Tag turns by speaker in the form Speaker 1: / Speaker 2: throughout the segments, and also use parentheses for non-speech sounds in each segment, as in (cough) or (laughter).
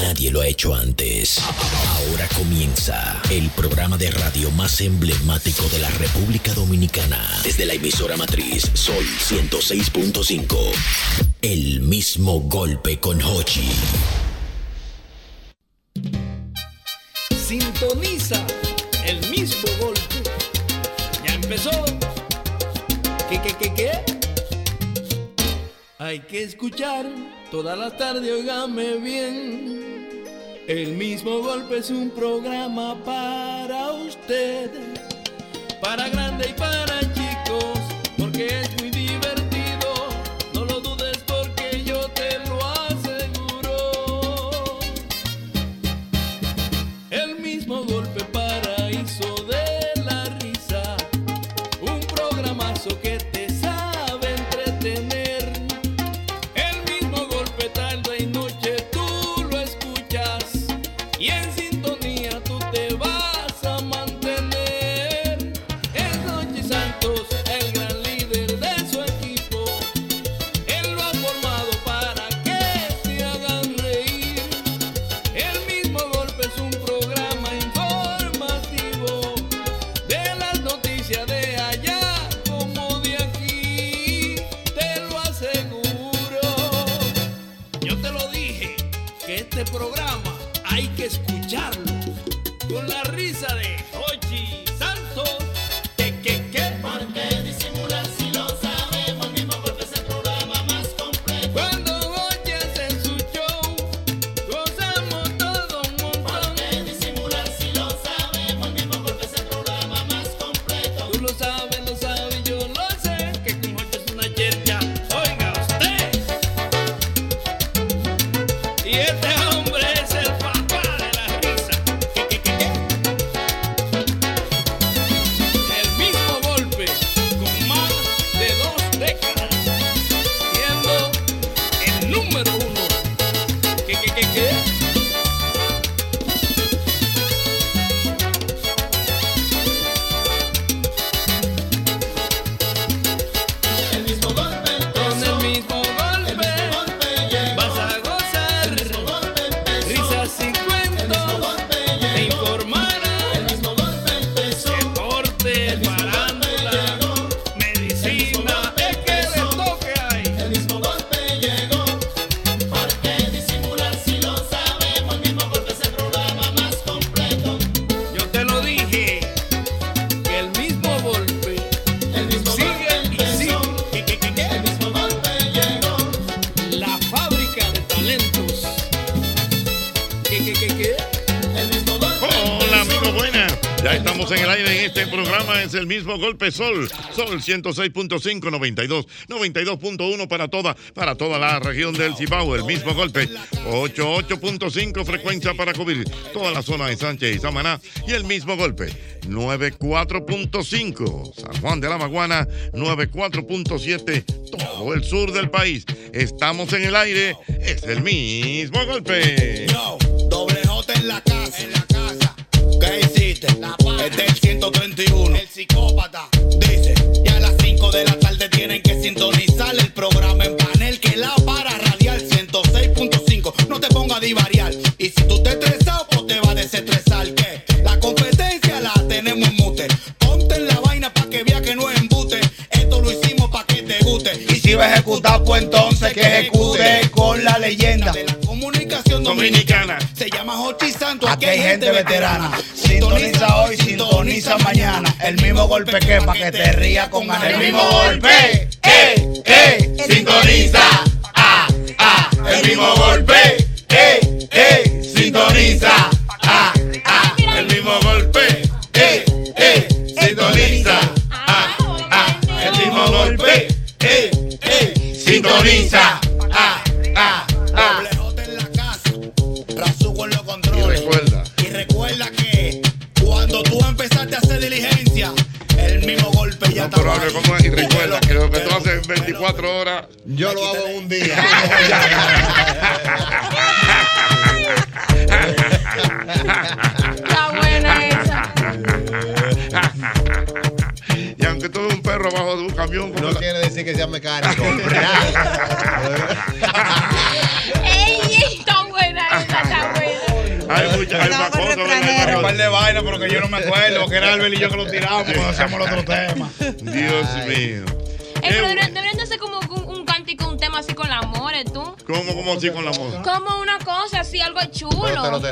Speaker 1: Nadie lo ha hecho antes. Ahora comienza el programa de radio más emblemático de la República Dominicana. Desde la emisora matriz Sol 106.5. El mismo golpe con Hochi.
Speaker 2: Sintoniza el mismo golpe. Ya empezó. ¿Qué, qué, qué, qué? Hay que escuchar toda la tarde, óigame bien. El mismo golpe es un programa para usted, para grande y para chicos, porque es muy divertido. No lo dudes porque yo te lo aseguro. El mismo golpe paraíso de la risa, un programazo que te sabe entretener. El mismo golpe tarde y noche tú lo escuchas y en sintonía tú te vas a mantener. Es Rochi Santos, el gran líder de su equipo. Él lo ha formado para que te hagan reír. El mismo golpe es un programa informativo de las noticias de allá como de aquí. Te lo aseguro. Yo te lo dije que este programa hay que escucharlo con la risa de Hochi Santos. Que, que, que. ¿Por qué disimular si lo sabemos? El mismo golpe es el programa más completo. Cuando Hochi hace su show, gozamos todo un montón. ¿Por qué disimular si lo sabemos? El mismo golpe es el programa más completo. Tú lo sabes, lo sabes, yo lo sé. Que con Hochi es una yerja. Oiga usted. Y este hombre es el papá de la risa. Que, que, que, que. El mismo golpe con más de dos décadas. Siendo el número uno. Que, que, que, que. El mismo golpe, con el mismo golpe, vas a gozar, risas y cuentos, te informarás, el mismo golpe empezó, deporte, farándula, medicina, es que de toque hay, el mismo golpe llegó, porque disimular si lo sabemos, el mismo golpe es el programa más completo, yo te lo dije, que el mismo golpe, el mismo sigue y sigue. El mismo golpe llegó. La fábrica de talentos. ¿Qué, qué, qué, qué? El mismo golpe.
Speaker 3: Hola amigos, buenas. Ya estamos en el aire en este programa, es el mismo golpe Sol, Sol 106.5, 92, 92.1 para toda, para toda la región del Cibao, el mismo golpe, 88.5 frecuencia para cubrir toda la zona de Sánchez y Samaná y el mismo golpe, 94.5, San Juan de la Maguana, 94.7, todo el sur del país. Estamos en el aire, es el mismo golpe.
Speaker 4: Doble J en la casa. En la casa. ¿Qué hiciste? Este es el 131. El psicópata. Dice, ya a las 5 de la tarde tienen que sintonizar el programa en panel que la para radial 106.5. No te pongas a divariar. Y si tú te estresado, pues te va a desestresar. ¿Qué? La competencia la tenemos en mute. Ponte en la vaina para que vea que no es embute. Esto lo hicimos para que te guste. Y si va a ejecutar, pues entonces que ejecute con la leyenda de la comunicación dominicana. Se llama Hochi Santo. Aquí hay gente veterana. Sintoniza hoy, sintoniza mañana. El mismo golpe que pa' que te ría con ganas. El mismo golpe, eh, eh, sintoniza, ah, ah. El mismo golpe, eh, eh, sintoniza, ah, ah. El mismo golpe, eh, eh, sintoniza, ah, ah. El mismo golpe, eh, eh, sintoniza, ah, ah, ah.
Speaker 3: Y recuerda,
Speaker 4: Y recuerda que cuando tú empezaste a hacer diligencia, el mismo golpe ya
Speaker 3: pero ahora, ¿cómo es? Y recuerda que lo que tú haces en 24 horas,
Speaker 5: Yo lo hago en un día.
Speaker 3: (laughs)
Speaker 6: Está buena esa.
Speaker 3: y aunque tú eres un perro abajo de un camión, como
Speaker 5: No
Speaker 3: la-
Speaker 5: quiere decir que
Speaker 3: (laughs)
Speaker 5: sea mecánico.
Speaker 6: ¡Ey, ey, está buena esa, está buena!
Speaker 3: lucha, el macoso,
Speaker 7: Un par de vainas, pero que yo no me acuerdo, que era Albert y yo que lo tiramos cuando hacíamos el otro tema.
Speaker 3: Dios mío.
Speaker 6: Ey, pero deberían, deberían de hacer como un, un cántico, un tema así con el amor, ¿eh, tú.
Speaker 3: ¿Cómo, cómo así con la moda?
Speaker 6: Como una cosa así, algo
Speaker 3: ¿Ah? Pero te lo
Speaker 6: chulo.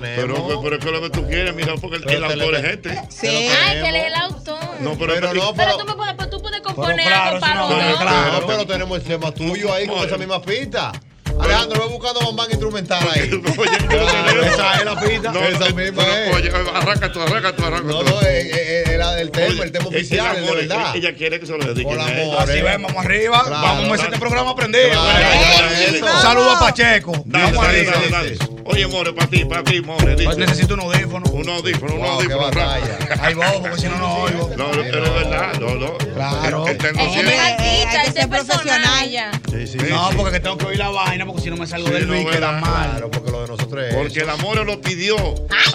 Speaker 3: Pero, pero, es que lo que tú quieres, mira, porque el, el autor es este.
Speaker 6: Sí. Ay, que él es el autor.
Speaker 3: No, pero,
Speaker 5: Pero no, pero-
Speaker 6: Pero tú me puedes, pero tú puedes componer
Speaker 5: claro,
Speaker 6: algo para
Speaker 5: Pero,
Speaker 6: uno.
Speaker 5: pero, pero tenemos el tema tuyo ahí con esa misma pista. Alejandro, ve buscando bombán instrumental
Speaker 3: (laughs)
Speaker 5: ahí. Claro, esa es la pista.
Speaker 3: No,
Speaker 5: esa
Speaker 3: no,
Speaker 5: misma
Speaker 3: no,
Speaker 5: es.
Speaker 3: oye, arranca tú, arranca tú, arranca
Speaker 5: eh. No,
Speaker 3: tú.
Speaker 5: no, es- es- es el, el tema, el tema
Speaker 3: Oye, es el
Speaker 5: oficial, el de
Speaker 3: amor,
Speaker 5: verdad. eh.
Speaker 3: Ella quiere que se lo dedique.
Speaker 7: Así ven, vamos arriba. vamos a este programa aprendido. Un saludo a Pacheco.
Speaker 3: Dale,
Speaker 7: vamos
Speaker 3: dale,
Speaker 7: arriba.
Speaker 3: dale, dale. Oye, More, para ti, para ti, More. dice.
Speaker 7: Pues necesito un audífono.
Speaker 3: Un audífono, un audífono.
Speaker 7: Ay, vos, porque si no, no oigo.
Speaker 3: No, no, pero es verdad, no, no. Claro.
Speaker 7: Hombre,
Speaker 6: Ay, que este
Speaker 8: profesional.
Speaker 7: eh, No, porque que tengo que oír la vaina, porque si no me salgo
Speaker 3: Sí,
Speaker 7: del
Speaker 3: no,
Speaker 7: beat, queda
Speaker 3: ¿verdad?
Speaker 7: mal.
Speaker 5: porque lo de nosotros es.
Speaker 3: Porque el amor lo pidió.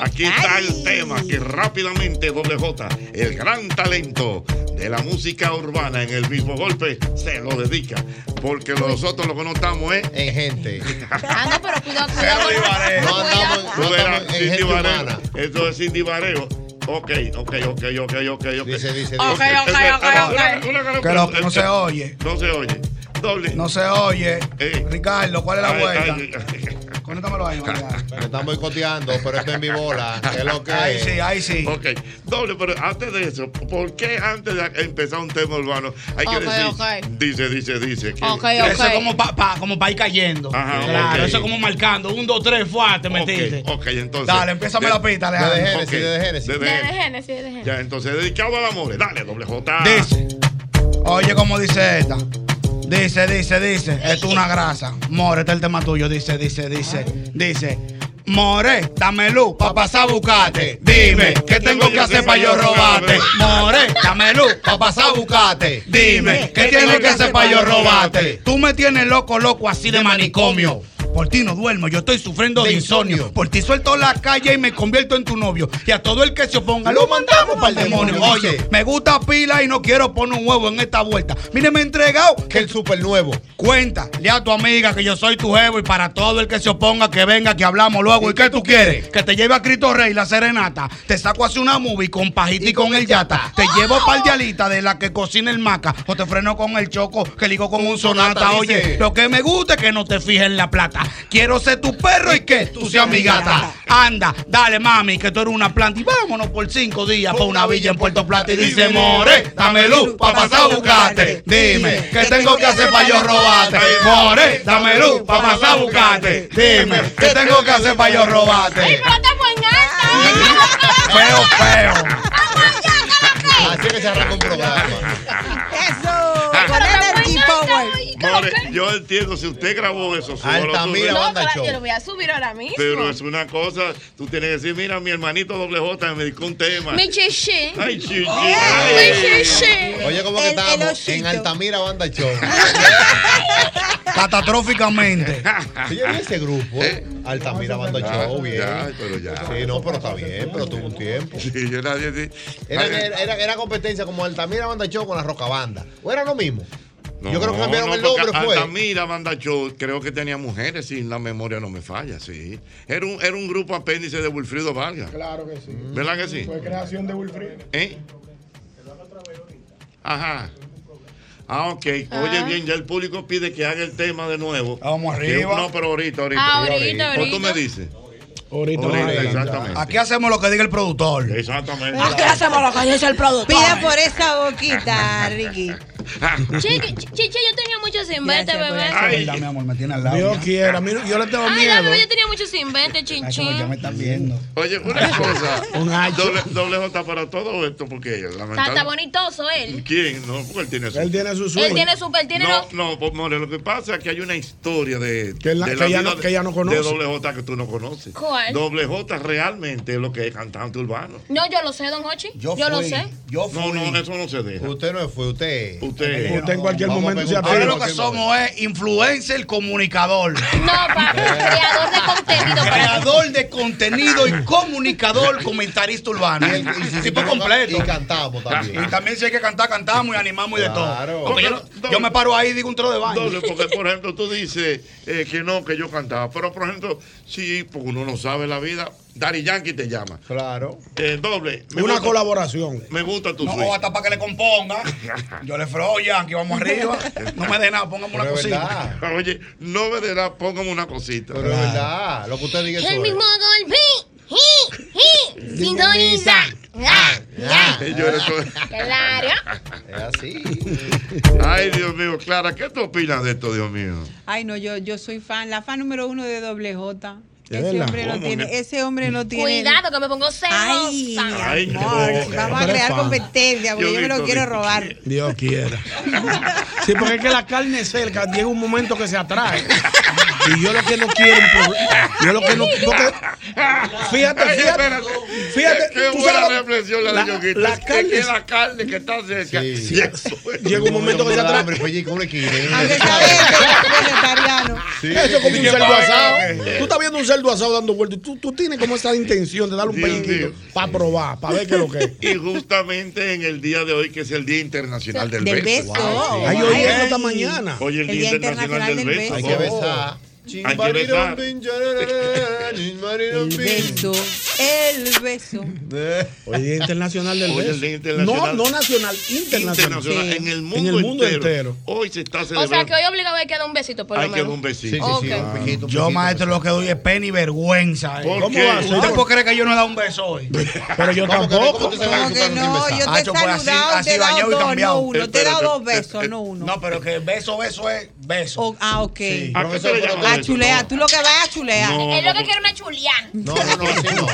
Speaker 3: Aquí está el tema que rápidamente doble J, el gran talento de la música urbana en el mismo golpe, se lo dedica. Porque nosotros lo que no estamos es (laughs)
Speaker 5: en gente.
Speaker 6: Ah, no, pero cuidado, cuidado.
Speaker 5: No andamos,
Speaker 3: Tú
Speaker 5: no
Speaker 3: verás,
Speaker 5: andamos en
Speaker 3: Cindy
Speaker 5: gente
Speaker 3: Vareo.
Speaker 5: humana.
Speaker 3: Esto es Cindy Vareo. Ok, ok, ok, ok, ok, ok.
Speaker 5: Dice, dice, Ah, dice.
Speaker 8: Ok, ok, ok,
Speaker 3: Ah, Una-
Speaker 8: ok.
Speaker 3: una cara-
Speaker 7: Que lo- que no
Speaker 5: este,
Speaker 7: se oye.
Speaker 3: No se oye. Doble.
Speaker 7: No se oye.
Speaker 3: Eh.
Speaker 7: Ricardo, ¿cuál es la
Speaker 3: Ay,
Speaker 7: vuelta?
Speaker 3: ay, ay.
Speaker 7: Conéctamelo ahí, Mariana.
Speaker 5: Me están boicoteando, pero esto es mi bola. que es lo que
Speaker 7: Ahí
Speaker 5: es?
Speaker 7: sí, ahí sí.
Speaker 3: Ok, doble, pero antes de eso, ¿por qué antes de empezar un tema urbano hay que
Speaker 8: Ok,
Speaker 3: decir?
Speaker 8: ok.
Speaker 3: Dice, dice, dice. Que,
Speaker 8: Ok,
Speaker 7: Eso es
Speaker 8: ok.
Speaker 7: como para pa, como pa ir cayendo.
Speaker 3: Ajá,
Speaker 7: claro,
Speaker 3: ok.
Speaker 7: eso es como marcando. Un, dos, tres, fuerte,
Speaker 3: Ok,
Speaker 7: metiste.
Speaker 3: ok, entonces.
Speaker 7: Dale, empiézame
Speaker 3: De-
Speaker 7: la pista,
Speaker 5: Desde
Speaker 7: Alejandro.
Speaker 5: Génesis,
Speaker 3: ok,
Speaker 5: desde Génesis.
Speaker 3: desde
Speaker 6: De
Speaker 3: Génesis.
Speaker 6: Génesis, de Génesis.
Speaker 3: Ya, entonces, dedicado al amor. Dale, doble J.
Speaker 7: Dice. Oye, como dice esta. Dice, dice, dice. Esto es una grasa. More, este es el tema tuyo. Dice, dice, dice. Dice. More, dame luz pa' pasar a buscarte. Dime, ¿qué tengo que hacer para yo robarte? More, dame luz pa' pasar a buscarte. Dime, ¿qué tienes que hacer para yo robarte? Tú me tienes loco, loco, así de manicomio. Por ti no duermo, yo estoy sufriendo de insomnio. Por ti suelto la calle y me convierto en tu novio. Y a todo el que se oponga lo mandamos para el demonio. Oye, me gusta pila y no quiero poner un huevo en esta vuelta. Mire, me he entregado
Speaker 5: Que el super nuevo.
Speaker 7: Cuenta, le a tu amiga que yo soy tu jevo y para todo el que se oponga que venga que hablamos luego. ¿Y qué tú quieres? Que te lleve a Cristo Rey la serenata. Te saco así una movie con pajita y con el yata. Te llevo par de alitas de la que cocina el maca. O te freno con el choco que ligo con un sonata.
Speaker 5: sonata, dice.
Speaker 7: Oye, lo que me gusta es que no te fijes en la plata. Quiero ser tu perro y que tú seas mi gata. Anda, dale mami que tú eres una planta y vámonos por cinco días por una villa en Puerto Plata. Y dice, more, dame luz pa' pasar a buscarte. Dime, ¿qué tengo que hacer para yo robarte? More, dame luz pa' pasar a buscarte. Dime, ¿qué tengo que hacer para yo
Speaker 6: Ey,
Speaker 7: robarte?
Speaker 6: pero estamos en alta.
Speaker 7: Feo, feo.
Speaker 5: Así que se arranca un programa.
Speaker 8: Eso. Oh, Con
Speaker 6: Pero
Speaker 8: Energy
Speaker 6: estamos en
Speaker 8: Power.
Speaker 6: alta. ¿y qué lo
Speaker 3: More,
Speaker 6: que?
Speaker 3: yo entiendo, si usted grabó eso, solo
Speaker 5: Altamira,
Speaker 3: sube.
Speaker 6: No,
Speaker 5: banda
Speaker 6: pero
Speaker 5: show.
Speaker 6: yo lo voy a subir ahora mismo.
Speaker 3: Pero es una cosa, tú tienes que decir, mira, mi hermanito doble J me dedicó un tema.
Speaker 6: Mi chichi.
Speaker 3: Ay, chichi.
Speaker 6: Mi
Speaker 3: ay.
Speaker 6: chichi.
Speaker 5: Oye, como que
Speaker 8: El- el
Speaker 5: estamos
Speaker 8: osito.
Speaker 5: en Altamira Banda Show.
Speaker 7: (laughs) Catastróficamente.
Speaker 5: Oye, bien ese grupo, Altamira Banda Show, bien.
Speaker 3: ¿Eh? Ya, pero ya.
Speaker 5: Sí, no, pero está bien, pero tuvo un tiempo.
Speaker 3: Sí, yo nadie sí.
Speaker 5: Era,
Speaker 3: Ay,
Speaker 5: era, era- era competencia como Altamira Banda Show con la Roca Banda. ¿O era lo mismo?
Speaker 3: no,
Speaker 5: yo creo que cambiaron
Speaker 3: no,
Speaker 5: el nombre,
Speaker 3: porque
Speaker 5: fue.
Speaker 3: Altamira Banda Show, creo que tenía mujeres, si la memoria no me falla, sí. Era un, era un grupo apéndice de Wilfrido Vargas.
Speaker 9: Claro que sí.
Speaker 3: ¿Verdad que sí?
Speaker 9: Fue creación de Wilfrido.
Speaker 3: (laughs) ¿Eh? Ajá. Ah, ok. Oye, bien, ya el público pide que haga el tema de nuevo.
Speaker 7: Vamos
Speaker 3: Que-
Speaker 7: arriba.
Speaker 3: No, pero ahorita, ahorita.
Speaker 6: Ah, Ahorita,
Speaker 3: ¿O tú me
Speaker 6: ahorita.
Speaker 3: dices?
Speaker 9: Ahorita,
Speaker 3: Ahorita,
Speaker 9: adelante.
Speaker 3: exactamente.
Speaker 7: Aquí hacemos lo que diga el productor.
Speaker 3: Exactamente.
Speaker 8: Aquí hacemos lo que dice el productor.
Speaker 10: Pida por esa boquita, Ricky.
Speaker 6: Chichi, chichi, yo tenía mucho sin verte,
Speaker 8: Gracias,
Speaker 6: bebé.
Speaker 8: gracias.
Speaker 3: Ay.
Speaker 7: Ay, mi amor, me tiene al lado.
Speaker 9: Dios
Speaker 7: ya.
Speaker 9: quiera. mira, yo le tengo
Speaker 6: Ay,
Speaker 9: miedo.
Speaker 6: dame, yo tenía mucho sin verte, chin,
Speaker 7: Ay, como ya me
Speaker 6: chin.
Speaker 7: están viendo.
Speaker 3: Oye, una
Speaker 5: (laughs)
Speaker 3: cosa.
Speaker 9: Un hacho.
Speaker 3: doble, doble J para todo esto, porque
Speaker 6: Está, está
Speaker 3: lamentablemente.
Speaker 6: bonitoso él.
Speaker 3: ¿Quién? No, porque él tiene su.
Speaker 9: Él tiene su sueño.
Speaker 6: Él tiene super, tiene
Speaker 3: No,
Speaker 6: los-
Speaker 3: no, pues, More, lo que pasa es que hay una historia de,
Speaker 9: Que la-
Speaker 3: de
Speaker 9: que ella no-
Speaker 3: de-
Speaker 9: que ella no conoce.
Speaker 3: de Doble J que tú no conoces.
Speaker 6: ¿Cuál?
Speaker 3: Doble J realmente es lo que es cantante urbano.
Speaker 6: No, yo lo sé, don Hochi. Yo, lo
Speaker 5: fui,
Speaker 6: sé.
Speaker 5: Yo fui.
Speaker 3: No, no, eso no se deja.
Speaker 5: Usted no fue, usted.
Speaker 3: Usted.
Speaker 9: Usted en cualquier
Speaker 5: Vamos a
Speaker 9: momento se
Speaker 5: preguntar.
Speaker 7: Ahora
Speaker 9: atreve.
Speaker 7: lo que somos es influencer, comunicador,
Speaker 6: (laughs) No, papi, creador de contenido. para-
Speaker 7: creador de contenido y comunicador, comentarista urbano.
Speaker 5: Y el- y si-
Speaker 7: tipo completo.
Speaker 5: Y cantamos también.
Speaker 7: Y también si hay que cantar, cantamos y animamos y de
Speaker 5: Claro.
Speaker 7: todo. Porque yo, no- yo me paro ahí y digo un tro de
Speaker 3: Doble,
Speaker 7: baño.
Speaker 3: porque por ejemplo tú dices eh, que no, que yo cantaba. Pero por ejemplo, sí, porque uno no sabe la vida. Dari Yankee te llama. Eh,
Speaker 5: Claro.
Speaker 3: doble. me
Speaker 9: Una
Speaker 3: gusta-
Speaker 9: colaboración.
Speaker 3: Me gusta tu
Speaker 9: No,
Speaker 3: swing.
Speaker 9: hasta
Speaker 3: (laughs)
Speaker 4: para que le componga.
Speaker 9: Yo le
Speaker 4: Froya, aquí vamos arriba. No me dé nada, póngame una
Speaker 3: Pero es
Speaker 4: cosita.
Speaker 3: Oye, no me dará, póngame una cosita.
Speaker 5: Pero es verdad, lo que usted diga
Speaker 11: El mismo golpe. Ji, ji, Sintoniza.
Speaker 6: Ah.
Speaker 3: Ah. Yo era todo-
Speaker 11: Claro.
Speaker 5: Es así.
Speaker 3: Ay, Dios mío, Clara, ¿qué tú opinas de esto, Dios mío?
Speaker 8: Ay, no, yo, yo soy fan, la fan número uno de Doble J.
Speaker 3: ¿De
Speaker 8: Ese
Speaker 3: verdad?
Speaker 8: hombre no
Speaker 3: ¿Cómo
Speaker 8: tiene,
Speaker 3: que-
Speaker 8: ese hombre no tiene.
Speaker 11: Cuidado que me pongo celosa.
Speaker 8: Ay, eh,
Speaker 3: Ay,
Speaker 8: amor,
Speaker 3: qué boba.
Speaker 8: vamos a crear
Speaker 9: Pero fan.
Speaker 8: competencia, porque
Speaker 9: Yo
Speaker 8: yo, me lo
Speaker 9: grito,
Speaker 8: quiero
Speaker 9: grito.
Speaker 8: robar.
Speaker 9: Dios quiera. Sí, porque es que la carne cerca llega un momento que se atrae. Y yo lo que no quiero, un problema. yo lo que no porque- (laughs) fíjate, fíjate,
Speaker 3: Ay, espérate.
Speaker 9: fíjate,
Speaker 3: Qué
Speaker 9: tú
Speaker 3: buena
Speaker 9: sabes lo-
Speaker 3: reflexión la,
Speaker 9: la-
Speaker 3: de Yoguito.
Speaker 9: la
Speaker 3: Es que
Speaker 9: carne-
Speaker 3: es la carne que está cerca. (laughs)
Speaker 5: Sí.
Speaker 3: Y eso es.
Speaker 9: Llega un momento que se atrae.
Speaker 5: Hombre, fue allí con una esquina.
Speaker 8: Aunque sea vegetariano.
Speaker 5: Sí.
Speaker 9: Eso es como un
Speaker 5: Dije,
Speaker 9: cerdo
Speaker 5: "Vaya,
Speaker 9: asado.
Speaker 5: que-
Speaker 3: Eh.
Speaker 9: Tú estás viendo un cerdo asado dando vueltas y tú, tú tienes como esa intención de darle un
Speaker 3: Dios
Speaker 9: pellizquito
Speaker 3: mío.
Speaker 9: para probar, para ver qué es lo que
Speaker 3: (laughs)
Speaker 9: es.
Speaker 3: Y justamente en el día de hoy, que es el Día Internacional del,
Speaker 8: Del
Speaker 3: Beso.
Speaker 8: beso. Wow, sí.
Speaker 9: Ay, hoy
Speaker 8: Ay.
Speaker 9: es esta mañana.
Speaker 3: Hoy es el,
Speaker 8: El
Speaker 3: Día
Speaker 8: Día
Speaker 3: Internacional, del, Beso.
Speaker 5: Hay que
Speaker 3: Oh. Hay
Speaker 5: besar.
Speaker 3: que besar.
Speaker 8: El beso, el beso.
Speaker 9: Hoy es Día Internacional del
Speaker 3: Eh. Hoy es
Speaker 9: Beso.
Speaker 3: el Día Internacional.
Speaker 9: No, no nacional, internacional.
Speaker 3: Internacional. En el mundo,
Speaker 9: el mundo
Speaker 3: entero.
Speaker 9: entero.
Speaker 3: Hoy se está
Speaker 6: O sea
Speaker 3: celebrando.
Speaker 6: que hoy obligado hay que dar un besito, por lo
Speaker 3: Hay que dar
Speaker 6: menos.
Speaker 3: un besito.
Speaker 5: Sí, sí, sí, un piquito, un
Speaker 4: Yo,
Speaker 5: piquito.
Speaker 4: maestro, lo que doy es pena y vergüenza. eh.
Speaker 3: ¿Por
Speaker 9: ¿Cómo
Speaker 3: qué?
Speaker 9: va a ser?
Speaker 4: ¿Usted puede creer que yo no he dado un beso hoy?
Speaker 9: Pero yo
Speaker 5: ¿Cómo que no? ¿Cómo
Speaker 9: tampoco.
Speaker 5: tú se vas a
Speaker 8: No, que
Speaker 5: disfrutar de un
Speaker 8: no,
Speaker 5: beso?
Speaker 8: yo te
Speaker 4: Ah,
Speaker 8: he
Speaker 4: yo pues así-
Speaker 8: saludado,
Speaker 4: así
Speaker 8: te he
Speaker 4: bañado y
Speaker 8: dado dos,
Speaker 4: cambiado.
Speaker 8: no uno. Te he dado
Speaker 3: Espérate,
Speaker 8: dos besos, no uno.
Speaker 4: No, pero que beso, beso es beso.
Speaker 8: O- ah, ok.
Speaker 3: ¿A qué se le llama
Speaker 8: A
Speaker 3: beso?
Speaker 8: chulear, Ah, tú lo que vas a chulear.
Speaker 3: No,
Speaker 11: Es
Speaker 3: no,
Speaker 11: lo que quiere una chuliana.
Speaker 5: No, no, no, así no.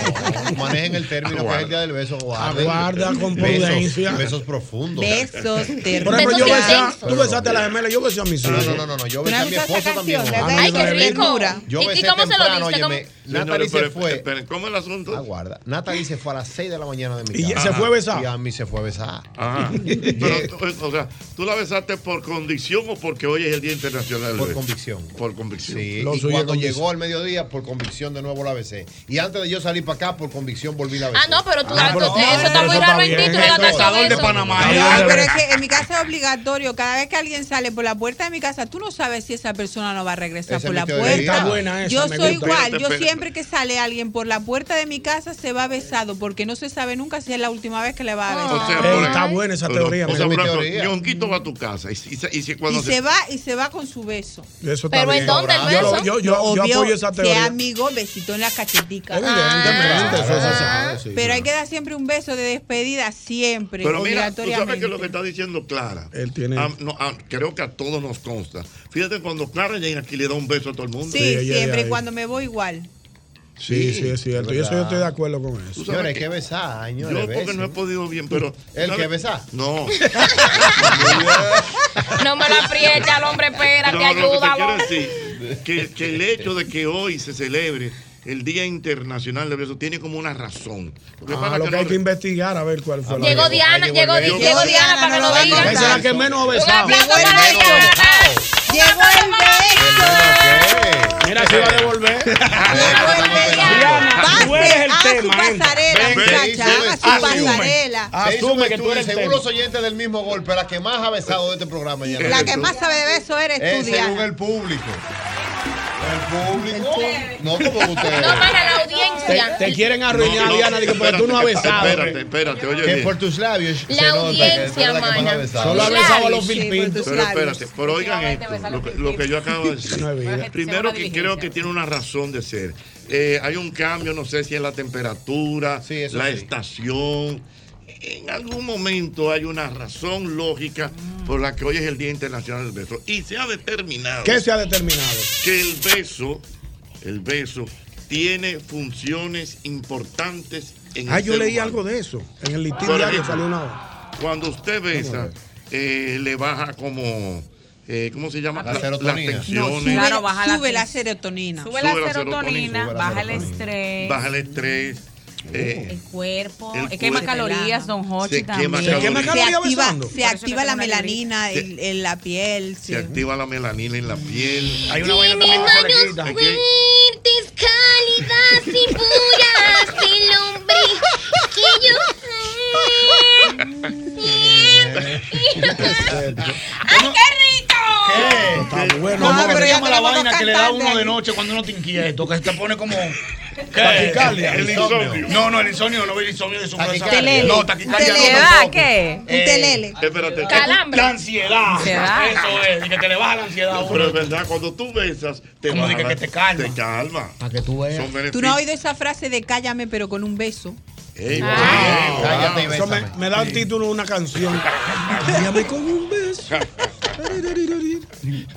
Speaker 5: Manejen el término que es el día del beso. Guarden.
Speaker 9: Aguarda con
Speaker 5: Besos,
Speaker 9: prudencia.
Speaker 5: Besos profundos.
Speaker 8: Besos,
Speaker 9: Por ejemplo,
Speaker 8: ternura.
Speaker 9: yo
Speaker 11: Besos
Speaker 9: besé, a-
Speaker 11: intensos.
Speaker 9: tú besaste a la gemela, yo besé a mis
Speaker 5: No,
Speaker 9: hijos.
Speaker 5: no, no, no, no. Yo
Speaker 8: ¿Tú no
Speaker 5: besé
Speaker 8: has
Speaker 5: a mi
Speaker 8: visto esa
Speaker 5: esposa también.
Speaker 8: canción?
Speaker 5: Juan.
Speaker 8: ¿verdad?
Speaker 6: Ay,
Speaker 9: Ay,
Speaker 6: qué
Speaker 9: bebé.
Speaker 6: rico.
Speaker 5: Yo
Speaker 6: ¿Y, y
Speaker 5: besé
Speaker 6: cómo se lo
Speaker 5: temprano,
Speaker 6: diste? ¿Cómo-
Speaker 5: óyeme.
Speaker 3: Señores,
Speaker 5: Natalie se
Speaker 3: pero-
Speaker 5: fue.
Speaker 3: pero, ¿Cómo es el asunto?
Speaker 5: Aguarda. Natalie se fue a las 6 de la mañana de mi
Speaker 9: Y
Speaker 5: casa.
Speaker 9: ya se fue a besar.
Speaker 5: Y a mí se fue a besar.
Speaker 9: (laughs)
Speaker 3: Ajá. Pero, tú- eh, o sea, ¿tú la besaste por convicción o porque hoy es el Día Internacional del
Speaker 5: Por
Speaker 3: Beso?
Speaker 5: convicción.
Speaker 3: Por convicción.
Speaker 5: Sí,
Speaker 9: Lo
Speaker 5: y
Speaker 9: suyo
Speaker 5: cuando
Speaker 9: con
Speaker 5: llegó al mediodía, por convicción de nuevo la besé. Y antes de yo salir para acá, por convicción volví la besé.
Speaker 6: Ah, no, pero tú
Speaker 9: Ah, pero
Speaker 6: tú- eso
Speaker 9: no,
Speaker 6: está
Speaker 9: eso
Speaker 6: muy
Speaker 9: está
Speaker 6: raro en ti,
Speaker 9: bien.
Speaker 6: tú no gastas
Speaker 4: Besador
Speaker 6: con
Speaker 4: de
Speaker 6: eso.
Speaker 4: Panamá.
Speaker 9: Ay,
Speaker 5: Ah,
Speaker 8: Ay,
Speaker 9: ay,
Speaker 8: Ah, pero
Speaker 9: ay.
Speaker 8: es que en mi casa es obligatorio. Cada vez que alguien sale por la puerta de mi casa, tú no sabes si esa persona no va a regresar
Speaker 5: Esa
Speaker 8: por
Speaker 5: es
Speaker 8: la
Speaker 5: mi teoría.
Speaker 8: puerta.
Speaker 9: Está buena esa,
Speaker 8: Yo
Speaker 9: me
Speaker 8: soy
Speaker 9: gusta.
Speaker 8: igual.
Speaker 3: Espérate,
Speaker 8: Yo
Speaker 3: espérate.
Speaker 8: siempre que sale alguien por la puerta de mi casa se va besado porque no se sabe nunca si es la última vez que le va a besar.
Speaker 3: Ah. O sea,
Speaker 9: Ey,
Speaker 3: por-
Speaker 9: eh, está buena esa
Speaker 3: Pero,
Speaker 9: teoría.
Speaker 3: O
Speaker 9: me
Speaker 3: sea, por
Speaker 9: gusta.
Speaker 3: ejemplo,
Speaker 5: teoría.
Speaker 3: Ñonguito va a tu casa y, si- y si- y si cuando
Speaker 8: y se va y se va con su beso.
Speaker 9: Eso está
Speaker 6: Pero
Speaker 9: bien.
Speaker 6: ¿en dónde el
Speaker 9: Yo lo-
Speaker 6: beso?
Speaker 9: Yo, yo- yo
Speaker 8: Obvio,
Speaker 9: apoyo esa
Speaker 8: Sea
Speaker 9: teoría.
Speaker 8: amigo, besito en la cachetica. Ah.
Speaker 9: Evidentemente, eso se sabe. sí,
Speaker 8: Pero hay
Speaker 9: claro.
Speaker 8: que dar siempre un beso de despedida, siempre,
Speaker 3: Pero mira, tú sabes que
Speaker 8: obligatoriamente.
Speaker 3: lo que está diciendo Clara.
Speaker 9: Él tiene-
Speaker 3: Ah, no, ah, creo que a todos nos consta. Fíjate cuando Clara llega aquí le da un beso a todo el mundo.
Speaker 8: Sí,
Speaker 9: Sí, ella-
Speaker 8: siempre,
Speaker 9: ella-
Speaker 8: cuando me voy igual.
Speaker 9: Sí, sí, es cierto. Y eso yo
Speaker 5: verdad.
Speaker 9: estoy de acuerdo con eso.
Speaker 3: Tú sabes
Speaker 5: Señores, hay
Speaker 3: que-
Speaker 5: que besar,
Speaker 3: Yo
Speaker 5: señores.
Speaker 3: porque
Speaker 5: besen.
Speaker 3: no he podido bien, pero.
Speaker 5: ¿El
Speaker 3: ¿sabes?
Speaker 5: que besa?
Speaker 3: No.
Speaker 6: No me la apriete al hombre, espérate,
Speaker 3: No, no, lo que te quiero
Speaker 6: ayúdalo.
Speaker 3: decir que, que el hecho de que hoy se celebre el Día Internacional del Beso tiene como una razón. Lo que
Speaker 9: Ah,
Speaker 3: pasa
Speaker 9: lo
Speaker 3: que
Speaker 9: que hay
Speaker 3: no-
Speaker 9: que investigar a ver cuál fue la
Speaker 6: Llegó
Speaker 9: razón.
Speaker 6: Diana,
Speaker 5: hay que
Speaker 6: llegó,
Speaker 5: volver.
Speaker 6: llegó
Speaker 8: Llegó
Speaker 6: Diana para que lo
Speaker 8: Diana, no
Speaker 6: diga.
Speaker 8: va a
Speaker 9: Esa es la que menos ha
Speaker 6: Un
Speaker 9: besado.
Speaker 6: aplauso
Speaker 8: Llegó el
Speaker 6: para
Speaker 8: beso.
Speaker 6: Diana.
Speaker 8: Llegó el beso.
Speaker 9: Mira, se va a devolver.
Speaker 8: Llegó el beso.
Speaker 9: Diana, tú eres el
Speaker 8: Pase, haga su
Speaker 9: tema, ¿eh?
Speaker 5: Ven,
Speaker 8: pasarela,
Speaker 5: ven,
Speaker 8: muchacha, haga
Speaker 5: asume.
Speaker 8: su
Speaker 5: Se
Speaker 8: pasarela.
Speaker 5: hizo un
Speaker 9: Asume que tú
Speaker 5: estudio,
Speaker 9: eres el
Speaker 5: según
Speaker 9: tema.
Speaker 5: los oyentes del mismo golpe, la que más ha besado de este programa. ya.
Speaker 8: La que más sabe de beso eres
Speaker 5: Es
Speaker 8: tú,
Speaker 5: según
Speaker 8: Diana.
Speaker 5: el público. El público. No como ustedes.
Speaker 6: No para la
Speaker 9: Te,
Speaker 6: audiencia.
Speaker 9: te quieren
Speaker 3: No,
Speaker 9: arruinar,
Speaker 3: no,
Speaker 9: Diana, digo, pero tú no has
Speaker 3: espérate,
Speaker 9: besado.
Speaker 3: Espérate, espérate, oye.
Speaker 5: Que
Speaker 3: bien.
Speaker 5: por tus labios.
Speaker 6: La
Speaker 5: se nota que tú eres
Speaker 6: audiencia,
Speaker 5: la que más
Speaker 6: mana.
Speaker 5: ha besado.
Speaker 9: Solo ha
Speaker 6: Claro,
Speaker 9: besado a los
Speaker 8: sí,
Speaker 9: filipinos.
Speaker 8: por
Speaker 3: Pero
Speaker 8: labios.
Speaker 3: espérate, pero oigan
Speaker 6: Efectivamente,
Speaker 3: esto,
Speaker 6: besar
Speaker 3: lo
Speaker 6: los
Speaker 3: que, lo que yo acabo de decir.
Speaker 9: No, mira.
Speaker 3: Primero
Speaker 6: Una
Speaker 3: que
Speaker 6: diligencia.
Speaker 3: creo que tiene una razón de ser. Eh, hay un cambio, no sé si en la temperatura,
Speaker 5: Sí, eso
Speaker 3: la
Speaker 5: sí.
Speaker 3: estación. En algún momento hay una razón lógica por la que hoy es el Día Internacional del Beso. Y se ha determinado
Speaker 9: ¿Qué se ha determinado?
Speaker 3: que el beso, el beso, tiene funciones importantes en
Speaker 9: Ah,
Speaker 3: el
Speaker 9: yo
Speaker 3: ser
Speaker 9: leí
Speaker 3: humano.
Speaker 9: algo de eso. En el
Speaker 3: Por
Speaker 9: litín diario
Speaker 3: ejemplo,
Speaker 9: salió una hora.
Speaker 3: Cuando usted besa, eh, le baja como, eh, ¿cómo se llama?
Speaker 5: La
Speaker 3: La-
Speaker 5: serotonina.
Speaker 3: Las tensiones,
Speaker 8: Sube,
Speaker 7: Claro, baja la
Speaker 8: sube la
Speaker 7: tensión.
Speaker 8: serotonina.
Speaker 7: Sube la
Speaker 3: Sube la serotonina,
Speaker 7: serotonina,
Speaker 5: sube la
Speaker 7: baja el
Speaker 5: serotonina.
Speaker 7: estrés,
Speaker 3: baja el estrés. eh,
Speaker 7: el cuerpo.
Speaker 3: El
Speaker 12: eh,
Speaker 7: es que hay más
Speaker 8: cuerpo.
Speaker 7: calorías, don
Speaker 3: Se
Speaker 7: Hochi
Speaker 3: quema
Speaker 7: también.
Speaker 3: calorías.
Speaker 9: quema
Speaker 8: Se
Speaker 9: calorías
Speaker 8: activa,
Speaker 9: besando.
Speaker 8: se activa la
Speaker 7: una
Speaker 8: melanina en, en la piel.
Speaker 3: se
Speaker 8: sí.
Speaker 3: activa la melanina en la piel.
Speaker 4: Hay una vaina también que se le quita.
Speaker 3: Hay que-
Speaker 11: Fuertes, cálidas y puras el hombre que yo
Speaker 9: Está bueno.
Speaker 4: ¿Cómo
Speaker 8: No,
Speaker 4: que
Speaker 8: pero
Speaker 4: se
Speaker 8: ya
Speaker 4: llama la
Speaker 8: tenemos dos
Speaker 4: vaina que le da a uno
Speaker 8: cantantes
Speaker 4: de
Speaker 8: ahí.
Speaker 4: noche cuando uno está inquieto? Que se te pone como
Speaker 9: Taquicardia.
Speaker 7: El insomnio. No, no, el insomnio no, el insomnio es un
Speaker 9: Taquicardia.
Speaker 7: No, taquicardia no.
Speaker 9: ¿Telele?
Speaker 7: tampoco.
Speaker 12: ¿Qué? Un
Speaker 7: Eh,
Speaker 12: telele.
Speaker 3: Espérate.
Speaker 7: Calambre. La ansiedad.
Speaker 12: Ansiedad.
Speaker 7: Eso es, y que te le baja la ansiedad. a
Speaker 3: Pero es
Speaker 7: uno.
Speaker 3: verdad, cuando tú besas, te
Speaker 7: Como
Speaker 3: baja
Speaker 7: dije que
Speaker 3: la-
Speaker 7: te calma.
Speaker 3: Te calma.
Speaker 5: Para que tú veas.
Speaker 8: Tú no has oído esa frase de cállame pero con un beso.
Speaker 9: Cállate y Eso me, me da el título de una canción. Dígame con un
Speaker 3: (laughs)
Speaker 9: beso.
Speaker 5: ¿Qué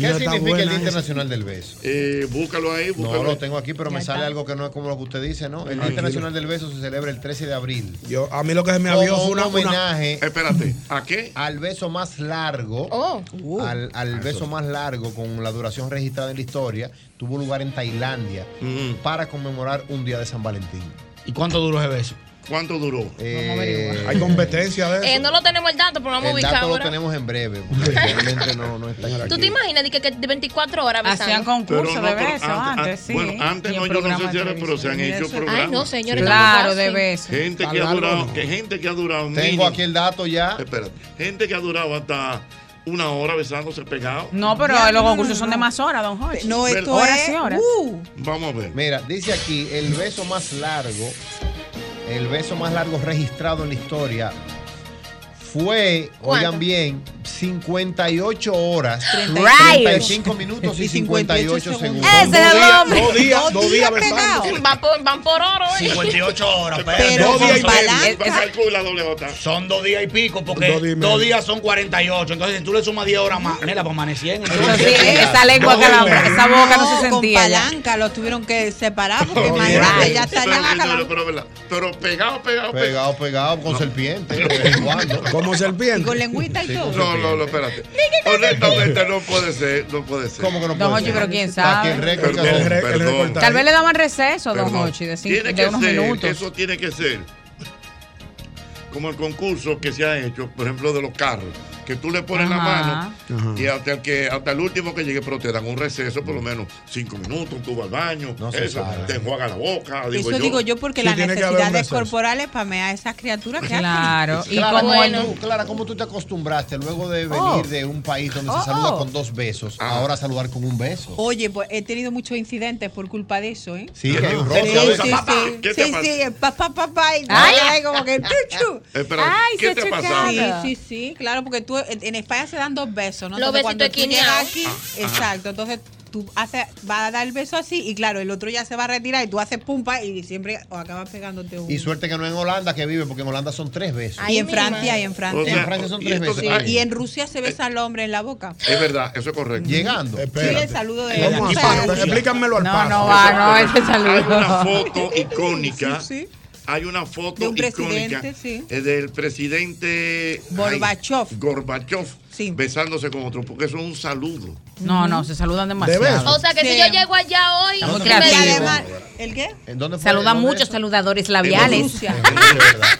Speaker 9: Mira, está
Speaker 5: significa el
Speaker 9: buena
Speaker 5: Día
Speaker 9: esa.
Speaker 5: Internacional del Beso?
Speaker 3: Eh, búscalo ahí, Ah, búscalo.
Speaker 5: No lo tengo aquí, pero me
Speaker 3: Ya
Speaker 5: sale
Speaker 3: está.
Speaker 5: algo que no es como lo que usted dice, ¿no? El Día
Speaker 9: Tranquilo.
Speaker 5: Internacional del Beso se celebra el 13 de abril.
Speaker 9: Yo, a mí lo que se me
Speaker 5: Como
Speaker 9: abrió fue
Speaker 5: un
Speaker 9: una, una-
Speaker 5: homenaje.
Speaker 3: Espérate, ¿a qué? Ah,
Speaker 5: Al beso más largo.
Speaker 9: Uh.
Speaker 5: Al, al beso más largo con la duración registrada en la historia tuvo lugar en Tailandia
Speaker 3: Mm.
Speaker 5: para conmemorar un día de San Valentín. Eh,
Speaker 7: ¿Y cuánto duró ese beso?
Speaker 3: ¿Cuánto duró?
Speaker 9: Hay competencia de
Speaker 6: Eh, no lo tenemos el dato, pero lo vamos a
Speaker 5: El
Speaker 6: ubicar
Speaker 5: dato lo
Speaker 6: ahora.
Speaker 5: tenemos en breve. porque Realmente no, no está
Speaker 6: ¿Tú te imaginas de que, que de 24 horas besando?
Speaker 12: Hacían concursos de beso antes, sí.
Speaker 3: Bueno, antes
Speaker 12: Y
Speaker 3: no, yo no
Speaker 12: en
Speaker 3: sé
Speaker 12: programas
Speaker 3: si ahora, pero se han hecho programas.
Speaker 6: Ay, no, señores.
Speaker 12: Claro, de
Speaker 6: beso.
Speaker 3: Gente que,
Speaker 5: Está
Speaker 3: ha
Speaker 5: largo,
Speaker 3: durado,
Speaker 5: ¿no?
Speaker 3: que gente que ha durado.
Speaker 5: Tengo aquí el dato ya.
Speaker 3: Espérate. Gente que ha durado hasta una hora besándose pegado.
Speaker 12: No, pero
Speaker 5: Ya,
Speaker 12: los
Speaker 5: no, no,
Speaker 12: concursos
Speaker 5: no,
Speaker 12: son de
Speaker 5: no.
Speaker 12: más horas, don Jorge.
Speaker 5: No, esto
Speaker 12: horas
Speaker 5: es-
Speaker 12: y horas.
Speaker 3: Vamos a ver.
Speaker 5: Mira, dice aquí, el beso más largo, el beso más largo registrado en la historia fue,
Speaker 12: ¿Cuánto?
Speaker 5: oigan bien, 58 horas, 35 minutos y 58 segundos.
Speaker 9: Dos días, dos días, dos días besándose.
Speaker 6: Van por, van por oro. ¿eh?
Speaker 7: 58 horas,
Speaker 9: Pero
Speaker 7: dos
Speaker 9: con
Speaker 7: días y
Speaker 9: balance.
Speaker 7: pico. Son dos días y pico, porque
Speaker 9: Dos
Speaker 7: dos
Speaker 9: días y
Speaker 7: días,
Speaker 9: medio.
Speaker 7: son 48. Entonces, si tú le sumas 10 horas más, pues mira, para amanecer.
Speaker 12: Eso sí, esa lengua que la- esa boca no se sentía
Speaker 8: Con
Speaker 12: ya.
Speaker 8: palanca los tuvieron que separar
Speaker 5: Oye,
Speaker 8: porque imagínate, ya
Speaker 3: Pero,
Speaker 8: estaría la
Speaker 3: señores, pero, ¿verdad? pero pegado, pegado, pegado.
Speaker 5: Pegado, pegado, con serpiente. jugando.
Speaker 9: Como serpiente.
Speaker 8: con lengüita y
Speaker 5: Sí,
Speaker 8: todo.
Speaker 5: con
Speaker 3: No, no, no, espérate. Honestamente, no puede ser, no puede ser.
Speaker 5: ¿Cómo que no
Speaker 12: Don Hochi, pero quién sabe.
Speaker 3: Perdón, perdón.
Speaker 12: Tal vez le daban receso, don
Speaker 3: Perdón.
Speaker 12: Hochi, de, cinco-
Speaker 3: Tiene
Speaker 12: de
Speaker 3: que
Speaker 12: unos
Speaker 3: ser,
Speaker 12: minutos.
Speaker 3: Eso tiene que ser. Como el concurso que se ha hecho, por ejemplo, de los carros, que tú le pones la
Speaker 12: Ajá.
Speaker 3: mano y hasta el, que, hasta el último que llegue, pero te dan un receso, por lo menos cinco minutos, tú vas al baño,
Speaker 5: Mm. se
Speaker 3: eso,
Speaker 5: sabe.
Speaker 3: te enjuaga la boca. Digo
Speaker 8: Eso
Speaker 3: yo.
Speaker 8: digo yo porque
Speaker 3: Sí,
Speaker 8: las
Speaker 3: tiene que haber un
Speaker 8: necesidades
Speaker 3: receso.
Speaker 8: corporales para a esas criaturas que
Speaker 5: y Clara, ¿cómo tú, Clara, ¿cómo tú te acostumbraste luego de venir
Speaker 8: Oh.
Speaker 5: de un país donde
Speaker 8: Oh,
Speaker 5: se saluda
Speaker 8: oh.
Speaker 5: con dos besos,
Speaker 7: Ah.
Speaker 5: ahora saludar con un beso?
Speaker 8: Oye, pues he tenido muchos incidentes por culpa de eso, ¿eh?
Speaker 5: Sí, que hay un
Speaker 8: Sí,
Speaker 5: roce. a
Speaker 8: sí,
Speaker 5: veces.
Speaker 8: sí.
Speaker 5: ¿Qué te
Speaker 8: Sí,
Speaker 5: pasa?
Speaker 8: sí, el papá, papá, y
Speaker 5: Ay.
Speaker 8: ay, como que chuchu.
Speaker 3: Espera, Ay, ¿qué se te ha pasado? chocaron.
Speaker 8: Sí, sí, sí, claro, porque tú en España se dan dos besos, ¿no?
Speaker 6: Los
Speaker 8: Entonces,
Speaker 6: besitos
Speaker 8: cuando tú llegas
Speaker 6: esquineados.
Speaker 8: aquí,
Speaker 6: Ah,
Speaker 3: ajá.
Speaker 8: exacto, entonces tú haces, vas a dar el beso así y claro, el otro ya se va a retirar y tú haces pumpa y siempre o acabas pegándote un...
Speaker 5: Y suerte que no en Holanda que vive, porque en Holanda son tres besos.
Speaker 8: y en Francia, y en Francia.
Speaker 5: O sea, en Francia son
Speaker 3: y
Speaker 5: tres
Speaker 3: entonces-
Speaker 5: besos.
Speaker 8: Sí,
Speaker 3: ay.
Speaker 8: y en Rusia se besan los hombres en la boca.
Speaker 3: Es verdad, eso es correcto.
Speaker 5: Llegando.
Speaker 8: Sí, el saludo de
Speaker 3: Vamos
Speaker 8: o
Speaker 3: a
Speaker 8: sea,
Speaker 3: hacer-
Speaker 8: sí.
Speaker 9: Explícamelo al
Speaker 8: No,
Speaker 9: paso.
Speaker 8: no va, no,
Speaker 3: Hay
Speaker 8: ese saludo.
Speaker 3: una
Speaker 8: (laughs)
Speaker 3: foto icónica.
Speaker 8: Sí,
Speaker 3: Hay una foto
Speaker 8: De un
Speaker 3: icónica
Speaker 8: presidente, sí.
Speaker 3: eh, del presidente
Speaker 8: Gorbachev.
Speaker 3: ay, Gorbachev besándose con otro, porque eso es un saludo.
Speaker 12: No, no, se saludan demasiado.
Speaker 6: O sea que si yo llego allá hoy.
Speaker 12: Está muy
Speaker 6: y
Speaker 12: creativo.
Speaker 6: me-
Speaker 12: Y además-
Speaker 8: ¿El qué?
Speaker 5: ¿En dónde fue?
Speaker 12: Saludan
Speaker 5: ¿Dónde
Speaker 12: muchos
Speaker 5: eso?
Speaker 12: saludadores
Speaker 3: En
Speaker 12: labiales.
Speaker 3: Rusia.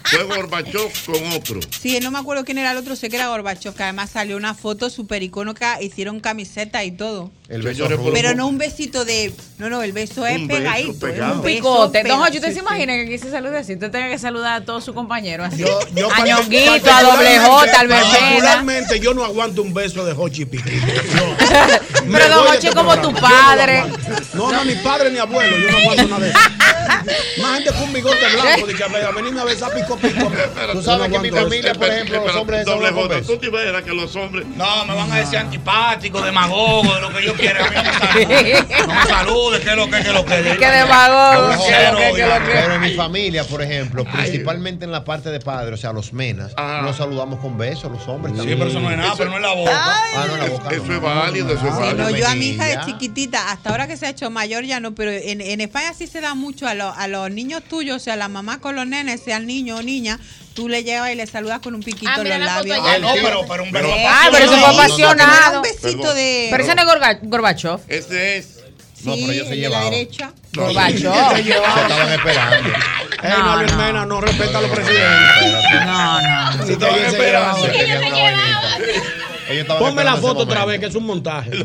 Speaker 3: Fue Gorbachev con otro.
Speaker 8: Sí, no me acuerdo quién era el otro, sé que era Gorbachev, que además salió una foto súper icónica, hicieron camiseta y todo.
Speaker 5: El
Speaker 3: beso rojo.
Speaker 8: Pero no un besito de. No, no, el beso es
Speaker 3: Un beso
Speaker 8: pegadito. es
Speaker 3: pegado.
Speaker 8: un
Speaker 12: Un
Speaker 8: beso
Speaker 12: picote. Don
Speaker 8: pegado.
Speaker 12: Jorge, ¿usted
Speaker 8: Sí,
Speaker 12: se
Speaker 8: sí.
Speaker 12: imagina que aquí se salude así? Usted tenga que saludar a todos sus compañeros así.
Speaker 9: Yo, yo
Speaker 12: a
Speaker 9: particular-
Speaker 12: Ñonguito, a Doble J, al Verbena.
Speaker 9: Particularmente, yo no aguanto un beso de Hochi
Speaker 12: (laughs)
Speaker 9: Piquín. Me
Speaker 12: Pero Don
Speaker 9: voy de
Speaker 12: Hochi
Speaker 9: este
Speaker 12: como tu
Speaker 9: programa. Yo no lo
Speaker 12: padre.
Speaker 9: aguanto. No, no, ni padre ni abuelo. Yo no aguanto nada de
Speaker 12: (laughs)
Speaker 9: eso. Más gente con bigote blanco. Dice, "Venga, venirme a besar pico pico.
Speaker 5: Tú sabes que mi familia, por ejemplo, los hombres se
Speaker 3: doble
Speaker 5: saludan con
Speaker 3: J,
Speaker 5: besos.
Speaker 3: tú te imaginas que los hombres.
Speaker 7: No, me van a decir antipático, demagogo, de lo que yo quiera. A mí no me saludes, no me saludes, que lo que, que lo que.
Speaker 12: Que demagogo,
Speaker 7: No quiero,
Speaker 12: que lo que, que lo que.
Speaker 5: Pero en mi familia, por ejemplo, principalmente en la parte de padre, o sea, los menas, nos saludamos con besos los hombres.
Speaker 7: Ah. Sí, pero eso no es nada, pero no es la boca.
Speaker 5: Ah, no, la boca.
Speaker 3: Eso es válido, eso es
Speaker 5: Sí,
Speaker 3: válido.
Speaker 8: No, yo a mi hija de
Speaker 5: Ya.
Speaker 8: chiquitita, hasta ahora que se ha hecho mayor ya no, pero en, en España sí se da mucho a, los- a los niños tuyos, o sea, la mamá con los nenes, sea el niño o niña, tú le llevas y le saludas con un piquito
Speaker 6: Ah,
Speaker 8: en
Speaker 6: mira
Speaker 8: los
Speaker 6: la foto
Speaker 8: labios.
Speaker 7: Ah, no, pero, pero un beso.
Speaker 12: Ah, pero eso fue
Speaker 8: No, no, no,
Speaker 12: apasionado.
Speaker 8: no, un besito de.
Speaker 12: Pero ese no es Gorga- Gorbachev.
Speaker 3: Ese es.
Speaker 5: No, pero yo
Speaker 8: Sí,
Speaker 5: se
Speaker 8: de
Speaker 5: llevaba.
Speaker 8: la derecha.
Speaker 5: No,
Speaker 12: Gorbachev.
Speaker 5: se llevaba. Se estaban esperando.
Speaker 9: Ey, no, hables, nena, no respeta a los
Speaker 5: presidentes.
Speaker 12: No, no.
Speaker 9: Si te viene
Speaker 5: esperando.
Speaker 9: ese
Speaker 5: Ellos se llevaban. Ellos estaban
Speaker 9: Ponme la
Speaker 5: esperando
Speaker 9: foto
Speaker 5: ese
Speaker 9: otra
Speaker 5: momento.
Speaker 9: vez, que es un montaje.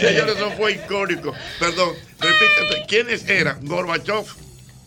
Speaker 3: (laughs) Señores, eso fue icónico. Perdón, repíteme, ¿quiénes eran? Gorbachev,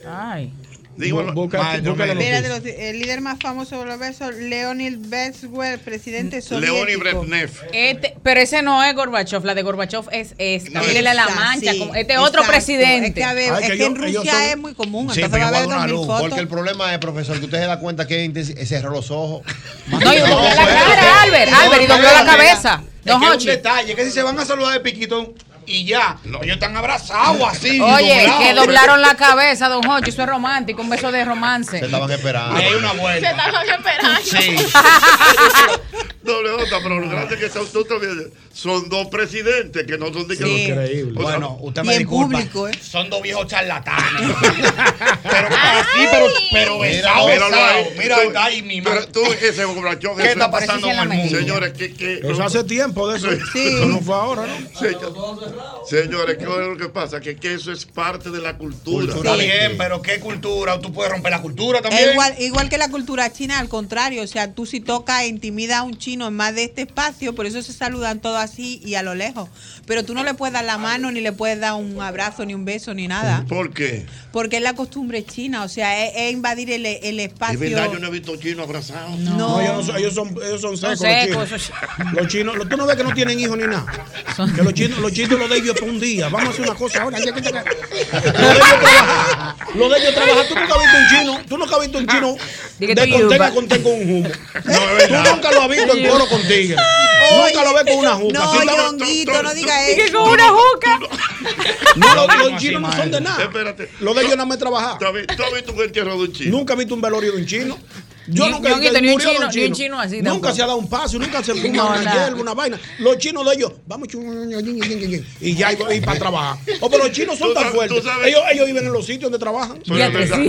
Speaker 12: Ay.
Speaker 3: Dígalo. Maestro,
Speaker 8: Mira, de los- el líder más famoso de los versos, Leonid Brezhnev, presidente soviético.
Speaker 3: Leonid Brezhnev.
Speaker 12: Este- pero ese no es Gorbachev, la de Gorbachev es esta.
Speaker 8: Esa,
Speaker 12: Mírele la mancha.
Speaker 8: sí,
Speaker 12: como- este es otro
Speaker 8: exacto.
Speaker 12: presidente.
Speaker 8: Es que, a ver,
Speaker 5: Ay,
Speaker 8: es
Speaker 5: Ah, que
Speaker 8: que en
Speaker 5: ellos- ellos
Speaker 8: Rusia
Speaker 5: son-
Speaker 8: es muy común.
Speaker 5: Sí,
Speaker 8: Entonces
Speaker 5: pero
Speaker 8: va
Speaker 5: yo
Speaker 8: a
Speaker 5: voy a
Speaker 8: haber
Speaker 5: dar una
Speaker 8: 2000
Speaker 5: luz,
Speaker 8: fotos.
Speaker 5: porque el problema es, profesor, que usted se da cuenta que es intensi- cerró los ojos.
Speaker 12: No, y dobló la cara, Albert, Albert, y dobló la cabeza.
Speaker 7: es
Speaker 12: Don
Speaker 7: que es
Speaker 12: Hochi.
Speaker 7: un detalle, que si se van a saludar de piquito y ya, ellos están abrazados así.
Speaker 12: Oye,
Speaker 7: doblados.
Speaker 12: que doblaron la cabeza, don Hochi. Eso es romántico, un beso de romance.
Speaker 5: Se estaban esperando.
Speaker 7: Hay una vuelta.
Speaker 3: (laughs) Doble J, pero gracias que son, tú también- son dos presidentes que no son de que
Speaker 7: Sí.
Speaker 3: los-
Speaker 7: Increíble.
Speaker 3: O sea,
Speaker 7: Bueno, usted me Y en disculpa. público,
Speaker 3: ¿eh?
Speaker 7: Son dos viejos charlatanes. (laughs) pero así, pero, pero
Speaker 3: Mira,
Speaker 7: besados.
Speaker 3: míralo
Speaker 7: besados.
Speaker 3: ahí.
Speaker 7: Mira,
Speaker 3: Tú-
Speaker 7: está ahí mi madre.
Speaker 3: Tú que se borrachó.
Speaker 7: ¿Qué está pasando en el mundo?
Speaker 3: Señores, que, que
Speaker 9: Eso hace tiempo de eso. Eso no fue ahora, ¿no?
Speaker 3: Señores, ¿qué es lo que pasa? Que, que eso es parte de la cultura.
Speaker 7: Está bien, pero ¿qué cultura? Tú puedes romper la cultura
Speaker 8: Es
Speaker 7: también.
Speaker 8: Igual, igual que la cultura china, al contrario, o sea, tú si toca intimida a un chino en más de este espacio, por eso se saludan todos así y a lo lejos. Pero tú no le puedes dar la mano, ni le puedes dar un abrazo, ni un beso, ni nada.
Speaker 3: ¿Por qué?
Speaker 8: Porque es la costumbre china, o sea, es, es invadir el, el
Speaker 3: Es
Speaker 8: espacio.
Speaker 3: verdad, yo no he visto chino abrazado.
Speaker 9: No, ellos, no son- ellos son, ellos son secos.
Speaker 8: secos,
Speaker 9: los, chinos. los chinos, los- tú no ves que no tienen hijos ni nada. Que los chinos, los chinos los de ellos es por un día. Vamos a hacer una cosa ahora. Los de ellos trabajar. Los de ellos trabajar. Tú nunca has visto un chino. Tú nunca has visto un chino
Speaker 7: Diga
Speaker 9: de
Speaker 7: tú,
Speaker 9: contenga
Speaker 7: Yuba.
Speaker 9: con tenga un humo.
Speaker 7: es
Speaker 9: tú
Speaker 7: verdad.
Speaker 9: nunca lo has visto en coro con tigre. Nunca lo ves con una juca.
Speaker 7: No,
Speaker 9: Tú estás-
Speaker 7: Yonguito,
Speaker 9: tú-
Speaker 7: no
Speaker 9: tú-
Speaker 7: diga
Speaker 9: tú-
Speaker 7: eso. Con una
Speaker 12: juca.
Speaker 9: No, los, los
Speaker 3: Así,
Speaker 9: chinos no son de nada.
Speaker 3: Espérate.
Speaker 9: Los de ellos nada más trabajar.
Speaker 3: ¿Tú has vi- tú has visto un entierro de un chino?
Speaker 9: Nunca he visto un velorio de un chino. Yo
Speaker 3: Ni-
Speaker 9: nunca
Speaker 3: ni un
Speaker 9: que
Speaker 3: ni un
Speaker 9: murió de
Speaker 3: chino, ni un chino así
Speaker 9: Nunca
Speaker 3: tampoco.
Speaker 9: se ha dado un paso, nunca
Speaker 12: (laughs)
Speaker 9: se fuma
Speaker 3: No,
Speaker 9: una
Speaker 3: nada.
Speaker 9: hierba, una vaina. Los chinos de ellos, vamos chu- y ya y, y para trabajar. O Oh, pero los chinos son
Speaker 3: Tú
Speaker 9: tan
Speaker 3: sabes- tú
Speaker 9: fuertes.
Speaker 3: sabes-
Speaker 9: Ellos, ellos viven en los sitios donde trabajan.
Speaker 3: Pero es verdad.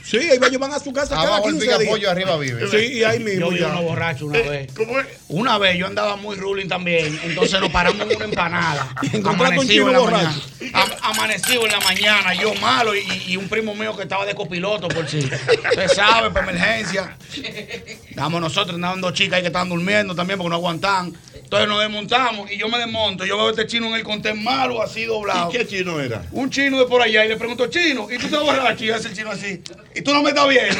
Speaker 9: Sí, ellos van a su casa cada
Speaker 7: Abajo el
Speaker 9: 15
Speaker 7: pica
Speaker 9: días.
Speaker 7: pollo, arriba vive.
Speaker 9: Sí, y ahí mismo
Speaker 7: Yo vi
Speaker 9: ya.
Speaker 7: uno borracho una vez.
Speaker 3: Eh, ¿Cómo es?
Speaker 7: Una vez yo andaba muy ruling también, entonces nos paramos en
Speaker 9: (laughs)
Speaker 7: una empanada.
Speaker 9: encontraste un
Speaker 7: Amanecido
Speaker 9: chino
Speaker 7: en la
Speaker 9: borracho.
Speaker 7: mañana. Am- amanecido en la mañana, yo malo y, y un primo mío que estaba de copiloto por si. Usted sabe, para emergencia. Estamos nosotros, andaban dos chicas ahí que estaban durmiendo también porque no aguantaban. Entonces nos desmontamos y yo me desmonto. Yo veo este chino en el contén malo, así doblado.
Speaker 3: ¿Y qué chino era?
Speaker 7: Un chino de por allá y le pregunto, chino, ¿y tú te borracho? Y hace el chino así. ¿Y tú no me estás
Speaker 3: (laughs)
Speaker 7: viendo?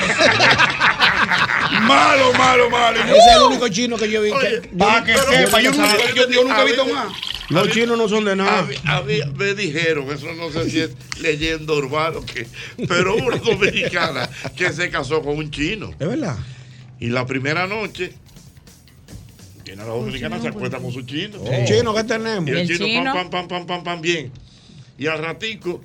Speaker 7: malo, malo, malo.
Speaker 9: Ese es el único chino que yo vi.
Speaker 7: Oye, para que sepa, yo nunca- yo- yo nunca he visto más.
Speaker 9: Los chinos no son de
Speaker 3: A
Speaker 9: nada.
Speaker 3: mí, a mí me dijeron, eso no sé
Speaker 9: (laughs)
Speaker 3: si es leyenda urbana o qué, pero una dominicana que se casó con un chino.
Speaker 9: ¿Es verdad?
Speaker 3: Y la primera noche, que la dominicana se acuesta con su chino.
Speaker 9: El chino que tenemos.
Speaker 3: Y el, chino, pam, pam, pam, pam, pam, pam, bien. Y al ratico,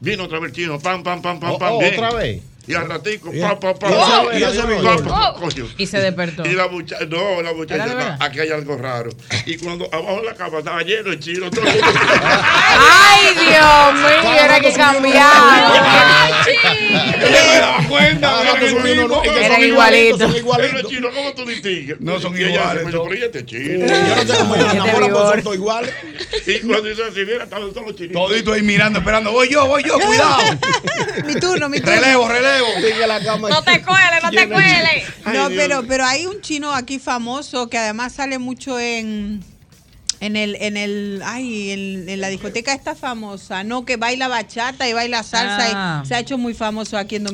Speaker 3: vino otra vez el chino, pam, pam, pam, pam,
Speaker 5: Oh,
Speaker 3: pam,
Speaker 5: oh,
Speaker 3: bien.
Speaker 5: otra vez.
Speaker 3: Y al ratico,
Speaker 5: Y-
Speaker 3: pam, pam, pam,
Speaker 5: y ese-
Speaker 3: pam,
Speaker 5: y ese
Speaker 3: pam,
Speaker 5: vigor.
Speaker 3: pam, coño.
Speaker 12: Y se despertó.
Speaker 3: Y la muchacha, no, la muchacha,
Speaker 12: ¿Era de
Speaker 3: no,
Speaker 12: verdad?
Speaker 3: aquí hay algo raro. Y cuando abajo de la cama estaba lleno el chino. Todo
Speaker 12: (laughs) Ay, Dios mío, era que cambiaron.
Speaker 3: cuenta.
Speaker 9: que son unos- que son
Speaker 12: Eran
Speaker 9: igualitos, son
Speaker 12: igualitos.
Speaker 3: Pero chino, ¿cómo tú distingues?
Speaker 7: No, son
Speaker 3: Y ella
Speaker 7: iguales,
Speaker 3: dice, "Pero, pero ¿y este chino?
Speaker 9: Yo no sé cómo ellos se enamoran, pero son todos iguales.
Speaker 3: Y cuando hizo así, mira, estaban todos los chinitos.
Speaker 7: Todito ahí mirando, esperando. Voy yo, voy
Speaker 9: (laughs)
Speaker 7: yo, cuidado.
Speaker 8: mi turno, mi turno.
Speaker 7: Relevo, relevo.
Speaker 8: No te
Speaker 12: cueles,
Speaker 8: no te
Speaker 12: cueles.
Speaker 8: No,
Speaker 7: Ay, Dios.
Speaker 8: pero, pero hay un chino aquí famoso que además sale mucho en en el en el ay en, en la discoteca esta famosa no que baila bachata y baila salsa
Speaker 12: Ah.
Speaker 8: y se ha hecho muy famoso aquí en
Speaker 6: Ay,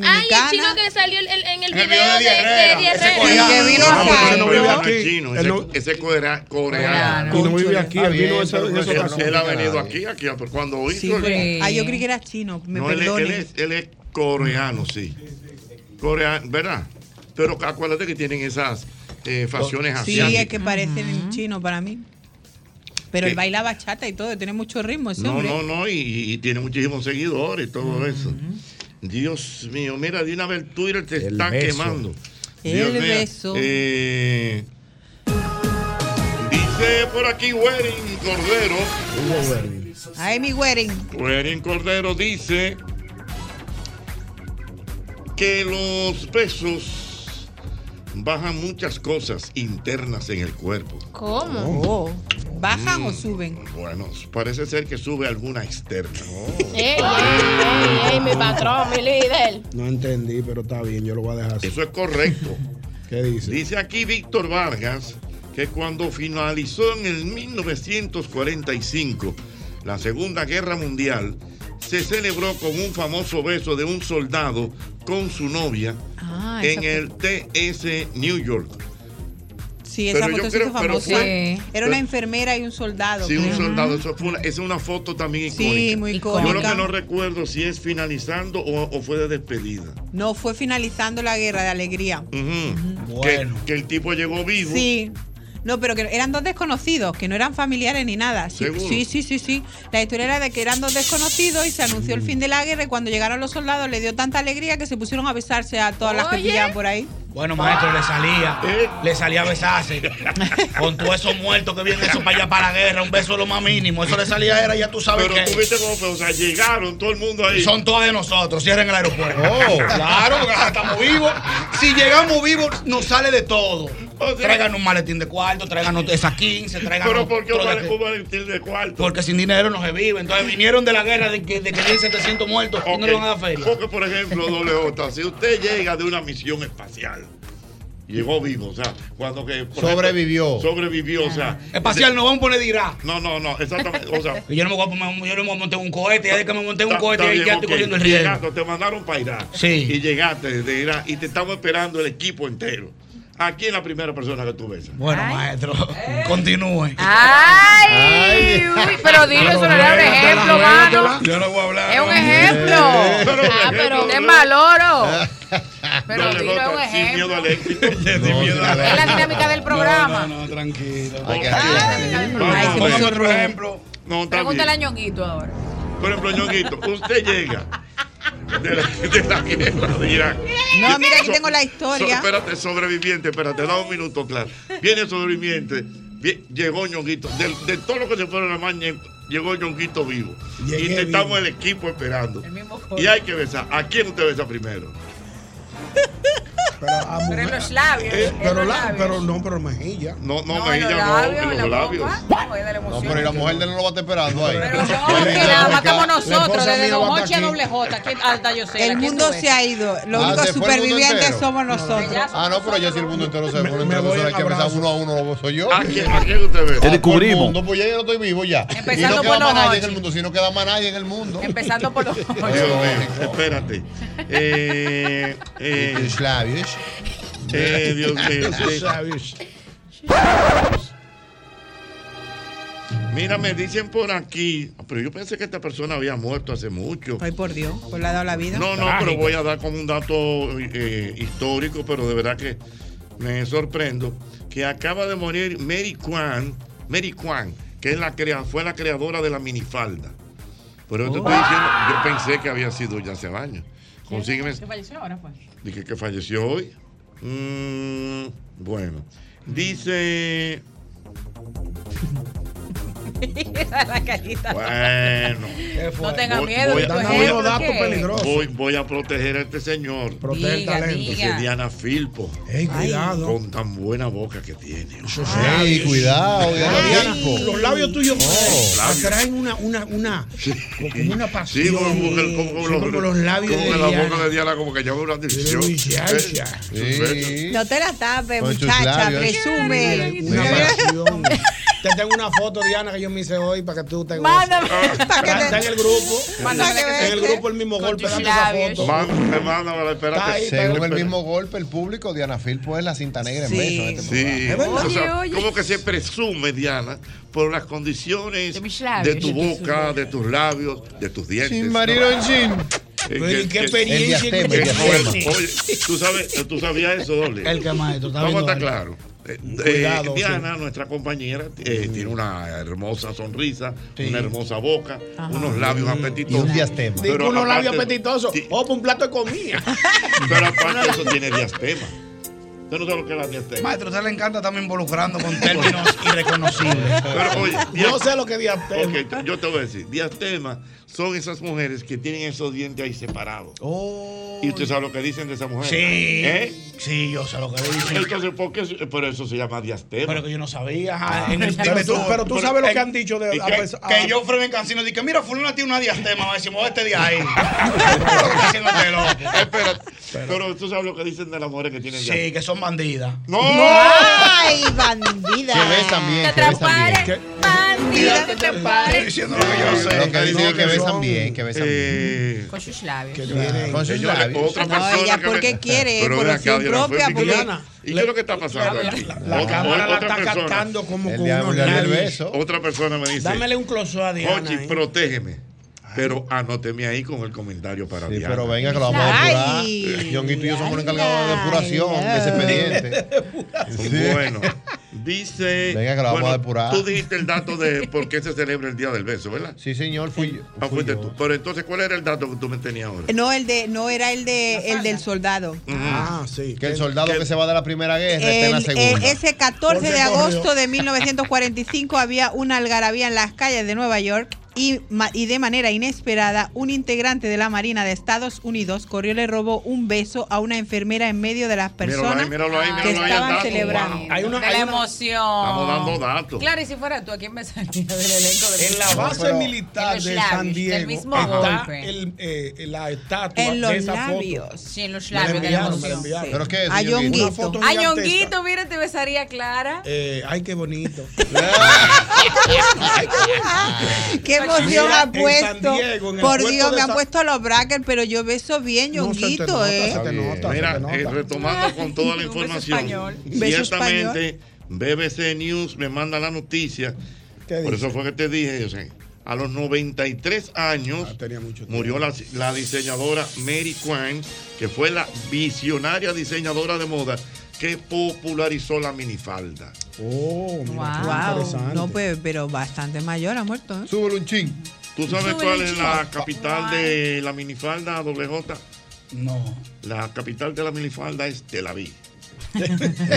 Speaker 6: el
Speaker 8: Dominicana
Speaker 6: chino que salió el- el- en el
Speaker 8: En el
Speaker 6: video de
Speaker 8: video de
Speaker 6: de
Speaker 8: Herrera,
Speaker 6: Di
Speaker 8: ese
Speaker 6: Herrera. El
Speaker 8: coreano.
Speaker 6: que vino
Speaker 3: Ah, porque
Speaker 6: acá.
Speaker 3: ese no
Speaker 9: Él
Speaker 3: vive
Speaker 9: no-
Speaker 3: aquí. Chino, ese, ese corea- coreano.
Speaker 9: Y no vive aquí, él vino esa-
Speaker 3: Él-
Speaker 9: esa ocasión.
Speaker 3: Él ha venido aquí, aquí pero cuando hizo.
Speaker 8: Sí,
Speaker 3: el-
Speaker 8: pero- ah yo creí que era chino me
Speaker 3: No, él, es-
Speaker 8: perdonen
Speaker 3: él es, él es coreano, sí. Coreano, ¿verdad? Pero acuérdate que tienen esas eh, facciones
Speaker 8: sí
Speaker 3: asiáticas.
Speaker 8: es que parece en chino para mí pero él baila bachata y todo tiene mucho ritmo ese
Speaker 3: No,
Speaker 8: hombre
Speaker 3: no, no, y, y tiene muchísimos seguidores y todo eso. Dios mío, mira, de una vez el Twitter te está
Speaker 5: beso.
Speaker 3: quemando.
Speaker 5: El
Speaker 3: Dios mío.
Speaker 5: beso.
Speaker 3: Eh, dice por aquí Wedding Cordero.
Speaker 8: ay mi güeren
Speaker 3: Wedding Cordero dice que los besos bajan muchas cosas internas en el cuerpo.
Speaker 6: ¿Cómo?
Speaker 8: Oh. bajan o
Speaker 3: Mm.
Speaker 8: suben (laughs) Eh,
Speaker 3: Bueno, parece ser que sube alguna externa.
Speaker 8: Oh.
Speaker 6: Ey, ey, ey, ey, mi patrón, mi líder.
Speaker 9: No entendí, pero está bien, yo lo voy a dejar así.
Speaker 3: Eso es correcto.
Speaker 9: (laughs) ¿Qué dice?
Speaker 3: Dice aquí Víctor Vargas que cuando finalizó en el 1945 la Segunda Guerra Mundial, se celebró con un famoso beso de un soldado con su novia
Speaker 8: Ah, esa
Speaker 3: en
Speaker 8: fue-
Speaker 3: el TS New York.
Speaker 8: Sí, esa
Speaker 3: pero yo
Speaker 8: foto se hizo
Speaker 3: creo- pero
Speaker 8: famosa.
Speaker 3: fue-
Speaker 8: Era una enfermera y un soldado.
Speaker 3: Sí, un
Speaker 8: creo.
Speaker 3: soldado. Eso fue una, esa es una foto también
Speaker 8: Sí,
Speaker 3: icónica.
Speaker 8: muy
Speaker 3: Yo lo
Speaker 8: icónica.
Speaker 3: que no recuerdo si es finalizando o, o fue de despedida.
Speaker 8: No, fue finalizando la guerra de alegría.
Speaker 3: Ujú. que, que el tipo llegó vivo.
Speaker 8: Sí. No, pero que eran dos desconocidos, que no eran familiares ni nada. Sí,
Speaker 3: ¿Seguro?
Speaker 8: sí, sí, sí, sí. La historia era de que eran dos desconocidos y se anunció el fin de la guerra y cuando llegaron los soldados le dio tanta alegría que se pusieron a besarse a todas las que
Speaker 7: Oye.
Speaker 8: pillaban por ahí.
Speaker 7: Bueno, maestro, le salía. Le salía a besarse. Con todos esos muertos que vienen eso para allá para la guerra, un beso es lo más mínimo. Eso le salía era, ya tú sabes que.
Speaker 3: Pero tú viste cómo fue, o sea, llegaron todo el mundo ahí.
Speaker 7: Son todas de nosotros, cierren el aeropuerto.
Speaker 3: Oh.
Speaker 7: (laughs) Claro, porque ahora estamos vivos. Si llegamos vivos, nos sale de todo. Tráiganos un maletín de cuarto, tráiganos esas 15, tráiganos.
Speaker 3: Pero ¿por qué un
Speaker 7: otro de
Speaker 3: male-
Speaker 7: que-
Speaker 3: un maletín de cuarto?
Speaker 7: Porque sin dinero no se vive. Entonces vinieron de la guerra de que, de que tienen 700 muertos y no le van a dar feria.
Speaker 3: Porque, por ejemplo, doble J, si usted llega de una misión espacial, llegó vivo, o sea, cuando que. por
Speaker 5: Sobrevivió.
Speaker 3: ejemplo, sobrevivió, o sea.
Speaker 7: Espacial, no vamos a poner de Irak.
Speaker 3: No, no, no, exactamente. O sea.
Speaker 7: Yo no me voy a poner- yo no me monté un cohete, ya de que me monté un
Speaker 3: Está-
Speaker 7: cohete
Speaker 3: está
Speaker 7: ahí
Speaker 3: bien,
Speaker 7: ya estoy
Speaker 3: ok.
Speaker 7: corriendo el riesgo.
Speaker 3: Llegaste, te mandaron para Irak.
Speaker 7: Sí.
Speaker 3: Y llegaste de Irak y te estamos esperando el equipo entero. Aquí es la primera persona que tú besas.
Speaker 7: Bueno, maestro, (laughs) continúe.
Speaker 12: Eh. ¡Ay! uy, pero dilo, eso no era un ejemplo, mano.
Speaker 7: Yo no voy a hablar.
Speaker 12: Es un ejemplo. Ah, pero qué maloro.
Speaker 3: (laughs) Pero
Speaker 12: dilo, es un
Speaker 3: Sin
Speaker 12: ejemplo.
Speaker 3: miedo al éxito. sin miedo al
Speaker 12: Es la dinámica del programa.
Speaker 7: No, no, tranquilo.
Speaker 3: Ah, Vamos,
Speaker 7: Póngame
Speaker 3: vamos.
Speaker 7: otro ejemplo.
Speaker 3: No, está bien.
Speaker 12: Pregúntale a Ñonguito ahora.
Speaker 3: Por ejemplo, Ñonguito, usted llega de la, de la guerra de Irak.
Speaker 8: No, mira, aquí
Speaker 3: So-
Speaker 8: tengo la
Speaker 3: so-
Speaker 8: historia.
Speaker 3: espérate, sobreviviente, espérate, da un minuto, claro. Viene el sobreviviente, vi- llegó Ñonguito. del- De, todo lo que se fueron a la mañana, llegó Ñonguito vivo. y te estamos el equipo esperando. Y hay que besar. ¿A quién usted besa primero?
Speaker 12: Pero en los labios. en
Speaker 9: Eh, Pero,
Speaker 12: los
Speaker 9: la,
Speaker 12: labios.
Speaker 9: pero no, pero mejilla.
Speaker 3: No, no,
Speaker 12: No, en los
Speaker 9: mejilla
Speaker 12: labios, en la boca. Oye, de la
Speaker 5: No,
Speaker 12: emoción.
Speaker 5: pero y la mujer de él no lo va a estar esperando ahí. Pues
Speaker 12: No, que la matamos
Speaker 5: esposa
Speaker 12: nosotros, desde
Speaker 5: mía
Speaker 12: Don
Speaker 5: va a
Speaker 12: Hochi
Speaker 5: estar
Speaker 12: a
Speaker 5: aquí.
Speaker 12: doble J. ¿Quién- hasta yo sé,
Speaker 8: El
Speaker 12: ¿quién
Speaker 8: mundo
Speaker 12: tú ves?
Speaker 8: se ha ido. Los
Speaker 5: Ah,
Speaker 8: únicos
Speaker 5: se fue el mundo
Speaker 8: supervivientes
Speaker 5: entero.
Speaker 12: (laughs)
Speaker 8: somos nosotros.
Speaker 5: Ah, no, pero yo si el mundo entero se pone entre nosotros, hay que besar uno a uno, soy yo.
Speaker 3: ¿A quién, a quién usted besa?
Speaker 5: Ah, todo el mundo, pues ya yo no estoy vivo ya.
Speaker 3: Empezando
Speaker 5: y no
Speaker 3: por
Speaker 5: queda
Speaker 3: los
Speaker 5: más nadie en
Speaker 3: ocho.
Speaker 5: el mundo, si no queda más nadie en el mundo.
Speaker 12: Empezando por los
Speaker 3: Dios mío, espérate. Eh, eh,
Speaker 5: Tus labios.
Speaker 3: Eh,
Speaker 5: (laughs)
Speaker 3: Dios mío.
Speaker 5: Tus
Speaker 3: sí. Mira, me dicen por aquí, "Ah, pero yo pensé que esta persona había muerto hace mucho.
Speaker 8: Ay, por Dios, pues le ha dado la vida.
Speaker 3: No, no, pero voy a dar como un dato eh, histórico, pero de verdad que me sorprendo, que acaba de morir Mary Kwan, Mary Kwan, que es la crea, fue la creadora de la minifalda. Pero yo te estoy diciendo, yo pensé que había sido ya hace años. Consígueme
Speaker 12: ¿Qué falleció ahora, pues?
Speaker 3: Dije que falleció hoy. Mm, bueno. Dice.
Speaker 12: la carita.
Speaker 3: Bueno.
Speaker 12: No tenga
Speaker 3: Voy-
Speaker 12: miedo.
Speaker 3: voy
Speaker 12: de tu
Speaker 3: a-
Speaker 12: ejemplo, ¿qué?
Speaker 3: Voy, voy a proteger a este señor.
Speaker 12: Protege el Diga, talento. diga.
Speaker 3: Dice Diana Filpo.
Speaker 9: Ey, cuidado.
Speaker 3: Con tan buena boca que tiene.
Speaker 5: Ey, cuidado, Diana Filpo.
Speaker 9: Los labios tuyos
Speaker 3: Oh, labios.
Speaker 9: atraen una, una, una, como una pasión.
Speaker 3: Sí, como, como que- como- como
Speaker 9: Sí, como los labios
Speaker 3: como
Speaker 9: de
Speaker 3: que la
Speaker 9: Diana.
Speaker 3: boca de Diana, como que llama una atención. Sí.
Speaker 8: No te la tapes,
Speaker 3: Con tus
Speaker 8: muchacha,
Speaker 3: labios.
Speaker 8: presume.
Speaker 9: Una pasión. Te tengo una foto, Diana, que yo me hice hoy para que tú te
Speaker 8: Mándame,
Speaker 9: goces.
Speaker 8: para que te-
Speaker 9: Está en el grupo.
Speaker 8: Mándame que
Speaker 9: Está en el
Speaker 8: vete.
Speaker 9: grupo el mismo golpe. Dame esa
Speaker 8: labios.
Speaker 9: foto.
Speaker 3: Mándame, mándame,
Speaker 9: Está ahí,
Speaker 3: espérate.
Speaker 9: espérate,
Speaker 5: Según el
Speaker 9: espérate.
Speaker 5: mismo golpe, el público, Diana Filpo es la cinta negra
Speaker 3: Sí.
Speaker 5: en beso. en este
Speaker 3: Sí.
Speaker 5: programa.
Speaker 3: O sea, Como que se presume, Diana, por las condiciones de,
Speaker 5: labios.
Speaker 3: tu boca, de tus labios, de tus dientes.
Speaker 5: Sin marido en jean.
Speaker 3: Eh,
Speaker 5: Pero, ¿y qué
Speaker 3: que-
Speaker 5: experiencia
Speaker 3: que-
Speaker 5: que-
Speaker 3: que-
Speaker 5: el diastema.
Speaker 3: oye, oye, tú sabes, tú sabías eso, doble.
Speaker 7: El que, maestro, está
Speaker 3: Vamos a estar
Speaker 7: viendo
Speaker 3: claro. Eh,
Speaker 7: Cuidado,
Speaker 3: eh, Diana, nuestra compañera,
Speaker 5: Mm.
Speaker 3: eh, tiene una hermosa sonrisa, una hermosa boca, unos labios apetitosos.
Speaker 5: Mm. Y un diastema.
Speaker 9: Digo, unos labios
Speaker 3: aparte-
Speaker 9: apetitosos. O para un plato de comida.
Speaker 3: Pero aparte eso tiene diastema. Usted no sabe lo que es la diastema.
Speaker 7: Maestro, a usted le encanta estarme involucrando con
Speaker 3: (laughs)
Speaker 7: términos irreconocibles.
Speaker 3: Pero oye,
Speaker 7: no sé
Speaker 9: lo que diastema.
Speaker 3: yo te voy a decir, diastema son esas mujeres que tienen esos dientes ahí separados. ¿Y usted sabe lo que dicen de esa mujer?
Speaker 7: Sí.
Speaker 3: ¿Eh?
Speaker 7: Sí, yo sé lo que dicen.
Speaker 3: Entonces, ¿por qué? se- Pero eso se llama diastema.
Speaker 7: Pero que yo no sabía. ajá,
Speaker 3: Ah.
Speaker 7: en el-
Speaker 3: Pero tú- pero tú sabes lo que han
Speaker 9: dicho
Speaker 3: de-
Speaker 7: y
Speaker 3: a
Speaker 7: que,
Speaker 3: pesar-
Speaker 7: que
Speaker 3: a-
Speaker 7: yo Fred Cancino dije, (laughs) mira, fulana tiene una diastema, a ver si mueve este día ahí. Pero que haciéndote loco.
Speaker 3: Pero tú sabes lo que dicen de las mujeres que tienen ya.
Speaker 7: Sí, que son bandidas.
Speaker 3: ¡No!
Speaker 13: ¡Ay, bandida!
Speaker 3: Que besan bien, que besan bien. Que-
Speaker 12: Bandida, que te pare.
Speaker 5: Lo que dicen es que besan bien, que besan
Speaker 3: eh,
Speaker 5: bien.
Speaker 12: Con sus labios.
Speaker 5: Con sus
Speaker 3: Señores,
Speaker 5: labios.
Speaker 3: otra
Speaker 5: No,
Speaker 3: persona
Speaker 5: ella,
Speaker 3: que
Speaker 5: ¿por
Speaker 3: me-
Speaker 5: qué quiere?
Speaker 3: Pero
Speaker 5: Por
Speaker 3: ven
Speaker 5: acción
Speaker 3: acá, Diana, fue
Speaker 5: propia, porque-
Speaker 3: Viviana, ¿Y qué es lo que está pasando
Speaker 9: la-
Speaker 3: aquí?
Speaker 9: la- la
Speaker 3: Otra-
Speaker 9: cámara la
Speaker 3: otra
Speaker 9: está
Speaker 3: persona.
Speaker 9: captando como El con diablo unos le dio el
Speaker 3: ¿eh?
Speaker 9: labios. beso.
Speaker 3: Otra persona me dice.
Speaker 9: Dámele un close a Diana.
Speaker 3: Ochi,
Speaker 9: ahí.
Speaker 3: protégeme. Pero anóteme ahí con el comentario para
Speaker 5: Sí,
Speaker 3: Diana.
Speaker 5: pero venga que lo vamos a apurar. Yonguito y yo somos los encargados de depuración, de ese expediente.
Speaker 3: Bueno, dice.
Speaker 5: Venga, que la vamos
Speaker 3: bueno,
Speaker 5: a depurar.
Speaker 3: Tú dijiste el dato de por qué se celebra el Día del Beso, ¿verdad?
Speaker 5: Sí, señor, fui yo.
Speaker 3: Ah, fuiste tú. Pero entonces, ¿cuál era el dato que tú me tenías ahora?
Speaker 8: No, el de, no era el de el del soldado.
Speaker 5: Ah, sí. Que el soldado que se va de la primera guerra esté en la
Speaker 8: El-
Speaker 5: segunda.
Speaker 8: eh, ese 14 de
Speaker 5: Porque
Speaker 8: agosto
Speaker 5: corrió.
Speaker 8: de 1945 había una algarabía en las calles de Nueva York y, ma- y de manera inesperada un integrante de la Marina de Estados Unidos corrió y le robó un beso a una enfermera en medio de las personas
Speaker 3: míralo ahí,
Speaker 8: que
Speaker 3: míralo ahí,
Speaker 8: estaban
Speaker 3: al dato,
Speaker 8: celebrando.
Speaker 3: wow. Hay una-
Speaker 12: de
Speaker 3: hay
Speaker 12: la
Speaker 3: una-
Speaker 12: emoción.
Speaker 3: Estamos dando datos.
Speaker 12: Claro, y si fuera tú, ¿a quién me salía del elenco de
Speaker 9: En la base militar
Speaker 12: En los
Speaker 9: de
Speaker 12: labios,
Speaker 9: San Diego
Speaker 12: Del mismo
Speaker 9: está
Speaker 12: golpe.
Speaker 9: el, eh, la estatua
Speaker 12: En los
Speaker 9: de esa
Speaker 12: labios.
Speaker 9: foto.
Speaker 12: Sí, en los
Speaker 9: Me la
Speaker 12: labios de la
Speaker 9: enviaron, me la
Speaker 12: emoción,
Speaker 9: enviaron.
Speaker 12: sí.
Speaker 9: ¿Pero qué es,
Speaker 12: A
Speaker 9: señor Guido?
Speaker 12: Yonguito.
Speaker 9: Una foto
Speaker 12: A
Speaker 9: gigantesca.
Speaker 12: Yonguito, mira, te besaría Clara.
Speaker 9: Eh, ay, qué (laughs) bonito.
Speaker 8: Qué emoción
Speaker 9: Mira,
Speaker 8: ha
Speaker 9: en
Speaker 8: puesto.
Speaker 9: San Diego, en el
Speaker 8: Por
Speaker 9: puerto
Speaker 8: Dios,
Speaker 9: de
Speaker 8: me ha
Speaker 9: San-
Speaker 8: puesto los brackets, pero yo beso bien, Yonguito, ¿eh?
Speaker 3: Está bien. Mira, eh, retomando con
Speaker 8: (laughs)
Speaker 3: toda la información,
Speaker 8: español. Beso
Speaker 3: ciertamente BBC News me manda la noticia. Por eso fue que te dije, yo sé, a los 93 años murió la, la diseñadora Mary Quine, que fue la visionaria diseñadora de moda que popularizó la minifalda.
Speaker 9: Oh,
Speaker 8: Wow. No, pues, pero bastante mayor ha muerto, ¿eh?
Speaker 5: Súbele un ching.
Speaker 3: ¿Tú sabes cuál es la capital de la minifalda, WJ?
Speaker 7: No.
Speaker 3: La capital de la minifalda es Tel
Speaker 8: (laughs)
Speaker 3: Aviv. (laughs)
Speaker 9: Por aquello.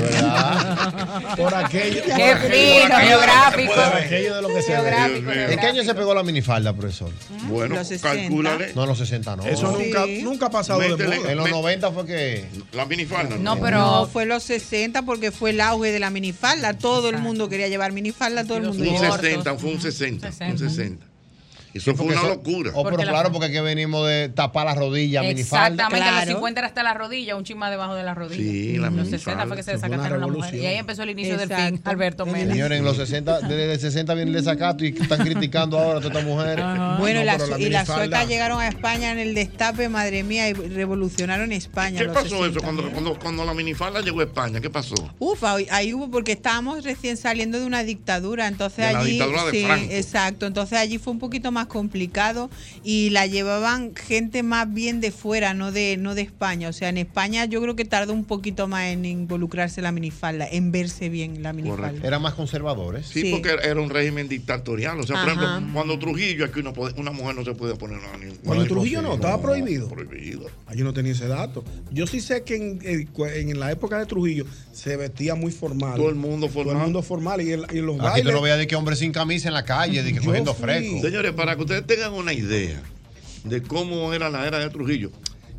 Speaker 12: Qué
Speaker 9: por aquello-
Speaker 12: fino,
Speaker 9: por aquello
Speaker 12: geográfico.
Speaker 9: de lo que se puede ver. Aquello de lo que se ve.
Speaker 5: ¿En qué año se pegó la minifalda, profesor?
Speaker 3: Bueno,
Speaker 9: Los 60. calcúlale.
Speaker 5: No, en los 60 no.
Speaker 9: Eso nunca, nunca ha pasado de
Speaker 5: Métele-
Speaker 9: moda.
Speaker 5: En los 90 fue que.
Speaker 3: La minifalda.
Speaker 8: No, pero fue los 60 porque fue el auge de la minifalda. Todo el mundo quería llevar minifalda, todo el mundo
Speaker 3: Un
Speaker 8: llevaba.
Speaker 3: 60, fue un 60. Un 60. Eso
Speaker 5: Sí,
Speaker 3: fue
Speaker 5: porque
Speaker 3: una
Speaker 5: eso-
Speaker 3: locura.
Speaker 5: Oh, pero claro, porque aquí venimos de tapar las rodillas, minifalda.
Speaker 12: Exactamente, a los 50 era hasta la rodilla, un chin más debajo de la rodilla.
Speaker 5: Sí, la
Speaker 12: "Mm, los
Speaker 5: minifalda.
Speaker 12: 60 fue que se
Speaker 5: Eso fue una
Speaker 12: desacataron las mujeres.
Speaker 5: revolución.
Speaker 12: Y ahí empezó el inicio del fin, Alberto Mena.
Speaker 5: Señores, en los 60, desde el 60 viene el desacato y están criticando ahora a todas estas mujeres.
Speaker 8: Bueno,
Speaker 5: No,
Speaker 8: y la
Speaker 5: pero
Speaker 8: su- y las
Speaker 5: minifalda-
Speaker 8: suecas llegaron a España en el destape, madre mía, y revolucionaron España.
Speaker 3: ¿Qué
Speaker 8: los
Speaker 3: pasó
Speaker 8: 60.
Speaker 3: eso cuando, cuando, cuando la minifalda llegó a España? ¿Qué pasó?
Speaker 8: Uf, ahí ahí hubo, porque estábamos recién saliendo de una dictadura, entonces
Speaker 3: De la
Speaker 8: allí.
Speaker 3: dictadura de
Speaker 8: sí,
Speaker 3: Franco.
Speaker 8: exacto. Entonces allí fue un poquito más complicado y la llevaban gente más bien de fuera, no de, no de España. O sea, en España yo creo que tardó un poquito más en involucrarse la minifalda, en verse bien la minifalda.
Speaker 5: Eran más conservadores.
Speaker 3: Sí, porque era- era un régimen dictatorial. O sea, por
Speaker 8: Ajá.
Speaker 3: ejemplo, cuando Trujillo, aquí uno puede- una mujer no se puede poner nada. ni-
Speaker 9: Cuando Trujillo no, estaba prohibido.
Speaker 3: Prohibido.
Speaker 9: Ah, yo no tenía ese dato. Yo sí sé que en, eh, cu- en la época de Trujillo se vestía muy formal.
Speaker 3: Todo el mundo
Speaker 9: Todo
Speaker 3: formal.
Speaker 9: el mundo formal. Y, en, y en los
Speaker 5: Aquí tú
Speaker 9: bailes.
Speaker 5: no veas de que hombre sin camisa en la calle, de que cogiendo fresco.
Speaker 3: Señores, para que ustedes tengan una idea de cómo era la era de Trujillo,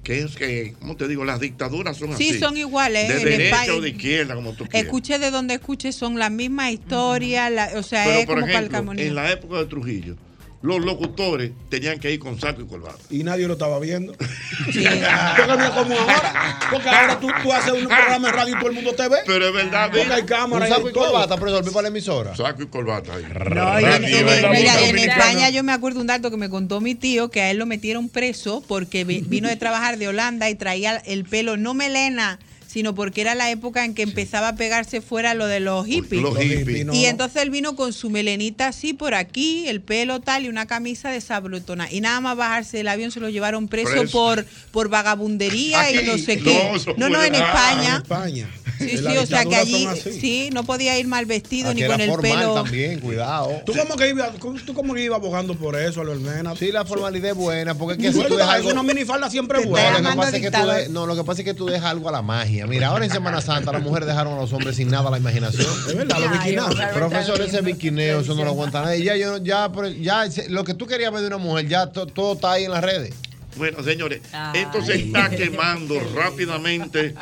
Speaker 3: que es que, como te digo, las dictaduras son así.
Speaker 8: Sí, son iguales,
Speaker 3: De
Speaker 8: ¿eh? En
Speaker 3: derecha
Speaker 8: España-
Speaker 3: o de izquierda, como tú quieras.
Speaker 8: Escuche de donde escuche, son las mismas historias, la- o sea,
Speaker 3: Pero,
Speaker 8: es
Speaker 3: por
Speaker 8: como
Speaker 3: ejemplo,
Speaker 8: calcamonía.
Speaker 3: en la época de Trujillo, los locutores tenían que ir con saco y corbata.
Speaker 9: Y nadie lo estaba (laughs) viendo. Porque no es como ahora. Porque ahora tú, tú haces un programa en radio y todo el mundo te ve.
Speaker 3: Pero es verdad,
Speaker 9: Porque hay
Speaker 5: Un
Speaker 9: cámaras y
Speaker 5: saco y
Speaker 9: todo.
Speaker 5: corbata, profesor, ven para la emisora.
Speaker 3: Saco y corbata. ahí.
Speaker 5: No, y en-
Speaker 3: Radio
Speaker 5: en-
Speaker 3: Isla
Speaker 8: Mira, en
Speaker 3: Dominicana.
Speaker 8: España yo me acuerdo un dato que me contó mi tío que a él lo metieron preso porque vi- vino de trabajar de Holanda y traía el pelo no melena sino porque era la época en que empezaba a pegarse fuera lo de los hippies.
Speaker 3: Los hippies.
Speaker 8: Y entonces él vino con su melenita así por aquí, el pelo tal y una camisa de sabrotona. Y nada más bajarse del avión se lo llevaron preso,
Speaker 9: Preso.
Speaker 8: por, por vagabundería y no sé qué.
Speaker 9: Ah, eso
Speaker 8: No, no,
Speaker 9: fue-
Speaker 8: en
Speaker 9: Ah,
Speaker 8: España.
Speaker 9: En España.
Speaker 8: Sí,
Speaker 9: En
Speaker 8: sí,
Speaker 9: la
Speaker 8: o sea que
Speaker 9: dictadura
Speaker 8: allí
Speaker 9: son así. Ah,
Speaker 8: sí, no podía ir mal vestido
Speaker 5: Aquí
Speaker 8: ni
Speaker 5: era
Speaker 8: con el
Speaker 5: formal
Speaker 8: pelo.
Speaker 5: también, cuidado.
Speaker 9: ¿Tú como que ibas tú como que ibas abogando por eso, Albert Mena?
Speaker 5: Sí, la formalidad es buena, porque es que si
Speaker 9: Bueno,
Speaker 5: tú dejas
Speaker 9: es
Speaker 5: algo-
Speaker 9: una minifalda siempre
Speaker 5: No,
Speaker 9: es
Speaker 5: lo
Speaker 9: buena.
Speaker 5: que pasa es que tú de- no, lo que pasa es que tú dejas algo a la magia. Mira, ahora en Semana Santa las mujeres dejaron a los hombres sin nada a la imaginación.
Speaker 9: Es verdad, los biquinados.
Speaker 5: Profesor, ese biquineo, eso no lo aguanta nadie. Ya, yo, ya, pero ya, se- lo que tú querías ver de una mujer, ya to- todo está ahí en las redes.
Speaker 3: Bueno, señores, esto se está quemando rápidamente.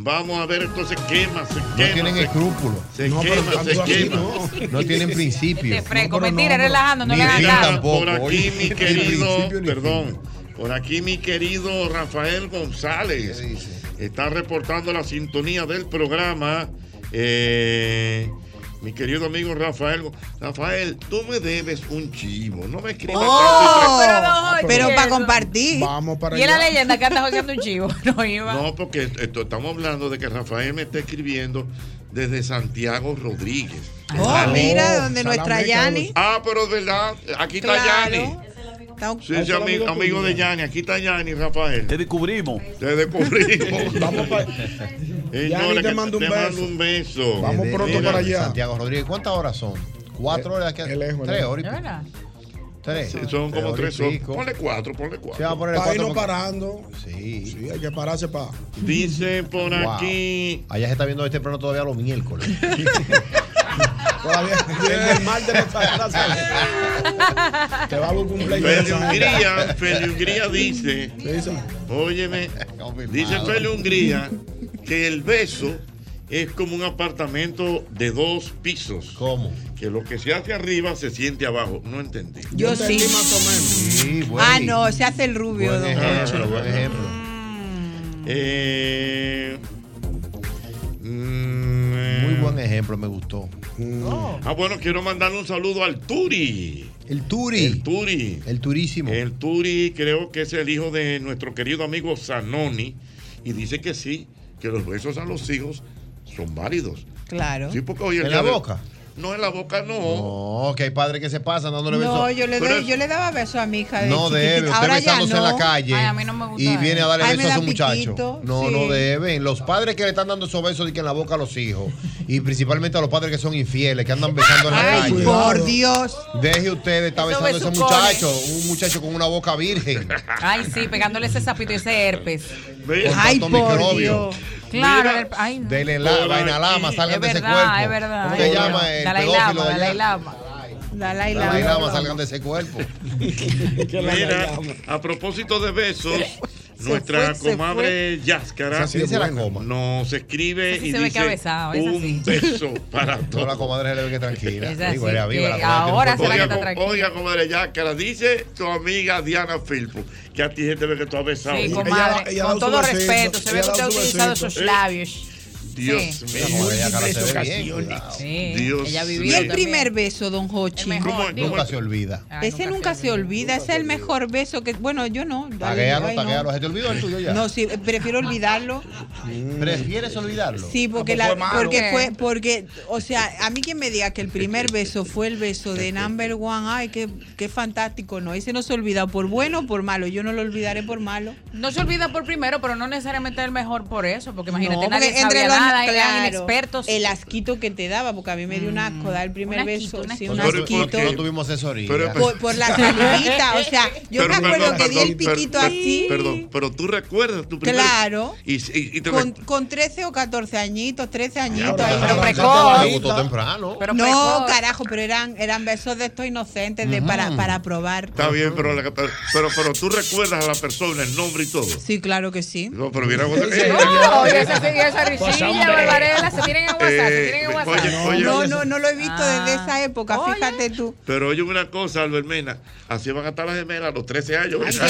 Speaker 3: Vamos a ver, esto se quema, se
Speaker 5: No
Speaker 3: quema.
Speaker 5: tienen
Speaker 3: se-
Speaker 5: escrúpulos.
Speaker 3: Se
Speaker 5: No, pero
Speaker 3: quema, se
Speaker 5: tanto así
Speaker 3: quema.
Speaker 5: no. No tienen principios.
Speaker 12: Este fresco, mentira, relajando, no
Speaker 5: Ni
Speaker 12: le hagas
Speaker 5: fin
Speaker 12: caso.
Speaker 5: tampoco.
Speaker 3: Por aquí, mi
Speaker 5: Ni
Speaker 3: querido,
Speaker 5: principio ni
Speaker 3: perdón, Por aquí mi querido Rafael González está reportando la sintonía del programa. Eh, mi querido amigo Rafael, Go- Rafael, tú me debes un chivo, no me escribas.
Speaker 8: Oh,
Speaker 3: tanto y Ah, tra-
Speaker 8: pero para compartir.
Speaker 9: Vamos
Speaker 12: Y es la leyenda que anda joseando un chivo. (laughs)
Speaker 8: (laughs)
Speaker 12: No iba.
Speaker 3: No, porque esto- estamos hablando de que Rafael me está escribiendo desde Santiago Rodríguez.
Speaker 8: Oh,
Speaker 3: Ale-
Speaker 8: mira, donde nuestra Yani.
Speaker 3: Ah, pero es verdad, aquí está
Speaker 8: Claro.
Speaker 3: Yani.
Speaker 8: Está un-
Speaker 3: Sí, sí, amigo, amigo de Yanni. Aquí está Yanni, Rafael. Te descubrimos. Te
Speaker 5: (laughs)
Speaker 3: descubrimos. Vamos para
Speaker 5: Yani,
Speaker 3: Señores,
Speaker 5: te
Speaker 3: que
Speaker 5: mando un
Speaker 3: te
Speaker 5: beso.
Speaker 3: mando un beso.
Speaker 5: Vamos
Speaker 3: Mira,
Speaker 5: pronto para allá. Santiago Rodríguez, ¿cuántas horas son? ¿Cuatro horas de aquí? Tres horas. y pico. Tres.
Speaker 3: Sí, son como tres horas.
Speaker 5: pico.
Speaker 3: Ponle cuatro, ponle cuatro.
Speaker 5: Se va a poner
Speaker 9: Para
Speaker 5: cuatro
Speaker 9: irnos
Speaker 5: porque-
Speaker 9: parando. Sí. Sí, hay que pararse para.
Speaker 3: Dice por
Speaker 5: Wow.
Speaker 3: aquí.
Speaker 5: Allá se está viendo este plano todavía los miércoles. (laughs)
Speaker 9: Todavía el mal de nuestra casa. Te va a buscar un play.
Speaker 3: Feli Hungría, Feli Hungría dice. Óyeme, dice Feli Hungría que el beso es como un apartamento de dos pisos.
Speaker 5: ¿Cómo?
Speaker 3: Que lo que se hace arriba se siente abajo. No entendí.
Speaker 8: Yo sí.
Speaker 5: Sí, buen
Speaker 8: Ah,
Speaker 3: di-
Speaker 8: no, se hace el rubio. don Jorge.
Speaker 3: buen ejemplo. Eh, Mm,
Speaker 5: Muy buen ejemplo, me gustó.
Speaker 3: Ah, bueno, quiero mandarle un saludo al Turi.
Speaker 5: El Turi.
Speaker 3: El Turi.
Speaker 5: El turísimo.
Speaker 3: El Turi creo que es el hijo de nuestro querido amigo Zanoni. Y dice que sí, que los besos a los hijos son válidos.
Speaker 8: Claro.
Speaker 3: Sí, porque hoy el
Speaker 5: ¿En
Speaker 3: día
Speaker 5: la
Speaker 3: de-
Speaker 5: boca?
Speaker 3: No, en la boca no.
Speaker 5: No, que hay padres que se pasan dándole besos.
Speaker 8: No, yo le,
Speaker 5: Pero
Speaker 8: doy, yo le daba beso a mi hija. De
Speaker 5: No
Speaker 8: chiquitita.
Speaker 5: debe, usted
Speaker 8: Ahora ya
Speaker 5: besándose
Speaker 8: no.
Speaker 5: en la calle
Speaker 8: Ay, a mí no me gusta
Speaker 5: y viene a darle
Speaker 8: Ay, me
Speaker 5: besos a
Speaker 8: da
Speaker 5: su muchacho.
Speaker 8: piquito,
Speaker 5: No,
Speaker 8: sí.
Speaker 5: no deben. Los padres que le están dando esos besos y que en la boca a los hijos, y principalmente a los padres que son infieles, que andan besando en la
Speaker 8: Ay,
Speaker 5: calle.
Speaker 8: por Dios.
Speaker 5: Deje usted de estar
Speaker 12: Esos
Speaker 5: besando a ese
Speaker 12: besucones.
Speaker 5: muchacho, un muchacho con una boca
Speaker 8: (laughs)
Speaker 5: virgen.
Speaker 12: Ay, sí, pegándole ese sapito y ese herpes.
Speaker 5: Con
Speaker 12: Ay,
Speaker 5: tanto
Speaker 12: por
Speaker 5: microbio.
Speaker 12: Claro, el- ay, no.
Speaker 5: Dele la
Speaker 12: Por
Speaker 5: vaina
Speaker 12: aquí.
Speaker 5: lama, salgan
Speaker 12: Es
Speaker 5: de ese
Speaker 12: verdad,
Speaker 5: cuerpo.
Speaker 12: es verdad.
Speaker 5: ¿Cómo
Speaker 12: Ay,
Speaker 5: se llama
Speaker 12: Dios.
Speaker 5: el
Speaker 12: Dalai
Speaker 5: pedófilo
Speaker 12: Lama,
Speaker 5: de allá?
Speaker 12: Dalai Lama.
Speaker 8: Dalai
Speaker 5: Dalai Lama, salgan de ese cuerpo. (laughs)
Speaker 3: Mira, a propósito de
Speaker 12: (laughs)
Speaker 3: besos, nuestra
Speaker 5: fue, se
Speaker 3: comadre Yáscara
Speaker 5: Esa sí es buena.
Speaker 3: nos escribe
Speaker 12: Esa sí
Speaker 3: y
Speaker 12: se ve que ha
Speaker 3: dice
Speaker 12: besado, esa
Speaker 3: un
Speaker 12: sí".
Speaker 3: (laughs) beso para
Speaker 5: Toda
Speaker 3: todos.
Speaker 5: la comadre se le ve que
Speaker 12: Esa
Speaker 5: tranquila.
Speaker 12: sí
Speaker 5: Digo, era viva, la
Speaker 12: que
Speaker 5: comadre tiene un
Speaker 12: ahora
Speaker 5: cuerpo
Speaker 12: será que
Speaker 5: viejo.
Speaker 12: está tranquila.
Speaker 3: Oiga, comadre Yáscara, dice tu amiga Diana Filpo, que a ti gente ve que tú has besado.
Speaker 12: Sí, comadre. con todo respeto, se ve que usted ha utilizado esos labios.
Speaker 3: Dios
Speaker 12: Sí.
Speaker 3: mío.
Speaker 5: Como ella cara se ve bien,
Speaker 12: Sí,
Speaker 3: Dios
Speaker 12: ella
Speaker 8: Y
Speaker 12: vivió
Speaker 8: el primer beso, don Jochi.
Speaker 5: Nunca se olvida.
Speaker 8: Ese nunca se olvida, ese es el mejor beso que. Bueno, yo no. dale,
Speaker 5: Taguéalo,
Speaker 8: ay, no.
Speaker 5: taguéalo. ¿Se te olvidó el tuyo ya?
Speaker 8: No, sí, prefiero olvidarlo.
Speaker 5: ¿Prefieres olvidarlo?
Speaker 8: Sí, porque
Speaker 5: Ah,
Speaker 8: la,
Speaker 5: pues fue malo.
Speaker 8: porque fue, porque, o sea, a mí quien me diga que el primer beso fue el beso de number one, ay, qué, qué fantástico, no, ese no se olvida por bueno o por malo, yo no lo olvidaré por malo.
Speaker 12: No se olvida por primero, pero no necesariamente el mejor por eso, porque imagínate,
Speaker 8: No,
Speaker 12: nadie
Speaker 8: porque
Speaker 12: sabía nada, eran
Speaker 8: claro,
Speaker 12: inexpertos. Mm,
Speaker 8: El asquito que te daba, porque a mí me dio un asco dar el primer beso, sí, un
Speaker 5: Pero, ¿por
Speaker 8: asquito.
Speaker 5: qué? No tuvimos asesoría.
Speaker 3: pues,
Speaker 8: Por, por la
Speaker 5: (laughs)
Speaker 8: salivita, o sea, yo
Speaker 3: Pero,
Speaker 8: me acuerdo
Speaker 3: perdón,
Speaker 8: que di el
Speaker 3: perdón, per-
Speaker 8: piquito
Speaker 3: per-
Speaker 8: así.
Speaker 3: Perdón, pero tú recuerdas tu primer
Speaker 8: Claro.
Speaker 3: Y, y- y te
Speaker 8: Con, con 13 o 14 añitos, 13 añitos.
Speaker 3: pero
Speaker 8: ahí.
Speaker 3: Pero precoz. te gustó
Speaker 5: temprano.
Speaker 12: Pero
Speaker 8: no,
Speaker 12: precoz.
Speaker 8: carajo, pero eran, eran besos de estos inocentes de para, para probar.
Speaker 3: Está bien, pero, la- pero, pero, pero tú recuerdas a la persona, el nombre y todo.
Speaker 8: Sí, claro que sí.
Speaker 3: No, pero eh, mira,
Speaker 8: Sí, sí,
Speaker 12: No, y esa, y esa risilla,
Speaker 8: hombre.
Speaker 12: Barbarella, se tienen en WhatsApp, se
Speaker 3: Eh,
Speaker 12: tienen en WhatsApp. Ah.
Speaker 3: oye, oye,
Speaker 8: no, no, no lo he visto desde esa época, fíjate tú.
Speaker 3: Pero oye una cosa, Albermena, así van a estar las gemelas a los 13 años. ¿verdad?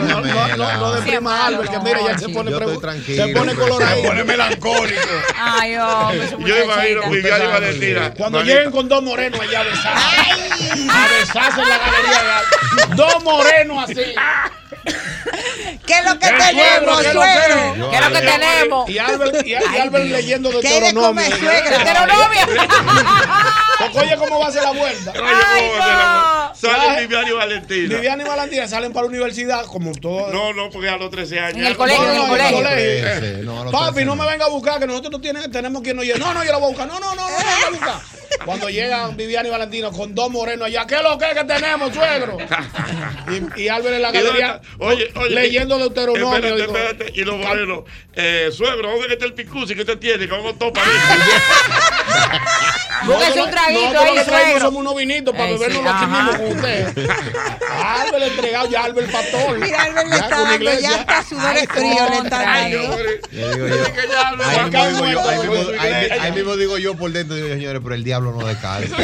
Speaker 9: No, no, no, no deprima a Albert, que mira, ya se pone pregu- Se pone
Speaker 3: Se
Speaker 9: colorado.
Speaker 3: pone melancólico.
Speaker 12: Ay, hombre, su
Speaker 3: Yo imagino
Speaker 12: muchachita.
Speaker 3: que Viviana iba a decir. ah,
Speaker 9: Cuando
Speaker 3: Manita,
Speaker 9: lleguen con dos morenos allá a besarse. A besarse en la galería. de Albert. Dos morenos así.
Speaker 8: ¿Qué es lo que
Speaker 9: El
Speaker 8: tenemos,
Speaker 9: pueblo,
Speaker 8: suegro?
Speaker 9: ¿Qué es lo que tenemos? Y Albert, y
Speaker 8: Ay,
Speaker 9: Albert
Speaker 8: Dios.
Speaker 9: leyendo de
Speaker 8: ¿Qué hay de
Speaker 9: Deuteronomio.
Speaker 8: comer, suegra?
Speaker 9: (laughs) Porque oye cómo va a ser la vuelta.
Speaker 3: Oye, ¿cómo va a ser la vuelta? Salen Viviana y Valentina.
Speaker 9: Viviana y Valentina salen para la universidad como todos.
Speaker 3: No, no, porque a los 13 años.
Speaker 9: En el colegio, en el colegio.
Speaker 5: Ese, no, a los
Speaker 9: Papi,
Speaker 5: 13
Speaker 9: no me venga a buscar, que nosotros no tienen- tenemos quien nos lleve. No, no, yo la voy a buscar. No, no, no, no, no, no, buscar. Cuando llegan Viviana y Valentino con dos morenos allá, ¿qué es lo que, es que tenemos, suegro?
Speaker 3: (laughs)
Speaker 9: Y, y Álvaro en la
Speaker 3: Y dónde
Speaker 9: galería
Speaker 3: está- Oye, oye.
Speaker 9: leyendo Deuteronomio.
Speaker 3: Espérate,
Speaker 9: digo,
Speaker 3: espérate. Y los morenos. Eh, suegro, ¿dónde que está el picusi que usted tiene? Que vamos todos para mí.
Speaker 9: nosotros
Speaker 12: (laughs) Búsquese un
Speaker 9: no-
Speaker 12: traguito
Speaker 9: nosotros
Speaker 12: ahí,
Speaker 9: lo que traemos
Speaker 12: suegro.
Speaker 9: somos unos vinitos para
Speaker 12: Ay, sí,
Speaker 9: bebernos aquí
Speaker 12: ajá.
Speaker 9: mismo con usted. Álvaro entregado, ya Álvaro el pastor.
Speaker 8: Mira, Albert le
Speaker 9: Ya
Speaker 8: está
Speaker 9: con la
Speaker 8: dando,
Speaker 9: iglesia.
Speaker 8: ya hasta sudores fríos le está
Speaker 9: Ay,
Speaker 8: dando.
Speaker 5: Yo digo yo,
Speaker 3: ya,
Speaker 5: ahí mismo digo yo, ahí mismo-
Speaker 3: Ay,
Speaker 5: ahí- ahí mismo digo yo por dentro, digo yo, señores, pero el diablo uno de calcio.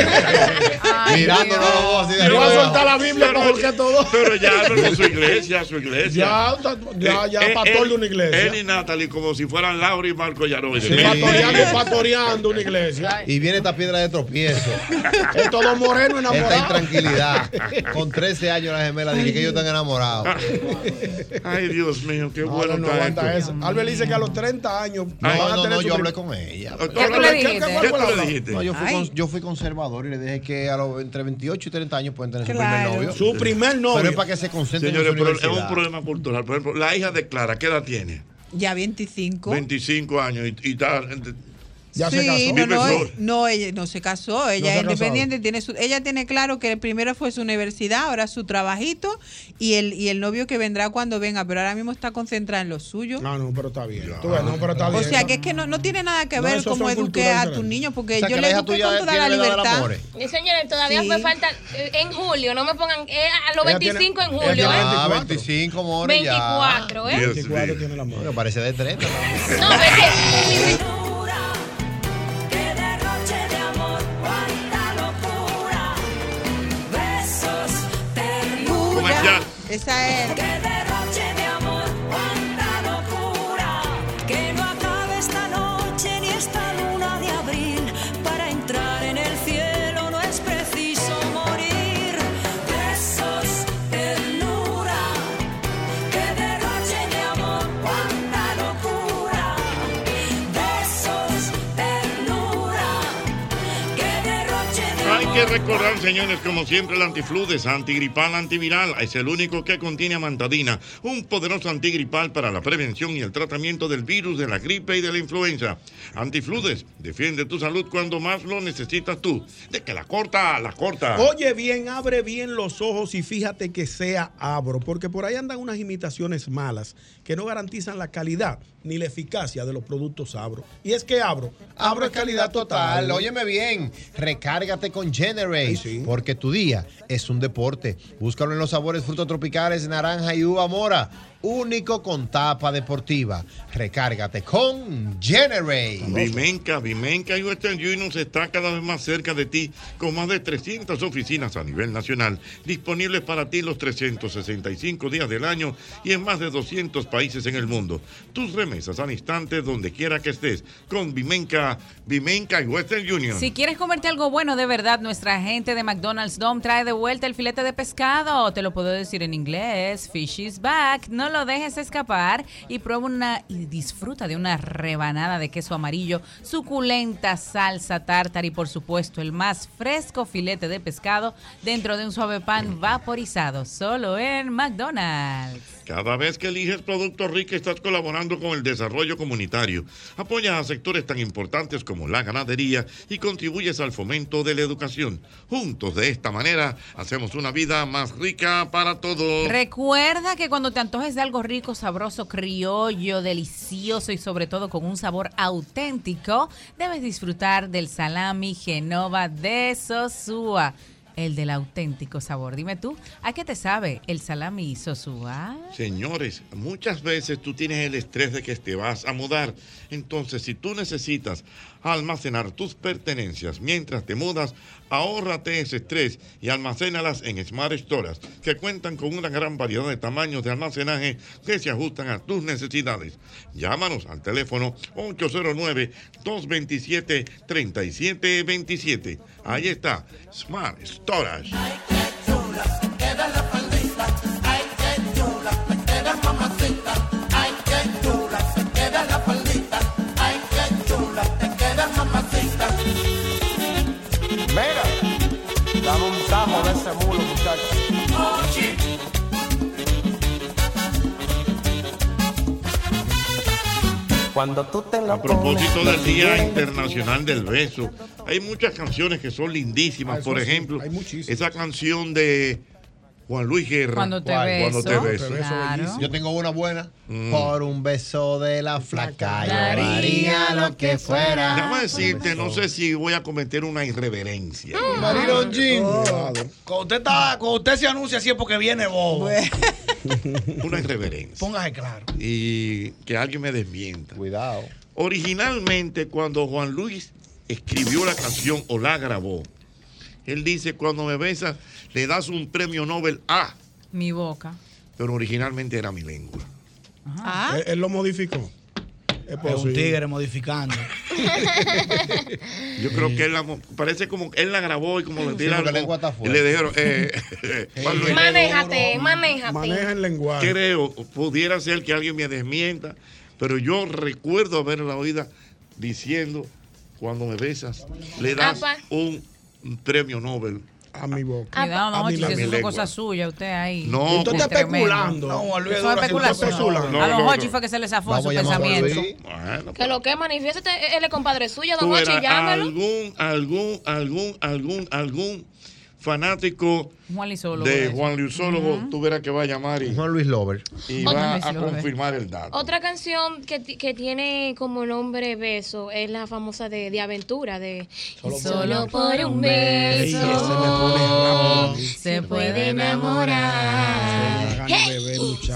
Speaker 5: Mirándonos los dos así de
Speaker 9: Le voy a
Speaker 5: arriba.
Speaker 9: soltar la Biblia (laughs) para juzgar todo.
Speaker 3: Pero ya con su iglesia, su iglesia.
Speaker 9: Ya, ta- ya, ya,
Speaker 3: Eh, eh,
Speaker 9: pastor
Speaker 3: él-
Speaker 9: de una iglesia.
Speaker 3: Él y Natalie, como si fueran Laura y Marco Yaroy.
Speaker 9: Sí, pastoreando, pastoreando una iglesia.
Speaker 5: Y viene esta piedra
Speaker 3: (laughs)
Speaker 5: de tropiezo.
Speaker 9: Estos dos morenos enamorados. (laughs)
Speaker 5: Esta intranquilidad. Con 13 años la gemela dije que ellos están enamorados.
Speaker 3: Ay, Dios mío, qué
Speaker 9: No,
Speaker 3: bueno
Speaker 9: no, no
Speaker 3: está
Speaker 9: aguanta
Speaker 3: esto.
Speaker 9: eso. Albert dice que a los 30 años.
Speaker 5: No,
Speaker 9: van a
Speaker 5: no, no,
Speaker 9: tener su
Speaker 5: yo hablé
Speaker 9: prim-
Speaker 5: con ella.
Speaker 9: ¿Qué tú le dijiste? ¿Qué tú le dijiste?
Speaker 5: No, yo, fui
Speaker 9: Ay.
Speaker 5: con- yo fui conservador y le dije que a los entre 28 y 30 años pueden tener
Speaker 9: Claro.
Speaker 5: su primer novio.
Speaker 9: Su primer novio.
Speaker 5: Pero es para que se concentren
Speaker 3: Señores,
Speaker 5: en su
Speaker 3: pero es un
Speaker 5: universidad.
Speaker 3: problema cultural. Por ejemplo, la hija de Clara, ¿qué edad tiene?
Speaker 8: Ya 25.
Speaker 3: 25 años y, y está.
Speaker 8: sí, No, eh.
Speaker 3: Vive
Speaker 8: no,
Speaker 3: sola.
Speaker 8: no, ella no se casó, ella
Speaker 3: se ha
Speaker 8: es independiente, tiene su, ella tiene claro que primero fue su universidad, ahora su trabajito y el y el novio que vendrá cuando venga, pero ahora mismo está concentrada en lo suyo.
Speaker 9: Ah, No, no, pero está bien. Tú ves, no, pero está
Speaker 8: O
Speaker 9: bien.
Speaker 8: sea que es que no, no tiene nada que
Speaker 9: No,
Speaker 8: ver
Speaker 9: eso
Speaker 8: cómo
Speaker 9: son
Speaker 8: eduqué
Speaker 9: culturas
Speaker 8: a
Speaker 9: diferentes.
Speaker 8: tu niño, porque
Speaker 9: O sea,
Speaker 8: yo
Speaker 9: que
Speaker 8: le
Speaker 9: la hija
Speaker 8: eduqué
Speaker 9: tuya
Speaker 8: con toda
Speaker 9: tiene
Speaker 8: la
Speaker 9: la edad del
Speaker 8: libertad.
Speaker 9: amor, eh.
Speaker 6: Eh, Señores, todavía
Speaker 8: Sí.
Speaker 6: fue falta eh, en julio, no me pongan eh, a los
Speaker 5: Ella tiene-
Speaker 6: 25 en
Speaker 5: ella
Speaker 6: julio.
Speaker 5: tiene
Speaker 6: ¿eh?
Speaker 5: 25, more,
Speaker 6: 24,
Speaker 5: ya.
Speaker 6: ¿eh?
Speaker 5: 24 tiene la mujer. Parece de 30.
Speaker 6: No, pero es que-
Speaker 14: Noche de amor, cuánta locura. Besos, ternura.
Speaker 3: Comercial.
Speaker 8: Esa es.
Speaker 14: Qué derroche de amor, cuánta locura. Que no acabe esta noche ni esta luna de abril. Para entrar en el cielo no es preciso morir. Besos, ternura. Qué derroche de amor, cuánta locura. Besos, ternura. Qué derroche de amor.
Speaker 3: Hay que recordar, señores, como siempre, el antifludes, antigripal, antiviral. Es el único que contiene amantadina, un poderoso antigripal para la prevención y el tratamiento del virus, de la gripe y de la influenza. Antifludes, defiende tu salud cuando más lo necesitas tú. De que la corta, la corta.
Speaker 9: Oye bien, abre bien los ojos y fíjate que sea abro, porque por ahí andan unas imitaciones malas que no garantizan la calidad ni la eficacia de los productos abro. Y es que abro, abro es calidad total.
Speaker 5: Total, óyeme bien, recárgate con Generate, porque tu día es un deporte. Búscalo en los sabores frutos tropicales, naranja y uva mora, único con tapa deportiva. Recárgate con Generate.
Speaker 3: Vimenca, Vimenca Western Union está cada vez más cerca de ti, con más de 300 oficinas a nivel nacional, disponibles para ti los 365 días del año y en más de 200 países en el mundo. Tus remesas al instante, donde quiera que estés, con Vimenca, Vimenca Western Union.
Speaker 15: Si quieres comerte algo bueno de verdad, nuestra gente de McDonald's Dome trae de vuelta el filete de pescado. Te lo puedo decir en inglés, fish is back. No lo dejes escapar y prueba una y disfruta de una rebanada de queso amarillo, suculenta salsa tártara y por supuesto el más fresco filete de pescado dentro de un suave pan vaporizado, solo en McDonald's.
Speaker 3: Cada vez que eliges Productos Rica estás colaborando con el desarrollo comunitario, apoyas a sectores tan importantes como la ganadería y contribuyes al fomento de la educación. Juntos de esta manera hacemos una vida más rica para todos.
Speaker 15: Recuerda que cuando te antojes de algo rico, sabroso, criollo, delicioso y sobre todo con un sabor auténtico, debes disfrutar del salami Genova de Sosúa, el del auténtico sabor. Dime tú, ¿a qué te sabe el salami Sosúa?
Speaker 3: Señores, muchas veces tú tienes el estrés de que te vas a mudar. Entonces, si tú necesitas almacenar tus pertenencias mientras te mudas, ahórrate ese estrés y almacénalas en Smart Storage, que cuentan con una gran variedad de tamaños de almacenaje que se ajustan a tus necesidades. Llámanos al teléfono 809-227-3727. Ahí está, Smart Storage.
Speaker 14: Queda la faldita, ay que chula, me queda mamacita, ay que chula, se queda la faldita, ay que chula, te queda mamacita.
Speaker 16: Mira, dame un tajo de ese mulo, muchacho. Cuando tú te la
Speaker 3: A propósito del Día Internacional del Beso, hay muchas canciones que son lindísimas.
Speaker 9: Ah, eso
Speaker 3: Por
Speaker 9: sí,
Speaker 3: ejemplo,
Speaker 9: hay muchísimas.
Speaker 3: esa canción de Juan Luis Guerra.
Speaker 15: Cuando te
Speaker 3: ¿Cuál?
Speaker 15: beso.
Speaker 3: Cuando te beso. Mm.
Speaker 5: Yo tengo una buena. Por un beso de la flaca, yo haría lo que fuera.
Speaker 3: Déjame decirte, no sé si voy a cometer una irreverencia.
Speaker 5: Marilyn Jean.
Speaker 7: Oh. Cuando usted, está, cuando usted se anuncia así es porque viene bobo.
Speaker 3: Una irreverencia.
Speaker 7: Póngase claro.
Speaker 3: Y que alguien me desmienta.
Speaker 5: Cuidado.
Speaker 3: Originalmente, cuando Juan Luis escribió la canción o la grabó, él dice, cuando me besas, le das un premio Nobel a,
Speaker 15: Mi boca.
Speaker 3: pero originalmente era mi lengua.
Speaker 9: Él, Eh, él lo modificó. Es
Speaker 7: Es un
Speaker 9: posible.
Speaker 7: tigre modificando.
Speaker 3: Yo creo que él la, mo- parece como que él la grabó y como le tiraron-
Speaker 5: porque la lengua está
Speaker 3: y
Speaker 5: fuera.
Speaker 3: le dijeron, eh, Juan Luis,
Speaker 11: Manéjate, manéjate.
Speaker 9: el lenguaje.
Speaker 3: Creo, pudiera ser que alguien me desmienta, pero yo recuerdo haberla oída diciendo, cuando me besas, le das
Speaker 15: Apa.
Speaker 3: un premio Nobel.
Speaker 9: A mi boca.
Speaker 15: Cuidado,
Speaker 3: A
Speaker 15: no,
Speaker 3: mí
Speaker 15: chico,
Speaker 3: la-
Speaker 15: eso
Speaker 3: mi
Speaker 15: son
Speaker 3: lengua.
Speaker 15: cosas suyas, usted ahí.
Speaker 3: No, Usted está
Speaker 15: Tremendo.
Speaker 3: especulando.
Speaker 7: No, Juan Luis,
Speaker 15: Eso es
Speaker 7: Dura, si usted
Speaker 15: especulación.
Speaker 3: especula.
Speaker 15: A
Speaker 3: No,
Speaker 15: don
Speaker 3: no,
Speaker 15: Hochi
Speaker 3: no.
Speaker 15: fue que se le zafó
Speaker 3: Vamos
Speaker 15: su
Speaker 3: a llamar a
Speaker 15: pensamiento.
Speaker 3: Luis. Bueno, pues,
Speaker 6: Que lo que manifieste, eh, él es compadre suyo, don
Speaker 3: tú
Speaker 6: Ochi,
Speaker 3: verás,
Speaker 6: llámalo.
Speaker 3: algún, algún, algún, algún, algún fanático
Speaker 15: Juan Lizolo.
Speaker 3: de Juan Luisólogo, tú verás que va a llamar y,
Speaker 5: Juan Luis Lover.
Speaker 3: y
Speaker 6: Juan
Speaker 3: va
Speaker 6: Luis
Speaker 3: a
Speaker 6: Lover.
Speaker 3: confirmar el dato.
Speaker 6: Otra canción que, ti- que tiene como nombre beso es la famosa de, de Aventura, de Solo, por un beso.
Speaker 15: Se puede
Speaker 6: enamorar.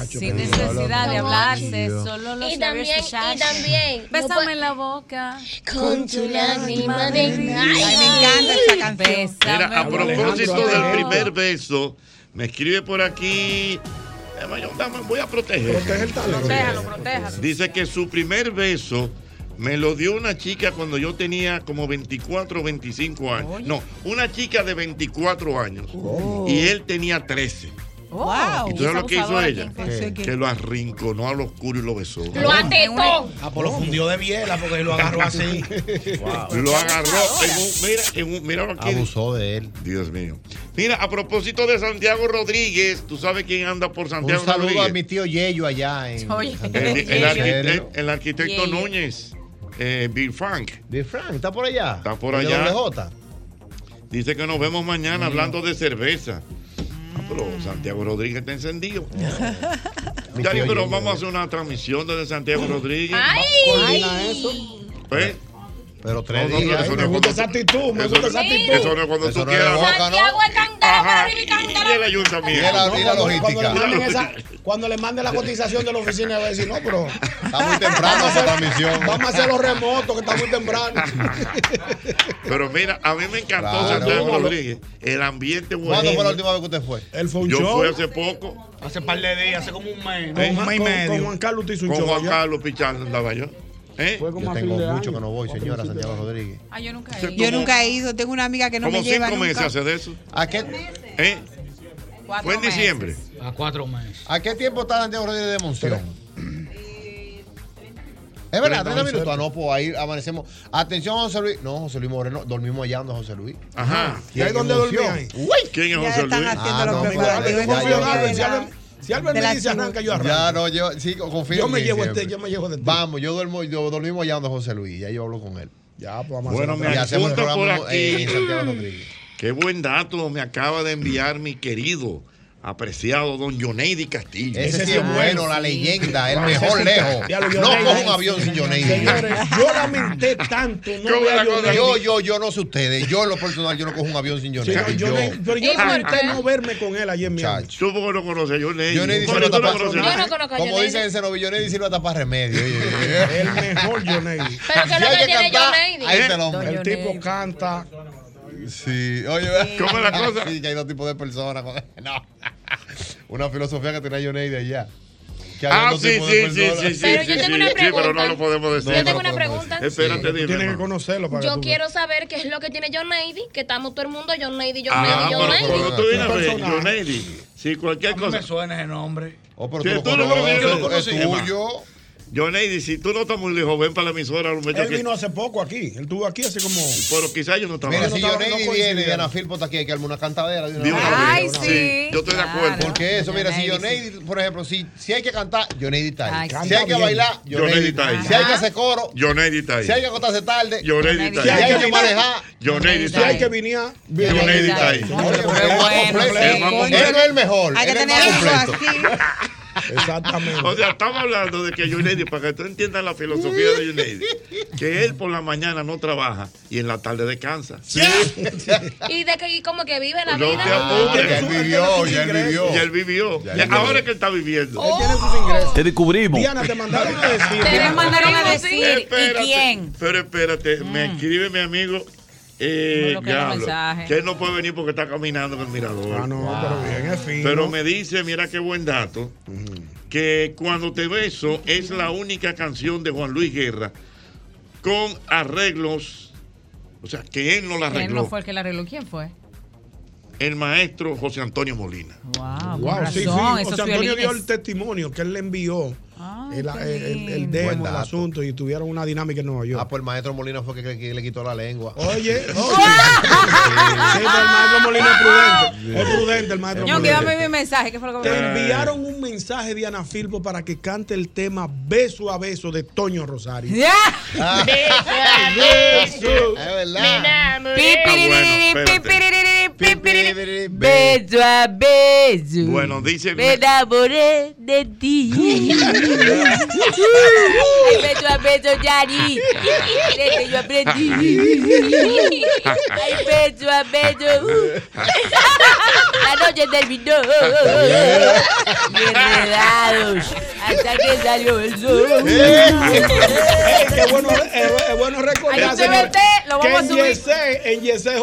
Speaker 15: Sin necesidad de hablarse, solo los
Speaker 11: Y también,
Speaker 15: labios
Speaker 11: y también.
Speaker 15: Bésame la boca.
Speaker 11: Con tu lágrima de
Speaker 15: Ay, me encanta esa canción.
Speaker 3: Mira, a
Speaker 15: Bésame.
Speaker 3: propósito
Speaker 15: Alejandro
Speaker 3: del
Speaker 15: Ateneo.
Speaker 3: primer beso, me escribe por aquí. eh, vaya, dame, Voy a proteger.
Speaker 9: Protege el talento.
Speaker 15: Protéjalo, protéjalo.
Speaker 3: Dice que su primer beso me lo dio una chica cuando yo tenía como 24 o 25 años. No, una chica de 24 años. Y él tenía 13.
Speaker 15: Wow.
Speaker 3: ¿Y tú sabes lo que hizo
Speaker 7: Oh, abusadora,
Speaker 3: ella?
Speaker 7: ¿quién fue?
Speaker 6: Eh,
Speaker 3: Que-
Speaker 7: ¿Qué?
Speaker 3: Que lo arrinconó al oscuro y lo besó.
Speaker 7: Lo
Speaker 11: atetó.
Speaker 7: Ah, pues lo fundió de biela porque lo agarró
Speaker 3: (laughs)
Speaker 7: así.
Speaker 3: Lo agarró. en un- mira, en un- mira lo que
Speaker 5: Abusó de él.
Speaker 3: Dios mío. Mira, a propósito de Santiago Rodríguez, tú sabes quién anda por
Speaker 5: Un
Speaker 3: Santiago
Speaker 5: saludo
Speaker 3: Rodríguez.
Speaker 5: a mi tío Yello allá en
Speaker 15: Oye.
Speaker 5: (laughs) Santiago.
Speaker 3: El, (laughs) el arquitecto,
Speaker 5: Yello.
Speaker 3: el arquitecto
Speaker 5: Yello.
Speaker 3: Núñez, eh, Bill Frank.
Speaker 5: Bill Frank, está por allá.
Speaker 3: Está por
Speaker 5: El de
Speaker 3: allá.
Speaker 5: WJ.
Speaker 3: Dice que nos vemos mañana hablando de cerveza. Ah, pero Santiago Rodríguez está encendido. Yari,
Speaker 5: tío
Speaker 3: pero
Speaker 5: Yello.
Speaker 3: vamos a hacer una transmisión desde Santiago Rodríguez.
Speaker 11: ¡Ay!
Speaker 3: Coordina ¿Eh?
Speaker 5: Pero
Speaker 3: tres
Speaker 5: días.
Speaker 3: eso no
Speaker 9: Me
Speaker 3: es
Speaker 9: gusta
Speaker 3: cuando,
Speaker 9: esa actitud, me
Speaker 3: eso
Speaker 9: gusta
Speaker 3: no-
Speaker 9: esa actitud.
Speaker 3: eso no es cuando tú quieras.
Speaker 11: Santiago es candela para arriba y candela.
Speaker 3: Y el ayuntamiento.
Speaker 5: Y la- y la
Speaker 3: No,
Speaker 5: logística.
Speaker 3: cuando-
Speaker 7: Cuando le,
Speaker 3: cuando
Speaker 7: manden
Speaker 3: la-
Speaker 7: esa- cuando le manden la cotización de la oficina, va a decir, no, pero.
Speaker 5: Está muy temprano esa transmisión.
Speaker 7: Vamos a hacerlo remoto, que está muy temprano.
Speaker 3: (laughs) Pero mira, a mí me encantó
Speaker 5: Claro.
Speaker 3: Santiago Rodríguez. El ambiente bueno.
Speaker 5: ¿Cuándo fue la última vez que usted fue?
Speaker 9: Él fue
Speaker 3: Yo fui hace poco.
Speaker 7: Hace par de días, hace como un mes.
Speaker 3: ¿eh?
Speaker 7: un mes y medio.
Speaker 9: Juan Carlos te hizo un
Speaker 3: Con
Speaker 9: show
Speaker 3: Juan
Speaker 9: allá.
Speaker 3: Carlos Pichardo andaba yo. ¿Eh?
Speaker 5: Yo tengo mucho que no voy, señora Santiago Rodríguez.
Speaker 15: Ah, yo nunca
Speaker 3: Hace
Speaker 15: he
Speaker 8: Yo
Speaker 3: como-
Speaker 8: nunca he ido, tengo una amiga que no
Speaker 3: Como
Speaker 8: me lleva
Speaker 3: cinco
Speaker 8: nunca.
Speaker 3: meses hace de eso.
Speaker 5: ¿A qué,
Speaker 3: ¿Eh?
Speaker 15: Cuatro
Speaker 3: Fue en
Speaker 15: meses.
Speaker 3: diciembre.
Speaker 7: A cuatro meses.
Speaker 5: ¿A qué tiempo está Santiago Rodríguez de Monción? Es verdad, 30 minutos. Ah, no, pues ahí amanecemos. Atención, José Luis. No, José Luis Moreno. Dormimos allá donde José Luis.
Speaker 3: Ajá.
Speaker 9: Ah, ¿Y ahí dónde dormían?
Speaker 3: Uy, ¿Quién es José Luis?
Speaker 5: Ah, no, mi
Speaker 9: Yo
Speaker 5: padre, ya
Speaker 9: confío en
Speaker 5: yo-
Speaker 9: Albert, si Albert- Si Albert
Speaker 8: De
Speaker 9: me
Speaker 8: la
Speaker 9: dice arranca, yo
Speaker 5: Ya
Speaker 9: arranco.
Speaker 5: no, yo sí confío.
Speaker 9: Yo
Speaker 5: en
Speaker 9: me
Speaker 5: mí
Speaker 9: llevo este,
Speaker 5: siempre.
Speaker 9: yo me llevo de ti.
Speaker 5: Vamos, yo duermo, yo dormimos allá donde José Luis. Ya yo hablo con él.
Speaker 9: Ya, pues vamos
Speaker 3: Bueno,
Speaker 9: a
Speaker 3: me
Speaker 9: hacer
Speaker 5: Y
Speaker 9: otra.
Speaker 5: hacemos el
Speaker 3: apunto por
Speaker 5: programa
Speaker 3: aquí.
Speaker 5: en Santiago Rodríguez.
Speaker 3: Qué buen dato me acaba de enviar mi querido, apreciado don Yoneidi Castillo.
Speaker 5: Ese sí es bueno, la leyenda, el
Speaker 9: Vamos a
Speaker 5: mejor
Speaker 9: hacer-
Speaker 5: lejos.
Speaker 9: Ya lo vio
Speaker 5: No
Speaker 9: Ney,
Speaker 5: cojo
Speaker 9: Ney.
Speaker 5: un avión sin Johnny. (laughs)
Speaker 9: Señores, yo lamenté tanto. No voy a llorar.
Speaker 5: Yo, yo, yo no sé ustedes. Yo en lo personal, yo no cojo un avión sin Johnny.
Speaker 9: Sí, no, yo
Speaker 5: yo,
Speaker 9: le- pero yo
Speaker 6: ¿Y por
Speaker 9: lamenté
Speaker 6: qué?
Speaker 9: no verme con él ayer mismo.
Speaker 5: Chacho.
Speaker 3: Tú porque no conoces a Yoneidi.
Speaker 5: Yo Ney
Speaker 3: Tú
Speaker 5: sirve a
Speaker 3: no
Speaker 5: tapar
Speaker 3: conoces a
Speaker 6: Yo
Speaker 3: Yoneidi.
Speaker 6: no conozco a
Speaker 5: Como
Speaker 6: Yoney.
Speaker 5: dicen en Senovi, yo Ney sirve a tapar remedio. oye, oye.
Speaker 9: El mejor Yonei.
Speaker 6: Pero que
Speaker 5: Si
Speaker 6: lo
Speaker 5: hay
Speaker 6: que
Speaker 5: que
Speaker 6: tiene
Speaker 5: cantar,
Speaker 6: Yoney.
Speaker 5: ahí está el
Speaker 15: Don
Speaker 5: hombre.
Speaker 9: El
Speaker 15: Yoney.
Speaker 9: tipo canta.
Speaker 5: Sí, oye,
Speaker 3: (laughs) ¿Cómo es la cosa?
Speaker 5: Sí, que hay dos tipos de personas. con- (laughs) No. Una filosofía que tenía Johnny de allá. Que había
Speaker 3: Ah,
Speaker 5: dos
Speaker 3: sí,
Speaker 5: tipos
Speaker 3: sí,
Speaker 5: de
Speaker 3: sí,
Speaker 5: personas.
Speaker 3: sí, sí.
Speaker 6: Pero yo
Speaker 3: sí,
Speaker 6: tengo
Speaker 3: sí,
Speaker 6: una
Speaker 3: sí, pero no
Speaker 6: pregunta.
Speaker 3: lo podemos decir.
Speaker 6: Yo tengo
Speaker 5: no
Speaker 6: una
Speaker 5: podemos
Speaker 6: pregunta.
Speaker 3: Espérate,
Speaker 9: Tú
Speaker 3: dime.
Speaker 9: tienes que
Speaker 3: hermano.
Speaker 9: conocerlo para que
Speaker 6: Yo
Speaker 9: tú-
Speaker 6: quiero saber qué es lo que tiene John Nady, que estamos todo el mundo John Nady, John
Speaker 3: Ah,
Speaker 6: Nady,
Speaker 3: pero
Speaker 6: John Nady.
Speaker 3: cuando tú vienes a ver
Speaker 9: personaje.
Speaker 3: Yoneidi, si cualquier
Speaker 7: A mí
Speaker 3: cosa.
Speaker 7: me suena ese nombre.
Speaker 5: Oh, pero
Speaker 3: Sí,
Speaker 5: tú,
Speaker 3: tú
Speaker 5: lo
Speaker 3: lo conoces, yo lo
Speaker 5: conoces,
Speaker 3: conocí,
Speaker 5: es
Speaker 3: Emma.
Speaker 5: tuyo.
Speaker 3: Yoneidi, si tú no estás muy lejos, ven para la emisora. Lo meto
Speaker 9: Él
Speaker 3: aquí.
Speaker 9: vino hace poco aquí. Él estuvo aquí hace como.
Speaker 3: Pero quizás yo no estaba.
Speaker 5: Mira,
Speaker 9: no
Speaker 5: si
Speaker 9: estaba-
Speaker 5: Johnny
Speaker 9: no
Speaker 5: viene
Speaker 9: coincidieron.
Speaker 5: y Ana Filpo está aquí, hay que armar una cantadera. de una
Speaker 3: Dios
Speaker 5: vez.
Speaker 3: mío.
Speaker 15: Ay,
Speaker 3: Sí,
Speaker 15: sí.
Speaker 3: yo estoy de
Speaker 15: Claro.
Speaker 3: acuerdo.
Speaker 5: Porque eso, mira, si
Speaker 15: Yoney,
Speaker 5: Johnny, por ejemplo, si, si hay que cantar, Johnny está ahí.
Speaker 15: Ay, sí.
Speaker 5: Si hay que
Speaker 9: Canta bien.
Speaker 5: bailar, Johnny
Speaker 3: Johnny
Speaker 5: está
Speaker 3: está ahí.
Speaker 5: Si hay que hacer coro,
Speaker 3: Yoneidi está ahí.
Speaker 5: si hay que acostarse tarde,
Speaker 3: Yoneidi
Speaker 15: Si
Speaker 5: si
Speaker 3: está
Speaker 5: hay
Speaker 3: ahí.
Speaker 5: que manejar.
Speaker 3: Yoneidi
Speaker 9: Si
Speaker 3: está
Speaker 9: hay que
Speaker 3: ahí.
Speaker 9: venir.
Speaker 3: Yoneidi está ahí.
Speaker 15: Oye, pero
Speaker 5: Él
Speaker 15: bueno,
Speaker 5: completo.
Speaker 3: sí,
Speaker 5: Él no es el mejor.
Speaker 8: Hay que
Speaker 5: él es
Speaker 8: tener
Speaker 5: más
Speaker 8: algo
Speaker 5: completo.
Speaker 8: así.
Speaker 9: Exactamente.
Speaker 3: O sea, estamos hablando de que Yuneidi, para que tú entiendas la filosofía de Yuneidi, que él por la mañana no trabaja y en la tarde descansa. Sí.
Speaker 6: Y de que y como que vive la
Speaker 3: (laughs) No te
Speaker 6: vida.
Speaker 3: apures.
Speaker 17: ya él vivió, ya él vivió.
Speaker 3: Ya él vivió.
Speaker 17: Ya
Speaker 3: Ya-
Speaker 17: él vivió.
Speaker 3: ahora es que él está viviendo.
Speaker 17: Te descubrimos.
Speaker 9: Diana, te mandaron a decir.
Speaker 15: Te mandaron a decir.
Speaker 3: Espérate,
Speaker 15: ¿Y quién?
Speaker 3: Pero espérate, me escribe mi amigo. Eh,
Speaker 15: No lo que era
Speaker 3: Diablo,
Speaker 15: mensaje.
Speaker 3: que él no puede venir porque está caminando en el mirador.
Speaker 9: Ah, no, pero bien, es fino.
Speaker 3: Pero me dice, mira qué buen dato, que Cuando te beso es la única canción de Juan Luis Guerra con arreglos, o sea, que él no la
Speaker 15: Él
Speaker 3: arregló,
Speaker 15: no fue el que la arregló. ¿Quién fue?
Speaker 3: el maestro José Antonio Molina.
Speaker 15: Wow,
Speaker 9: Wow,
Speaker 15: con
Speaker 9: sí, sí.
Speaker 15: razón,
Speaker 9: José
Speaker 15: esos
Speaker 9: Antonio dio
Speaker 15: violines.
Speaker 9: el testimonio que él le envió. el, el- el- el demo, el asunto, y tuvieron una dinámica en Nueva York.
Speaker 5: Ah, pues el maestro Molina fue que, que- que le quitó la lengua. (laughs)
Speaker 9: Oye, oye. Sí, pero el maestro Molina es prudente. Es prudente el maestro
Speaker 15: Ñonqui,
Speaker 9: Molina.
Speaker 15: dame mi mensaje. ¿Qué fue lo que
Speaker 9: Te
Speaker 15: me
Speaker 9: enviaron un mensaje de Ana Filpo para que cante el tema Beso a Beso de Toño Rosario.
Speaker 15: Ya.
Speaker 9: Ah.
Speaker 15: Beso a
Speaker 9: Beso.
Speaker 15: Beso a beso.
Speaker 3: Bueno, dice-
Speaker 15: Me enamoré de ti. Ay, beso a beso, Yari. Desde
Speaker 2: (laughs)
Speaker 15: yo (laughs) aprendí. Ay, beso a beso.
Speaker 6: Ah,
Speaker 15: La noche terminó. Y enredados. Hasta que salió el sol.
Speaker 9: Eh, qué bueno, eh, es bueno
Speaker 15: Ahí
Speaker 9: recordar,
Speaker 15: usted
Speaker 9: señor,
Speaker 15: vete, lo
Speaker 9: que
Speaker 15: vamos a
Speaker 9: en
Speaker 15: subir.
Speaker 9: Yesé, en Yesé,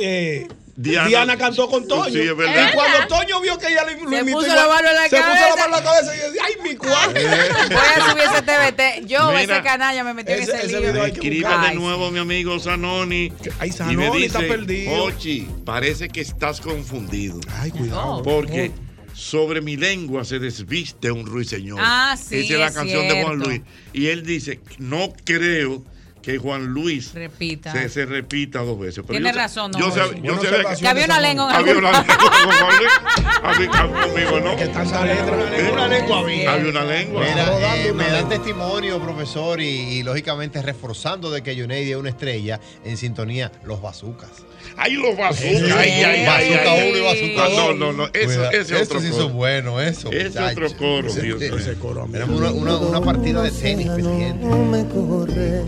Speaker 9: eh, Diana, cantó con Toño.
Speaker 3: Sí, es verdad.
Speaker 9: Y cuando Toño vio que ella lo, lo
Speaker 15: Se
Speaker 9: imitó,
Speaker 15: puso la mano en la
Speaker 9: se puso
Speaker 15: cabeza.
Speaker 9: mano en la cabeza y decía, ay,
Speaker 15: (laughs)
Speaker 9: mi cuarto.
Speaker 15: Voy a subir ese TBT. Yo,
Speaker 3: Mira,
Speaker 15: ese canalla, me metió en
Speaker 9: ese-
Speaker 15: ese,
Speaker 9: ese
Speaker 15: lío.
Speaker 9: video hay que
Speaker 3: Escribe
Speaker 9: buscar.
Speaker 3: de nuevo mi amigo Zanoni.
Speaker 9: Ay,
Speaker 3: y me
Speaker 9: Zanoni
Speaker 3: dice,
Speaker 9: está perdido.
Speaker 3: Ochi, parece que estás confundido.
Speaker 9: Ay,
Speaker 15: cuidado.
Speaker 3: Porque sobre mi lengua se desviste un ruiseñor.
Speaker 15: Ah, sí,
Speaker 3: Esa es la
Speaker 15: es
Speaker 3: canción de Juan
Speaker 15: cierto.
Speaker 3: Luis. Y él dice, no creo que Juan Luis
Speaker 15: Repita.
Speaker 3: se, se repita dos veces. Pero
Speaker 15: Tiene
Speaker 3: yo sa-
Speaker 15: razón, don
Speaker 3: Yo,
Speaker 15: Jorge.
Speaker 3: sab- yo
Speaker 15: Buena
Speaker 3: sabía
Speaker 15: observación Que había de una Zanoni. lengua en
Speaker 3: Había
Speaker 15: algún-
Speaker 3: una lengua con Juan Luis. A mí- a- conmigo,
Speaker 9: (laughs)
Speaker 3: ¿no?
Speaker 9: una lengua viva.
Speaker 3: Había una lengua.
Speaker 5: Mira, eh, me dan testimonio, profesor, y, y lógicamente reforzando de que Yuneidi es una estrella en sintonía, los bazucas.
Speaker 3: ¡Ay, los
Speaker 5: Ese
Speaker 3: bazookas!
Speaker 5: es
Speaker 3: ¡Ay, ay, ay!
Speaker 5: bazooka
Speaker 3: ay,
Speaker 5: uno y
Speaker 3: ay.
Speaker 5: bazooka
Speaker 3: No,
Speaker 5: dos.
Speaker 3: no, no. Eso,
Speaker 5: Cuidado,
Speaker 3: ese es
Speaker 5: estos
Speaker 3: otro
Speaker 5: sí
Speaker 3: coro.
Speaker 5: son buenos, eso.
Speaker 3: Ese
Speaker 5: muchacho.
Speaker 3: otro coro, Dios mío.
Speaker 5: Tenemos una, una- una partida de tenis pendiente.
Speaker 18: No me corre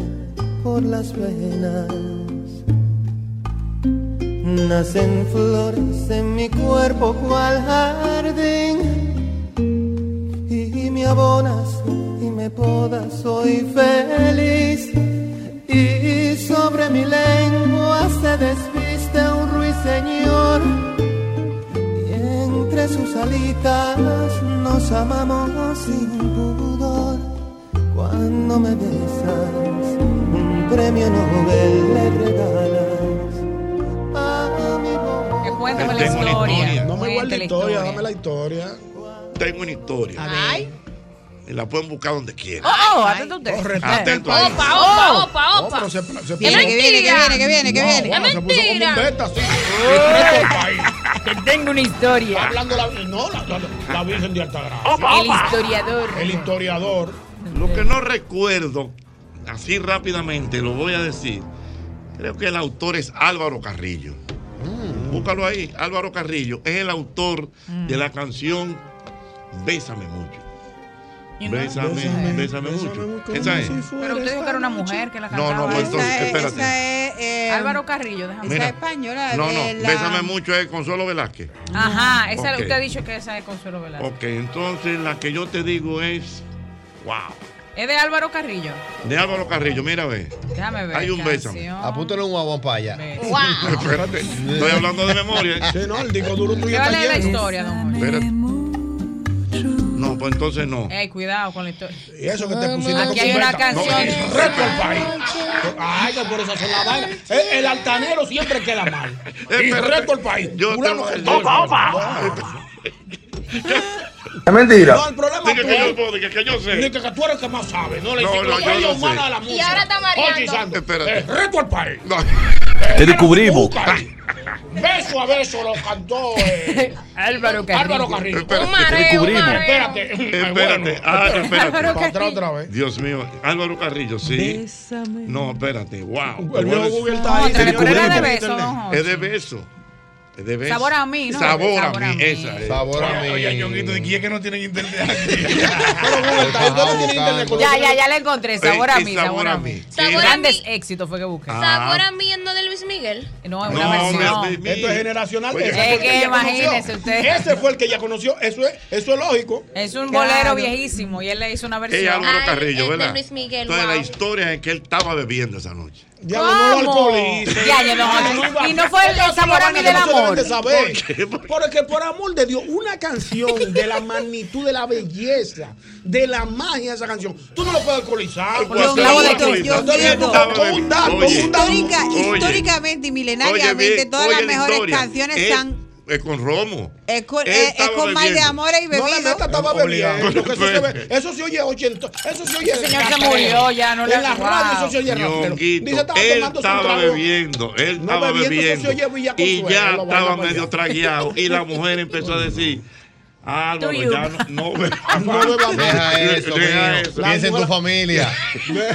Speaker 18: por las venas. Nacen flores en mi cuerpo cual jardín. Y, me abonas y me podas, soy feliz. Y sobre mi lengua se desviste un ruiseñor. Y entre sus alitas nos amamos sin pudor. Cuando me besas, un premio Nobel le regalas. a mi boca.
Speaker 15: Que cuéntame la
Speaker 3: Tengo una
Speaker 15: historia.
Speaker 3: historia.
Speaker 9: No me guarde
Speaker 15: Cuéntale (laughs)
Speaker 9: historia, dame la historia.
Speaker 3: Tengo una historia.
Speaker 15: Ay.
Speaker 3: Y la pueden buscar donde quieran.
Speaker 15: Oh, oh, atento usted.
Speaker 3: Atento ahí.
Speaker 6: Opa, opa, opa,
Speaker 9: No,
Speaker 6: opa.
Speaker 9: pero se, se-
Speaker 6: Es
Speaker 9: se-
Speaker 6: mentira.
Speaker 8: que viene, que
Speaker 9: No,
Speaker 8: viene.
Speaker 9: bueno,
Speaker 6: Es
Speaker 9: se puso como un
Speaker 6: mentira.
Speaker 9: beta, sí.
Speaker 3: Oh.
Speaker 15: Te tengo una
Speaker 9: Está
Speaker 15: historia.
Speaker 9: hablando la, no, la, la- la Virgen de Altagracia.
Speaker 15: El historiador.
Speaker 9: El historiador.
Speaker 3: Lo que no recuerdo, así rápidamente lo voy a decir. Creo que el autor es Álvaro Carrillo.
Speaker 5: Mm.
Speaker 3: Búscalo ahí. Álvaro Carrillo es el autor
Speaker 15: Mm.
Speaker 3: de la canción Bésame mucho. Bésame, bésame, mucho. Esa es.
Speaker 15: Pero usted dijo que era una mujer que la
Speaker 3: No,
Speaker 15: cantaba.
Speaker 3: no, pues entonces,
Speaker 8: Esa es-
Speaker 3: espérate.
Speaker 8: esa es, eh,
Speaker 15: Álvaro Carrillo, déjame
Speaker 8: esa
Speaker 3: Mira.
Speaker 8: es española.
Speaker 3: No,
Speaker 8: de
Speaker 3: no,
Speaker 8: la-
Speaker 3: bésame mucho es Consuelo Velázquez.
Speaker 15: Ajá, esa,
Speaker 3: Ok.
Speaker 15: usted ha dicho que esa es Consuelo Velázquez.
Speaker 3: Ok, entonces la que yo te digo es. ¡Wow!
Speaker 15: Es de Álvaro Carrillo.
Speaker 3: De Álvaro Carrillo, mira, ve.
Speaker 15: Déjame ver.
Speaker 3: Hay un
Speaker 9: (laughs)
Speaker 15: canción.
Speaker 3: bésame.
Speaker 5: Apúntale un guabón para allá.
Speaker 3: (laughs) Espérate, estoy hablando de memoria.
Speaker 9: Sí, no, el disco duro tuyo
Speaker 15: ¿Qué
Speaker 9: está
Speaker 15: vale la
Speaker 9: lleno.
Speaker 15: historia, don Jorge?
Speaker 3: Espérate. No, pues entonces no.
Speaker 15: Ey, cuidado con la historia.
Speaker 9: Y eso que te pusiste
Speaker 15: Aquí
Speaker 9: como
Speaker 15: hay
Speaker 9: un
Speaker 15: una
Speaker 9: beta.
Speaker 15: canción.
Speaker 9: No, el resto del país. Ay, que por eso son la vaina. El, el altanero siempre queda
Speaker 3: (laughs)
Speaker 9: mal. Y el resto del país.
Speaker 3: Yo
Speaker 9: Fulano
Speaker 3: te-
Speaker 9: que-
Speaker 3: yo-
Speaker 9: Opa, opa.
Speaker 16: (laughs) Es mentira.
Speaker 9: No, el problema
Speaker 3: Dije que yo
Speaker 9: es tú.
Speaker 3: puedo, dije que yo sé.
Speaker 9: Dije que tú eres el que más sabe, ¿no? La
Speaker 3: No, no,
Speaker 9: enciclopedia
Speaker 3: yo no sé.
Speaker 9: humana de la
Speaker 3: Y
Speaker 9: música.
Speaker 6: ahora está mareando.
Speaker 9: Oye, Santo,
Speaker 3: Espérate.
Speaker 9: el resto del país.
Speaker 3: No.
Speaker 17: Te descubrimos.
Speaker 9: Beso a beso lo cantó eh,
Speaker 15: Álvaro Carrillo.
Speaker 9: Álvaro Carrillo.
Speaker 3: Espérate.
Speaker 6: Un mareo,
Speaker 17: Descubrimos.
Speaker 6: un mareo.
Speaker 9: Espérate. Ay, bueno.
Speaker 3: Espérate, ah, espérate.
Speaker 9: Para atrás otra vez.
Speaker 3: Dios mío, Álvaro Carrillo, sí. No, espérate, wow.
Speaker 9: El viejo Google está
Speaker 15: No,
Speaker 9: ahí.
Speaker 15: otra vez,
Speaker 9: señores.
Speaker 15: pero era de beso, don Jorge.
Speaker 3: Es de beso. Debe-
Speaker 15: Sabor a mí, ¿no?
Speaker 3: Sabor,
Speaker 15: Sabor
Speaker 3: a
Speaker 15: a
Speaker 3: mí,
Speaker 15: mí.
Speaker 3: esa. es.
Speaker 5: Sabor a
Speaker 7: Oye,
Speaker 5: mí.
Speaker 7: oye, Ñonguito, ¿de quién es que no tienen internet
Speaker 9: (laughs)
Speaker 7: aquí?
Speaker 15: Ya, ya, ya la encontré. Sabor a mí, sabor a mí.
Speaker 6: Sabor a
Speaker 15: Grandes éxitos fue que busqué.
Speaker 9: Ah,
Speaker 6: Sabor a mí es no de Luis Miguel.
Speaker 15: Ah. No,
Speaker 9: No,
Speaker 15: es una versión.
Speaker 9: hombre, Esto es generacional.
Speaker 15: Oye,
Speaker 9: ese fue el
Speaker 15: es que
Speaker 9: ella conoció.
Speaker 15: imagínese usted.
Speaker 9: Ese fue el que ella conoció. Eso es, eso es lógico.
Speaker 15: Es un bolero viejísimo y él le hizo una versión.
Speaker 3: Ella Álvaro Carrillo,
Speaker 6: es de
Speaker 3: ¿verdad?
Speaker 6: Luis Miguel,
Speaker 3: Entonces, la
Speaker 6: wow.
Speaker 3: historia es que él estaba bebiendo esa noche.
Speaker 9: Diablo, no lo
Speaker 15: ¿Cómo?
Speaker 9: alcoholice.
Speaker 15: Ya, ya, no,
Speaker 9: Ay,
Speaker 15: no. Y no fue el
Speaker 9: esa es
Speaker 15: sabor
Speaker 9: la
Speaker 15: a
Speaker 9: vaina
Speaker 15: mí
Speaker 9: que
Speaker 15: del
Speaker 9: no se deben
Speaker 15: amor.
Speaker 9: de saber. Porque por amor de Dios, una
Speaker 15: (laughs)
Speaker 9: canción de la magnitud, de la belleza, de la magia de esa canción, tú no lo puedes alcoholizar.
Speaker 3: Con los globos de
Speaker 9: Con
Speaker 3: Cristian Nieto.
Speaker 9: un dato,
Speaker 3: Oye,
Speaker 9: un dato.
Speaker 8: Histórica-
Speaker 3: Oye.
Speaker 8: históricamente y milenariamente,
Speaker 3: bien,
Speaker 8: todas
Speaker 3: oye
Speaker 8: las
Speaker 3: la
Speaker 8: mejores
Speaker 3: historia. Eh,
Speaker 8: canciones
Speaker 3: Es-
Speaker 8: están
Speaker 3: Es con Romo.
Speaker 8: Es con,
Speaker 3: Él
Speaker 8: eh, es
Speaker 3: estaba
Speaker 8: con mal de
Speaker 3: bebiendo.
Speaker 8: amores y
Speaker 9: No, la
Speaker 8: bebido.
Speaker 9: neta estaba
Speaker 3: Obligado.
Speaker 9: bebiendo. que Eso se,
Speaker 3: Eh.
Speaker 9: ve- eso se oye 80. Eso se oye.
Speaker 15: El señor se murió, ya, no le-
Speaker 9: En la radio
Speaker 15: wow.
Speaker 9: eso se oye rastrero. Dice,
Speaker 3: Ñonguito,
Speaker 9: estaba
Speaker 3: él
Speaker 9: tomando su
Speaker 3: estaba
Speaker 9: trago.
Speaker 3: bebiendo, él
Speaker 9: No
Speaker 3: estaba
Speaker 9: bebiendo,
Speaker 3: bebiendo.
Speaker 9: eso se oye Villa
Speaker 3: Y
Speaker 9: Consuelo,
Speaker 3: ya
Speaker 9: lo van a
Speaker 3: estaba
Speaker 9: apoyar.
Speaker 3: medio tragueado. Y la mujer empezó a decir. Álvaro,
Speaker 9: Tuyo.
Speaker 3: ya no, no
Speaker 9: (laughs)
Speaker 3: bebas
Speaker 9: No bebas más.
Speaker 5: Deja eso,
Speaker 3: Deja
Speaker 5: mijo.
Speaker 3: eso.
Speaker 5: Piensa en tu
Speaker 3: La mujer-
Speaker 5: familia.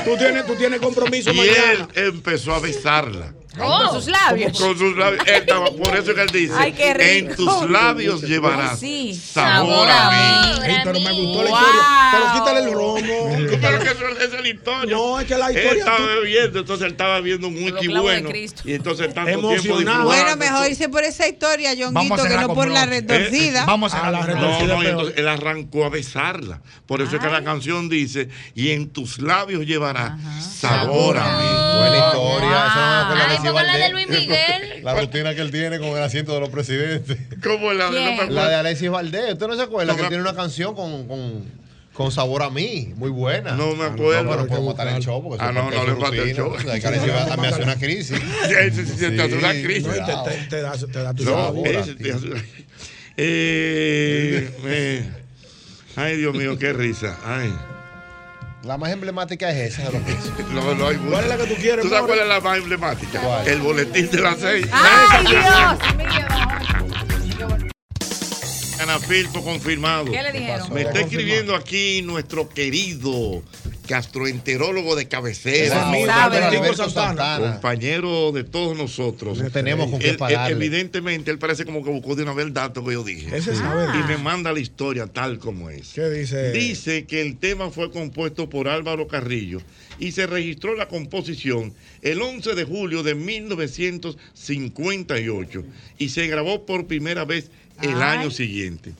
Speaker 9: Tú tienes, tú tienes compromiso
Speaker 3: Y él
Speaker 9: mañana.
Speaker 3: empezó a besarla.
Speaker 15: Con sus labios.
Speaker 3: Con sus labios. Él estaba- por eso que él dice:
Speaker 15: Ay, qué rico.
Speaker 3: En tus labios llevarás
Speaker 15: Sí.
Speaker 3: sabor a mí.
Speaker 9: Ey, pero me gustó la
Speaker 15: Wow.
Speaker 9: historia. Pero quítale el romo.
Speaker 3: Pero que eso, esa es la historia.
Speaker 9: No, es que la
Speaker 3: Él
Speaker 9: historia.
Speaker 3: estaba
Speaker 9: tú-
Speaker 3: bebiendo, entonces él estaba viendo un whisky
Speaker 15: clavos de
Speaker 3: bueno.
Speaker 15: Cristo.
Speaker 3: Y entonces tanto tiempo
Speaker 9: Emocionado.
Speaker 3: disfrutando.
Speaker 8: Bueno, mejor irse por esa historia, Jonguito, que no por la retorcida.
Speaker 9: Eh,
Speaker 7: Vamos a la
Speaker 3: Eh, Ah, No, no, y
Speaker 9: peor.
Speaker 3: entonces él arrancó a besarla. Por eso es que la canción dice, y en tus labios llevará sabor a mí.
Speaker 5: Buena historia. Eso no me acuerdo
Speaker 6: Ay,
Speaker 5: decía
Speaker 6: pongo la de
Speaker 5: Valdés.
Speaker 6: Luis Miguel.
Speaker 5: La rutina que él tiene con el asiento de los (laughs) presidentes.
Speaker 3: Como la de
Speaker 15: ¿Quién?
Speaker 3: no me
Speaker 5: La de
Speaker 3: acuerdo.
Speaker 5: Alexis Valdés. ¿Usted no se acuerda
Speaker 3: No
Speaker 5: que
Speaker 3: me-
Speaker 5: tiene una canción con, con, con sabor a mí? Muy buena.
Speaker 3: No me
Speaker 5: Ah, No, pero
Speaker 3: acuerdo.
Speaker 5: no podemos matar el show porque
Speaker 3: Ah,
Speaker 5: eso
Speaker 3: no,
Speaker 5: parte
Speaker 3: no
Speaker 5: de
Speaker 3: le
Speaker 5: su
Speaker 3: mate el
Speaker 5: rutina.
Speaker 3: show.
Speaker 5: O sea, que Alexis va- me hace una crisis.
Speaker 3: Ese (laughs) sí se te hace una
Speaker 5: Sí,
Speaker 3: crisis.
Speaker 9: No, y
Speaker 5: cuidado.
Speaker 9: te, te- te da, te da tu
Speaker 3: No,
Speaker 9: sabor.
Speaker 3: ese te hace una- Eh, eh. Ay, Dios mío, qué risa. Ay.
Speaker 5: La más emblemática es esa de los pesos.
Speaker 3: No, no hay
Speaker 9: ¿Cuál es la que tú quieres,
Speaker 3: ¿Tú sabes
Speaker 9: Mauro?
Speaker 3: cuál es la más emblemática?
Speaker 5: ¿Cuál?
Speaker 3: El boletín de las seis.
Speaker 15: ¡Ay, Dios! mío!
Speaker 3: Anafilto confirmado.
Speaker 15: ¿Qué le dijeron?
Speaker 3: Me está escribiendo aquí nuestro querido gastroenterólogo de cabecera,
Speaker 9: mío,
Speaker 15: sabe.
Speaker 9: Albertico
Speaker 5: Alberto
Speaker 9: Santana.
Speaker 5: Santana.
Speaker 3: compañero de todos nosotros.
Speaker 5: No tenemos con qué
Speaker 3: Él- él-
Speaker 5: pagarle.
Speaker 3: Evidentemente, él parece como que buscó de una vez el dato que yo dije.
Speaker 9: Ese sabe.
Speaker 3: Y me manda la historia tal como es.
Speaker 9: ¿Qué dice?
Speaker 3: Dice que el tema fue compuesto por Álvaro Carrillo y se registró la composición el 11 de julio de 1958 y se grabó por primera vez el
Speaker 15: Ay.
Speaker 3: año siguiente.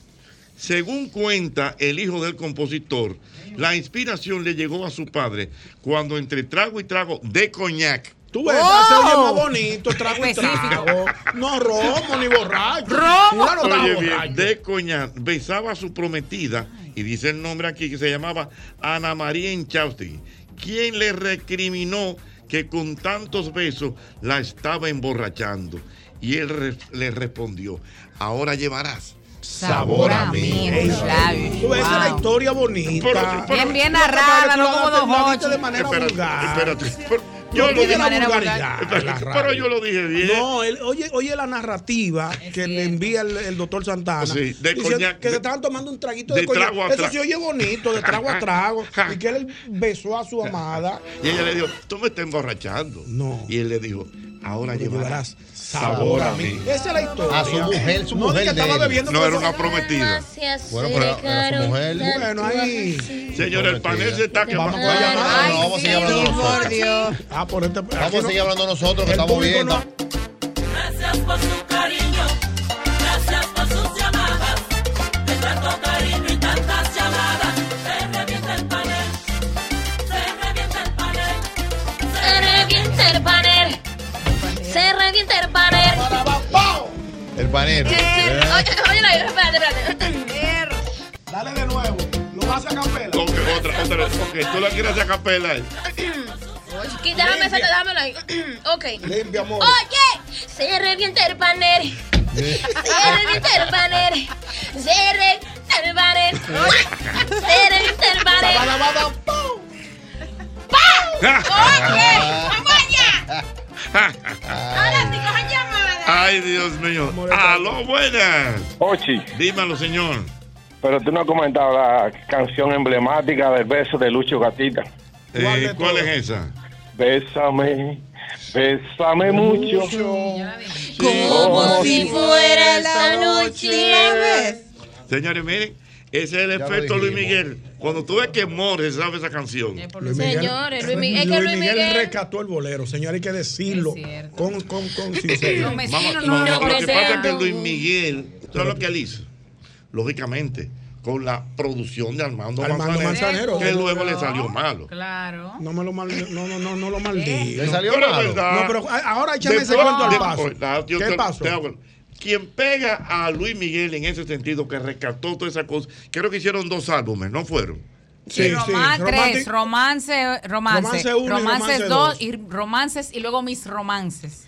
Speaker 3: Según cuenta el hijo del compositor, la inspiración le llegó a su padre cuando entre trago y trago de coñac.
Speaker 9: Tú ves, se oye más bonito, trago y trago. No romo ni borracho.
Speaker 15: Romo.
Speaker 9: Claro, estaba
Speaker 3: Oye, bien,
Speaker 9: borracho.
Speaker 3: de coñac besaba a su prometida y dice el nombre aquí que se llamaba Ana María Enchaustegui, quien le recriminó que con tantos besos la estaba emborrachando. Y él re- le respondió, ahora llevarás
Speaker 15: Sabor a mí en tus labios.
Speaker 9: Tú ves, esa es la
Speaker 15: Wow.
Speaker 9: historia bonita.
Speaker 3: Pero- pero-
Speaker 15: Bien, bien
Speaker 9: Lo que pasa es que
Speaker 15: narrada,
Speaker 9: tú
Speaker 15: no
Speaker 9: la
Speaker 15: como
Speaker 9: das-
Speaker 15: Don
Speaker 9: la diste
Speaker 15: Jochi.
Speaker 9: de manera
Speaker 3: Espérate,
Speaker 9: vulgar.
Speaker 3: espérate, pero
Speaker 9: Yo
Speaker 3: yo
Speaker 9: lo
Speaker 3: lo
Speaker 15: dije
Speaker 9: de
Speaker 3: dije,
Speaker 15: de manera
Speaker 9: vulgaridad. la
Speaker 3: pero,
Speaker 9: radio.
Speaker 3: pero yo lo dije bien.
Speaker 9: No, él- oye, oye la narrativa que le envía el, el doctor Santana.
Speaker 3: Sí, de
Speaker 9: dice
Speaker 3: coñac,
Speaker 9: que
Speaker 3: de-
Speaker 9: se estaban tomando un traguito de,
Speaker 3: de
Speaker 9: coñac.
Speaker 3: trago a
Speaker 9: Eso
Speaker 3: trago.
Speaker 9: se oye bonito, de trago
Speaker 3: (laughs)
Speaker 9: a trago. y que él besó a su amada.
Speaker 3: Y ella le dijo, tú me estás emborrachando.
Speaker 9: No.
Speaker 3: Y él le dijo, ahora
Speaker 9: Pero
Speaker 3: llevarás
Speaker 9: llevarás
Speaker 3: sabor a mí.
Speaker 9: Esa es la historia.
Speaker 5: A su mujer, su
Speaker 9: no,
Speaker 5: mujer
Speaker 9: que
Speaker 5: de
Speaker 9: estaba
Speaker 5: él.
Speaker 9: bebiendo.
Speaker 3: No
Speaker 9: con
Speaker 3: era
Speaker 9: esa-
Speaker 3: una prometida.
Speaker 5: Bueno, pero era su mujer.
Speaker 9: Bueno, ahí.
Speaker 3: Señor, el panel se está quemando.
Speaker 5: Vamos a llamar. No, vamos a seguir hablando
Speaker 8: Sí, por
Speaker 5: nosotros.
Speaker 8: Dios.
Speaker 9: Ah, por este.
Speaker 5: Vamos a seguir hablando nosotros que estamos viendo.
Speaker 14: Gracias por su cariño, gracias por sus llamadas. De tanto cariño y tantas llamadas, se revienta el panel, se revienta el panel.
Speaker 11: Se revienta el panel. Se revienta el panel.
Speaker 5: El panel.
Speaker 11: Oye, oye, oye, espérate, espérate.
Speaker 9: Dale de nuevo. Lo vas a capela.
Speaker 3: Ok, otra, otra vez. Ok, tú la quieres hacer a capela. eh.
Speaker 11: Qui- Déjame sacar, dámelo ahí. (clears throat) Ok.
Speaker 9: Limpia, amor.
Speaker 11: Oye, se revienta el panel. Se revienta el panel. Se revienta el panel. Se revienta el panel.
Speaker 9: Sabadabada,
Speaker 3: (laughs)
Speaker 11: Oye,
Speaker 3: Ah,
Speaker 11: vamos allá. Ahora sí, cojan llamada.
Speaker 3: Ay, Dios mío. Aló, buenas.
Speaker 16: Ochi,
Speaker 3: Dímelo, señor.
Speaker 16: pero tú no has comentado la canción emblemática del beso de Lucho Gatita.
Speaker 3: Eh,
Speaker 9: ¿Cuál de
Speaker 3: ¿Cuál
Speaker 9: todas?
Speaker 3: es esa?
Speaker 16: Bésame, Bésame mucho. Oh,
Speaker 3: Como
Speaker 16: si
Speaker 11: fuera la noche.
Speaker 3: Señores, miren, ese es el
Speaker 16: lo
Speaker 3: efecto Luis Miguel. Cuando tú ves que Morris sabe esa canción.
Speaker 9: Luis Miguel-
Speaker 6: Señores, Luis Miguel- es que Luis Miguel-
Speaker 9: rescató el bolero, señor, hay que decirlo con, con,
Speaker 6: (laughs)
Speaker 9: con sinceridad.
Speaker 3: Vamos, lo que pasa es que Luis Miguel, ¿sabes lo que él hizo? Lógicamente, con la producción de Armando,
Speaker 9: Armando Manzanero.
Speaker 3: que luego le salió malo.
Speaker 15: Claro.
Speaker 9: No me lo mal, no, no, no, no lo maldiga.
Speaker 3: Le salió
Speaker 9: Pero es
Speaker 3: malo.
Speaker 9: verdad. No, pero a- ahora échame ese
Speaker 3: Después-
Speaker 9: cuento al
Speaker 3: después-
Speaker 9: paso.
Speaker 3: Ah, yo
Speaker 9: ¿Qué
Speaker 3: te-
Speaker 9: pasó?
Speaker 3: te hago- Quien pega a Luis Miguel en ese sentido, que rescató toda esa cosa, creo que hicieron dos álbumes, ¿no fueron?
Speaker 15: Sí, Román Ah, tres, romance, romance,
Speaker 3: Romance uno y romance
Speaker 15: romances
Speaker 3: dos.
Speaker 15: dos y romances y luego mis romances.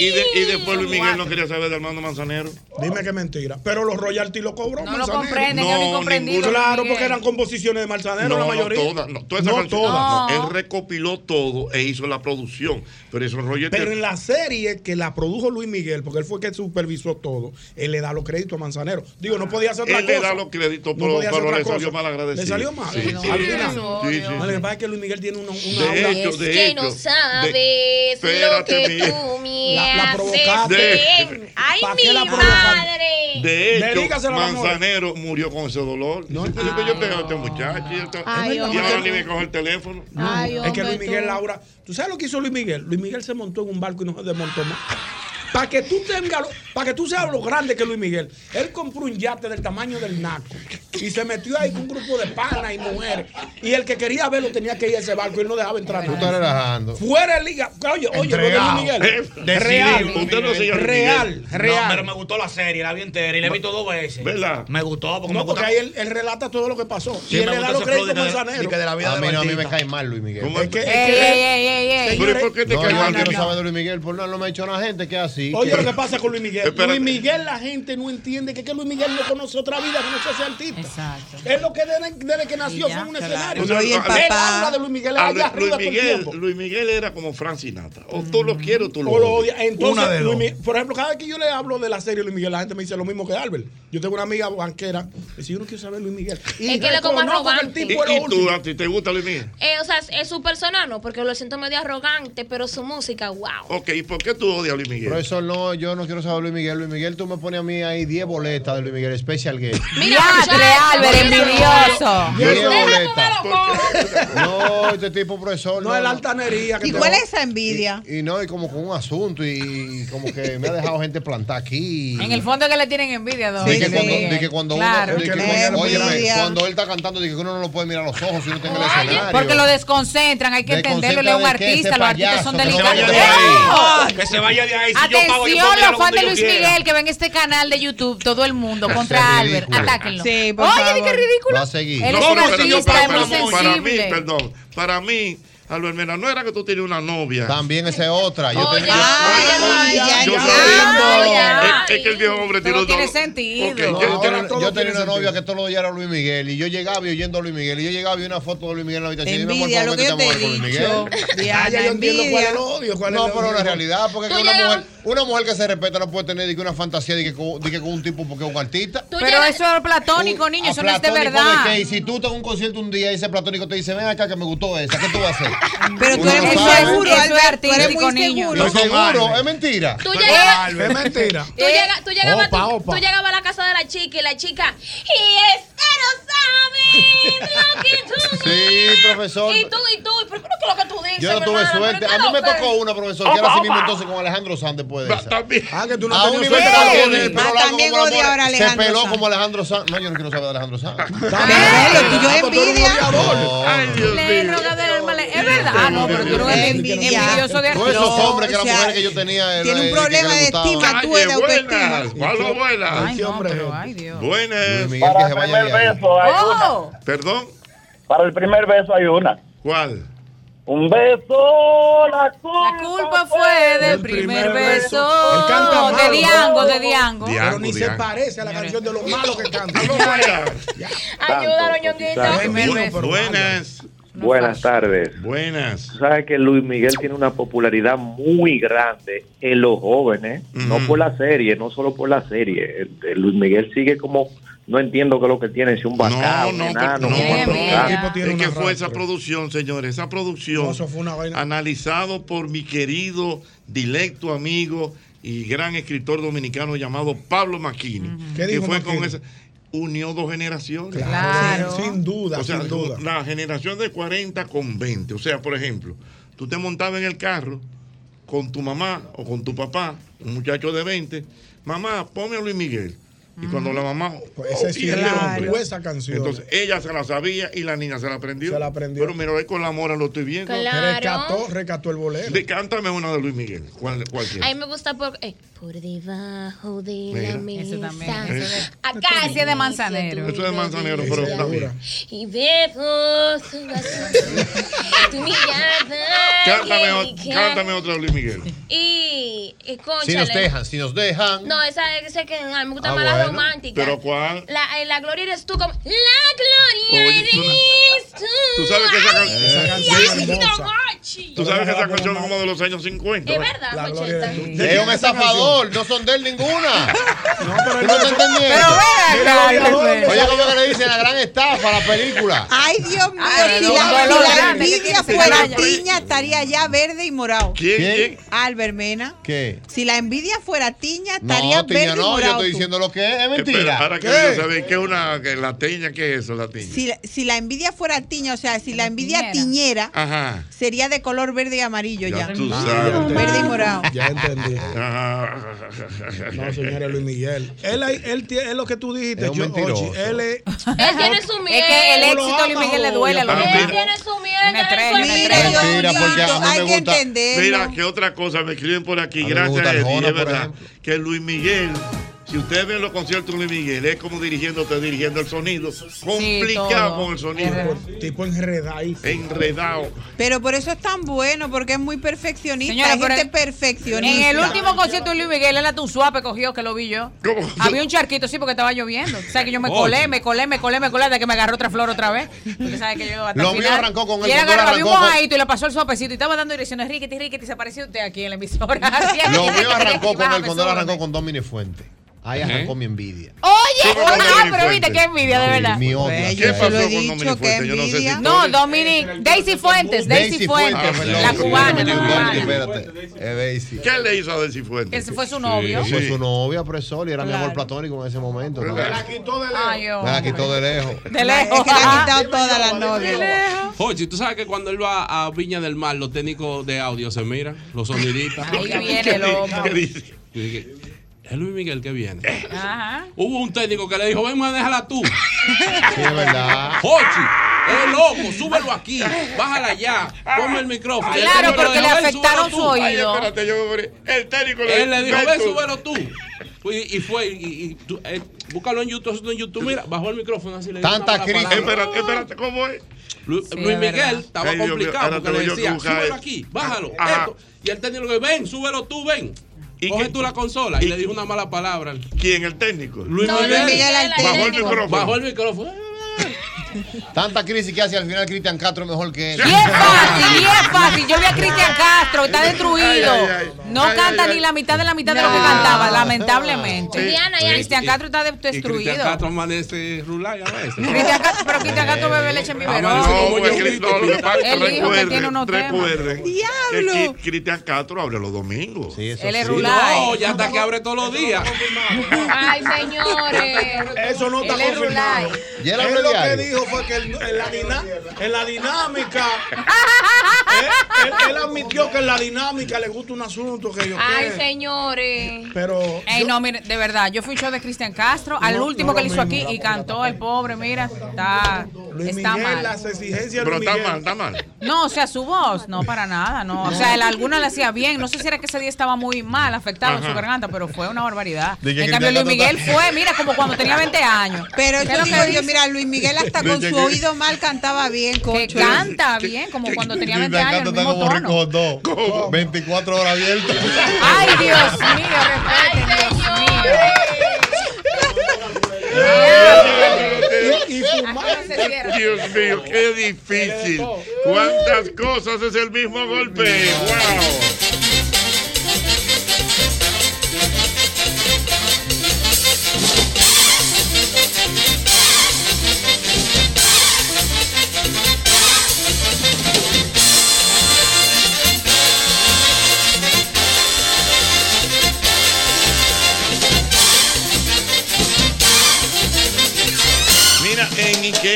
Speaker 3: Y, de- y después Luis Miguel no quería saber de Armando Manzanero.
Speaker 9: Dime que mentira. Pero los royalties lo cobró.
Speaker 15: No lo
Speaker 9: Manzanero.
Speaker 15: comprenden, yo No, ni comprendido, ninguno.
Speaker 9: Claro,
Speaker 15: Miguel.
Speaker 9: porque eran composiciones de Manzanero la mayoría.
Speaker 3: No, todas, no, todas esas
Speaker 9: No
Speaker 3: canciones,
Speaker 9: todas.
Speaker 3: no. Él recopiló todo e hizo la producción. Pero esos rollos.
Speaker 9: Pero en la serie que la produjo Luis Miguel, porque él fue que supervisó todo, él le da los créditos a Manzanero. Digo, no podía hacer otra
Speaker 3: Él
Speaker 9: cosa.
Speaker 3: le da los créditos,
Speaker 9: No
Speaker 3: pero-
Speaker 9: podía hacer
Speaker 3: pero
Speaker 9: otra
Speaker 3: le salió
Speaker 9: cosa.
Speaker 3: mal agradecido.
Speaker 9: Le salió mal.
Speaker 3: Sí, sí.
Speaker 9: Al final.
Speaker 3: Sí, sí, sí.
Speaker 9: Lo que pasa es que Luis Miguel tiene una, una
Speaker 3: De
Speaker 9: aura-
Speaker 3: hecho, de
Speaker 11: Que no
Speaker 3: hecho,
Speaker 11: sabes lo
Speaker 3: espérate,
Speaker 11: que
Speaker 3: Miguel.
Speaker 11: tú me
Speaker 3: La- la
Speaker 11: haces
Speaker 3: provocaste.
Speaker 11: bien. Ay,
Speaker 3: ¿Pa' qué la
Speaker 11: mi
Speaker 3: provocaste?
Speaker 11: madre.
Speaker 3: De hecho,
Speaker 11: Dedícaselo al amor.
Speaker 3: Manzanero murió con ese dolor. Dice, pero yo tengo a este muchacho y, esta-
Speaker 9: Ay,
Speaker 3: y
Speaker 9: hombre.
Speaker 3: ahora ni me coge el teléfono.
Speaker 9: No, es que Luis Miguel Laura, ¿tú sabes lo que hizo Luis Miguel? Luis Miguel se montó en un barco y no se desmontó
Speaker 7: (laughs)
Speaker 9: más. Para que tú tengas, para que tú seas lo grande que Luis Miguel. Él compró un yate del tamaño del naco y se metió ahí con un grupo de panas y mujeres. Y el que quería verlo tenía que ir a ese barco y él no dejaba entrar.
Speaker 5: Tú estás relajando.
Speaker 9: Fuera de liga. Oye, oye, lo de Luis
Speaker 7: Eh,
Speaker 9: Miguel. Real, real, real.
Speaker 7: No, pero me gustó la serie, la vi entera y la he visto dos veces.
Speaker 3: ¿Verdad?
Speaker 7: Me gustó porque
Speaker 9: No,
Speaker 7: me gusta.
Speaker 9: porque ahí él, él relata todo lo que pasó. y
Speaker 7: Sí,
Speaker 9: él
Speaker 7: me
Speaker 9: le da
Speaker 7: gusta
Speaker 9: los
Speaker 7: ese
Speaker 9: créditos
Speaker 7: flow de-
Speaker 9: Manzanero.
Speaker 7: de que de la vida
Speaker 5: a mí, no, a mí me cae mal Luis Miguel.
Speaker 9: ¿Cómo? Es que- es que-
Speaker 5: Ey,
Speaker 9: ey,
Speaker 5: ey,
Speaker 9: ey, ey.
Speaker 5: Señores,
Speaker 9: ¿Pero por qué te
Speaker 5: no,
Speaker 9: cae
Speaker 5: no,
Speaker 9: mal?
Speaker 5: que no
Speaker 9: No.
Speaker 5: sabe de Luis Miguel, por no, no me ha dicho una gente que es así.
Speaker 9: Oye,
Speaker 5: que-
Speaker 9: lo que pasa con Luis Miguel.
Speaker 5: Espérate.
Speaker 9: Luis Miguel, la gente no entiende que, es que Luis Miguel no conoce otra vida, que no se hace artista. Exacto. Es lo que desde, desde que nació
Speaker 7: Y ya,
Speaker 9: fue un
Speaker 7: claro.
Speaker 9: escenario.
Speaker 3: Tú sabes,
Speaker 9: Él
Speaker 3: a- a-
Speaker 9: habla de Luis Miguel
Speaker 3: a
Speaker 9: allá
Speaker 3: Ah, Luis-
Speaker 9: arriba
Speaker 3: Luis
Speaker 9: todo el
Speaker 3: Miguel,
Speaker 9: tiempo. Mm.
Speaker 3: Luis Miguel era como Frank Sinatra. O tú lo quieres o tú lo
Speaker 9: O lo
Speaker 3: odias.
Speaker 9: odia. Entonces, Luis Mi- por ejemplo, cada vez que yo le hablo de la serie de Luis Miguel, la gente me dice lo mismo que Albert. Yo tengo una amiga banquera, que dice, yo no quiero saber Luis Miguel. Y
Speaker 6: Es que le
Speaker 9: reconozco
Speaker 6: como
Speaker 9: que el
Speaker 6: arrogante.
Speaker 9: tipo es lo
Speaker 3: ¿Y, y tú,
Speaker 9: último.
Speaker 3: a ti te gusta Luis Miguel?
Speaker 6: Eh, o sea, es su persona no, porque lo siento medio arrogante, pero su música, wow.
Speaker 3: Ok, ¿y por qué tú odias a Luis Miguel?
Speaker 5: Profesor, no, yo no quiero saber de Luis Miguel. Luis Miguel, tú me pones a mí ahí 10 boletas de Luis Miguel, Special Guest.
Speaker 6: Mira,
Speaker 15: Albert, envidioso.
Speaker 5: 10
Speaker 15: Déjalo,
Speaker 5: boletas. No, este tipo, profesor.
Speaker 9: No, es la altanería que
Speaker 5: ¿Y
Speaker 9: te-
Speaker 5: cuál es
Speaker 8: esa envidia?
Speaker 5: Y no, y como con un asunto, y, y como que me ha dejado gente plantada aquí.
Speaker 15: En el fondo que le tienen envidia, don
Speaker 5: De que
Speaker 15: Luis
Speaker 5: cuando,
Speaker 15: Miguel.
Speaker 5: de que cuando
Speaker 15: Claro.
Speaker 5: uno, de que
Speaker 15: Porque
Speaker 5: cuando-
Speaker 15: le-
Speaker 8: pues,
Speaker 5: óyeme,
Speaker 15: envidia.
Speaker 5: cuando él está cantando, de que uno no lo puede mirar a los ojos si no tiene el escenario.
Speaker 15: porque lo desconcentran, hay que entenderlo, él es un
Speaker 5: Desconcentra de qué,
Speaker 15: artista,
Speaker 5: ese
Speaker 15: los artistas son
Speaker 5: payaso, que se
Speaker 15: delicados.
Speaker 5: vaya de ahí.
Speaker 15: ¡Eh!
Speaker 7: Que se vaya de ahí. Si yo pago, yo
Speaker 15: Atención
Speaker 7: puedo mirar
Speaker 15: los fans
Speaker 7: cuando
Speaker 15: de
Speaker 7: yo
Speaker 15: Luis
Speaker 7: quiera.
Speaker 15: Miguel que ven este canal de YouTube, todo el mundo,
Speaker 5: Ese
Speaker 15: contra Albert,
Speaker 5: ridículo.
Speaker 15: atáquenlo.
Speaker 5: Sí, por
Speaker 15: Oye, di
Speaker 5: favor.
Speaker 15: que ridículo.
Speaker 5: Va a seguir.
Speaker 15: Él es
Speaker 3: No,
Speaker 15: un
Speaker 3: no, pero yo-
Speaker 15: artista, es
Speaker 3: pero-
Speaker 15: muy
Speaker 3: pero Para mí,
Speaker 15: sensible.
Speaker 3: perdón, para mí, Albert Mena, no era que tú tienes una novia.
Speaker 5: También esa es otra.
Speaker 8: Oh,
Speaker 5: Yo tengo-
Speaker 3: Yo
Speaker 5: ya,
Speaker 3: sabía.
Speaker 5: ya.
Speaker 3: Es, es que el viejo hombre tiene
Speaker 15: Todo
Speaker 3: un
Speaker 15: tiene
Speaker 3: dolor.
Speaker 15: sentido.
Speaker 3: Ok,
Speaker 5: No,
Speaker 3: yo-
Speaker 5: ahora
Speaker 3: yo-
Speaker 5: yo tenía una novia que todos los días era Luis Miguel y yo llegaba y oyendo a Luis Miguel y yo llegaba y una foto de Luis Miguel en la habitación y
Speaker 8: Envidia,
Speaker 5: por
Speaker 8: lo que yo
Speaker 5: favor,
Speaker 8: te he
Speaker 5: métete
Speaker 8: dicho.
Speaker 5: a mover con (laughs) Luis Miguel.
Speaker 8: Diana, Ah, ya yo entiendo envidia. cuál es el odio, cuál es
Speaker 5: no,
Speaker 8: el
Speaker 5: pero
Speaker 8: odio.
Speaker 5: la realidad, porque es
Speaker 8: Tú
Speaker 5: que una
Speaker 8: llegabas-
Speaker 5: mujer, una mujer que se respeta no puede tener de que una fantasía de que, con, de que con un tipo porque es un artista.
Speaker 15: Pero eso es platónico, niño,
Speaker 5: A
Speaker 15: eso no es de
Speaker 5: platónico
Speaker 15: verdad.
Speaker 5: qué? Y si tú estás en un concierto un día y ese platónico te dice, ven acá que me gustó esa, ¿qué tú vas a
Speaker 15: (laughs)
Speaker 5: hacer?
Speaker 8: Pero tú
Speaker 5: Uno
Speaker 8: eres
Speaker 5: no
Speaker 8: muy
Speaker 5: sabe.
Speaker 8: seguro,
Speaker 15: Eso es
Speaker 8: Albert. Tú eres
Speaker 15: artístico,
Speaker 8: muy
Speaker 15: niño.
Speaker 8: seguro.
Speaker 5: Lo seguro, es mentira.
Speaker 6: Tú llegas-
Speaker 9: Albert, es mentira.
Speaker 6: Tú,
Speaker 5: Eh,
Speaker 6: llega- tú llegabas
Speaker 9: Opa,
Speaker 6: a tu-
Speaker 9: opa.
Speaker 6: tú llegabas a la casa de la chica y la chica, y es que no sabes lo que
Speaker 5: (laughs)
Speaker 6: tú
Speaker 5: Sí, profesor.
Speaker 6: Y tú, y tú, y pero ¿qué es lo que tú dices?
Speaker 5: Yo no tuve
Speaker 6: hermano?
Speaker 5: suerte.
Speaker 6: Pero
Speaker 5: A mí me
Speaker 6: tú no
Speaker 5: tocó
Speaker 6: sabes.
Speaker 5: una, profesor, que era
Speaker 6: Opa,
Speaker 5: así mismo
Speaker 6: opa.
Speaker 5: entonces con Alejandro Sanz después de esa.
Speaker 9: Ah, que tú no
Speaker 5: A un
Speaker 9: tenías
Speaker 5: nivel
Speaker 9: suerte.
Speaker 5: tal que
Speaker 9: Sí.
Speaker 5: le- pero
Speaker 9: Ah,
Speaker 5: la-
Speaker 9: también
Speaker 5: como la
Speaker 9: odia ahora a
Speaker 5: mujer
Speaker 9: Alejandro
Speaker 5: Se peló
Speaker 9: Sanz.
Speaker 5: como Alejandro Sanz. No, yo no quiero saber de Alejandro Sanz.
Speaker 8: yo
Speaker 5: Ah,
Speaker 8: envidia.
Speaker 5: No, no, no.
Speaker 15: Le he rogado el mal- Es verdad. Ah, no, pero tú eres un envidioso de
Speaker 5: Todos esos
Speaker 15: No,
Speaker 5: hombres que
Speaker 15: o
Speaker 5: eran
Speaker 15: sea,
Speaker 5: mujeres que yo tenía. era
Speaker 8: tiene un
Speaker 5: el que
Speaker 8: problema
Speaker 5: le
Speaker 8: de
Speaker 5: gustaba.
Speaker 8: estima, tú eres de autoestima.
Speaker 3: Hola, buenas.
Speaker 15: Ay, no, pero ay, Dios.
Speaker 3: Buenas.
Speaker 16: Para el primer beso hay
Speaker 15: Oh,
Speaker 16: una.
Speaker 3: ¿Perdón?
Speaker 16: Para el primer beso hay una.
Speaker 3: ¿Cuál?
Speaker 16: Un beso, la culpa.
Speaker 15: la culpa fue del primer beso.
Speaker 9: Él canta
Speaker 15: De
Speaker 9: mal.
Speaker 15: Diango, de Diango.
Speaker 9: Pero ni se parece a la canción de los malos que cantan. Ayúdalo,
Speaker 19: Ñonguito.
Speaker 3: Buenas.
Speaker 19: Buenas tardes.
Speaker 3: Buenas.
Speaker 19: Tú sabes que Luis Miguel tiene una popularidad muy grande en los jóvenes, no por la serie, no solo por la serie. El- el Luis Miguel sigue como no entiendo qué es lo que tienen, si un bacao, un enano, un guatocá.
Speaker 3: Es que fue esa producción, señores, esa producción analizado por mi querido, directo amigo y gran escritor dominicano llamado Pablo Maquini,
Speaker 9: ¿Qué
Speaker 3: que
Speaker 9: dijo
Speaker 3: fue
Speaker 9: Macchini?
Speaker 3: con esa unió dos generaciones.
Speaker 9: Claro. Sin- sin duda,
Speaker 3: O sea,
Speaker 9: sin duda.
Speaker 3: la generación de 40 con 20, o sea, por ejemplo, tú te montabas en el carro con tu mamá o con tu papá, un muchacho de 20, mamá, ponme a Luis Miguel. Y cuando la mamá
Speaker 9: Pues ese
Speaker 3: oh,
Speaker 9: sí
Speaker 3: y el
Speaker 9: claro.
Speaker 3: hombre.
Speaker 9: esa canción.
Speaker 3: Entonces ella se la sabía y la niña se la aprendió.
Speaker 9: Se la
Speaker 3: aprendió. Pero mira, ahí con la mora lo estoy viendo.
Speaker 6: Claro.
Speaker 9: Recató, recató el bolero.
Speaker 3: De- cántame una de Luis Miguel. Cual, cualquiera.
Speaker 6: A mí me gusta por, eh, por debajo de
Speaker 3: Mira.
Speaker 6: la mesa.
Speaker 3: Ese también, ese de-
Speaker 6: Acá
Speaker 15: Ese es de Manzanero.
Speaker 3: Eso es de Manzanero, pero está bien.
Speaker 6: Y bebo su vaso, tu mirada.
Speaker 3: (laughs) Cántame, o-
Speaker 6: angelical.
Speaker 3: cántame otra de Luis Miguel.
Speaker 6: Y, y
Speaker 5: Si nos
Speaker 6: cónchale.
Speaker 5: dejan, si nos dejan.
Speaker 6: No, esa es esa que a mí me gusta
Speaker 5: Ah,
Speaker 6: más la
Speaker 5: bueno.
Speaker 6: romántica.
Speaker 5: Pero ¿cuál?
Speaker 6: La, eh, la gloria eres tú como. La gloria
Speaker 3: Oye, tú no-
Speaker 6: eres tú.
Speaker 3: tú sabes que esa can-
Speaker 6: Ay,
Speaker 3: esa canción
Speaker 6: ay,
Speaker 3: es hermosa.
Speaker 6: Tomachi.
Speaker 3: Tú sabes que esa canción es como de los años 50.
Speaker 6: Es verdad, La gloria de Conchita.
Speaker 5: Es un estafador, no son de él ninguna. No, pero no está entendiendo.
Speaker 9: Pero ve acá, Alberto.
Speaker 5: Oye, como que le dicen la gran estafa a la película.
Speaker 8: Ay, Dios mío,
Speaker 5: Ay,
Speaker 8: si
Speaker 5: no,
Speaker 8: la,
Speaker 5: no,
Speaker 8: si
Speaker 5: no,
Speaker 8: la
Speaker 5: grande, que
Speaker 8: envidia
Speaker 5: tiene que
Speaker 8: fuera
Speaker 5: ser.
Speaker 8: tiña, estaría ya verde y morado.
Speaker 5: ¿Quién, quién?
Speaker 8: Albert Mena.
Speaker 5: ¿Qué?
Speaker 8: Si la envidia fuera tiña, estaría
Speaker 5: No, tiña,
Speaker 8: verde y
Speaker 5: no, yo
Speaker 8: morado.
Speaker 5: estoy
Speaker 8: tú.
Speaker 5: diciendo lo que es, es
Speaker 3: Espera,
Speaker 5: mentira.
Speaker 3: ahora Eh, que
Speaker 5: ¿Qué?
Speaker 3: yo saber qué es una que la tiña, qué es eso, la tiña.
Speaker 8: Si, la- si la envidia fuera tiña, o sea, si la envidia tiñera,
Speaker 3: Ajá.
Speaker 8: sería de color verde y amarillo ya. Ah.
Speaker 3: Tú sabes.
Speaker 8: Verde y morado.
Speaker 9: Ya entendí.
Speaker 3: (laughs) No,
Speaker 9: señores, Luis Miguel. Él, ahí- él, tie- es lo que tú dijiste.
Speaker 3: Es un
Speaker 9: yo,
Speaker 3: mentiroso.
Speaker 9: Ochi, él es.
Speaker 6: Él tiene su miel.
Speaker 15: el éxito a Luis Miguel le duele a los
Speaker 6: Él
Speaker 15: demás.
Speaker 6: tiene su miel. ya le
Speaker 15: estrella, una
Speaker 6: fue-
Speaker 15: estrella.
Speaker 3: Mentira, porque a mí
Speaker 6: Hay
Speaker 3: me
Speaker 6: que
Speaker 3: gusta-
Speaker 6: entenderlo.
Speaker 3: Mira, que otra cosa me escriben por aquí,
Speaker 5: A mí me
Speaker 3: gracias
Speaker 5: gusta
Speaker 3: a Eddie,
Speaker 5: Arjona,
Speaker 3: es
Speaker 5: por
Speaker 3: verdad. Que Luis Miguel, si ustedes ven los conciertos de Luis Miguel, es como dirigiéndote, dirigiendo el sonido. Complicado
Speaker 8: todo.
Speaker 3: con el sonido.
Speaker 9: Tipo enredado.
Speaker 3: Enredado.
Speaker 8: Pero por eso es tan bueno, porque es muy perfeccionista.
Speaker 15: Señora,
Speaker 8: hay
Speaker 15: pero
Speaker 8: gente
Speaker 15: en-
Speaker 8: perfeccionista.
Speaker 15: En el último concierto de Luis Miguel, él hasta un suape cogió que lo vi yo. Había un charquito, sí, porque estaba lloviendo. O sea, que yo me
Speaker 5: Oye.
Speaker 15: colé, me colé, me colé, me colé, hasta que me agarró otra flor otra vez. Porque sabe que yo hasta
Speaker 5: Lo
Speaker 15: el
Speaker 5: mío
Speaker 15: final-
Speaker 5: arrancó con él,
Speaker 15: Y él
Speaker 5: cuando él
Speaker 15: agarró, había un
Speaker 5: arrancó con-
Speaker 15: mojadito y le pasó el suapecito y estaba dando direcciones. Riquete, riquete, y se apareció usted aquí en la emisora. (laughs) Así,
Speaker 5: Lo
Speaker 15: riquete,
Speaker 5: mío arrancó con él
Speaker 15: bájame,
Speaker 5: cuando él
Speaker 15: súbame.
Speaker 5: arrancó con Dominic Fuente. Ahí
Speaker 15: Ajá.
Speaker 5: arrancó mi envidia.
Speaker 15: Oye,
Speaker 5: Súbame,
Speaker 15: oye, ah,
Speaker 5: Dominic
Speaker 15: pero viste,
Speaker 5: Fuentes.
Speaker 15: qué envidia, de
Speaker 5: Sí,
Speaker 15: verdad.
Speaker 5: mi odio. Pues,
Speaker 3: ¿Qué
Speaker 5: yo
Speaker 3: pasó
Speaker 5: lo he
Speaker 3: con
Speaker 5: dicho,
Speaker 3: Dominic
Speaker 5: qué
Speaker 3: Fuentes? Yo no sé si tú-
Speaker 15: No, Dominic, Daisy Fuentes, Daisy Fuentes,
Speaker 5: perdón,
Speaker 15: la
Speaker 5: Dominic
Speaker 15: cubana,
Speaker 5: Fuentes,
Speaker 15: la cubana.
Speaker 5: Espérate, es Daisy.
Speaker 3: ¿Qué le hizo a Daisy Fuentes?
Speaker 15: Que se fue su novio.
Speaker 5: Fue su novia, profesor, y era mi amor platónico en ese momento. ¿no? Me
Speaker 15: Ay, yo.
Speaker 5: la quitó de lejos.
Speaker 15: De lejos.
Speaker 8: Es que le ha quitado
Speaker 15: Ah.
Speaker 8: toda la novia.
Speaker 20: Oye, tú sabes que cuando él va a Viña del Mar, los técnicos de audio se miran, los sonidistas.
Speaker 15: Ahí viene el homo.
Speaker 20: ¿Qué dice? Yo dije, Es Luis Miguel que viene.
Speaker 3: Eh.
Speaker 15: Ajá.
Speaker 20: Hubo un técnico que le dijo, ven, manéjala
Speaker 3: (laughs)
Speaker 20: tú.
Speaker 5: Sí, es verdad.
Speaker 20: Jochi, es loco, súbelo aquí, bájala allá, ponme el micrófono.
Speaker 15: Claro,
Speaker 20: El técnico
Speaker 15: porque le
Speaker 20: dijo, "Ven,
Speaker 15: afectaron
Speaker 20: súbelo tú".
Speaker 15: su oído. Ay,
Speaker 3: espérate, El técnico
Speaker 20: Él le dijo,
Speaker 3: "Ven
Speaker 20: ven,
Speaker 3: tú".
Speaker 20: súbelo tú. Fui- Y, fue, y, y tú, eh, búscalo en YouTube, eso está en YouTube, mira, bajó el micrófono así le dio una mala palabra.
Speaker 3: Espérate, espérate, ¿cómo es?
Speaker 20: Lu-
Speaker 3: Sí,
Speaker 20: Luis
Speaker 3: es
Speaker 20: Miguel
Speaker 3: verdad.
Speaker 20: estaba
Speaker 3: Ay, Dios mío,
Speaker 20: complicado
Speaker 3: ahora
Speaker 20: porque
Speaker 3: tengo
Speaker 20: le
Speaker 3: yo que
Speaker 20: decía,
Speaker 3: buscar
Speaker 20: súbelo
Speaker 3: eso".
Speaker 20: aquí, bájalo,
Speaker 3: Ajá.
Speaker 20: esto. Y el técnico le dijo, ven, súbelo tú, ven. Coge tú la consola y, le dijo una mala palabra.
Speaker 3: ¿Quién, el técnico?
Speaker 20: Luis
Speaker 5: No, Luis
Speaker 20: Miguel.
Speaker 5: Miguel, el
Speaker 20: Bajó el
Speaker 5: técnico.
Speaker 20: micrófono. Bajó el
Speaker 5: Tanta crisis que hace al final Cristian Castro es mejor que él.
Speaker 15: Y es fácil, y es fácil. Yo vi a Cristian Castro, está destruido.
Speaker 5: Ay, ay, ay.
Speaker 15: No
Speaker 5: Ay,
Speaker 15: canta
Speaker 5: ay,
Speaker 15: ni la mitad de la mitad de lo que cantaba, lamentablemente.
Speaker 20: Diana, ya.
Speaker 15: Cristian Castro está de-
Speaker 20: Y Cristian
Speaker 15: destruido.
Speaker 20: Castro amanece rulay a veces.
Speaker 15: Cristian Castro- pero Cristian Castro bebe leche en biberón.
Speaker 3: No, pues, Cris- no, lo que pasa es que
Speaker 15: Él dijo que tiene
Speaker 3: recuerden,
Speaker 15: unos temas.
Speaker 3: recuerden que Cri- Cristian Castro abre los domingos. Sí,
Speaker 15: Él es sí. Rulay.
Speaker 20: No, ya está que abre todos los días.
Speaker 9: (laughs)
Speaker 6: Ay, señores.
Speaker 9: Eso no está
Speaker 6: Él es
Speaker 9: confirmado.
Speaker 6: Rulay.
Speaker 5: Y
Speaker 9: Él
Speaker 5: él abre
Speaker 9: lo que
Speaker 5: diario.
Speaker 9: dijo fue que él- en, la dina- en la
Speaker 6: (laughs)
Speaker 9: dinámica. él, él- él admitió que en la dinámica le gusta un asunto que yo
Speaker 6: Ay,
Speaker 9: qué.
Speaker 6: señores.
Speaker 9: Pero.
Speaker 15: Ey, no, mire, de verdad, yo fui yo de Cristian Castro, al
Speaker 9: No,
Speaker 15: último
Speaker 9: no
Speaker 15: que
Speaker 9: lo
Speaker 15: le hizo aquí
Speaker 9: mismo,
Speaker 15: y cantó el pobre, mira, está,
Speaker 9: Luis
Speaker 15: está
Speaker 9: Miguel,
Speaker 15: mal.
Speaker 9: las exigencias de
Speaker 3: Pero
Speaker 9: Luis
Speaker 3: está
Speaker 9: Miguel.
Speaker 3: mal, está mal.
Speaker 15: No, o sea, su voz, no para nada, no. O sea, el, alguna la hacía bien. No sé si era que ese día estaba muy mal, afectado en
Speaker 8: Ajá.
Speaker 15: su garganta, pero fue una barbaridad.
Speaker 8: De que
Speaker 15: en cambio, Luis
Speaker 8: Cristian
Speaker 15: Miguel
Speaker 8: Castro
Speaker 15: fue, mira, como cuando tenía 20 años.
Speaker 8: Pero
Speaker 15: ¿Qué es
Speaker 8: eso
Speaker 15: lo
Speaker 8: digo
Speaker 15: que
Speaker 8: yo,
Speaker 15: dice?
Speaker 8: mira, Luis Miguel hasta con su oído mal cantaba bien,
Speaker 15: Que
Speaker 8: concho.
Speaker 15: canta bien, como cuando tenía 20
Speaker 5: Cristian Castro
Speaker 15: años, el
Speaker 5: está
Speaker 15: mismo
Speaker 5: como
Speaker 15: tono.
Speaker 5: Rico Jordó. 24 horas abiertas.
Speaker 15: Ay, Dios mío, respeten, Dios mío.
Speaker 3: Y- y fumar. Dios mío, qué difícil. ¿Cuántas cosas es el mismo golpe? ¡Wow!
Speaker 14: Thank you.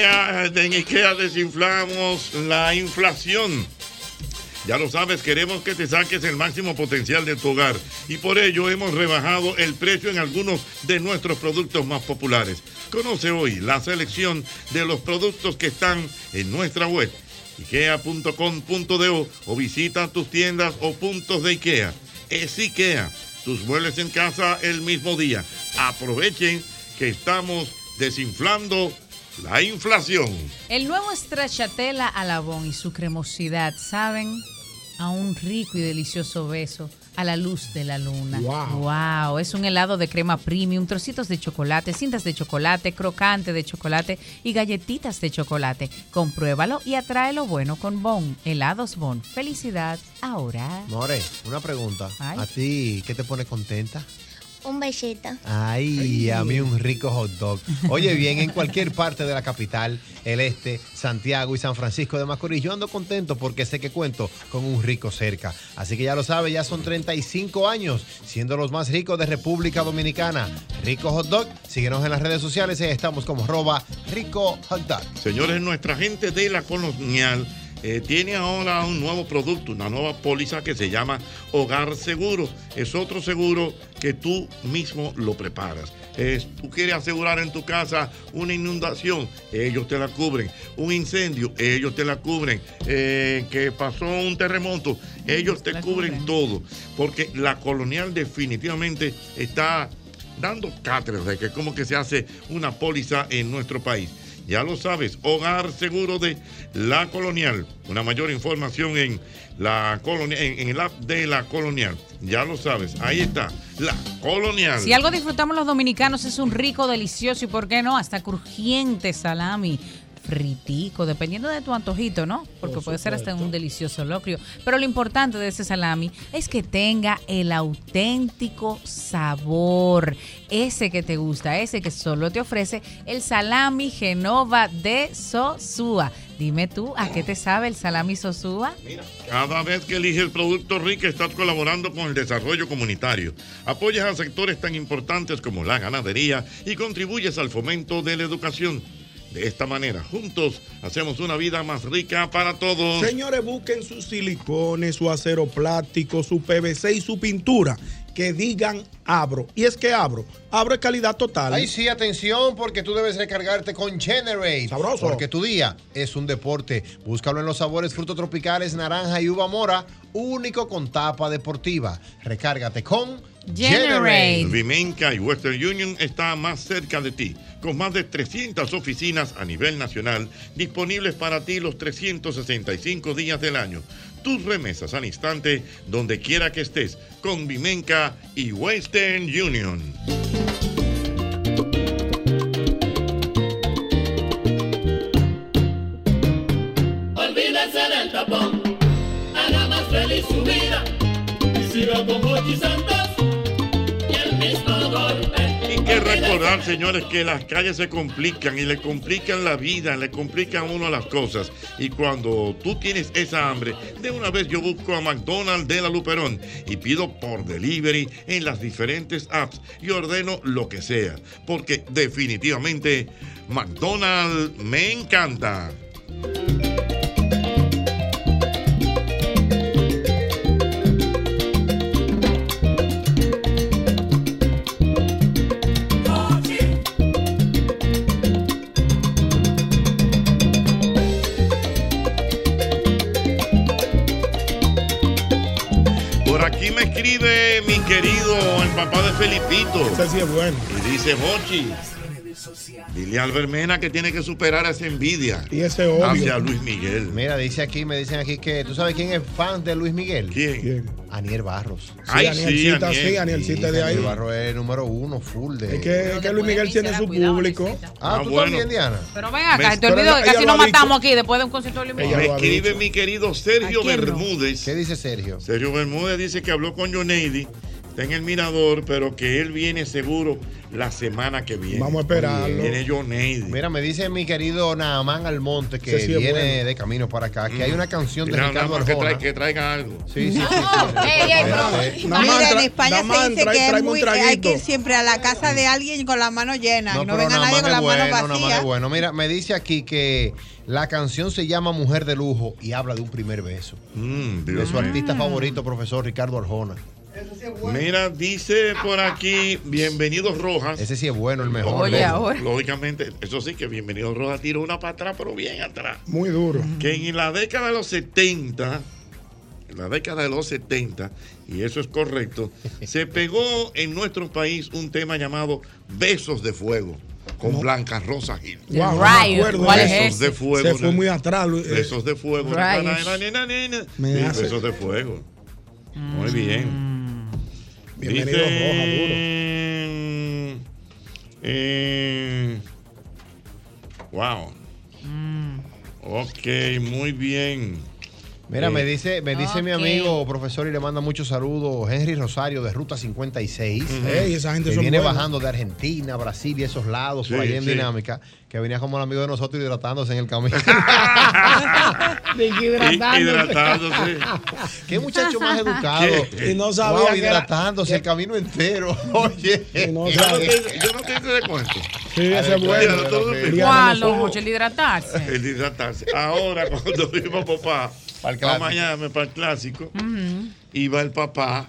Speaker 3: Ah, en IKEA desinflamos la inflación. Ya lo sabes, queremos que te saques el máximo potencial de tu hogar y por ello hemos rebajado el precio en algunos de nuestros productos más populares. Conoce hoy la selección de los productos que están en nuestra web ikea.com.do o visita tus tiendas o puntos de Ikea. Es Ikea, tus muebles en casa el mismo día. Aprovechen que estamos desinflando la inflación.
Speaker 15: El nuevo Stracciatella Alabón y su cremosidad saben a un rico y delicioso beso a la luz de la luna.
Speaker 21: Wow.
Speaker 15: Wow, es un helado de crema premium, trocitos de chocolate, cintas de chocolate, crocante de chocolate y galletitas de chocolate. Compruébalo y atrae lo bueno con Bon. Helados Bon. Felicidad ahora.
Speaker 5: More, una pregunta.
Speaker 15: Ay.
Speaker 5: ¿A ti qué te pone contenta?
Speaker 22: Un besito.
Speaker 5: Ay, a mí un rico hot dog. Oye, bien, en cualquier parte de la capital, el este, Santiago y San Francisco de Macorís, yo ando contento porque sé que cuento con un rico cerca. Así que ya lo sabe, ya son 35 años siendo los más ricos de República Dominicana. Rico hot dog, síguenos en las redes sociales, ahí estamos como arroba rico hot dog.
Speaker 3: Señores, nuestra gente de la colonial eh, tiene ahora un nuevo producto, una nueva póliza que se llama Hogar Seguro. Es otro seguro que tú mismo lo preparas. Es, tú quieres asegurar en tu casa una inundación, ellos te la cubren. Un incendio, ellos te la cubren. Eh, que pasó un terremoto, ellos te cubren todo. Porque la colonial definitivamente está dando cátedras de que cómo que se hace una póliza en nuestro país. Ya lo sabes, Hogar Seguro de La Colonial. Una mayor información en, la colonia, en, en el app de La Colonial. Ya lo sabes, ahí está, La Colonial.
Speaker 15: Si algo disfrutamos los dominicanos es un rico, delicioso y, ¿por qué no? Hasta crujiente salami. Fritico, dependiendo de tu antojito, ¿no? Porque
Speaker 21: Por
Speaker 15: puede ser hasta
Speaker 21: supuesto.
Speaker 15: un delicioso locrio. Pero lo importante de ese salami es que tenga el auténtico sabor, ese que te gusta, ese que solo te ofrece el salami Genova de Sosúa. Dime tú, ¿a qué te sabe el salami Sosúa?
Speaker 3: Cada vez que eliges el producto RIC estás colaborando con el desarrollo comunitario. Apoyas a sectores tan importantes como la ganadería y contribuyes al fomento de la educación. De esta manera, juntos hacemos una vida más rica para todos.
Speaker 9: Señores, busquen su silicone, su acero plástico, su PVC y su pintura. Que digan abro. Y es que abro. Abro es calidad total.
Speaker 5: Ahí sí, atención, porque tú debes recargarte con Generate. Sabroso. Porque tu día es un deporte. Búscalo en los sabores frutos tropicales, naranja y uva mora, único con tapa deportiva. Recárgate con Generate.
Speaker 3: Vimenca y Western Union está más cerca de ti, con más de 300 oficinas a nivel nacional disponibles para ti los 365 días del año. Tus remesas al instante, donde quiera que estés, con Vimenca y Western Union.
Speaker 2: Olvídese del tapón, haga más feliz su vida. Y sirva con Mochi Santos y el mismo golpe.
Speaker 3: Hay que recordar, señores, que las calles se complican y le complican la vida, le complican a uno las cosas. Y cuando tú tienes esa hambre, de una vez yo busco a McDonald's de la Luperón y pido por delivery en las diferentes apps y ordeno lo que sea. Porque definitivamente McDonald's me encanta. Por aquí me escribe mi querido, el papá de Felipito. Y dice, Bochi, dile a Albermena que tiene que superar esa envidia.
Speaker 9: Y ese odio.
Speaker 3: Hacia Luis Miguel.
Speaker 5: Mira, dice aquí, me dicen aquí que tú sabes quién es fan de Luis Miguel.
Speaker 3: ¿Quién?
Speaker 5: Aniel Barros.
Speaker 9: Ay, sí, Anielcita, Aniel. sí, Anielcita de ahí.
Speaker 5: Aniel Barros es el número uno, full de.
Speaker 9: Es que, es que Luis Miguel tiene su público.
Speaker 5: Ah, tú también, Diana.
Speaker 15: Pero ven acá,
Speaker 5: Me-
Speaker 15: se te
Speaker 5: pero
Speaker 15: olvidó que
Speaker 5: ella
Speaker 15: casi
Speaker 5: lo
Speaker 15: nos
Speaker 5: ha dicho.
Speaker 15: matamos aquí después de un concierto de Luis Miguel.
Speaker 3: Me escribe mi querido Sergio Bermúdez.
Speaker 5: ¿Qué dice Sergio?
Speaker 3: Sergio Bermúdez dice que habló con Yoneidi, está en el mirador, pero que él viene seguro la semana que viene.
Speaker 5: Vamos a esperarlo.
Speaker 3: Viene Johnny.
Speaker 5: Mira, me dice mi querido Naamán Almonte que
Speaker 3: Ese sí es
Speaker 5: viene
Speaker 3: bueno.
Speaker 5: de camino para acá, que hay una canción de
Speaker 3: Mira, nada
Speaker 5: Ricardo
Speaker 3: más que,
Speaker 5: Arjona.
Speaker 3: trae- que traiga algo.
Speaker 5: Sí, sí, sí.
Speaker 8: (laughs) Ey, ey, pero-
Speaker 5: Espérate.
Speaker 8: Mira, en España se dice que es
Speaker 5: tráeme un
Speaker 8: muy- eh, hay que ir
Speaker 5: traguito.
Speaker 8: siempre a la casa de alguien con la mano llena.
Speaker 5: No,
Speaker 8: y no
Speaker 5: pero
Speaker 8: venga
Speaker 5: nada
Speaker 8: nadie
Speaker 5: más
Speaker 8: con
Speaker 5: de
Speaker 8: la
Speaker 5: bueno,
Speaker 8: mano
Speaker 5: nada más de
Speaker 8: vacía.
Speaker 5: bueno. Mira, me dice aquí que la canción se llama Mujer de Lujo y habla de un primer beso. de
Speaker 9: Mm,
Speaker 3: Dios
Speaker 5: su
Speaker 3: mío.
Speaker 5: artista favorito, profesor Ricardo Arjona.
Speaker 3: Mira, dice por aquí, bienvenidos Rojas.
Speaker 5: Ese sí es bueno, el mejor.
Speaker 3: Oye,
Speaker 5: Loco.
Speaker 3: ahora. Lógicamente, eso sí que bienvenidos Rojas tiró una para atrás, pero bien atrás.
Speaker 9: Muy duro.
Speaker 3: que en la década de los 70, en la década de los 70, y eso es correcto, se pegó en nuestro país un tema llamado Besos de Fuego con Blanca Rosa Gil.
Speaker 9: Wow, no me acuerdo de
Speaker 3: Besos
Speaker 9: eso.
Speaker 3: de Fuego.
Speaker 9: Se fue
Speaker 3: ¿no?
Speaker 9: muy atrás. Lu- eh,
Speaker 3: Besos de Fuego.
Speaker 9: Rayos.
Speaker 3: Na, na, na, na, na, na.
Speaker 9: Me
Speaker 3: Sí,
Speaker 9: hace-
Speaker 3: Besos de Fuego. Muy bien.
Speaker 9: Bienvenido,
Speaker 3: Dice, eh, wow. Ok, muy bien.
Speaker 5: Mira,
Speaker 3: Eh,
Speaker 5: me dice, me dice mi
Speaker 3: Ok.
Speaker 5: amigo profesor y le manda muchos saludos, Henry Rosario de Ruta 56.
Speaker 9: Ujú. Ey, esa gente
Speaker 5: Eh, que
Speaker 9: son
Speaker 5: viene
Speaker 9: buenos.
Speaker 5: bajando de Argentina, Brasil y esos lados, por
Speaker 9: Sí,
Speaker 5: ahí en
Speaker 9: sí.
Speaker 5: dinámica, que venía como el amigo de nosotros hidratándose en el
Speaker 9: (laughs)
Speaker 5: camino.
Speaker 12: Hidratándose.
Speaker 3: Hidratándose.
Speaker 5: Qué muchacho
Speaker 9: (laughs)
Speaker 5: más educado.
Speaker 3: ¿Qué? Y no
Speaker 9: sabía
Speaker 5: Guau,
Speaker 9: que era-
Speaker 5: hidratándose el camino entero. (laughs) Oye.
Speaker 3: yo, no te, yo no te hice de cuento.
Speaker 9: Sí, ese es bueno.
Speaker 3: Mira, todo el-
Speaker 15: ¿Cuál, don Jocho? El hidratarse.
Speaker 3: El hidratarse. Ahora, (laughs) cuando vimos papá para Miami, para el clásico,
Speaker 15: Mm.
Speaker 3: iba el papá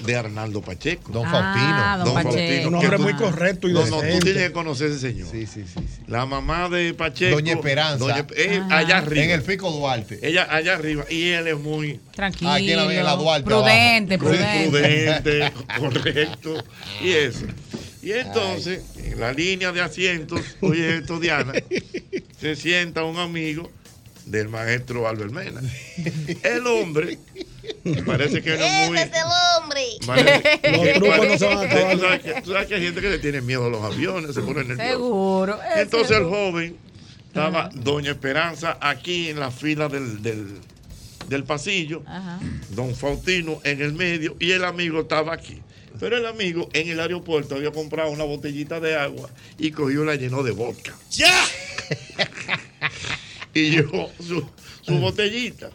Speaker 3: de Arnaldo Pacheco.
Speaker 5: Don
Speaker 9: Ah, Faustino. don Pacheco. Un hombre muy correcto y
Speaker 3: No, no, tú
Speaker 9: decente.
Speaker 3: tienes que conocer a ese señor. Sí,
Speaker 5: sí, sí.
Speaker 3: La mamá de Pacheco.
Speaker 5: Doña Esperanza.
Speaker 3: Doña- eh, allá arriba.
Speaker 5: En el Pico Duarte.
Speaker 3: Ella allá arriba. Y él es muy.
Speaker 15: Tranquilo.
Speaker 5: Aquí en la- en la Duarte
Speaker 15: Prudente,
Speaker 3: Muy
Speaker 15: prudente.
Speaker 3: prudente, (laughs) correcto. Y
Speaker 5: Ah.
Speaker 3: eso. Y entonces, en la línea de asientos, oye esto, Diana, se sienta un amigo del maestro Albert
Speaker 5: (laughs)
Speaker 3: Mena. El hombre, parece que no es muy.
Speaker 11: Ese es el hombre.
Speaker 15: (laughs)
Speaker 3: parece-
Speaker 11: acabar.
Speaker 3: Tú sabes que- tú sabes que hay gente que le tiene miedo a los aviones, se pone nervioso.
Speaker 15: Seguro. es
Speaker 3: Entonces el
Speaker 15: seguro.
Speaker 3: joven estaba Doña Esperanza aquí en la fila del, del- del pasillo,
Speaker 15: Ajá.
Speaker 3: Don Faustino en el medio y el amigo estaba aquí. Pero el amigo en el aeropuerto había comprado una botellita de agua y cogió y la llenó de vodka. ¡Ya! (laughs) y llevó su, su botellita.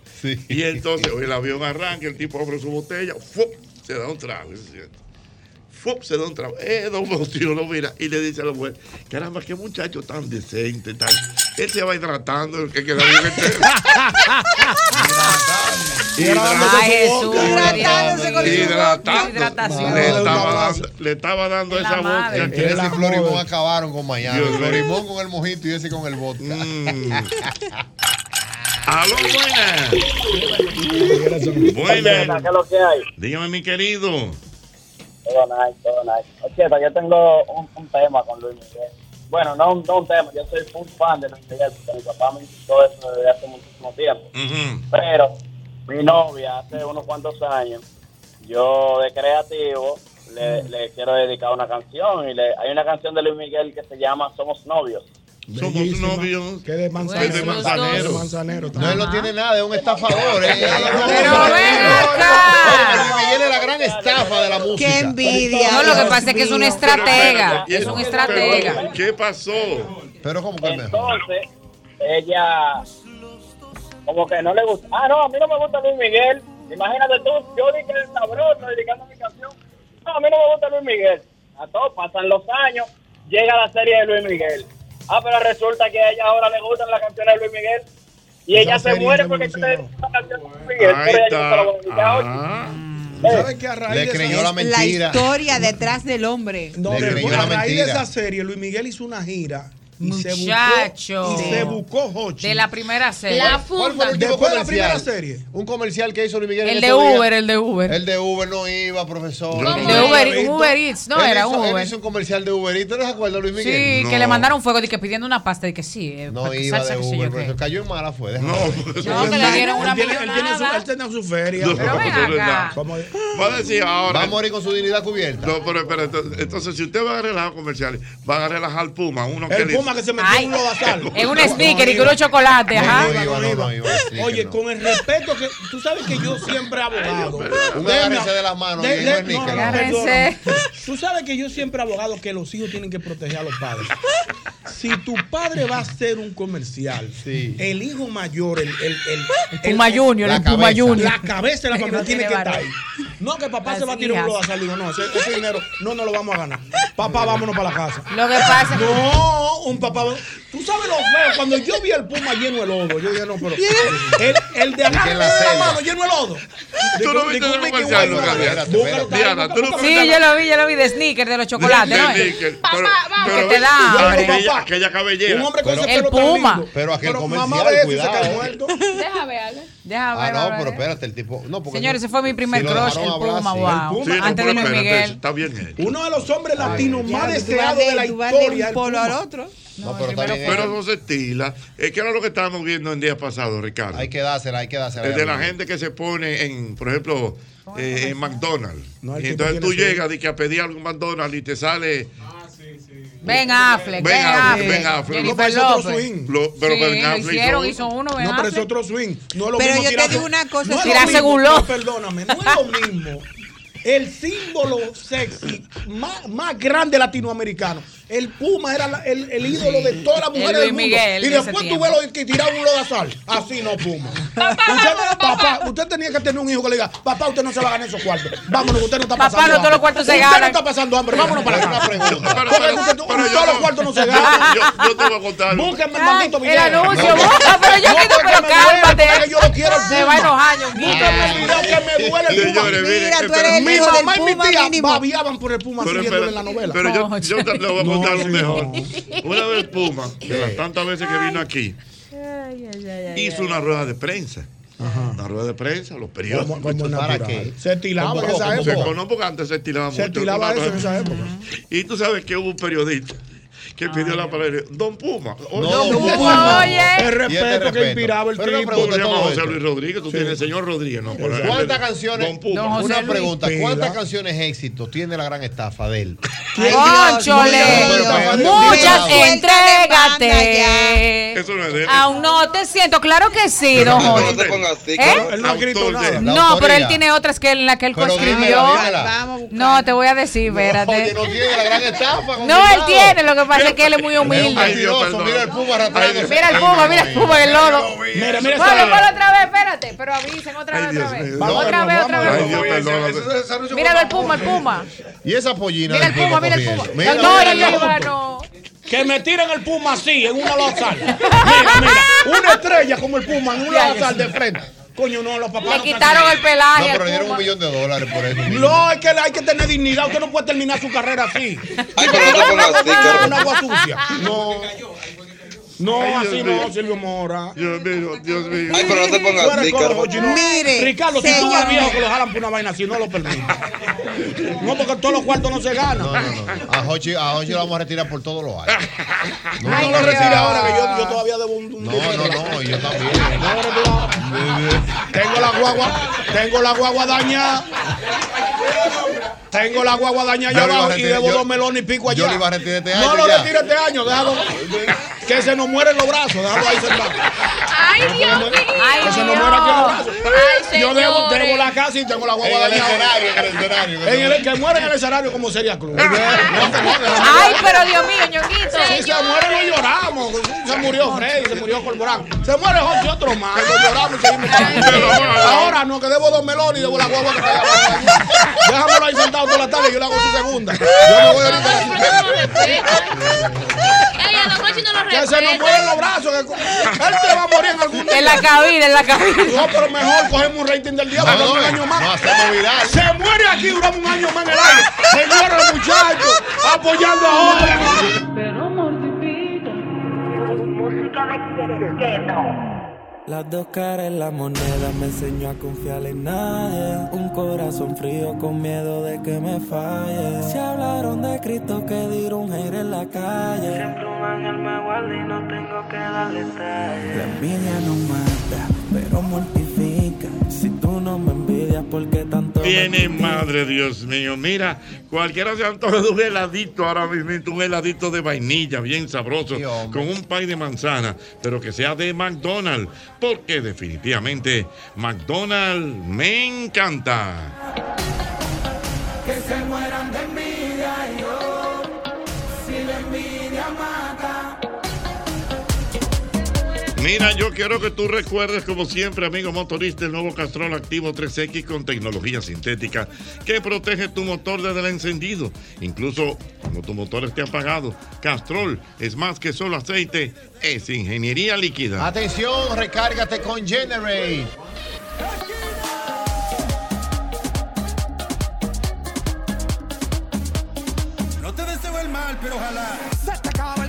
Speaker 3: Y entonces el avión arranca, el tipo abre su botella, ¡fup! se da un trago. ¿sí es cierto? ¡Fup! se da un trago. Eh, don Faustino lo mira y le dice a la mujer, caramba, qué muchacho tan decente, tan... Él se va hidratando, que queda bien
Speaker 12: (laughs)
Speaker 3: entero.
Speaker 12: Hidratándose Ay, su boca. Jesús, Hidratándose con su boca.
Speaker 3: Hidratándose.
Speaker 12: Hidratación.
Speaker 3: Le estaba dando, le estaba dando
Speaker 5: Es la
Speaker 3: esa boca.
Speaker 5: madre. Entre ese y Florimón acabaron con Miami.
Speaker 3: Dios mío.
Speaker 5: Florimón con el mojito y ese con el vodka.
Speaker 3: Aló, buenas. Buenas.
Speaker 21: es lo que hay?
Speaker 3: Dígame, mi querido.
Speaker 21: Todo nice, todo nice. Ocheta, yo tengo un, un tema con Luis Miguel. Bueno, no, un- no un tema, yo soy full fan de Luis Miguel, porque mi papá me hizo eso desde hace muchísimo tiempo. Pero mi novia, hace unos cuantos años, yo de creativo le, le quiero dedicar una canción. y le, Hay una canción de Luis Miguel que se llama Somos Novios.
Speaker 3: Somos novios.
Speaker 9: Que de manzanero.
Speaker 21: Bueno,
Speaker 9: de
Speaker 21: los
Speaker 9: manzanero.
Speaker 21: dos.
Speaker 5: No, él no tiene nada, es un estafador. ¿eh?
Speaker 15: Pero ven acá.
Speaker 5: Oye, Miguel es la gran estafa de la música.
Speaker 15: Qué envidia, No, lo que Dios pasa es que es un mío. estratega,
Speaker 3: Pero, espérate,
Speaker 15: es un
Speaker 3: pero,
Speaker 15: estratega.
Speaker 3: ¿Qué pasó?
Speaker 5: Pero como que mejor.
Speaker 21: Entonces, ella como que no le gusta. Ah, no, a mí no me gusta Luis Miguel. Imagínate tú, yo dije el sabroso dedicando mi canción. No, a mí no me gusta Luis Miguel. A todos pasan los años, llega la serie de Luis Miguel. Ah, pero resulta que a ella ahora le gustan las canciones de Luis Miguel. Y
Speaker 9: Esa
Speaker 21: ella se
Speaker 9: serie
Speaker 21: muere porque
Speaker 9: revolucionó.
Speaker 21: le gusta la canción de Luis Miguel.
Speaker 9: Ahí
Speaker 21: pero ella
Speaker 9: está. Ah.
Speaker 21: no se la va a dedicar hoy.
Speaker 9: ¿Sabes qué? A raíz
Speaker 5: Le
Speaker 9: de esa-
Speaker 5: creyó la
Speaker 8: La
Speaker 5: mentira.
Speaker 8: historia detrás del hombre.
Speaker 9: No,
Speaker 5: Le
Speaker 9: pero
Speaker 5: creyó
Speaker 9: a
Speaker 5: la
Speaker 9: raíz de
Speaker 5: mentira.
Speaker 9: esa serie, Luis Miguel hizo una gira. Y
Speaker 15: Muchacho.
Speaker 9: Se buscó, y se buscó Jochi.
Speaker 15: De la primera serie.
Speaker 5: ¿Cuál fue el último
Speaker 9: Después de la
Speaker 5: comercial?
Speaker 9: primera serie.
Speaker 5: Un comercial que hizo Luis Miguel. en
Speaker 15: El de
Speaker 5: estos días.
Speaker 15: Uber, el de Uber.
Speaker 5: El de Uber no iba, profesor.
Speaker 15: Yo no El de lo Uber- había visto. Uber Eats, no,
Speaker 5: Él
Speaker 15: era
Speaker 5: hizo-
Speaker 15: Uber.
Speaker 5: Él hizo un comercial de Uber Eats, ¿no se acuerda Luis
Speaker 15: Sí,
Speaker 5: Miguel?
Speaker 15: que le mandaron fuego de que pidiendo una pasta y que sí. eh,
Speaker 5: No
Speaker 15: para que
Speaker 5: iba
Speaker 15: salsa,
Speaker 5: de
Speaker 15: qué sé yo
Speaker 5: Uber,
Speaker 15: qué.
Speaker 5: profesor. Cayó en mala fue. (laughs) déjame.
Speaker 15: No, que le dieron una
Speaker 9: Él tiene- él tiene su-
Speaker 15: millonada.
Speaker 9: Él tenía su feria.
Speaker 3: No,
Speaker 9: Pero ven
Speaker 3: eso es
Speaker 9: acá.
Speaker 3: verdad.
Speaker 9: Como-
Speaker 3: Va a decir ahora.
Speaker 5: Va a morir con su dignidad cubierta.
Speaker 3: No, pero espera, entonces, entonces, si usted va a relajar comerciales, van a relajar Puma, uno que
Speaker 9: El
Speaker 3: le
Speaker 9: Puma chama que se metió en un lodazal.
Speaker 15: (laughs) En un speaker y con unos chocolates, ajá.
Speaker 9: Oye, con el respeto que. Tú sabes que yo siempre he abogado.
Speaker 5: Un
Speaker 9: Venga,
Speaker 5: agárrense de las manos,
Speaker 9: de-
Speaker 5: y
Speaker 9: de-
Speaker 5: no es
Speaker 9: no,
Speaker 5: níquel.
Speaker 9: no,
Speaker 5: Agárrense.
Speaker 9: perdóname. Tú sabes que yo siempre he abogado que los hijos tienen que proteger a los padres. Si tu padre va a hacer un comercial, el hijo mayor, el. El, el,
Speaker 15: Puma Junior, el
Speaker 9: la
Speaker 15: Puma
Speaker 9: cabeza,
Speaker 15: Junior.
Speaker 9: La cabeza de la
Speaker 15: Que
Speaker 9: familia
Speaker 15: no
Speaker 9: tiene
Speaker 15: tiene
Speaker 9: que estar
Speaker 15: barba.
Speaker 9: ahí. No, que papá
Speaker 15: Las
Speaker 9: se va a tirar un
Speaker 15: hijas.
Speaker 9: lodazal. Digo, no, ese, ese dinero no nos lo vamos a ganar. Papá, vámonos para la casa.
Speaker 15: Lo que pasa-
Speaker 9: No, un papá. Tú sabes lo feo. Cuando yo vi al puma lleno de lodo, yo dije, no, pero. El, el de acá,
Speaker 5: Y que la
Speaker 9: la
Speaker 5: selva.
Speaker 9: mano lleno de lodo.
Speaker 3: Tú no
Speaker 9: Digo,
Speaker 3: viste
Speaker 9: digo,
Speaker 3: el
Speaker 9: Mickey
Speaker 3: comercial,
Speaker 9: Mouse,
Speaker 3: Lucas,
Speaker 9: espérate,
Speaker 3: Diana.
Speaker 9: búscalo,
Speaker 3: Diana,
Speaker 9: búscalo,
Speaker 3: tú no
Speaker 15: Sí, yo lo vi, yo lo vi de sneaker, de los chocolates, ¿no?
Speaker 3: De níquel, pero-
Speaker 15: que
Speaker 3: pero
Speaker 15: te
Speaker 3: ves,
Speaker 15: da
Speaker 3: claro,
Speaker 15: hambre.
Speaker 3: aquella- Aquella cabellera.
Speaker 15: Un hombre con
Speaker 3: Pero-
Speaker 15: ese El pelo tan Puma. lindo.
Speaker 5: Pero aquel
Speaker 15: Pero mamá
Speaker 5: comercial,
Speaker 15: ve eso y se
Speaker 5: cuidado.
Speaker 15: cae
Speaker 5: eh.
Speaker 6: Deja ver, Ale.
Speaker 15: Deja
Speaker 5: Ah,
Speaker 15: ver.
Speaker 5: no,
Speaker 15: ver,
Speaker 5: pero
Speaker 15: ver.
Speaker 5: espérate, el tipo. No, porque
Speaker 15: Señores,
Speaker 5: no-
Speaker 15: ese fue mi primer
Speaker 5: si lo
Speaker 15: crush, el
Speaker 5: dejaron hablar
Speaker 15: Puma,
Speaker 5: así.
Speaker 15: wow.
Speaker 5: Sí, no,
Speaker 15: Antes de
Speaker 5: pero
Speaker 15: Luis
Speaker 5: espérate, eh.
Speaker 15: Miguel.
Speaker 3: Está bien hecho.
Speaker 9: Uno de los hombres latinos
Speaker 5: Ay,
Speaker 9: más
Speaker 5: ya,
Speaker 9: deseados de la
Speaker 8: tú vas de un
Speaker 9: historia. el
Speaker 8: polo al
Speaker 9: Puma.
Speaker 8: otro.
Speaker 5: No, pero está bien.
Speaker 3: Pero no se estila. Es que era lo que estábamos viendo en días pasados, Ricardo.
Speaker 5: Hay que dársela, hay que dársela.
Speaker 3: El de la gente que se pone en, por ejemplo, eh, en McDonald's.
Speaker 5: el
Speaker 3: y
Speaker 5: tipo
Speaker 3: entonces
Speaker 5: tiene
Speaker 3: tú
Speaker 5: su-
Speaker 3: llegas de que a pedir algo en McDonald's y te sale
Speaker 15: Ben Affleck, Ben Affleck.
Speaker 3: Ben Affleck.
Speaker 15: Jennifer López.
Speaker 3: Lo- pero
Speaker 15: Sí,
Speaker 3: Ben
Speaker 15: lo
Speaker 3: Affleck
Speaker 15: hicieron,
Speaker 3: hizo-
Speaker 15: hizo uno, Ben
Speaker 9: No, pero es
Speaker 15: Affleck.
Speaker 9: otro swing. No es lo
Speaker 8: Pero
Speaker 9: mismo
Speaker 8: yo te
Speaker 9: tirar-
Speaker 8: digo una cosa,
Speaker 9: no es
Speaker 8: tirar
Speaker 9: mismo,
Speaker 8: según
Speaker 9: no,
Speaker 8: lo-
Speaker 9: Perdóname, no es lo mismo. El símbolo sexy más, más grande latinoamericano. El Puma era la- el, el ídolo de todas las
Speaker 15: El
Speaker 9: mujeres
Speaker 15: Luis
Speaker 9: del mundo.
Speaker 15: Miguel
Speaker 9: y
Speaker 15: de ese
Speaker 9: después tú
Speaker 15: tiempo.
Speaker 9: ves lo que tiraba un lodazal. Así no, Puma. usted, papá, usted tenía que tener un hijo que le diga, papá, usted no se va a ganar esos cuartos. Vámonos, usted no está
Speaker 15: Papá,
Speaker 9: pasando
Speaker 15: no todos
Speaker 9: hambre.
Speaker 15: los cuartos se
Speaker 9: Usted
Speaker 15: ganan.
Speaker 9: no está pasando hambre, vámonos para acá. Porque usted- todos los cuartos no se ganan.
Speaker 3: Yo, yo te voy a contar. algo.
Speaker 9: Búscame el
Speaker 15: Ay,
Speaker 9: maldito
Speaker 15: el
Speaker 9: video.
Speaker 15: anuncio, busca, pero yo quiero-
Speaker 9: porque
Speaker 15: pero
Speaker 9: me duele,
Speaker 15: cálmate.
Speaker 9: porque Yo lo quiero.
Speaker 15: Se va a enojar, yo.
Speaker 9: Búscame el video que me duele el Puma.
Speaker 3: Señores, miren,
Speaker 9: Mira, tú
Speaker 3: espera-
Speaker 9: eres el
Speaker 3: Mi
Speaker 9: hijo
Speaker 3: mamá
Speaker 9: del
Speaker 3: y mi
Speaker 9: Puma
Speaker 3: tía
Speaker 9: mínimo. babiaban por el Puma
Speaker 3: Pero,
Speaker 9: siguiéndole
Speaker 3: espera,
Speaker 9: la novela.
Speaker 3: pero yo,
Speaker 9: No,
Speaker 3: yo te lo voy a contar lo
Speaker 9: no.
Speaker 3: mejor. Una vez Puma, de las tantas veces que vino aquí, hizo una rueda de prensa. Una rueda de prensa, los periódicos.
Speaker 9: Como- como natural. Se estilaba en esa
Speaker 3: Se
Speaker 9: época.
Speaker 3: conoce porque antes se estilaba mucho.
Speaker 9: Se estilaba
Speaker 3: Una
Speaker 9: eso en
Speaker 3: rueda-
Speaker 9: esa época.
Speaker 3: Y tú sabes que hubo un periodista que pidió la palabra. y dijo, Don Puma. Oye,
Speaker 9: Don Puma, oye. El respeto que inspiraba el
Speaker 3: Pero una
Speaker 9: tipo.
Speaker 3: pregunta, Se llama
Speaker 5: todo
Speaker 3: José
Speaker 5: esto.
Speaker 3: Luis Rodríguez, tú tienes el señor Rodríguez. No, por ahí.
Speaker 5: ¿Cuántas canciones?
Speaker 3: Don Puma.
Speaker 5: una pregunta, ¿cuántas
Speaker 3: Mira.
Speaker 5: canciones éxito tiene la gran estafa de
Speaker 15: (laughs)
Speaker 5: él?
Speaker 15: ¡Cónchole! Muchas entrégate.
Speaker 3: Eso no es de él.
Speaker 15: Aún no te siento. Claro que sí, don Jorge. Ah, ¿Eh?
Speaker 3: Él no ha escrito nada.
Speaker 15: No, pero él tiene otras que en la que él coescribió. No, te voy a decir, espérate.
Speaker 5: No tiene la gran estafa.
Speaker 15: No, él tiene, lo que pasa es que él es muy humilde.
Speaker 5: Mira el Puma arrastrándose.
Speaker 15: Mira el puma, mira el puma, el lodo.
Speaker 9: Mira, mira esa
Speaker 15: Ponlo,
Speaker 9: vaina.
Speaker 15: ponlo otra vez, espérate, pero avisen otra vez, otra vez. Otra vez, otra
Speaker 5: Ay,
Speaker 15: vez.
Speaker 5: Dios, perdóname.
Speaker 15: Míralo el puma, el puma.
Speaker 5: Y esa pollina.
Speaker 15: Mira
Speaker 5: del
Speaker 15: el Puma, mira el
Speaker 5: Corrientes.
Speaker 15: Puma.
Speaker 5: Mira,
Speaker 15: No,
Speaker 5: mira,
Speaker 15: no,
Speaker 5: mira.
Speaker 15: no, no, no.
Speaker 9: Que me tiren el Puma así, en una lozal. Mira,
Speaker 15: (laughs)
Speaker 9: mira, una estrella como el Puma en un
Speaker 15: Ya,
Speaker 9: lozal
Speaker 15: ya.
Speaker 9: de frente. Coño, no, los papás.
Speaker 15: Le
Speaker 9: no están
Speaker 15: quitaron
Speaker 9: así.
Speaker 15: el pelaje
Speaker 5: No,
Speaker 15: al
Speaker 5: pero le dieron un
Speaker 15: Puma.
Speaker 5: millón de dólares por eso.
Speaker 9: No, es que hay que tener dignidad. Usted no puede terminar su carrera así. Hay
Speaker 5: que tener una
Speaker 9: una,
Speaker 5: dignidad.
Speaker 9: agua sucia. No. No,
Speaker 3: Ay,
Speaker 9: así
Speaker 3: Dios
Speaker 9: no,
Speaker 3: mío.
Speaker 9: Silvio Mora.
Speaker 3: Dios mío, Dios mío.
Speaker 9: Ay, pero no te pongas así, Carlos.
Speaker 8: Mire,
Speaker 9: Ricardo, si tú
Speaker 8: señor.
Speaker 9: vas viejo que lo jalan por una vaina así, no lo permite. No, porque todos los cuartos no se ganan.
Speaker 5: No, no, no. A Hochi, a Hochi lo vamos a retirar por todos los
Speaker 15: Ah.
Speaker 5: años.
Speaker 9: No, no lo retire ahora, que yo, yo todavía debo un, un
Speaker 5: No,
Speaker 9: dinero.
Speaker 5: no, no, yo también.
Speaker 9: No lo retiro. Tengo la guagua, tengo la guagua dañada. Tengo la guagua dañada allá
Speaker 5: Yo le iba a
Speaker 9: abajo y
Speaker 5: retirar,
Speaker 9: debo
Speaker 5: yo-
Speaker 9: dos melones y pico allá.
Speaker 5: yo le iba a retirar este
Speaker 9: No
Speaker 5: año
Speaker 9: lo
Speaker 5: ya.
Speaker 9: retire este año, déjalo. Que se nos mueren los brazos, déjalo ahí sentado.
Speaker 6: Ay, Dios mío.
Speaker 9: Que se nos muera aquí los brazos. Yo debo, debo la casa y tengo la guagua
Speaker 5: En el
Speaker 9: dañada.
Speaker 5: escenario, en el escenario.
Speaker 9: En el, que muera en el escenario como sería club.
Speaker 15: Ay, pero Dios mío, ñoquito.
Speaker 9: Si se muere, no lloramos. Se murió Freddy, se murió Corporán. Se muere Jorge otro más. No lloramos y seguimos cantando. Ahora no, que debo dos melones y debo la guagua que traiga. Déjamelo ahí sentado toda la tarde y yo le hago su segunda. Yo me voy ahorita. Que se nos mueren los brazos. Que él te va a morir en algún día.
Speaker 15: En la cabina, en la cabina.
Speaker 9: No, pero mejor cogemos un rating del día, duramos un año más. Se muere aquí, duramos un año más en el aire. Señores, muchachos, apoyando a otros.
Speaker 16: Las dos caras en la moneda me enseñó a confiar en nadie. Un corazón frío con miedo de que me falle. Se hablaron de Cristo que dieron un aire en la calle. Siempre un ángel me guarda y no tengo que darle talla. La envidia no mata, pero mortifica. Si tú no me envidias, ¿por qué tanto
Speaker 3: Tiene madre, Dios mío. Mira, cualquiera se antoja de un heladito ahora mismo, un heladito de vainilla, bien sabroso, con un pay de manzana, pero que sea de McDonald's, porque definitivamente McDonald's me encanta.
Speaker 14: Que se mueran de envidia yo, si la envidia mata.
Speaker 3: Mira, yo quiero que tú recuerdes, como siempre, amigo motorista, el nuevo Castrol Activo 3X con tecnología sintética que protege tu motor desde el encendido. Incluso cuando tu motor esté apagado, Castrol es más que solo aceite, es ingeniería líquida.
Speaker 5: Atención, recárgate con Generate.
Speaker 4: No te deseo el mal, pero ojalá.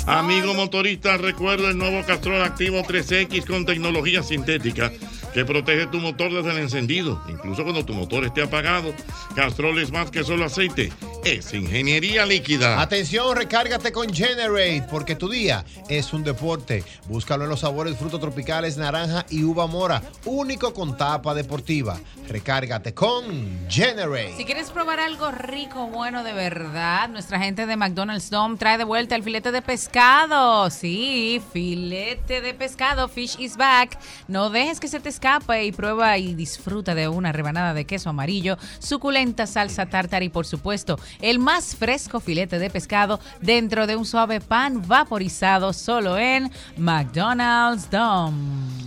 Speaker 3: Amigo motorista, recuerda el nuevo Castrol Activo 3X con tecnología sintética que protege tu motor desde el encendido, incluso cuando tu motor esté apagado. Castrol es más que solo aceite, es ingeniería líquida.
Speaker 5: Atención, recárgate con Generate, porque tu día es un deporte. Búscalo en los sabores frutos tropicales, naranja y uva mora, único con tapa deportiva. Recárgate con Generate.
Speaker 15: Si quieres probar algo rico, bueno, de verdad, nuestra gente de McDonald's Dome trae de vuelta el filete de pescado. Sí, filete de pescado, Fish is back. No dejes que se te escape y prueba y disfruta de una rebanada de queso amarillo, suculenta salsa tártara y, por supuesto, el más fresco filete de pescado dentro de un suave pan vaporizado solo en McDonald's Dome.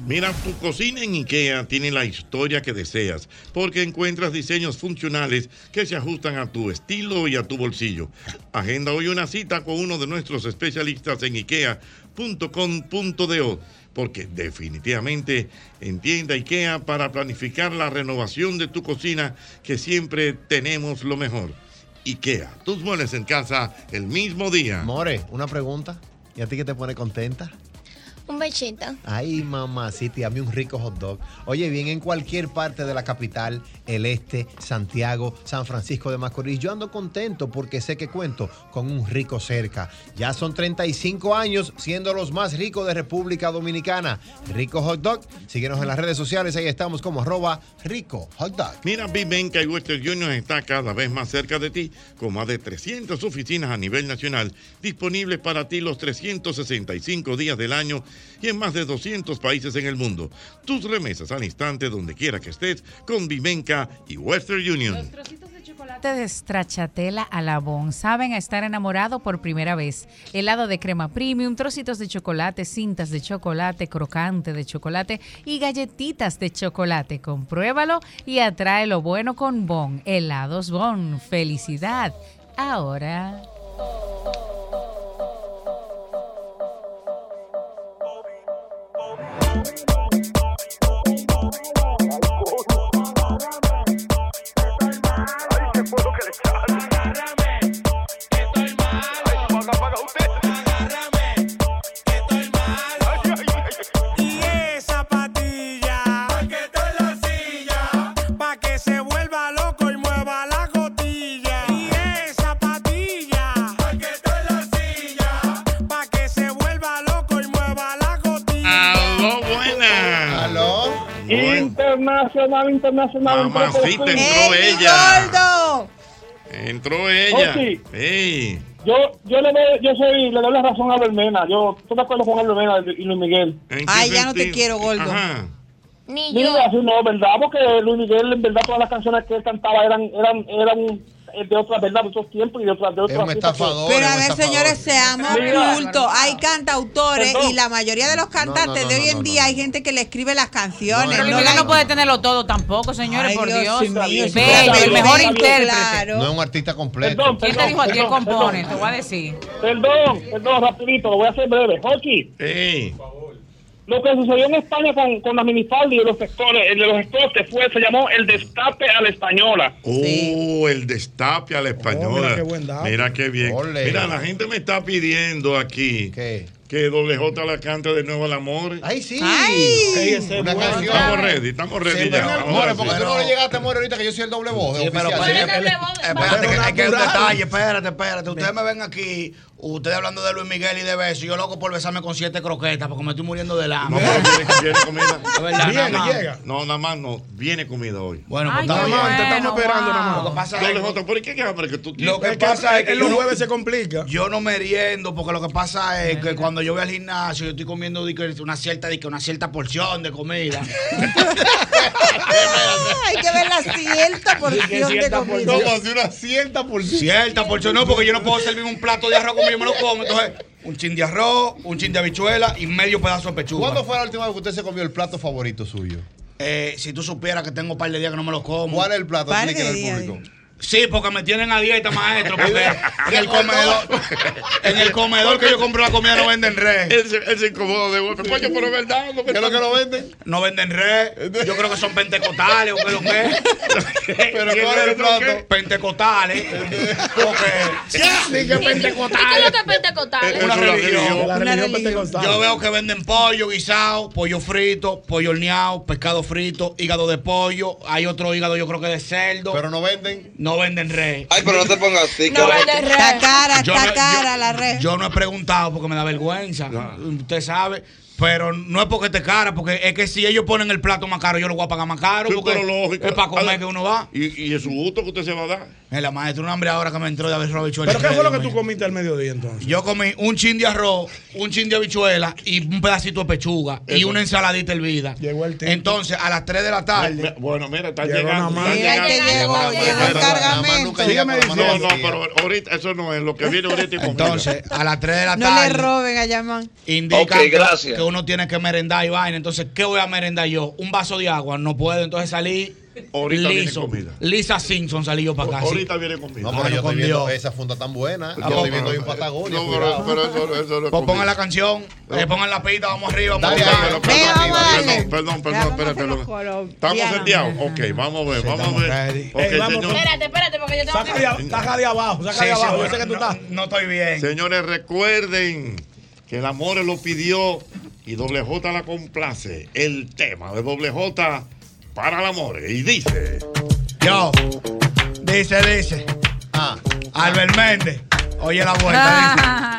Speaker 3: Mira, tu cocina en IKEA tiene la historia que deseas, porque encuentras diseños funcionales que se ajustan a tu estilo y a tu bolsillo. Agenda hoy una cita con uno de nuestros especialistas en ikea.com.do, porque definitivamente entienda IKEA para planificar la renovación de tu cocina, que siempre tenemos lo mejor. IKEA, tus muebles en casa el mismo día.
Speaker 5: More, una pregunta. ¿Y a ti qué te pone contenta?
Speaker 11: Un bechito.
Speaker 5: Ay, mamacita, y dame un rico hot dog. Oye, bien, en cualquier parte de la capital, el este, Santiago, San Francisco de Macorís, yo ando contento porque sé que cuento con un rico cerca. Ya son 35 años siendo los más ricos de República Dominicana. Rico hot dog, síguenos en las redes sociales, ahí estamos como arroba rico hot dog.
Speaker 3: Mira, Vivenca y Western Union está cada vez más cerca de ti, con más de 300 oficinas a nivel nacional, disponibles para ti los 365 días del año y en más de 200 países en el mundo. Tus remesas al instante, donde quiera que estés, con Vivenca y Western Union.
Speaker 15: chocolate de stracciatella a la Bon. Saben a estar enamorado por primera vez. Helado de crema premium, trocitos de chocolate, cintas de chocolate, crocante de chocolate y galletitas de chocolate. Compruébalo y atrae lo bueno con Bon. Helados Bon. Felicidad. Ahora.
Speaker 14: Y esa patilla, pa' que esté en la silla, pa' que se vuelva loco y mueva la gotilla. Y esa patilla, pa' que esté en la silla, pa' que se vuelva loco y mueva la gotilla.
Speaker 3: ¡Aló, buena!
Speaker 5: ¡Aló!
Speaker 21: Internacional, internacional.
Speaker 3: Mamacita,
Speaker 21: entró por fin.
Speaker 3: entró ella. Entró ella.
Speaker 21: Ochi.
Speaker 3: Ey.
Speaker 21: Yo, yo le doy, yo soy, le doy la razón a Belmena. Yo, ¿tú te acuerdas con Belmena y Luis Miguel?
Speaker 8: Ay, ya no te quiero, gordo.
Speaker 11: Ni
Speaker 21: Mira, sí, no, verdad, porque Luis Miguel, en verdad, todas las canciones que él cantaba eran, eran, eran eh, de otras, verdad, de otros tiempos y de otras, de otras. artistas que-
Speaker 8: Pero a ver, señores, seamos
Speaker 21: Mira.
Speaker 8: cultos. Hay cantautores
Speaker 21: Perdón.
Speaker 8: y la mayoría de los cantantes
Speaker 15: no,
Speaker 8: de
Speaker 15: no,
Speaker 8: hoy en
Speaker 15: no,
Speaker 8: día hay gente que le escribe las canciones.
Speaker 15: Pero el
Speaker 8: no
Speaker 15: Miguel
Speaker 8: la-
Speaker 15: no puede tenerlo todo tampoco, señores,
Speaker 8: Ay,
Speaker 15: por
Speaker 8: Dios
Speaker 15: Dios.
Speaker 8: mío,
Speaker 15: Bello, el
Speaker 8: claro,
Speaker 15: mejor
Speaker 8: claro.
Speaker 15: intérprete.
Speaker 5: No es un artista completo.
Speaker 15: ¿Quién te dijo a ti el compone? Te voy a decir.
Speaker 21: Perdón, perdón, rapidito, lo voy a hacer breve. Jochi. Lo que sucedió en España con, con las minifaldas y los sectores, el de los escotes fue, se llamó el destape a la española.
Speaker 3: Oh, el destape a la española. mira, qué
Speaker 7: Ah, pues,
Speaker 3: bien.
Speaker 5: Ole.
Speaker 3: Mira, la gente me está pidiendo aquí que doble J la canta de nuevo al amor.
Speaker 5: Ay, sí.
Speaker 3: Ey, ese es
Speaker 5: Una
Speaker 3: bueno.
Speaker 5: canción.
Speaker 3: Estamos ready, estamos ready
Speaker 5: Sí,
Speaker 3: ya.
Speaker 5: pero,
Speaker 3: Ahora
Speaker 5: More,
Speaker 3: sí.
Speaker 5: porque tú no
Speaker 3: Pero-
Speaker 5: le llegaste, More, ahorita que yo soy el doble voz.
Speaker 7: Sí, pero
Speaker 5: oficial.
Speaker 7: espérate, espérate, que hay que hay un detalle, espérate, espérate. Ustedes me ven aquí Ustedes hablando de Luis Miguel y de beso, yo loco por besarme con siete croquetas porque me estoy muriendo de
Speaker 3: No,
Speaker 7: hambre.
Speaker 3: pero viene, viene comida.
Speaker 7: (laughs) De verdad,
Speaker 3: Viene,
Speaker 7: nada más.
Speaker 3: llega. No, nada más no. Viene comida hoy.
Speaker 7: Bueno,
Speaker 9: pues Ay, está qué bien. bueno, Te estamos esperando, wow. nada más.
Speaker 7: Lo que pasa
Speaker 3: Yo
Speaker 7: es-
Speaker 3: les otro, ¿por qué que hambre que tú tienes?
Speaker 7: Lo que pasa es que
Speaker 9: en los
Speaker 7: yo-
Speaker 9: jueves se complica.
Speaker 7: Yo no meriendo, porque lo que pasa es que cuando yo voy al gimnasio, yo estoy comiendo di que, una cierta, di que una cierta porción de comida.
Speaker 3: (laughs)
Speaker 8: Hay que ver la cierta porción de comida.
Speaker 3: una cierta porción?
Speaker 7: Cierta porción, no, porque yo no puedo servir un plato de arroz como yo me lo como. Entonces, un chin de arroz, un chin de habichuela y medio pedazo de pechuga.
Speaker 5: ¿Cuándo fue la última vez que usted se comió el plato favorito suyo?
Speaker 7: Eh, si tú supieras que tengo un par de días que no me los como.
Speaker 5: ¿Cuál es el plato? Par de Explíquele al días. público.
Speaker 7: Sí, porque me tienen a dieta,
Speaker 3: (laughs)
Speaker 7: maestro. Porque en el comedor, en el comedor que yo compro la comida no venden res.
Speaker 3: Él se, él se incomoda de golpe. Coño, pero es verdad. No ¿Qué es lo que
Speaker 5: no venden?
Speaker 7: No venden res. Yo creo que son pentecostales o qué es lo que es.
Speaker 3: (laughs) Pero ¿cuál es el plato?
Speaker 7: Pentecostales.
Speaker 3: (laughs)
Speaker 7: Porque.
Speaker 11: ¿Y qué es lo que es pentecostal?
Speaker 7: Una religión.
Speaker 9: La religión pentecostal.
Speaker 7: Yo veo que venden pollo guisado, pollo frito, pollo horneado, pescado frito, hígado de pollo. Hay otro hígado, yo creo que de cerdo. Pero
Speaker 5: no venden.
Speaker 7: No venden res.
Speaker 22: Ay, pero no te pongas así,
Speaker 7: No
Speaker 22: cabrón.
Speaker 7: venden res.
Speaker 8: Está cara,
Speaker 7: Yo
Speaker 8: está
Speaker 7: no-
Speaker 8: cara la red.
Speaker 7: Yo no he preguntado porque me da vergüenza. Usted sabe. Pero no es porque te cara, porque es que si ellos ponen el plato más caro, yo lo voy a pagar más caro.
Speaker 3: Sí,
Speaker 7: porque
Speaker 3: pero lógico.
Speaker 7: Es para comer
Speaker 3: Ahora-
Speaker 7: que uno va.
Speaker 3: Y, y es un gusto que usted se va a dar.
Speaker 7: Es la maestra, un hambre ahora que me entró de haber habichuela.
Speaker 9: ¿Pero qué fue lo que tú comiste al mediodía entonces?
Speaker 7: Yo comí un chin de arroz, un chin de habichuela y un pedacito de pechuga y
Speaker 9: Eso.
Speaker 7: una ensaladita hervida. Entonces, a las 3 de la tarde.
Speaker 3: Me- me- bueno, mira, está
Speaker 7: Llegó
Speaker 3: llegando.
Speaker 7: nada
Speaker 3: está
Speaker 7: más. Mira que llegó,
Speaker 3: Nada más,
Speaker 7: llegó
Speaker 3: nada
Speaker 7: el
Speaker 3: más,
Speaker 7: cargamento.
Speaker 3: nunca
Speaker 7: Sígueme
Speaker 3: llega por la mano.
Speaker 7: diciendo. Pues
Speaker 3: No, no, pero ahorita eso no es lo que este viene ahorita y comida.
Speaker 7: Entonces, a las 3 de la
Speaker 8: No le
Speaker 7: tarde.
Speaker 8: roben a Yamán.
Speaker 7: indica
Speaker 3: Ok,
Speaker 7: que-
Speaker 3: gracias.
Speaker 7: que uno tiene que merendar y vaina. Entonces, ¿qué voy a merendar yo? Un vaso de agua, no puedo. Entonces salí
Speaker 3: Ahorita viene
Speaker 7: liso.
Speaker 3: comida.
Speaker 7: Lisa Simpson salí yo para acá.
Speaker 3: Ahorita viene comida.
Speaker 5: No,
Speaker 7: Claro,
Speaker 5: pero yo
Speaker 7: con
Speaker 5: estoy viendo
Speaker 7: Dios.
Speaker 5: esa funda tan buena. Yo
Speaker 7: Ah,
Speaker 5: estoy
Speaker 7: pero-
Speaker 5: viendo hoy en Patagonia.
Speaker 3: No, pero, pero eso, eso no es
Speaker 7: Pues
Speaker 3: comida.
Speaker 7: pongan la canción, eh, pongan la pita, vamos arriba, vamos
Speaker 3: Dale,
Speaker 7: a
Speaker 3: dale,
Speaker 7: buscar.
Speaker 3: perdón, perdón, perdón, perdón, espérate, perdón. ¿Estamos seteados? Ok, vamos a ver, vamos a ver. Ok,
Speaker 9: Ey, vamos,
Speaker 3: señor.
Speaker 11: Espérate, espérate, porque yo tengo
Speaker 9: Saca de,
Speaker 11: que.
Speaker 9: ab- saca de abajo, saca
Speaker 7: Sí,
Speaker 9: de
Speaker 7: sí,
Speaker 9: abajo.
Speaker 7: bueno,
Speaker 9: yo sé que tú
Speaker 7: no,
Speaker 9: estás.
Speaker 7: No estoy bien.
Speaker 3: Señores, recuerden que el amor lo pidió y Doble J la complace. El tema de Doble J para el amor. Y dice.
Speaker 7: Yo, dice, dice.
Speaker 5: Ah,
Speaker 7: Albert Méndez. Oye la vuelta, dice.
Speaker 15: Ah,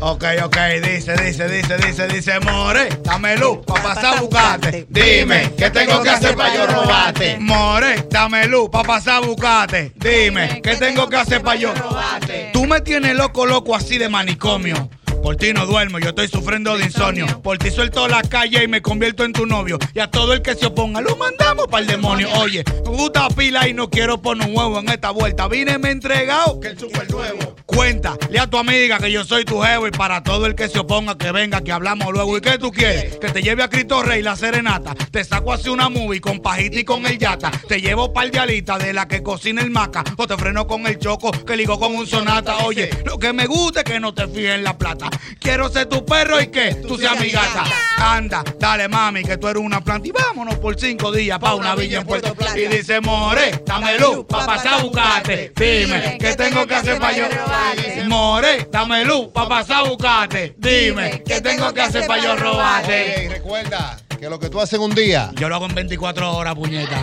Speaker 7: Ok, ok, dice, dice, dice, dice, dice, more, dame luz pa' pasar a buscarte. Dime, ¿qué tengo que hacer para yo robarte? More, dame luz pa' pasar a buscarte. Dime, ¿qué tengo que hacer para yo robarte? Tú me tienes loco, loco, así de manicomio. Por ti no duermo, yo estoy sufriendo de insomnio. Por ti suelto la calle y me convierto en tu novio. Y a todo el que se oponga lo mandamos para el demonio. Oye, me gusta pila y no quiero poner un huevo en esta vuelta. Vine, me he entregado, que el super nuevo. Cuenta, le a tu amiga que yo soy tu jevo y para todo el que se oponga que venga, que hablamos luego. ¿Y qué tú quieres? Que te lleve a Cristo Rey la serenata. Te saco así una movie con pajita y con el yata. Te llevo par de alitas de la que cocina el maca. O te freno con el choco que ligó con un sonata. Oye, lo que me gusta es que no te fijes en la plata. Quiero ser tu perro y que tú seas mi gata. Anda, dale mami que tú eres una planta. Y vámonos por cinco días pa' una villa en Puerto Plata. Y dice, more, dame luz pa' pasar a buscarte. Dime, ¿qué tengo que hacer para yo robarte? More, dame luz pa' pasar a buscarte. Dime, ¿qué tengo que hacer para yo robarte?
Speaker 5: Ey, recuerda que lo que tú haces en un día.
Speaker 7: Yo lo hago en 24 horas, puñeta.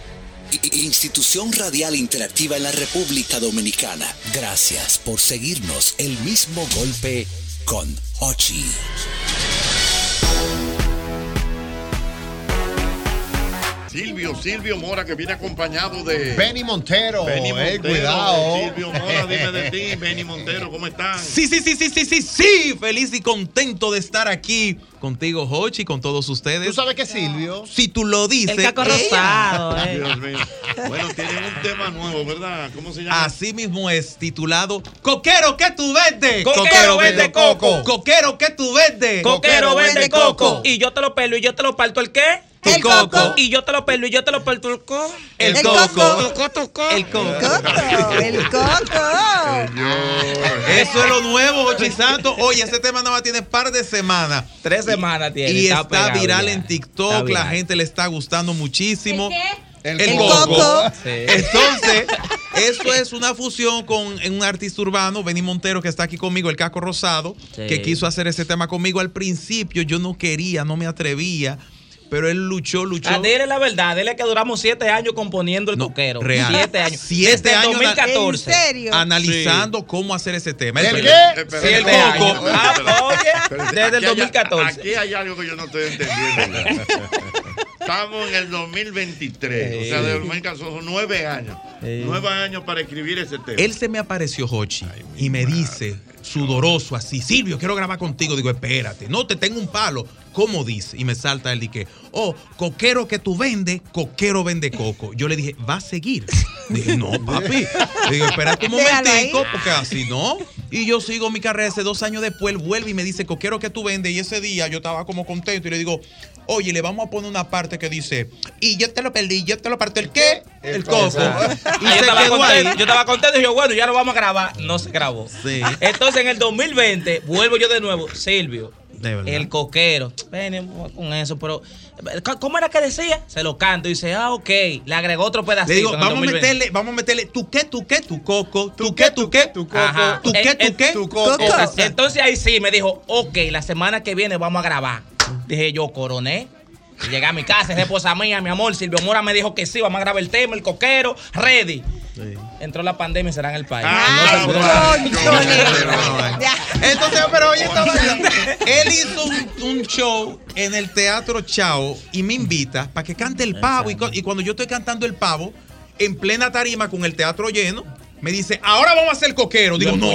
Speaker 1: I- Institución Radial Interactiva en la República Dominicana. Gracias por seguirnos El Mismo Golpe con Ochi.
Speaker 3: Silvio, Silvio Mora, que viene acompañado de.
Speaker 5: Benny Montero.
Speaker 3: Benny
Speaker 9: eh,
Speaker 5: ey,
Speaker 3: Montero,
Speaker 5: cuidado.
Speaker 3: Silvio Mora, dime
Speaker 9: (laughs)
Speaker 3: de ti, Benny Montero, ¿cómo estás?
Speaker 23: Sí, sí, sí, sí, sí, sí, sí, feliz y contento de estar aquí
Speaker 22: contigo, Hochi, con todos ustedes.
Speaker 5: ¿Tú sabes que Silvio?
Speaker 22: Si tú lo dices.
Speaker 5: El caco
Speaker 22: ella.
Speaker 5: rosado, eh.
Speaker 3: Dios mío. Bueno, tienen un tema nuevo, ¿verdad? ¿Cómo se llama?
Speaker 22: Así mismo es titulado Coquero que tú vendes.
Speaker 3: Coquero vende
Speaker 22: coco. Coquero que tú vendes.
Speaker 23: Coquero vende coco. Y yo te lo pelo y yo te lo parto el qué? El coco. Y yo te lo pelo y yo te lo parto el coco.
Speaker 22: El El coco. coco. El coco.
Speaker 8: El coco.
Speaker 22: Eso es lo nuevo, Hochi Santo. Oye, ese tema nada más tiene par de semanas. Tres
Speaker 23: semanas tiene,
Speaker 22: Y
Speaker 23: está
Speaker 22: está,
Speaker 23: pegado
Speaker 22: viral
Speaker 23: ya.
Speaker 22: en
Speaker 23: Está
Speaker 22: TikTok. La
Speaker 23: viral.
Speaker 22: gente le está gustando muchísimo.
Speaker 23: El El coco. coco. Sí.
Speaker 22: Entonces, eso es una fusión con un artista urbano, Benny Montero, que está aquí conmigo, el Caco Rosado,
Speaker 23: Sí.
Speaker 22: que quiso hacer ese tema conmigo. Al principio yo no quería, no me atrevía, pero él luchó, luchó.
Speaker 23: Ah, dile la verdad, dile que duramos siete años componiendo el coquero.
Speaker 22: Real.
Speaker 23: Siete años.
Speaker 22: Siete
Speaker 23: Desde el
Speaker 22: años.
Speaker 23: 2014.
Speaker 22: ana- Analizando cómo hacer ese tema.
Speaker 23: ¿El
Speaker 22: Él-
Speaker 23: qué?
Speaker 22: él- él-
Speaker 23: Siete
Speaker 22: él-
Speaker 23: años.
Speaker 22: Coco.
Speaker 23: Ah,
Speaker 22: Desde
Speaker 3: Aquí
Speaker 22: el
Speaker 3: hay-
Speaker 22: 2014.
Speaker 3: Aquí hay algo que yo no estoy entendiendo. Estamos en el 2023. O sea,
Speaker 22: Sí.
Speaker 3: de 2014 son nueve años. Nueve años para escribir ese tema.
Speaker 22: Él se me apareció, Hochi, y me dice, sudoroso, así, Silvio, quiero grabar contigo. Digo, espérate, no te tengo un palo. ¿Cómo dice? Y me salta él y que, oh, coquero que tú vendes, coquero vende coco. Yo le dije, va a seguir. Dije, no, papi. Digo, espérate un
Speaker 23: Déjalo ahí.
Speaker 22: momentico, porque así no. Y yo sigo mi carrera. Hace dos años después, él vuelve y me dice, coquero que tú vendes. Y ese día yo estaba como contento y le digo, oye, le vamos a poner una parte que dice, y yo te lo perdí, yo te lo parto. ¿El qué? El, coco.
Speaker 23: Y yo, estaba contento, yo estaba contento y yo, bueno, ya lo vamos a grabar. No se grabó. Ah, Entonces en el 2020 vuelvo yo de nuevo, Silvio. El coquero. Ven, con eso, pero. ¿Cómo era que decía? Se lo canto y dice, ah, ok. Le agregó otro pedacito.
Speaker 22: Le digo,
Speaker 23: en el
Speaker 22: vamos a
Speaker 23: 2020.
Speaker 22: meterle, vamos a meterle tu qué, tu qué, tu coco, tu qué, tu qué, tu
Speaker 23: Ajá.
Speaker 22: tu
Speaker 23: Eh,
Speaker 22: qué,
Speaker 23: eh,
Speaker 22: tu qué,
Speaker 23: tu coco. Entonces ahí sí me dijo, ok, la semana que viene vamos a grabar. Dije yo, coroné. Y Llegué a mi casa, es esposa mía, mi amor. Silvio Mora me dijo que sí, vamos a grabar el tema, el coquero, ready. Entró la pandemia y será en el país. Ah, No se pudo grabar.
Speaker 22: Entonces, pero oye,
Speaker 23: (laughs)
Speaker 22: esta vaina. él hizo un, un show en el Teatro Chao y me invita para que cante el pavo. Y, cu- y cuando yo estoy cantando el pavo, en plena tarima con el teatro lleno, me dice, ahora vamos a hacer coquero. Digo, no,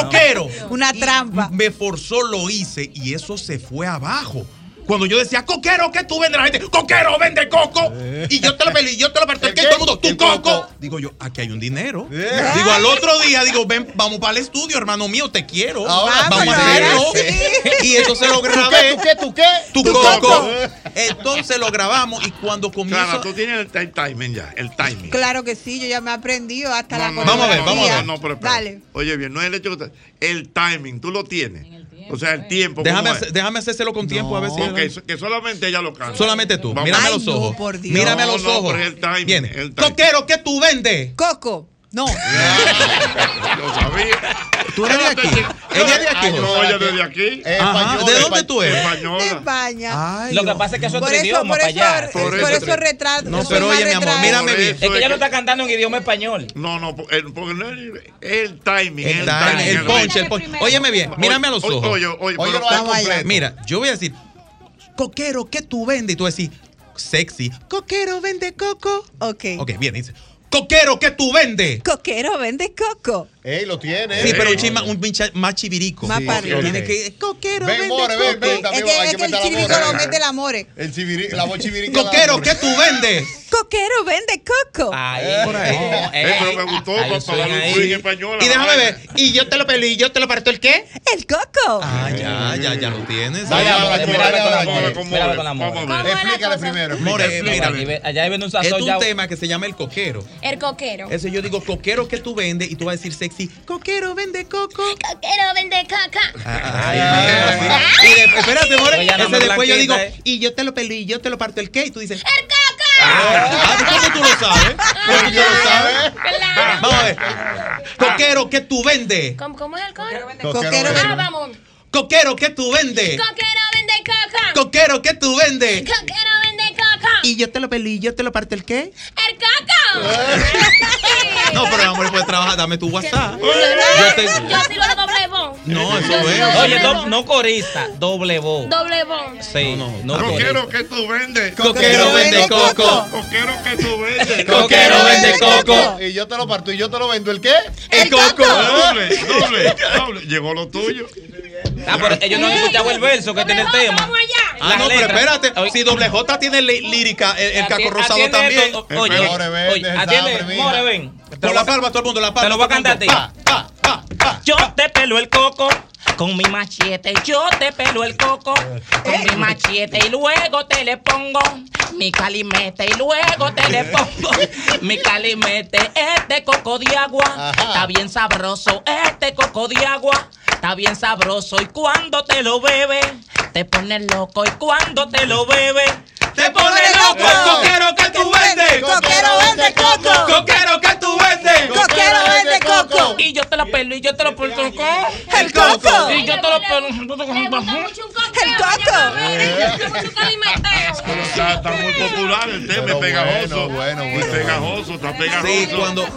Speaker 22: coquero.
Speaker 8: Una trampa.
Speaker 22: Me forzó, lo hice y eso se fue abajo. Cuando yo decía, coquero, que tú vendes la gente, coquero, vende coco. Y yo te lo pelí, yo te lo parto, que todo el mundo, tu coco. Digo yo, aquí hay un dinero. Digo, al otro día, digo, ven, vamos para el estudio, hermano mío, te quiero.
Speaker 5: Ahora,
Speaker 22: vamos a
Speaker 5: vámonos.
Speaker 22: hacerlo. (laughs)
Speaker 5: (laughs)
Speaker 22: Y entonces lo
Speaker 5: ¿Tú qué,
Speaker 22: grabé.
Speaker 5: tú qué, tú qué?
Speaker 22: Tu
Speaker 5: Tu
Speaker 22: coco.
Speaker 5: coco.
Speaker 22: Entonces lo grabamos y cuando comienza.
Speaker 3: Claro, tú tienes el ti- timing ya, el timing.
Speaker 8: Claro que sí, yo ya me he aprendido hasta la coreografía.
Speaker 3: No, no, pero espera.
Speaker 8: Dale.
Speaker 3: Oye, bien, no es el hecho que está- El timing, tú lo tienes. O sea, el tiempo. eh.
Speaker 22: Déjame,
Speaker 3: ¿cómo es?
Speaker 22: hacer- déjame hacérselo con tiempo a ver si.
Speaker 3: Ok, so- que solamente ella lo canta.
Speaker 22: Solamente tú.
Speaker 3: Vamos.
Speaker 22: Mírame a los ojos. Mírame a los
Speaker 3: No, no,
Speaker 22: ojos.
Speaker 3: pero es el timing,
Speaker 22: Viene.
Speaker 3: el timing.
Speaker 22: Coquero, ¿qué tú vendes?
Speaker 8: Coco. No.
Speaker 3: Lo sabía.
Speaker 22: Tú eres de aquí. Ella es de aquí.
Speaker 3: Ay, no, ella es de aquí.
Speaker 22: Ajá, ¿De dónde tú eres?
Speaker 8: De España.
Speaker 23: Lo que pasa es que eso es
Speaker 8: Por
Speaker 23: otro
Speaker 8: eso-
Speaker 23: idioma
Speaker 8: por
Speaker 23: para
Speaker 8: eso-
Speaker 23: allá.
Speaker 8: Por por eso eso- retrato- No, eso pero es oye, más mi amor, retrato. mírame bien.
Speaker 23: Es que ella no está cantando en idioma español.
Speaker 3: No, no, po- el- porque no es el, el timing.
Speaker 22: El timing, el ponche, el ponche. Óyeme bien, mírame a los ojos.
Speaker 3: Oye, oye, pero
Speaker 22: Óyelo
Speaker 3: está
Speaker 22: ahí completo.
Speaker 3: completo.
Speaker 22: Mira, yo voy a decir, coquero, ¿qué tú vendes? Y tú vas a decir, sexy. Coquero vende coco.
Speaker 8: Ok.
Speaker 22: Ok, bien, dice. Coquero, ¿qué tú vendes?
Speaker 8: Coquero vende coco.
Speaker 22: Ey, lo tiene. Sí, pero un chisma, un pinche más chivirico.
Speaker 8: Más
Speaker 22: Sí,
Speaker 8: para
Speaker 22: sí,
Speaker 8: arriba.
Speaker 22: tiene que-
Speaker 8: Coquero
Speaker 5: Ven,
Speaker 8: vende
Speaker 5: more, ven,
Speaker 8: coco.
Speaker 5: ven,
Speaker 8: Es
Speaker 5: también
Speaker 8: que,
Speaker 5: hay
Speaker 8: es
Speaker 5: que
Speaker 8: que
Speaker 5: meter
Speaker 8: el
Speaker 5: la
Speaker 8: chivirico
Speaker 5: more.
Speaker 8: lo mete el amore.
Speaker 5: El chiviri- la voz chivirica.
Speaker 22: Coquero, ¿qué tú vendes?
Speaker 8: Coquero vende coco.
Speaker 22: Por ahí.
Speaker 5: Eh,
Speaker 3: pero me gustó
Speaker 22: eh, Ahí
Speaker 3: para
Speaker 22: suena
Speaker 3: para darle
Speaker 22: ahí.
Speaker 3: un swing español.
Speaker 22: Y déjame ver. Y yo te lo pelí, y yo te lo parto el qué?
Speaker 8: El coco.
Speaker 22: Ah, ya, ya, ya lo tienes.
Speaker 23: Eh. Dale,
Speaker 22: Ya,
Speaker 23: dale, dale,
Speaker 22: ya,
Speaker 23: dale,
Speaker 22: ya, ya,
Speaker 23: dale,
Speaker 22: ya.
Speaker 23: con more, Dale con la more.
Speaker 22: Vamos a ver.
Speaker 6: ¿Cómo es la cosa?
Speaker 22: More,
Speaker 23: Explícame.
Speaker 22: explícame.
Speaker 23: Allí ve- allá viene un sazón
Speaker 22: Es un
Speaker 23: ya-
Speaker 22: tema que se llama el coquero.
Speaker 6: El coquero.
Speaker 22: Ese yo digo coquero que tú vendes y tú vas a decir sexy. Ah, Coquero vende coco.
Speaker 6: Coquero vende caca.
Speaker 22: Ay, ah, Y de- espérate, more.
Speaker 23: Oye, Pues ya no
Speaker 22: Ese
Speaker 23: me
Speaker 22: después yo digo,
Speaker 23: blanquita,
Speaker 22: y yo te lo pelí, y yo te lo parto el qué. Y tú dices, Ah, ¡El caca! ¿Cómo tú lo sabes? ¿Cómo tú lo sabes? Vamos a ver. Coquero que tú vendes.
Speaker 6: ¿Cómo, cómo es el coro?
Speaker 22: Coquero Coquero vende-
Speaker 6: Ah, vamos.
Speaker 22: Coquero que tú vendes.
Speaker 6: Coquero vende caca.
Speaker 22: Coquero que tú vendes.
Speaker 6: Coquero vende caca.
Speaker 22: Y yo te lo pelí, yo te lo parto el qué.
Speaker 6: El caca.
Speaker 22: No, pero mi amor, puedes trabajar, dame tu WhatsApp. Yo te-
Speaker 6: Yo sí lo hago doble bon.
Speaker 22: No,
Speaker 6: Yo sí lo hago
Speaker 23: Oye,
Speaker 6: doble
Speaker 23: do- no corista, doble voz.
Speaker 6: bon. Doble bon.
Speaker 23: Sí, no, no, corista.
Speaker 3: Coquero que tú vendes.
Speaker 23: Coquero vende coco.
Speaker 3: Coquero que tú vendes.
Speaker 23: Coquero vende coco.
Speaker 5: Y yo te lo parto y yo te lo vendo. ¿El qué?
Speaker 3: (laughs)
Speaker 22: El
Speaker 3: Doble, doble, doble. Llegó lo tuyo.
Speaker 23: Ah, pero ellos no han escuchado el verso que tiene el tema.
Speaker 22: Ah, no, pero espérate. Si doble J tiene lí- lírica, el, el caco
Speaker 23: Atiende-
Speaker 22: rosado
Speaker 23: atiende
Speaker 22: también.
Speaker 23: esto, o- oye, More, ven, oye, deja atiende, esa hambre, mija. More, ven.
Speaker 22: Con la palma, todo el mundo, la palma.
Speaker 23: Te lo voy a cantar a ti. Yo te pelo el coco con mi machete. Yo te pelo el coco con mi machete. Y luego te le pongo mi calimete. Y luego te le pongo mi calimete. Este coco de agua está bien sabroso. Este coco de agua está bien sabroso. Y cuando te lo bebe, te pones loco. Y cuando te lo bebe, te pones loco. Coquero que tú vendes. Coquero vende coco. Coquero que tú vendes.
Speaker 8: Coquero vende coco.
Speaker 23: Y yo te lo pelo y yo te lo pongo
Speaker 8: El coco.
Speaker 23: Y yo te lo pelo.
Speaker 3: El Está muy popular el tema, es pegajoso. Bueno, bueno, pegajoso, está pegajoso.
Speaker 22: Sí, cuando.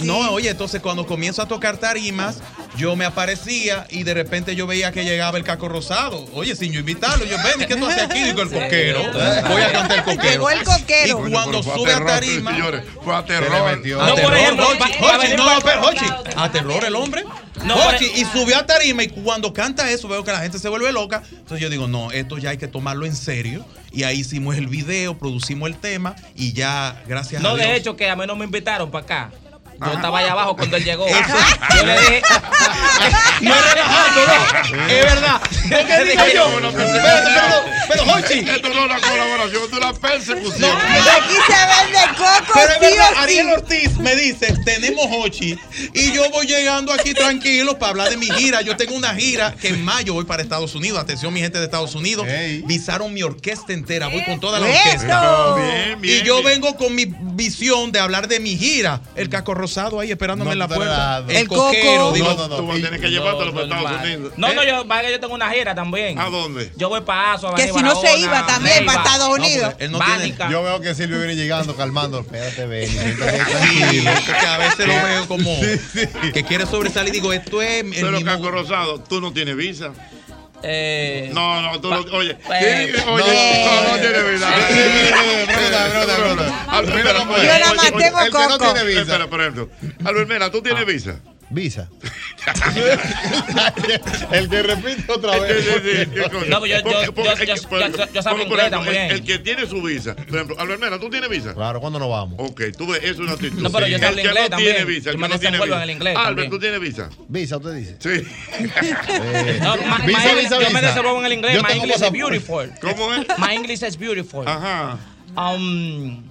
Speaker 22: No, oye, entonces cuando comienzo a tocar tarimas, yo me aparecía y de repente yo veía que llegaba el caco rosado. Oye, sin yo invitarlo, yo ven, ¿y qué tú haces aquí? Digo, el coquero. Voy a cantar el coquero.
Speaker 8: Llegó el coquero.
Speaker 22: Y cuando sube a tarima.
Speaker 3: Fue a
Speaker 22: terror.
Speaker 3: No,
Speaker 22: No,
Speaker 3: por
Speaker 22: por
Speaker 3: ejemplo,
Speaker 22: Hochi,
Speaker 3: va- va a
Speaker 22: Hochi,
Speaker 3: venir
Speaker 22: no,
Speaker 3: para-
Speaker 22: pero Hochi, a terror el hombre.
Speaker 23: No,
Speaker 22: Hochi, y subió a tarima y cuando canta eso veo que la gente se vuelve loca. Entonces yo digo, no, esto ya hay que tomarlo en serio. Y ahí hicimos el video, producimos el tema y ya, gracias a
Speaker 23: No,
Speaker 22: Dios.
Speaker 23: de hecho, que a mí no me invitaron para acá. Yo
Speaker 22: Ajá.
Speaker 23: estaba allá abajo cuando él llegó. Yo le dije.
Speaker 22: No es relajando, no. Es verdad. ¿Por qué digo yo?
Speaker 3: Bueno,
Speaker 22: Pero,
Speaker 3: pero-
Speaker 22: pero, pero, Hochi.
Speaker 3: Esto no es una colaboración, de la persecución.
Speaker 22: Aquí
Speaker 8: se vende coco.
Speaker 22: Pero es
Speaker 3: sí
Speaker 22: verdad,
Speaker 3: o sí.
Speaker 22: Ariel Ortiz me dice, tenemos Hochi. Y yo voy llegando aquí tranquilo para hablar de mi gira. Yo tengo una gira que en mayo voy para Estados Unidos. Atención, mi gente de Estados Unidos. Visaron mi orquesta entera. Voy con toda la ¡Eso! orquesta. Bien, bien, y yo bien. vengo con mi visión de hablar de mi gira. El caco rosado ahí esperándome en la puerta.
Speaker 3: coquero,
Speaker 22: digo,
Speaker 3: Tú vas a tener que llevártelo para Estados Unidos.
Speaker 23: No, no, yo, vaya, yo tengo una gira también. ¿A
Speaker 3: dónde?
Speaker 23: Yo voy para Aso,
Speaker 8: Que si no se iba también para Estados Unidos.
Speaker 5: Yo veo que Silvio viene llegando, calmando.
Speaker 3: (laughs)
Speaker 5: Espérate, ven.
Speaker 22: tranquilo, que a veces lo veo como que quiere sobresalir. Digo, esto es. El
Speaker 3: Pero Caco Rosado, tú no tienes visa.
Speaker 23: Eh,
Speaker 3: no, no, tú no. Oye,
Speaker 5: pues,
Speaker 22: eh,
Speaker 3: sí, oye, no, no tienes visa. Albert Mera,
Speaker 5: Yo
Speaker 3: oye,
Speaker 5: la
Speaker 3: oye,
Speaker 5: mantengo
Speaker 3: el que no
Speaker 5: coco. Ah.
Speaker 3: tiene visa. Espera, por ejemplo. Albert Mera, ¿tú tienes visa? (laughs)
Speaker 5: Visa. el que repite otra
Speaker 3: Sí, sí, sí,
Speaker 5: vez.
Speaker 3: qué cosa.
Speaker 5: No, pero yo-
Speaker 3: Porque-
Speaker 5: yo-
Speaker 3: porque-
Speaker 5: yo- yo-
Speaker 3: es que-
Speaker 5: yo-
Speaker 3: por-
Speaker 5: yo- yo
Speaker 3: por-
Speaker 5: sabía
Speaker 3: por
Speaker 5: inglés
Speaker 3: ejemplo, el-
Speaker 5: también.
Speaker 3: El que tiene su visa. Por ejemplo, Albert Mera, ¿tú tienes visa?
Speaker 5: Claro, ¿cuándo nos vamos?
Speaker 3: Ok, tú ves, es una actitud.
Speaker 5: No, pero yo
Speaker 3: el
Speaker 5: te hablo
Speaker 3: que
Speaker 5: inglés
Speaker 3: no
Speaker 5: también.
Speaker 3: tiene visa, el
Speaker 5: Yo
Speaker 3: que
Speaker 5: me
Speaker 3: no tiene
Speaker 5: desenvuelvo
Speaker 3: visa.
Speaker 5: en el inglés
Speaker 3: Albert,
Speaker 5: también.
Speaker 3: ¿tú tienes visa?
Speaker 5: Visa, usted dice.
Speaker 3: Sí.
Speaker 23: No,
Speaker 5: Eh,
Speaker 23: ma- my
Speaker 5: visa,
Speaker 23: English-
Speaker 5: visa,
Speaker 23: yo me
Speaker 5: visa.
Speaker 23: desenvuelvo en el inglés.
Speaker 5: Yo
Speaker 23: my
Speaker 5: tengo
Speaker 23: English is
Speaker 5: pasaporte.
Speaker 23: beautiful.
Speaker 3: ¿Cómo es?
Speaker 23: My English is beautiful.
Speaker 3: Ajá.
Speaker 23: Um,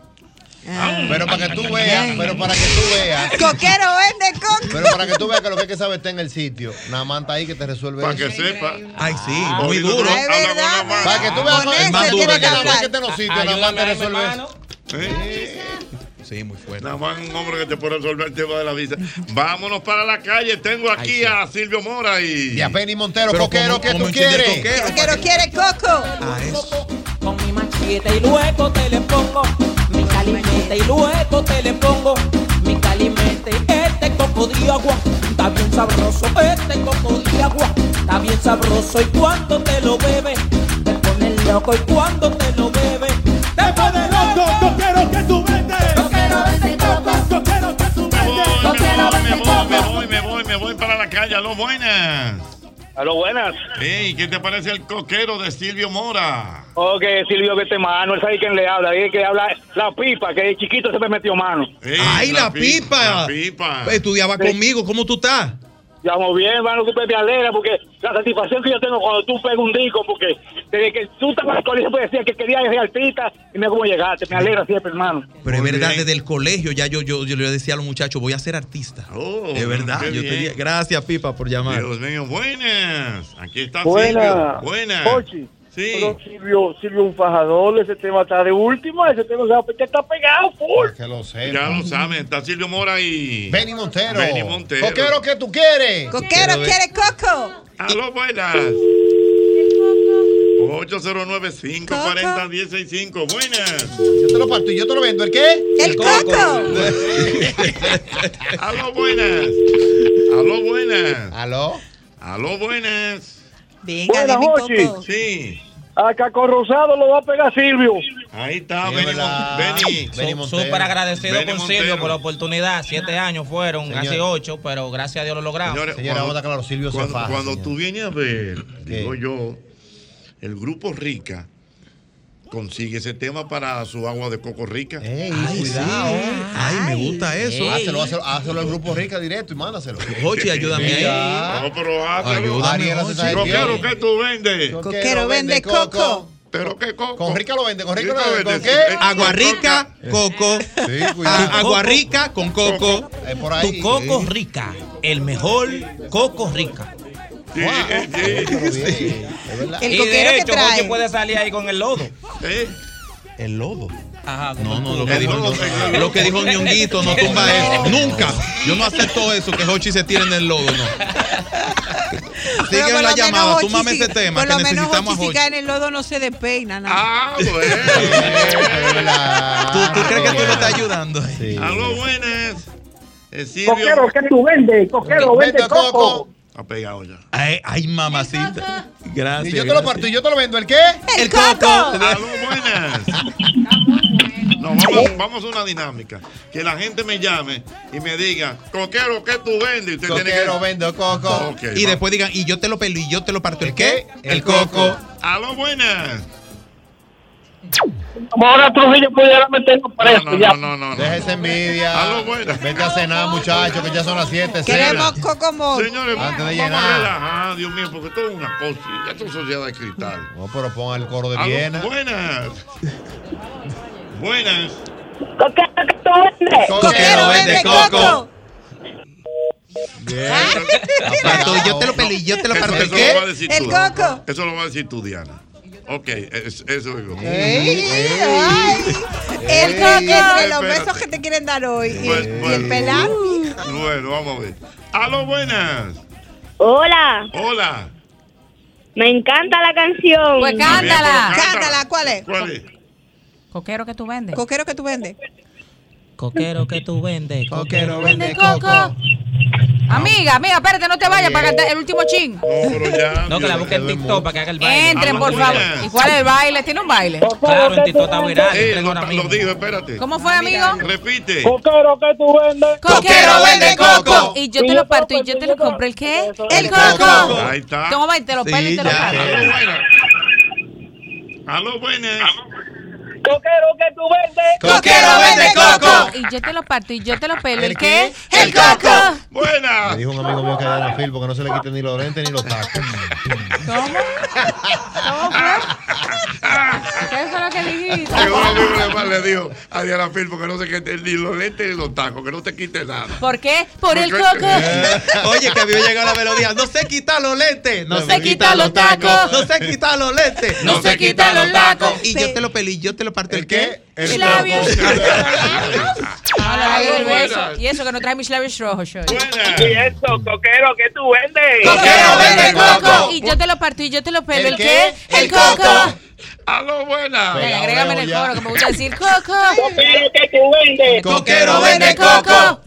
Speaker 5: Ah, Pero para que tú veas, pero para que tú veas.
Speaker 8: Coquero vende coco.
Speaker 5: Pero para que tú veas que lo que hay que saber está en el sitio. Nada más está ahí que te resuelve
Speaker 3: Para
Speaker 5: eso.
Speaker 3: que sepa. Ah,
Speaker 22: Ay, sí,
Speaker 3: muy duro. Es verdad.
Speaker 5: Para que tú veas
Speaker 3: Con
Speaker 5: para
Speaker 3: ese
Speaker 5: que tú
Speaker 3: tiene
Speaker 5: veas
Speaker 3: que
Speaker 5: que nada más
Speaker 3: hablar.
Speaker 5: que está en los sitios, nada más
Speaker 3: Ayúdame
Speaker 5: te
Speaker 3: a mi
Speaker 5: resuelve
Speaker 3: hermano.
Speaker 5: eso.
Speaker 22: Sí, muy fuerte.
Speaker 3: Nada más un hombre que te puede resolver el tema de la visa. Vámonos para la calle. Tengo aquí a Silvio Mora y.
Speaker 5: Y a Penny Montero, coquero, ¿qué tú quieres?
Speaker 8: Coquero quiere coco.
Speaker 23: Con mi machete y luego te le pongo mi calimete y luego te le pongo mi calimete. Este coco de agua está bien sabroso, este coco de agua está bien sabroso y cuando te lo bebes te pones loco y cuando te lo bebes te pones loco. Coquero que tú vendes, coquero vende coco, coquero que tú vendes, coquero vende coco.
Speaker 3: Voy, me voy, me voy para la calle. Aló, buenas.
Speaker 13: Aló, buenas.
Speaker 3: Ey, ¿qué te parece el coquero de Silvio Mora?
Speaker 13: Ok, Silvio, que este mano, él sabe quién le habla, ahí es que habla la pipa, que de chiquito se me metió mano.
Speaker 22: Ay, la, pipa. Estudiaba conmigo. ¿Cómo tú estás?
Speaker 13: Estamos bien, hermano, que usted te alegra, porque la satisfacción que yo tengo cuando tú pegas un disco, porque desde que tú estabas en el colegio, pues decías que querías ser artista, y mira cómo llegaste, me alegra siempre, hermano.
Speaker 22: Pero es verdad, desde el colegio ya yo, yo, yo le decía a los muchachos, voy a ser artista. es verdad.
Speaker 3: Oh, qué
Speaker 22: Yo
Speaker 3: bien.
Speaker 22: tenía- gracias, Pipa, por llamar.
Speaker 3: Dios mío, buenas. Aquí está
Speaker 13: Buena.
Speaker 3: Silvio. Buenas.
Speaker 13: Ochi.
Speaker 3: Sí.
Speaker 13: Pero Silvio, Silvio, un fajador, ese tema está de última, ese tema se- está pegado, full.
Speaker 5: Que lo sé.
Speaker 3: Ya lo saben, está Silvio Mora y.
Speaker 5: Benny Montero.
Speaker 3: Benny Montero.
Speaker 5: Coquero, ¿qué tú quieres?
Speaker 8: Coquero quiere coco.
Speaker 3: Aló, buenas. 809-540-165. Buenas.
Speaker 5: Yo te lo parto y yo te lo vendo. ¿El qué?
Speaker 8: El coco.
Speaker 3: (laughs) Aló, buenas. Aló, buenas.
Speaker 5: Aló.
Speaker 3: Aló, buenas.
Speaker 8: Venga, dime coco.
Speaker 3: Sí.
Speaker 13: A Caco Rosado lo va a pegar Silvio.
Speaker 3: Ahí está, Benny.
Speaker 23: Su- Súper agradecido con Silvio por la oportunidad. Siete años fueron,
Speaker 3: Señor.
Speaker 23: casi ocho, pero gracias a Dios lo logramos.
Speaker 3: cuando, cuando tú vienes a ver, digo yo, el grupo Rica consigue ese tema para su agua de coco rica.
Speaker 5: Ay, cuidado.
Speaker 3: Ay, me gusta
Speaker 5: Eso, Hácelo, hácelo, hácelo al grupo Rica directo y mándaselo.
Speaker 3: Jochi, ayúdame ahí.
Speaker 5: Ya.
Speaker 3: No, pero hácelo.
Speaker 5: Ayúdame,
Speaker 3: Ariel, hace
Speaker 5: Jochi.
Speaker 3: esa gestión.
Speaker 5: Coquero,
Speaker 3: Ah, ¿qué tú vendes?
Speaker 5: Coquero vende coco.
Speaker 3: ¿Pero qué coco?
Speaker 5: Con Rica lo vende, con Rica
Speaker 3: Rica
Speaker 5: lo vende. ¿Con
Speaker 3: vende,
Speaker 5: qué?
Speaker 3: sí. Agua rica,
Speaker 22: coco.
Speaker 5: Sí, cuidado.
Speaker 22: A- Agua rica con coco.
Speaker 23: Tu coco rica, el mejor coco rica.
Speaker 15: eh,
Speaker 5: Eh,
Speaker 22: El
Speaker 23: y
Speaker 22: coquero
Speaker 23: de
Speaker 22: que
Speaker 23: hecho,
Speaker 22: trae.
Speaker 23: Jorge puede salir ahí con el lodo.
Speaker 22: El lodo.
Speaker 23: Ajá,
Speaker 22: No, no, lo que dijo, lo que dijo Ñonguito no tumba eso. Nunca. Yo no acepto eso, que Hochi se tire en el lodo, no.
Speaker 8: Pero
Speaker 22: Sigue
Speaker 8: por
Speaker 22: la
Speaker 8: lo menos
Speaker 22: llamada,
Speaker 8: Hochi
Speaker 22: túmame
Speaker 8: sí-
Speaker 22: ese tema,
Speaker 8: Por
Speaker 22: que
Speaker 8: lo menos
Speaker 22: necesitamos a
Speaker 8: Hochi si
Speaker 22: Hochi.
Speaker 8: cae en el lodo no se despeina nada.
Speaker 3: Ah, bueno.
Speaker 22: ¿Tú, tú crees que tú le estás ayudando?
Speaker 3: Aló, buenas. Eh, Silvio.
Speaker 13: Coquero, ¿qué tú vendes? Coquero, vende
Speaker 22: Vende coco.
Speaker 13: coco.
Speaker 3: Ha pegado ya.
Speaker 22: Ay, ay, mamacita. Gracias.
Speaker 5: Y yo te lo parto y yo te lo vendo. ¿El qué?
Speaker 22: El coco.
Speaker 3: Aló, buenas. No, vamos, vamos a una dinámica. Que la gente me llame y me diga, coquero, ¿qué tú vendes? Y Usted
Speaker 22: Coquero,
Speaker 5: vendo coco.
Speaker 22: Y después digan, y yo te lo pelo y yo te lo parto. ¿El qué? El coco.
Speaker 3: Aló, buenas.
Speaker 13: Ahora Trujillo pudiera meternos preso ya.
Speaker 3: No, no, no.
Speaker 5: Deja esa envidia. Vete a cenar, muchachos, que ya son las 7.
Speaker 3: Queremos
Speaker 8: coco
Speaker 3: Señores,
Speaker 5: Antes de
Speaker 3: vamos a
Speaker 5: llenar.
Speaker 3: relajar, Dios mío, porque todo es una cosa. Esto es sociedad de cristal.
Speaker 5: No, pero ponga el coro de
Speaker 3: Aló,
Speaker 5: Viena.
Speaker 3: Buenas. Buenas.
Speaker 22: Coquero vende coco. Ah.
Speaker 3: Aparto,
Speaker 22: yo te lo pelé, yo te lo parto.
Speaker 3: Eso, eso
Speaker 22: ¿Qué?
Speaker 3: lo va a decir
Speaker 22: El
Speaker 3: tú.
Speaker 22: coco.
Speaker 3: Eso lo va a decir tú, Diana. Ok, es- eso es lo
Speaker 8: Ey, ay. El
Speaker 3: Ey,
Speaker 8: coco entre los
Speaker 3: espérate.
Speaker 8: besos que te quieren dar hoy. Y,
Speaker 3: Pues,
Speaker 8: y
Speaker 3: pues.
Speaker 8: el pelar.
Speaker 3: Bueno, vamos a ver. Aló, buenas.
Speaker 17: Hola,
Speaker 3: Hola.
Speaker 17: me encanta la canción.
Speaker 15: Pues cántala.
Speaker 8: Cántala, ¿cuál es?
Speaker 3: ¿Cuál es?
Speaker 15: Coquero que tú vendes.
Speaker 8: Coquero que tú vendes.
Speaker 23: Coquero que tú vendes.
Speaker 15: Coquero vende coco. Amiga, amiga, espérate, no te vayas para cantar el último chin.
Speaker 23: No, que la busque en TikTok para que haga el baile.
Speaker 15: Entren, por
Speaker 23: Buenas.
Speaker 15: favor. ¿Y cuál es el baile? ¿Tiene un baile?
Speaker 23: Claro, en TikTok está viral.
Speaker 3: Eh,
Speaker 23: entren
Speaker 3: lo,
Speaker 23: ahora
Speaker 3: lo
Speaker 23: mismo.
Speaker 3: dijo, espérate.
Speaker 15: ¿Cómo fue, amigo?
Speaker 3: Repite.
Speaker 13: Coquero, ¿qué tú vendes?
Speaker 15: Coquero vende coco. Y yo te lo parto y yo te lo compro. ¿El qué? El coco.
Speaker 3: Ahí está.
Speaker 15: Toma y te lo pelo y te lo parto.
Speaker 3: Aló, buenas. Aló, buenas.
Speaker 13: Coquero, ¿qué tú vendes?
Speaker 15: Coquero vende coco. Y yo te lo parto y yo te lo pelo. ¿El qué? El coco.
Speaker 3: Buena.
Speaker 5: Me dijo un amigo mío que era de Phil porque no se le quiten ni los lentes ni los tacos.
Speaker 3: (laughs)
Speaker 15: ¿Cómo fue? ¿Qué fue lo que dijiste?
Speaker 3: Llegó un amigo de más le dijo a Diana Phil porque no se quite ni los lentes ni los tacos, que no te quite nada.
Speaker 15: ¿Por qué? Por el
Speaker 3: Porque-
Speaker 22: (laughs)
Speaker 15: coco.
Speaker 22: Oye, que había llegado la melodía. No se quita los lentes. No,
Speaker 15: se quita los tacos.
Speaker 22: No se quita los lentes.
Speaker 15: No se quita los tacos.
Speaker 22: Y yo te lo pelé y yo te lo parto. ¿El qué?
Speaker 15: El labios.
Speaker 22: (laughs)
Speaker 15: No, le va a ir el beso. Y eso que no trae mis labios rojos. yo.
Speaker 13: Y eso, coquero, ¿qué tú vendes?
Speaker 15: Coquero vende coco. Y yo te lo parto y yo te lo pelo. ¿El qué? El coco.
Speaker 3: Aló, buenas.
Speaker 15: Dale, agrégame en el coro que me gusta decir coco.
Speaker 13: (laughs) Coquero, ¿qué tú vendes?
Speaker 15: Coquero vende coco.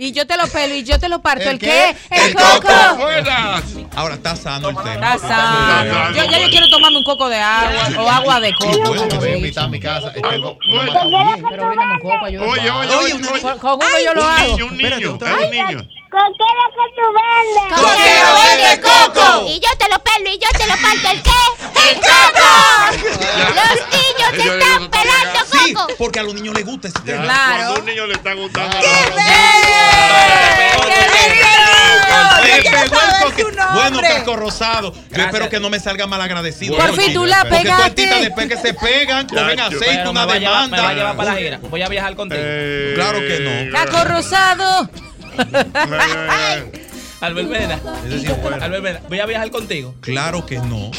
Speaker 15: Y yo te lo pelo y yo te lo parto. ¿El qué? El coco.
Speaker 3: Buenas.
Speaker 22: Ahora está sano el tema.
Speaker 15: Está sano. Yo ya yo quiero tomarme un coco de agua o agua de coco.
Speaker 5: Me voy a invitar a mi casa.
Speaker 22: este
Speaker 5: Eh, Tengo una
Speaker 15: Pero bríndame un coco, ayúdame.
Speaker 3: Oye, oye, oye, oye.
Speaker 15: Con- Con uno yo lo
Speaker 3: un
Speaker 15: hago.
Speaker 3: niño, un niño, hay un niño.
Speaker 17: Coquero que tú vendes.
Speaker 15: Coquero vende coco.
Speaker 17: Y yo te lo pelo y yo te lo parto. ¿El qué? ¡El coco! Los niños te
Speaker 22: Ellos-
Speaker 17: están pelando
Speaker 22: Sí,
Speaker 17: coco.
Speaker 22: porque a los niños les gusta ese tema.
Speaker 17: Claro.
Speaker 3: Cuando a un niño le está gustando.
Speaker 23: Ah,
Speaker 22: Le
Speaker 3: Ya
Speaker 22: pegó el
Speaker 3: sabes
Speaker 22: coque.
Speaker 3: su nombre.
Speaker 22: Bueno, Caco Rosado, yo espero que no me salga mal agradecido.
Speaker 23: Por fin tú la
Speaker 22: Porque tú
Speaker 23: pegaste.
Speaker 22: artistas después que se pegan, cogen
Speaker 23: Pero
Speaker 22: aceite,
Speaker 23: me
Speaker 22: una
Speaker 23: va a llevar- Me va a llevar para
Speaker 22: demanda.
Speaker 23: la gira. Voy a viajar contigo.
Speaker 22: Claro que
Speaker 15: Caco rosado.
Speaker 23: (laughs) Albert Vera. Albert Vera, voy a viajar contigo.
Speaker 22: Claro que
Speaker 23: (laughs)
Speaker 22: no.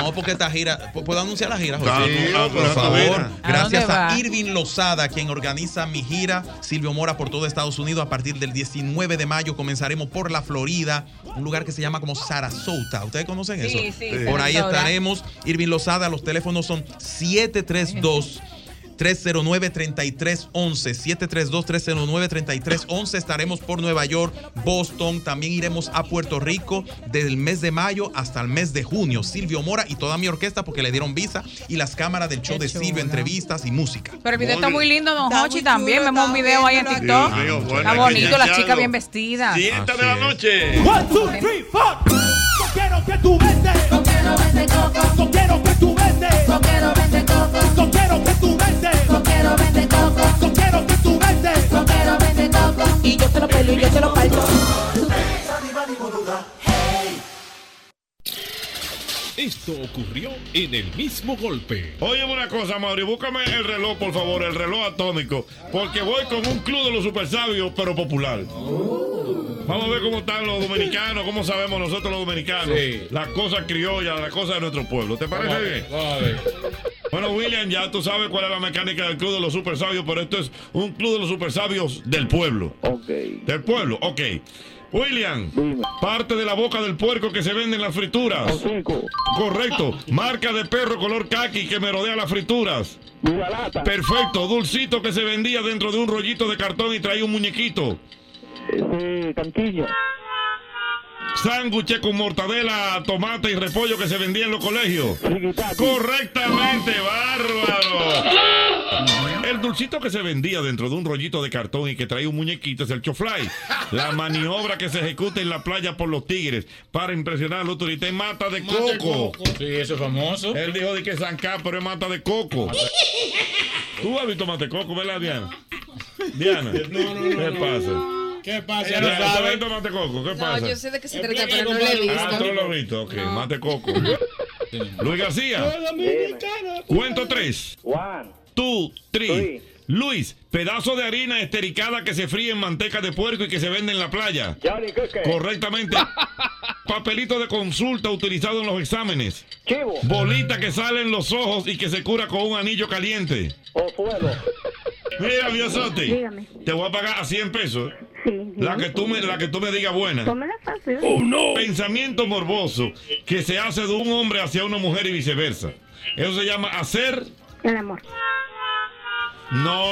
Speaker 22: No, porque esta gira. ¿Puedo anunciar la gira, José?
Speaker 3: Sí, no,
Speaker 22: por
Speaker 3: pero
Speaker 22: favor.
Speaker 3: mira.
Speaker 22: Gracias
Speaker 3: ¿A
Speaker 22: a
Speaker 3: dónde
Speaker 22: Irving Lozada, quien organiza mi gira Silvio Mora por todo Estados Unidos. A partir del 19 de mayo comenzaremos por la Florida, un lugar que se llama como Sarasota. ¿Ustedes conocen
Speaker 15: Sí,
Speaker 22: eso? Eh,
Speaker 15: sí, Sí.
Speaker 22: Por ahí
Speaker 15: Sarasota.
Speaker 22: estaremos. Irving Lozada, los teléfonos son 732. 309-3311. 732-309-3311. Estaremos por Nueva York, Boston. También iremos a Puerto Rico desde el mes de mayo hasta el mes de junio. Silvio Mora y toda mi orquesta porque le dieron visa y las cámaras del show de Silvio, entrevistas y música.
Speaker 15: Pero el video está muy lindo, don Hochi, también. Vemos un video ahí en TikTok.
Speaker 22: Dios mío, bueno,
Speaker 15: Está Ah,
Speaker 22: hay que
Speaker 15: bonito, las
Speaker 22: iniciarlo.
Speaker 15: chicas bien vestidas.
Speaker 3: Siete de la noche.
Speaker 14: One, two, three, four. Yo quiero que tú vete. Yo quiero vete coco. Yo quiero que tú vete. Yo quiero vete coco. Yo quiero que tú vete. Yo quiero vete coco. Yo quiero que tú vete. Yo quiero vete coco. Y yo te lo pelo y yo te lo parto.
Speaker 18: Esto ocurrió en el mismo golpe.
Speaker 3: Oye una cosa, Mauri, búscame el reloj, por favor, el reloj atómico. Porque voy con un club de los super sabios, pero popular. Vamos a ver cómo están los dominicanos, cómo sabemos nosotros los dominicanos.
Speaker 18: Sí.
Speaker 3: Las cosas criollas, las cosas de nuestro pueblo. ¿Te parece
Speaker 18: Vamos a ver,
Speaker 3: bien?
Speaker 18: vamos a ver.
Speaker 3: Bueno, William, ya tú sabes cuál es la mecánica del Club de los Super Sabios, pero esto es un Club de los Super Sabios del pueblo. Ok. Del pueblo, ok. William, parte de la boca del puerco que se vende en las frituras. Correcto. Marca de perro color caqui que me rodea las frituras. Perfecto. Dulcito que se vendía dentro de un rollito de cartón y traía un muñequito. Cantillo. Sándwiches con mortadela, tomate y repollo que se vendía en los colegios. Correctamente, bárbaro. El dulcito que se vendía dentro de un rollito de cartón y que traía un muñequito es el chofly. La maniobra que se ejecuta en la playa por los tigres para impresionar al turista es mata de coco.
Speaker 18: Sí, eso es famoso.
Speaker 3: Él dijo de que es zancá, pero es mata de coco. Tú has visto mata de coco, ¿verdad, (laughs) Diana? Diana, ¿qué pasa?
Speaker 19: ¿Qué pasa?
Speaker 3: Diana, ¿tú has visto "Este mate coco? ¿Qué pasa?
Speaker 19: No, yo sé de qué se trata, pero no lo he
Speaker 3: Explícame, compadre. Ah, tú lo
Speaker 19: visto.
Speaker 3: has visto, ok.
Speaker 19: (laughs)
Speaker 3: Mate coco. Luis García, cuento tres. One, two, three. Luis, pedazo de harina estericada que se fríe en manteca de puerco y que se vende en la playa. Correctamente. Papelito de consulta utilizado en los exámenes. Bolita que sale en los ojos y que se cura con un anillo caliente. (laughs) Mira, Biosotti,
Speaker 24: Dígame.
Speaker 3: te voy a pagar a 100 pesos.
Speaker 24: Sí,
Speaker 3: La que tú me, la que tú me digas buena.
Speaker 24: Tómela fácil.
Speaker 3: Pensamiento morboso que se hace de un hombre hacia una mujer y viceversa. Eso se llama hacer.
Speaker 24: El amor.
Speaker 3: No.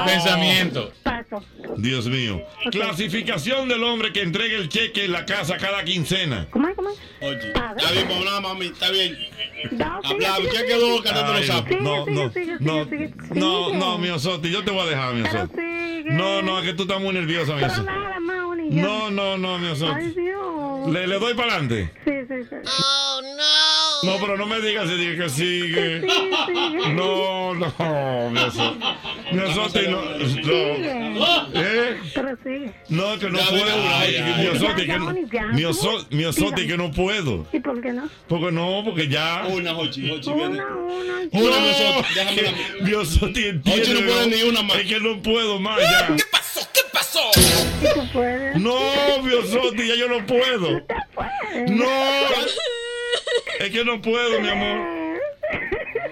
Speaker 24: Ah.
Speaker 18: El pensamiento.
Speaker 24: Paso.
Speaker 3: Dios mío. Clasificación del hombre que entrega el cheque en la casa cada quincena.
Speaker 24: ¿Cómo es? ¿Cómo es?
Speaker 19: Oye, está bien, vamos a hablar, mami, está bien. Habla,
Speaker 24: sigue,
Speaker 19: ¿quién
Speaker 24: sigue,
Speaker 19: quedó
Speaker 24: sigue.
Speaker 19: cantando los
Speaker 3: Ay,
Speaker 19: sapos?
Speaker 3: No, no,
Speaker 24: sigue,
Speaker 3: no,
Speaker 24: sigue, sigue.
Speaker 3: no,
Speaker 24: Sigue.
Speaker 3: no, Miosotti, yo te voy a dejar,
Speaker 24: Pero
Speaker 3: Miosotti.
Speaker 24: sigue.
Speaker 3: No, no, es que tú estás muy nerviosa,
Speaker 24: Pero
Speaker 3: Miosotti.
Speaker 24: nada, Mauri. ya.
Speaker 3: No, no, no,
Speaker 24: Ay,
Speaker 3: Miosotti.
Speaker 24: Dios.
Speaker 3: Le, le doy para adelante.
Speaker 24: Sí, sí, sí. Oh, no.
Speaker 3: No, pero no me digas si dije que sigue. No, no, Miosotti. Miosotti, no. no. ¿Eh?
Speaker 24: Pero sigue.
Speaker 3: No, que no
Speaker 24: Ya,
Speaker 3: puedo.
Speaker 24: ya,
Speaker 3: Ay,
Speaker 24: ya, ya.
Speaker 3: Miosotti, que
Speaker 24: Ya,
Speaker 3: no.
Speaker 24: ya, ya.
Speaker 3: Mioso- Miosotti, que no puedo.
Speaker 24: ¿Y por qué no?
Speaker 3: Porque no, porque ya. Una, Hochi,
Speaker 24: Una, una.
Speaker 3: No, que Miosotti entiende.
Speaker 19: Hochi no puede ni una más.
Speaker 3: Es que no puedo más ya.
Speaker 24: ¿Y tú puedes?
Speaker 3: No, Miosotti, ya yo no puedo. No. Es que no puedo, mi amor.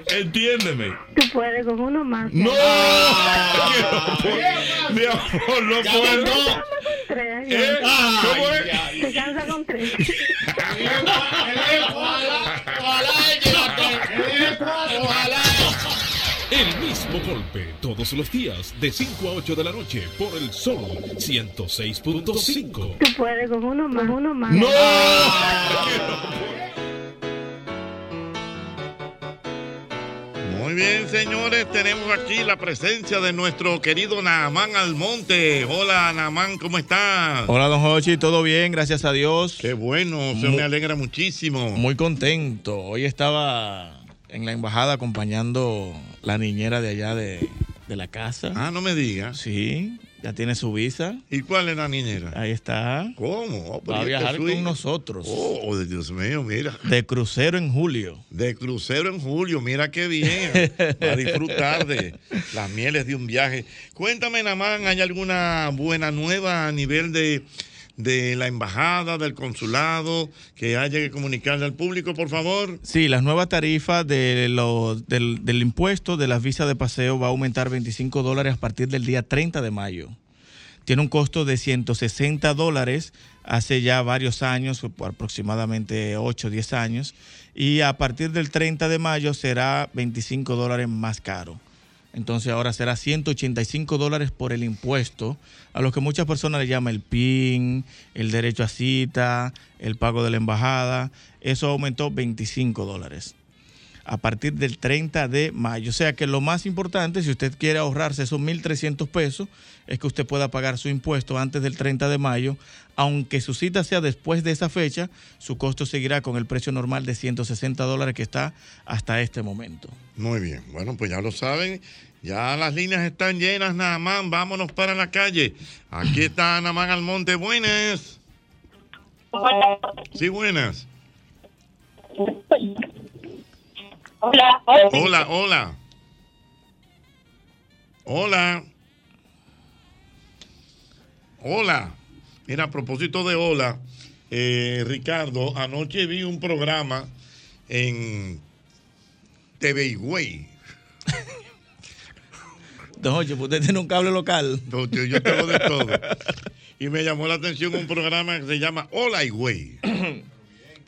Speaker 3: Entiéndeme.
Speaker 24: Tú puedes con uno más.
Speaker 3: No.
Speaker 24: Ah.
Speaker 3: Es que (laughs) no puedo. Mi amor, no
Speaker 24: Ya
Speaker 3: puedo.
Speaker 24: ganó. Tres, ya.
Speaker 3: ¿Eh? ¿Cómo es?
Speaker 24: Te cansa con tres.
Speaker 18: El mismo golpe todos los días de 5 a 8 de la noche por el Sol 106.5.
Speaker 24: Tú puedes con uno más, uno más.
Speaker 18: ¡No!
Speaker 3: Muy bien, señores, tenemos aquí la presencia de nuestro querido Naamán Almonte. Hola, Naamán, ¿cómo estás?
Speaker 25: Hola, don Hochi, ¿todo bien? Gracias a Dios. Qué
Speaker 3: bueno, se me alegra muchísimo.
Speaker 25: Muy contento. Hoy estaba en la embajada acompañando la niñera de allá de, de la casa.
Speaker 3: Ah, no me digas.
Speaker 25: Sí, ya tiene su visa.
Speaker 3: ¿Y cuál es la niñera?
Speaker 25: Ahí está.
Speaker 3: ¿Cómo? Oh, pero
Speaker 25: Va a
Speaker 3: ¿y este
Speaker 25: viajar
Speaker 3: swing?
Speaker 25: con nosotros.
Speaker 3: Oh, Dios mío, mira.
Speaker 25: De crucero en julio.
Speaker 3: De crucero en julio, mira qué bien. Va a disfrutar de las mieles de un viaje. Cuéntame, Namán, ¿hay alguna buena nueva a nivel de, de la embajada, del consulado, que haya que comunicarle al público, por favor?
Speaker 25: Em, Sí, las nuevas tarifas de los- del, del impuesto de las visas de paseo va a aumentar 25 dólares a partir del día 30 de mayo. Tiene un costo de 160 dólares hace ya varios años, aproximadamente 8 o 10 años, y a partir del 30 de mayo será 25 dólares más caro. Entonces ahora será 185 dólares por el impuesto, a lo que muchas personas le llaman el PIN, el derecho a cita, el pago de la embajada. Eso aumentó 25 dólares a partir del 30 de mayo. O sea que lo más importante, si usted quiere ahorrarse esos 1.300 pesos, es que usted pueda pagar su impuesto antes del 30 de mayo. Aunque su cita sea después de esa fecha, su costo seguirá con el precio normal de 160 dólares que está hasta este momento.
Speaker 3: Muy bien, (clears throat) bueno, pues ya lo saben. Ya las líneas están llenas, Namán. Vámonos para la calle. Aquí está Namán Almonte. Buenas. Sí, buenas.
Speaker 24: Hola.
Speaker 3: Hola, hola. Hola. Hola. Mira, a propósito de hola, eh, Ricardo, anoche vi un programa en TV
Speaker 25: (laughs)
Speaker 3: Higüey.
Speaker 25: Don Ocho, pues usted tiene un cable local.
Speaker 3: yo, yo tengo de todo. Y me llamó la atención un programa que se llama Hola Higüey.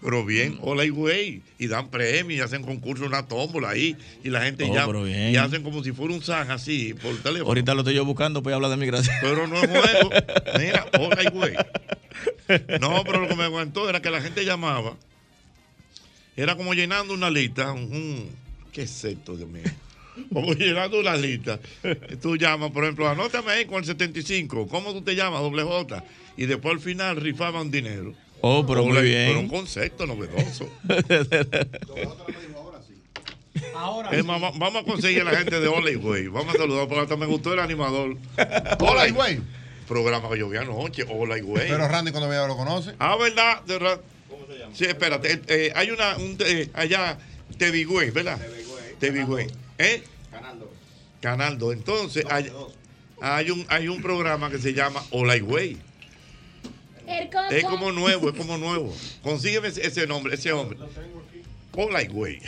Speaker 3: Pero bien, hola y güey. Y dan premios, y hacen concursos, una tómbola ahí. Y la gente
Speaker 25: Oh,
Speaker 3: ya.
Speaker 25: pero bien.
Speaker 3: Y hacen como si fuera un San así, por teléfono.
Speaker 25: Ahorita lo estoy yo buscando, pues habla de migración.
Speaker 3: Pero no es
Speaker 25: (laughs)
Speaker 3: juego. Mira, hola y güey. No, pero lo que me aguantó era que la gente llamaba. Era como llenando una lista. un- un- ¿Qué es esto, Dios mío? Como llenando una lista. Tú llamas, por ejemplo, anótame ahí con el 75. ¿Cómo tú te llamas? Doble J. Y después al final rifaban dinero.
Speaker 25: Oh, pero muy
Speaker 3: Doble-
Speaker 25: bien.
Speaker 3: Pero un concepto
Speaker 25: (laughs)
Speaker 3: novedoso.
Speaker 7: Ahora.
Speaker 3: Es más, va- vamos a conseguir a la gente de Hola y Güey. Vamos a saludar, porque hasta me gustó el animador. Hola y Güey. Programa que yo vi anoche, Hola y Güey.
Speaker 5: Pero Randy cuando vea lo conoce.
Speaker 3: Ah, ¿verdad? De ra- Sí, espérate. eh, eh, hay una, un, eh, allá, Tevigüey, ¿verdad? Tevigüey. ¿Eh? Canal 2. Entonces, hay, hay, un, hay un programa que se llama Hola y Güey.
Speaker 11: El coco.
Speaker 3: Es como nuevo, es como nuevo. Consígueme ese, ese nombre, ese hombre. Hola y Güey.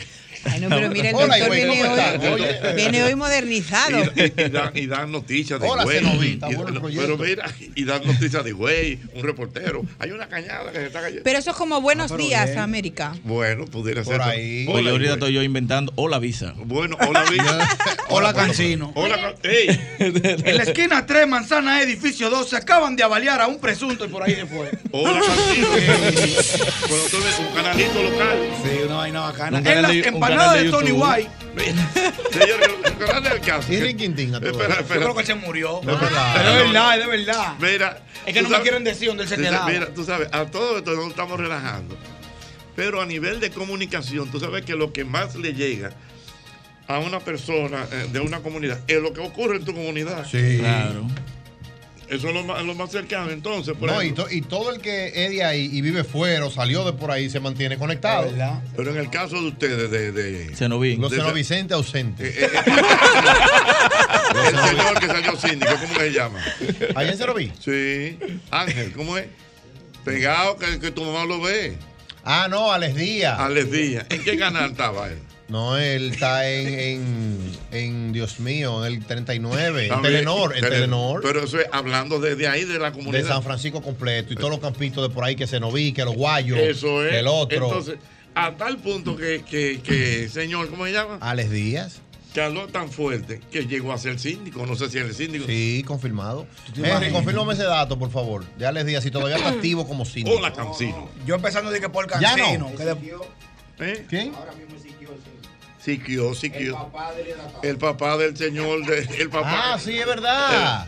Speaker 8: Ay, no, pero mira, el
Speaker 3: Hola,
Speaker 8: doctor
Speaker 3: güey,
Speaker 8: viene
Speaker 3: ¿cómo estás?
Speaker 8: hoy,
Speaker 3: Oye.
Speaker 8: viene hoy modernizado.
Speaker 3: Y, y- y dan, y dan noticias de
Speaker 5: Hola,
Speaker 3: güey.
Speaker 5: Cenovita,
Speaker 3: Y-
Speaker 5: bueno el
Speaker 3: pero mira, y dan noticias de güey, un reportero. Hay una cañada que se está cayendo.
Speaker 8: Pero eso es como buenos
Speaker 3: pero
Speaker 8: días,
Speaker 3: bien.
Speaker 8: América.
Speaker 3: Bueno, pudiera
Speaker 25: Por
Speaker 3: ser.
Speaker 25: ahí.
Speaker 3: Hola,
Speaker 25: Oye, ahorita
Speaker 3: güey.
Speaker 25: estoy yo inventando. Hola, visa. pues.
Speaker 3: Bueno,
Speaker 25: (laughs)
Speaker 3: hola, visa.
Speaker 7: Hola, Cancino.
Speaker 3: Hola, eh. Ca- ey.
Speaker 7: En la esquina 3, manzana edificio 2, se acaban de avaliar a un presunto y por ahí se fue.
Speaker 8: (laughs)
Speaker 7: (laughs)
Speaker 3: Hola, Cancino. Cuando tú ves un canalito local.
Speaker 7: Sí, una vaina bacana.
Speaker 3: Un
Speaker 7: En
Speaker 3: canal
Speaker 7: las
Speaker 3: de- un
Speaker 7: empanadas
Speaker 3: canal de
Speaker 7: de Tony
Speaker 3: YouTube.
Speaker 7: White.
Speaker 5: Y Rinquintín a todo.
Speaker 3: Espera,
Speaker 7: Yo
Speaker 3: espera.
Speaker 7: creo que se murió.
Speaker 3: No, espera.
Speaker 7: Pero de verdad, de verdad.
Speaker 3: Mira.
Speaker 7: Es que
Speaker 3: tú
Speaker 7: no me
Speaker 3: sabes-
Speaker 7: quieren decir dónde él se
Speaker 3: tú sabes-
Speaker 7: quedaba.
Speaker 3: Mira, tú sabes, a todo esto nos estamos relajando. Pero a nivel de comunicación, tú sabes que lo que más le llega a una persona eh, de una comunidad es lo que ocurre en tu comunidad.
Speaker 5: Sí.
Speaker 25: Claro.
Speaker 3: Eso es lo más, lo más cercano. Entonces, por
Speaker 5: No, y,
Speaker 3: ejemplo,
Speaker 5: to- y todo el que es de ahí y vive fuera o salió de por ahí se mantiene conectado.
Speaker 3: pero en el caso de ustedes, de. de
Speaker 25: Cenoví.
Speaker 5: Los
Speaker 3: De- Eh,
Speaker 5: cenovicentes ausentes.
Speaker 3: el señor que salió síndico, ¿cómo que se llama?
Speaker 5: ¿Ahí en Cenoví?
Speaker 3: Sí. Ángel, ¿cómo es? Pegado que, que tu mamá lo ve.
Speaker 5: Ah, no, Alex Díaz.
Speaker 3: Alex Díaz. ¿En qué canal estaba él?
Speaker 5: No, él está en, en, en, Dios mío, en el 39, en
Speaker 3: También,
Speaker 5: Telenor, en
Speaker 3: Tele-
Speaker 5: Telenor.
Speaker 3: Pero eso es hablando desde ahí, de la comunidad.
Speaker 5: de San Francisco completo y todos los campitos de por ahí que se vi, que los guayos,
Speaker 3: Eso es.
Speaker 5: que el otro.
Speaker 3: Entonces, a tal punto que, que, que señor, ¿cómo se llama?
Speaker 5: Alex Díaz.
Speaker 3: Que habló tan fuerte que llegó a ser síndico. No sé si es el síndico.
Speaker 5: Sí, confirmado.
Speaker 3: te
Speaker 5: Henry,
Speaker 3: imaginas?
Speaker 5: confírmame ese dato, por favor. Ya les Díaz, si todavía está activo como síndico.
Speaker 3: Hola, Cancino.
Speaker 7: Yo empezando de que por
Speaker 5: Ya
Speaker 7: Cancino.
Speaker 5: no.
Speaker 7: que de-
Speaker 5: ¿Quién?
Speaker 3: ¿Eh? Siquio, Siquio. El papá del señor. de- el papá. Eh,
Speaker 5: Ah, sí, es verdad.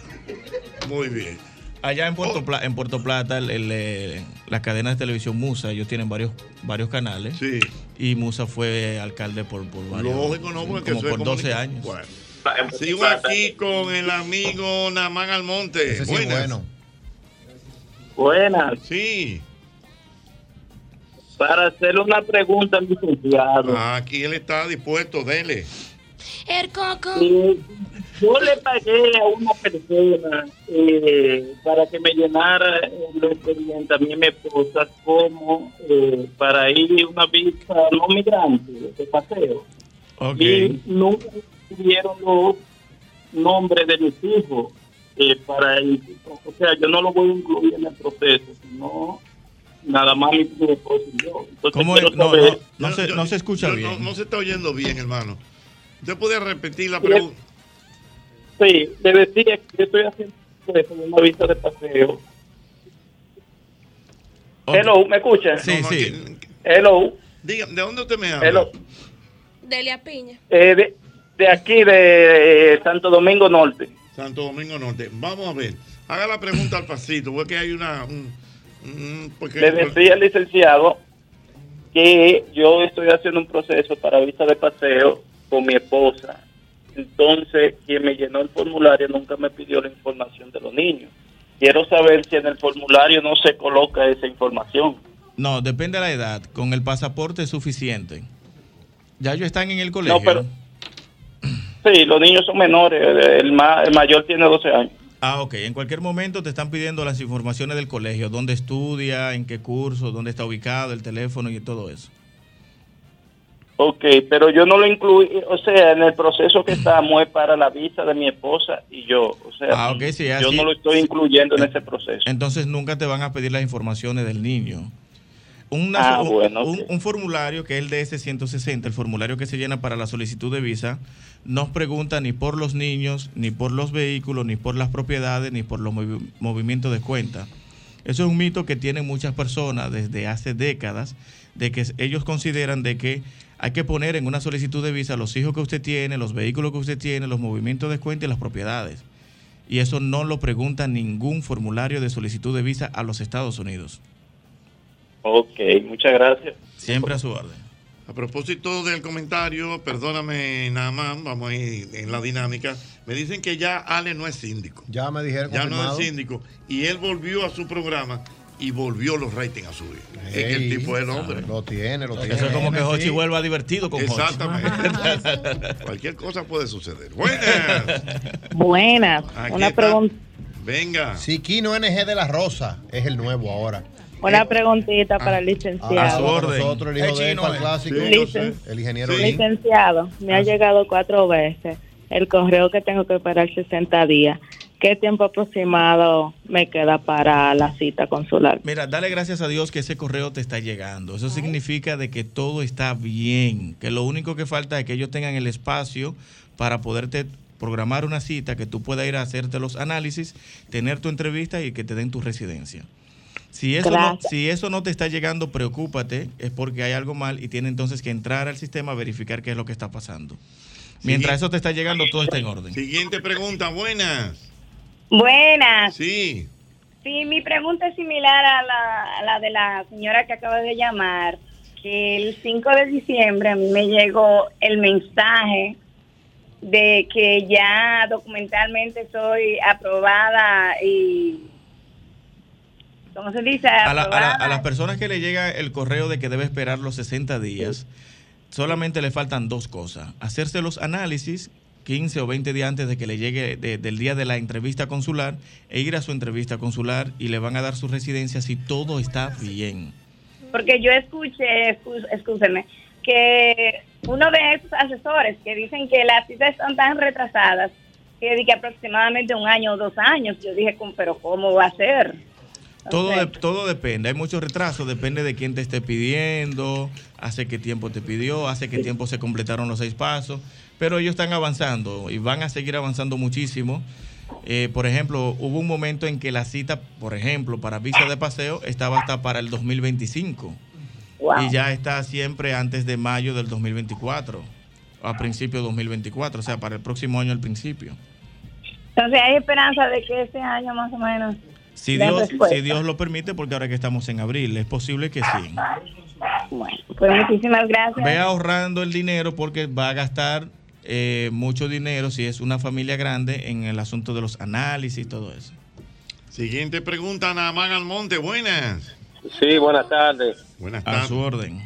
Speaker 3: Muy bien. Oh.
Speaker 25: Allá en Puerto, Pla- en Puerto Plata, el- el, eh, las cadenas de televisión Musa, ellos tienen varios, varios canales.
Speaker 3: Sí.
Speaker 25: Y Musa fue alcalde por, por varios
Speaker 3: Lógico, no, porque
Speaker 25: como
Speaker 3: eso es
Speaker 25: por 12
Speaker 3: comunica-
Speaker 25: años.
Speaker 3: Bueno. Sigo aquí con el amigo Namán Almonte.
Speaker 5: Ese sí es
Speaker 3: Buenas.
Speaker 5: bueno.
Speaker 24: Buenas.
Speaker 3: Sí.
Speaker 24: Para hacerle una pregunta, mi licenciado.
Speaker 3: Aquí él está dispuesto, dele.
Speaker 24: El coco. yo le pagué a una persona eh, para que me llenara eh, los expedientes a mí y mi esposa como eh, para ir a una visa no migrante de paseo.
Speaker 25: Ok.
Speaker 24: Y nunca tuvieron los nombres de mis hijos eh, para ir. O sea, yo no lo voy a incluir en el proceso, sino nada más mi esposa y yo. Entonces, quiero saber-
Speaker 3: se, escucha
Speaker 25: bien.
Speaker 3: No, no se está oyendo bien, hermano. ¿Usted puede repetir la pregunta?
Speaker 24: Sí, le decía que yo estoy haciendo eso, una vista de paseo. Hello, ¿me escucha?
Speaker 3: Sí, sí.
Speaker 24: Hello.
Speaker 3: Dígame, ¿de dónde usted me habla?
Speaker 24: Hello.
Speaker 6: Delia Piña.
Speaker 24: Eh, de, de aquí, de eh, Santo Domingo Norte.
Speaker 3: Santo Domingo Norte. Vamos a ver. Haga la pregunta al pasito, porque hay una. un- un- porque-
Speaker 24: Le decía al licenciado que yo estoy haciendo un proceso para vista de paseo con mi esposa. Entonces, quien me llenó el formulario nunca me pidió la información de los niños. Quiero saber si en el formulario no se coloca esa información.
Speaker 25: No, depende de la edad. Con el pasaporte es suficiente. Ya ellos están en el colegio.
Speaker 24: pero- Sí, los niños son menores, el, ma- el mayor tiene 12 años.
Speaker 25: Ah, ok. En cualquier momento te están pidiendo las informaciones del colegio, dónde estudia, en qué curso, dónde está ubicado, el teléfono y todo eso.
Speaker 24: Ok, pero yo no lo incluí, o sea, en el proceso que estamos es para la visa de mi esposa y yo. O sea,
Speaker 25: Ah, ok, sí,
Speaker 24: yo
Speaker 25: así-
Speaker 24: no lo estoy incluyendo en ese proceso.
Speaker 25: Entonces nunca te van a pedir las informaciones del niño. Una-
Speaker 24: Ah,
Speaker 25: un-
Speaker 24: bueno,
Speaker 25: un,
Speaker 24: sí.
Speaker 25: un formulario que es el DS-160, el formulario que se llena para la solicitud de visa, nos pregunta ni por los niños, ni por los vehículos, ni por las propiedades, ni por los movi- movimientos de cuenta. Eso es un mito que tienen muchas personas desde hace décadas, de que ellos consideran de que hay que poner en una solicitud de visa los hijos que usted tiene, los vehículos que usted tiene, los movimientos de cuenta y las propiedades. Y eso no lo pregunta ningún formulario de solicitud de visa a los Estados Unidos.
Speaker 24: Ok, muchas gracias.
Speaker 25: Siempre a su orden.
Speaker 3: A propósito del comentario, perdóname nada más, vamos a ir en la dinámica. Me dicen que ya Ale no es síndico.
Speaker 5: Ya me dijeron
Speaker 3: Ya no
Speaker 5: confirmado.
Speaker 3: es síndico. Y él volvió a su programa y volvió los ratings a subir. es que el
Speaker 5: Ey,
Speaker 3: tipo es el hombre.
Speaker 5: Lo tiene, lo tiene.
Speaker 25: Eso es como que Hochi
Speaker 3: sí.
Speaker 25: vuelva divertido con Hochi.
Speaker 3: Exactamente.
Speaker 25: (laughs)
Speaker 3: Cualquier cosa puede suceder. Buenas.
Speaker 2: Buenas.
Speaker 5: Aquí
Speaker 2: una
Speaker 5: está.
Speaker 2: pregunta.
Speaker 25: (laughs)
Speaker 3: Venga.
Speaker 5: Sí, Kino NG de la Rosa es el nuevo ahora.
Speaker 7: Eh,
Speaker 2: Una preguntita para el licenciado.
Speaker 5: Ahora Nosotros, el hijo
Speaker 2: Es
Speaker 5: de él,
Speaker 2: chino,
Speaker 5: para el
Speaker 2: eh.
Speaker 5: clásico.
Speaker 2: Sí, yo sé.
Speaker 5: El ingeniero Lin.
Speaker 2: Licenciado, me
Speaker 7: Ah.
Speaker 2: ha llegado cuatro veces el correo que tengo que esperar 60 días. ¿Qué tiempo aproximado me queda para la cita consular?
Speaker 25: Mira, dale gracias a Dios que ese correo te está llegando. Eso significa de que todo está bien, que lo único que falta es que ellos tengan el espacio para poderte programar una cita, que tú puedas ir a hacerte los análisis, tener tu entrevista y que te den tu residencia. Si eso, no,
Speaker 2: Gracias.
Speaker 25: si eso no te está llegando, preocúpate, es porque hay algo mal y tiene entonces que entrar al sistema a verificar qué es lo que está pasando. Mientras eso te está llegando, todo está en orden.
Speaker 3: Siguiente pregunta, buenas.
Speaker 12: Buenas.
Speaker 3: Sí.
Speaker 12: Sí, mi pregunta es similar a la, a la de la señora que acaba de llamar. Que el 5 de diciembre a mí me llegó el mensaje de que ya documentalmente soy aprobada y... ¿Cómo se dice?
Speaker 25: a, la- a la-
Speaker 12: Aprobada.
Speaker 25: a las personas que le llega el correo de que debe esperar los 60 días, solamente le faltan dos cosas. Hacerse los análisis 15 o 20 días antes de que le llegue de- del día de la entrevista consular e ir a su entrevista consular y le van a dar su residencia si todo está bien.
Speaker 12: Porque yo escuché, escú- escúsenme, que uno de esos asesores que dicen que las citas están tan retrasadas, que dije aproximadamente un año o dos años, yo dije, "Con- pero ¿cómo va a ser?
Speaker 25: Todo, de- todo depende, hay muchos retrasos, depende de quién te esté pidiendo, hace qué tiempo te pidió, hace qué tiempo se completaron los seis pasos, pero ellos están avanzando y van a seguir avanzando muchísimo. Eh, por ejemplo, hubo un momento en que la cita, por ejemplo, para visa de paseo estaba hasta para el 2025 y ya está siempre antes de mayo del 2024, a principio 2024, o sea, para el próximo año al principio.
Speaker 12: Entonces hay esperanza de que ese año más o menos...
Speaker 25: Si
Speaker 12: la
Speaker 25: Dios,
Speaker 12: respuesta.
Speaker 25: si Dios lo permite, porque ahora que estamos en abril, es posible que sí.
Speaker 12: Bueno, pues muchísimas gracias.
Speaker 25: Ve ahorrando el dinero porque va a gastar eh, mucho dinero si es una familia grande en el asunto de los análisis y todo eso.
Speaker 3: Siguiente pregunta, Namán Almonte, buenas.
Speaker 16: Sí, buenas tardes. Ah,
Speaker 3: Buenas
Speaker 25: tardes. A su orden.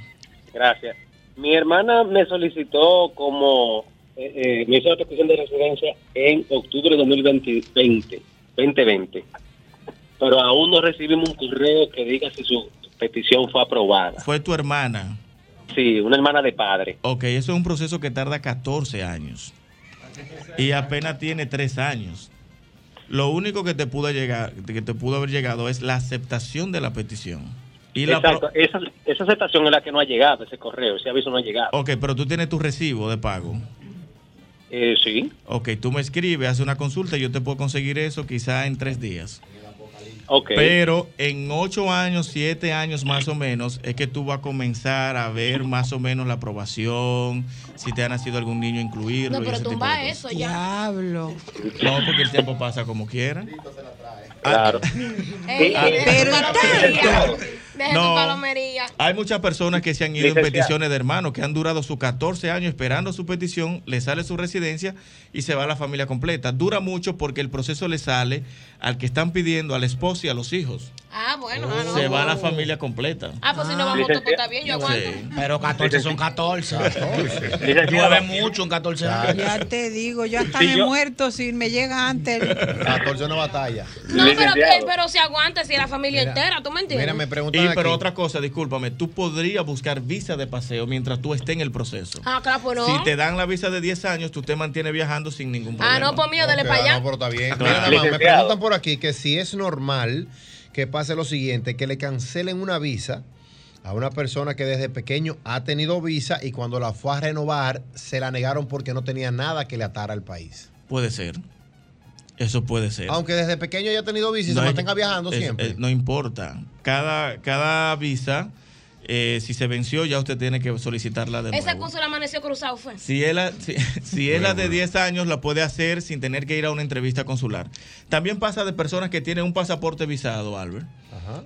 Speaker 16: Gracias. Mi hermana me solicitó como, eh, eh, me hizo la petición de residencia en octubre de 2020, 20, 2020. Pero aún no recibimos un correo que diga si su petición fue aprobada.
Speaker 25: Fue tu hermana.
Speaker 16: Sí, una hermana de padre.
Speaker 25: Ok, eso es un proceso que tarda 14 años. Y apenas tiene 3 años. Lo único que te pudo llegar, que te pudo haber llegado es la aceptación de la petición. Y la pro-
Speaker 16: Exacto. Esa, esa
Speaker 2: Oh.
Speaker 16: aceptación es la que no ha llegado, ese correo, ese aviso no ha llegado.
Speaker 25: ok, pero tú tienes tu recibo de pago.
Speaker 16: Eh, sí.
Speaker 25: Ok, tú me escribes, haces una consulta y yo te puedo conseguir eso quizá en tres días.
Speaker 16: Ok.
Speaker 25: Pero en ocho años, siete años más o menos, es que tú vas a comenzar a ver más o menos la aprobación, si te ha nacido algún niño, incluirlo.
Speaker 6: No,
Speaker 25: y
Speaker 6: pero
Speaker 25: ese tipo
Speaker 6: tumba
Speaker 25: de
Speaker 6: eso ya. Diablo.
Speaker 25: cosas. No, porque el tiempo pasa como quiera. Ah,
Speaker 16: Claro.
Speaker 25: (laughs)
Speaker 6: Eh, pero está. Deja
Speaker 25: No.
Speaker 6: tu palomería.
Speaker 25: Hay muchas personas que se han ido en
Speaker 16: Licenciado.
Speaker 25: peticiones de hermanos que han durado sus 14 años esperando su petición, le sale su residencia y se va la familia completa. Dura mucho porque el proceso le sale al que están pidiendo, a la esposa y a los hijos.
Speaker 6: Ah, bueno, ah, no.
Speaker 25: Se va la familia completa.
Speaker 6: Ah, pues si no vamos todos, está bien, yo aguanto.
Speaker 25: Pero
Speaker 7: 14 son 14.
Speaker 25: Licenciado.
Speaker 7: Llueve mucho en 14 años.
Speaker 8: Ya te digo, yo hasta
Speaker 7: Sí,
Speaker 8: me he
Speaker 7: yo-
Speaker 8: muerto si me llega
Speaker 25: (laughs)
Speaker 8: antes. el-
Speaker 5: 14 no batalla.
Speaker 6: No, pero, eh, pero se aguanta si es la familia
Speaker 25: Mira,
Speaker 6: entera, ¿tú me entiendes?
Speaker 25: Y,
Speaker 5: aquí.
Speaker 25: pero otra cosa, discúlpame, tú podrías buscar visa de paseo mientras tú estés en el proceso.
Speaker 6: Ah, claro, pues no.
Speaker 25: Si te dan la visa de 10 años, tú te mantienes viajando sin ningún problema.
Speaker 6: ah, no, pues mío, dele
Speaker 5: Ok,
Speaker 6: para
Speaker 5: ah,
Speaker 6: allá.
Speaker 5: no, pero está bien.
Speaker 25: Claro.
Speaker 5: Mira, nada más, me
Speaker 25: Licenciado.
Speaker 5: preguntan por aquí que si es normal que pase lo siguiente, que le cancelen una visa a una persona que desde pequeño ha tenido visa y cuando la fue a renovar se la negaron porque no tenía nada que le atara al país.
Speaker 25: Puede ser. Eso puede ser.
Speaker 5: Aunque desde pequeño haya tenido visa y se
Speaker 25: No, es-
Speaker 5: mantenga viajando
Speaker 25: es-
Speaker 5: siempre.
Speaker 25: es- no importa. Cada, cada visa, eh, si se venció, ya usted tiene que solicitarla de
Speaker 6: Esa
Speaker 25: nuevo.
Speaker 6: cosa la amaneció cruzado fue.
Speaker 25: Si es, la, si, (laughs) si es la de 10 años, la puede hacer sin tener que ir a una entrevista consular. También pasa de personas que tienen un pasaporte visado, Albert.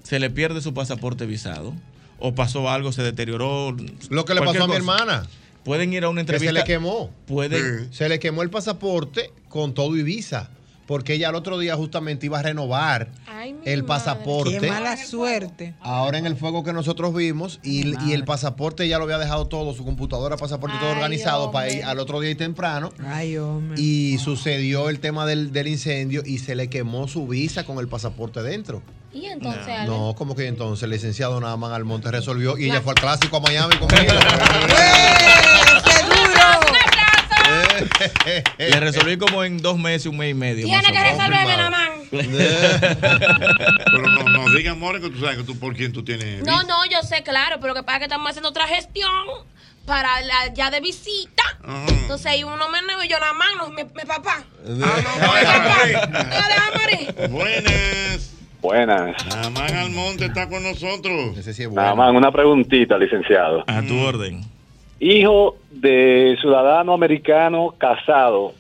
Speaker 25: Se le pierde su pasaporte visado. O pasó algo, se deterioró.
Speaker 5: Lo que le
Speaker 25: cualquier
Speaker 5: pasó a mi
Speaker 25: cosa.
Speaker 5: hermana.
Speaker 25: Pueden ir a una
Speaker 5: Que
Speaker 25: entrevista.
Speaker 5: se le quemó.
Speaker 25: Pueden-
Speaker 5: Se le quemó el pasaporte con todo y visa. Porque ella al otro día justamente iba a renovar el pasaporte.
Speaker 8: Qué mala suerte.
Speaker 5: Ahora en el fuego que nosotros vimos y, y el pasaporte ya lo había dejado todo, su computadora, pasaporte todo
Speaker 8: Ay,
Speaker 5: organizado para
Speaker 8: hombre.
Speaker 5: ir al otro día y temprano.
Speaker 8: Ay, hombre.
Speaker 5: Y sucedió el tema del, del incendio y se le quemó su visa con el pasaporte dentro.
Speaker 6: Y entonces, Ale?
Speaker 5: No, como que entonces el licenciado nada más Almonte resolvió y ella fue al clásico a Miami conmigo. ¡Eh!
Speaker 25: Le resolví como en dos meses, un mes y medio.
Speaker 6: Tiene
Speaker 25: más o
Speaker 6: que
Speaker 25: menos.
Speaker 6: resolverme la mano.
Speaker 3: Pero no, no digan, more que tú sabes que tú por quién tú tienes.
Speaker 6: No, no, yo sé, claro, pero lo que pasa es que estamos haciendo otra gestión para la ya de visita. Entonces ahí uno me y yo la mano, mi, mi papá.
Speaker 3: Buenas.
Speaker 4: Buenas.
Speaker 3: Namán Almonte está con nosotros. Ese
Speaker 5: sí es
Speaker 4: Nada más, una preguntita, licenciado.
Speaker 25: A tu orden.
Speaker 4: Hijo de ciudadano americano casado,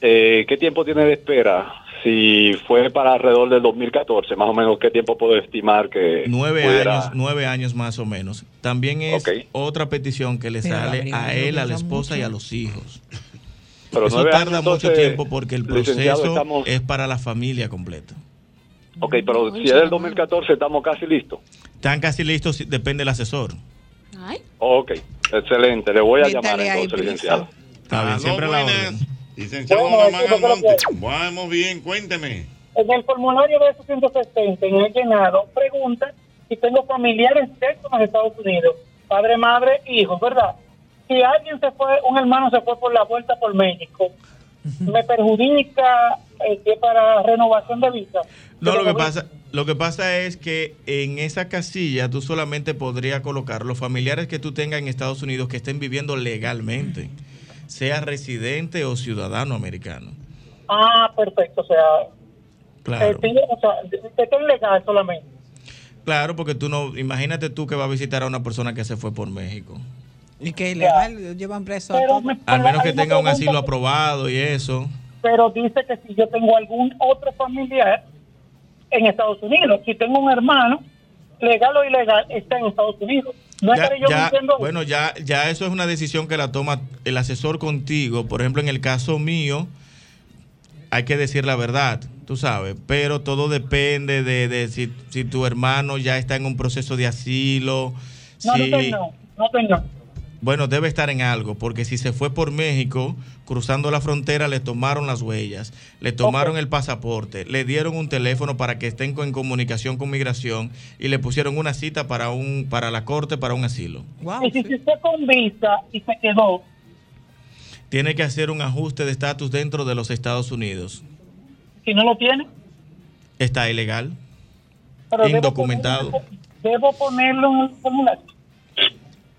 Speaker 4: eh, ¿qué tiempo tiene de espera? Si fue para alrededor del 2014, más o menos, ¿qué tiempo puedo estimar que
Speaker 25: Nueve
Speaker 4: pudiera-
Speaker 25: años, nueve años más o menos. También es otra petición que le
Speaker 4: Pero
Speaker 25: sale
Speaker 4: la
Speaker 25: a
Speaker 4: averiguación
Speaker 25: él, a la
Speaker 4: dura
Speaker 25: esposa y
Speaker 4: mucho.
Speaker 25: a los hijos.
Speaker 4: Pero
Speaker 25: Eso
Speaker 4: nueve
Speaker 25: tarda
Speaker 4: años,
Speaker 25: mucho
Speaker 4: entonces,
Speaker 25: tiempo porque el
Speaker 4: licenciado,
Speaker 25: proceso
Speaker 4: estamos-
Speaker 25: es para la familia completa.
Speaker 4: Ok, pero si es del 2014, estamos casi listos.
Speaker 25: Están casi listos, si- depende del asesor.
Speaker 4: Ok, excelente. Le voy a
Speaker 25: Métale
Speaker 4: llamar
Speaker 25: ahí,
Speaker 4: entonces,
Speaker 25: please.
Speaker 4: licenciado.
Speaker 25: Está bien,
Speaker 4: Aló,
Speaker 25: siempre a la
Speaker 4: buenas.
Speaker 25: orden.
Speaker 3: Licenciado
Speaker 4: Bueno,
Speaker 3: Namán
Speaker 4: eso fue lo
Speaker 3: Almonte.
Speaker 4: que-
Speaker 3: Vamos bien, cuénteme.
Speaker 4: En el formulario de 860,
Speaker 24: en el llenado, pregunta si tengo familiares cercanos en Estados Unidos, padre, madre, hijos, ¿verdad? Si alguien se fue, un hermano se fue por la vuelta por México, ¿me perjudica eh, que para renovación de visa?
Speaker 25: No, lo que pasa, lo que pasa es que en esa casilla tú solamente podrías colocar los familiares que tú tengas en Estados Unidos que estén viviendo legalmente, sea residente o ciudadano americano.
Speaker 24: Ah, perfecto, o sea, eh,
Speaker 25: Claro.
Speaker 24: tengo- o sea, que es legal solamente.
Speaker 25: Claro, porque tú no, imagínate tú que vas a visitar a una persona que se fue por México.
Speaker 8: Y que ilegal, llevan preso a todos.
Speaker 25: Al menos que
Speaker 24: hay una
Speaker 25: tenga un
Speaker 24: pregunta
Speaker 25: asilo
Speaker 24: que-
Speaker 25: aprobado y eso.
Speaker 24: pero dice que si yo tengo algún otro familiar en Estados Unidos, si tengo un hermano, legal o ilegal, está en Estados Unidos. No
Speaker 25: Ya-
Speaker 24: estaré yo
Speaker 25: ya-
Speaker 24: diciendo
Speaker 25: bueno, ya, ya eso es una decisión que la toma el asesor contigo. Por ejemplo, en el caso mío, hay que decir la verdad, tú sabes, pero todo depende de, de si, si tu hermano ya está en un proceso de asilo.
Speaker 24: no,
Speaker 25: si-
Speaker 24: no tengo, no tengo.
Speaker 25: Bueno, debe estar en algo, porque si se fue por México, cruzando la frontera, le tomaron las huellas, le tomaron el pasaporte, le dieron un teléfono para que estén co- en comunicación con migración y le pusieron una cita para un para la corte para un asilo.
Speaker 24: y si se fue con visa y se quedó,
Speaker 25: Tiene que hacer un ajuste de estatus dentro de los Estados Unidos.
Speaker 24: si no lo tiene,
Speaker 25: Está ilegal,
Speaker 24: pero debo,
Speaker 25: indocumentado.
Speaker 24: debo ponerlo en el formulario.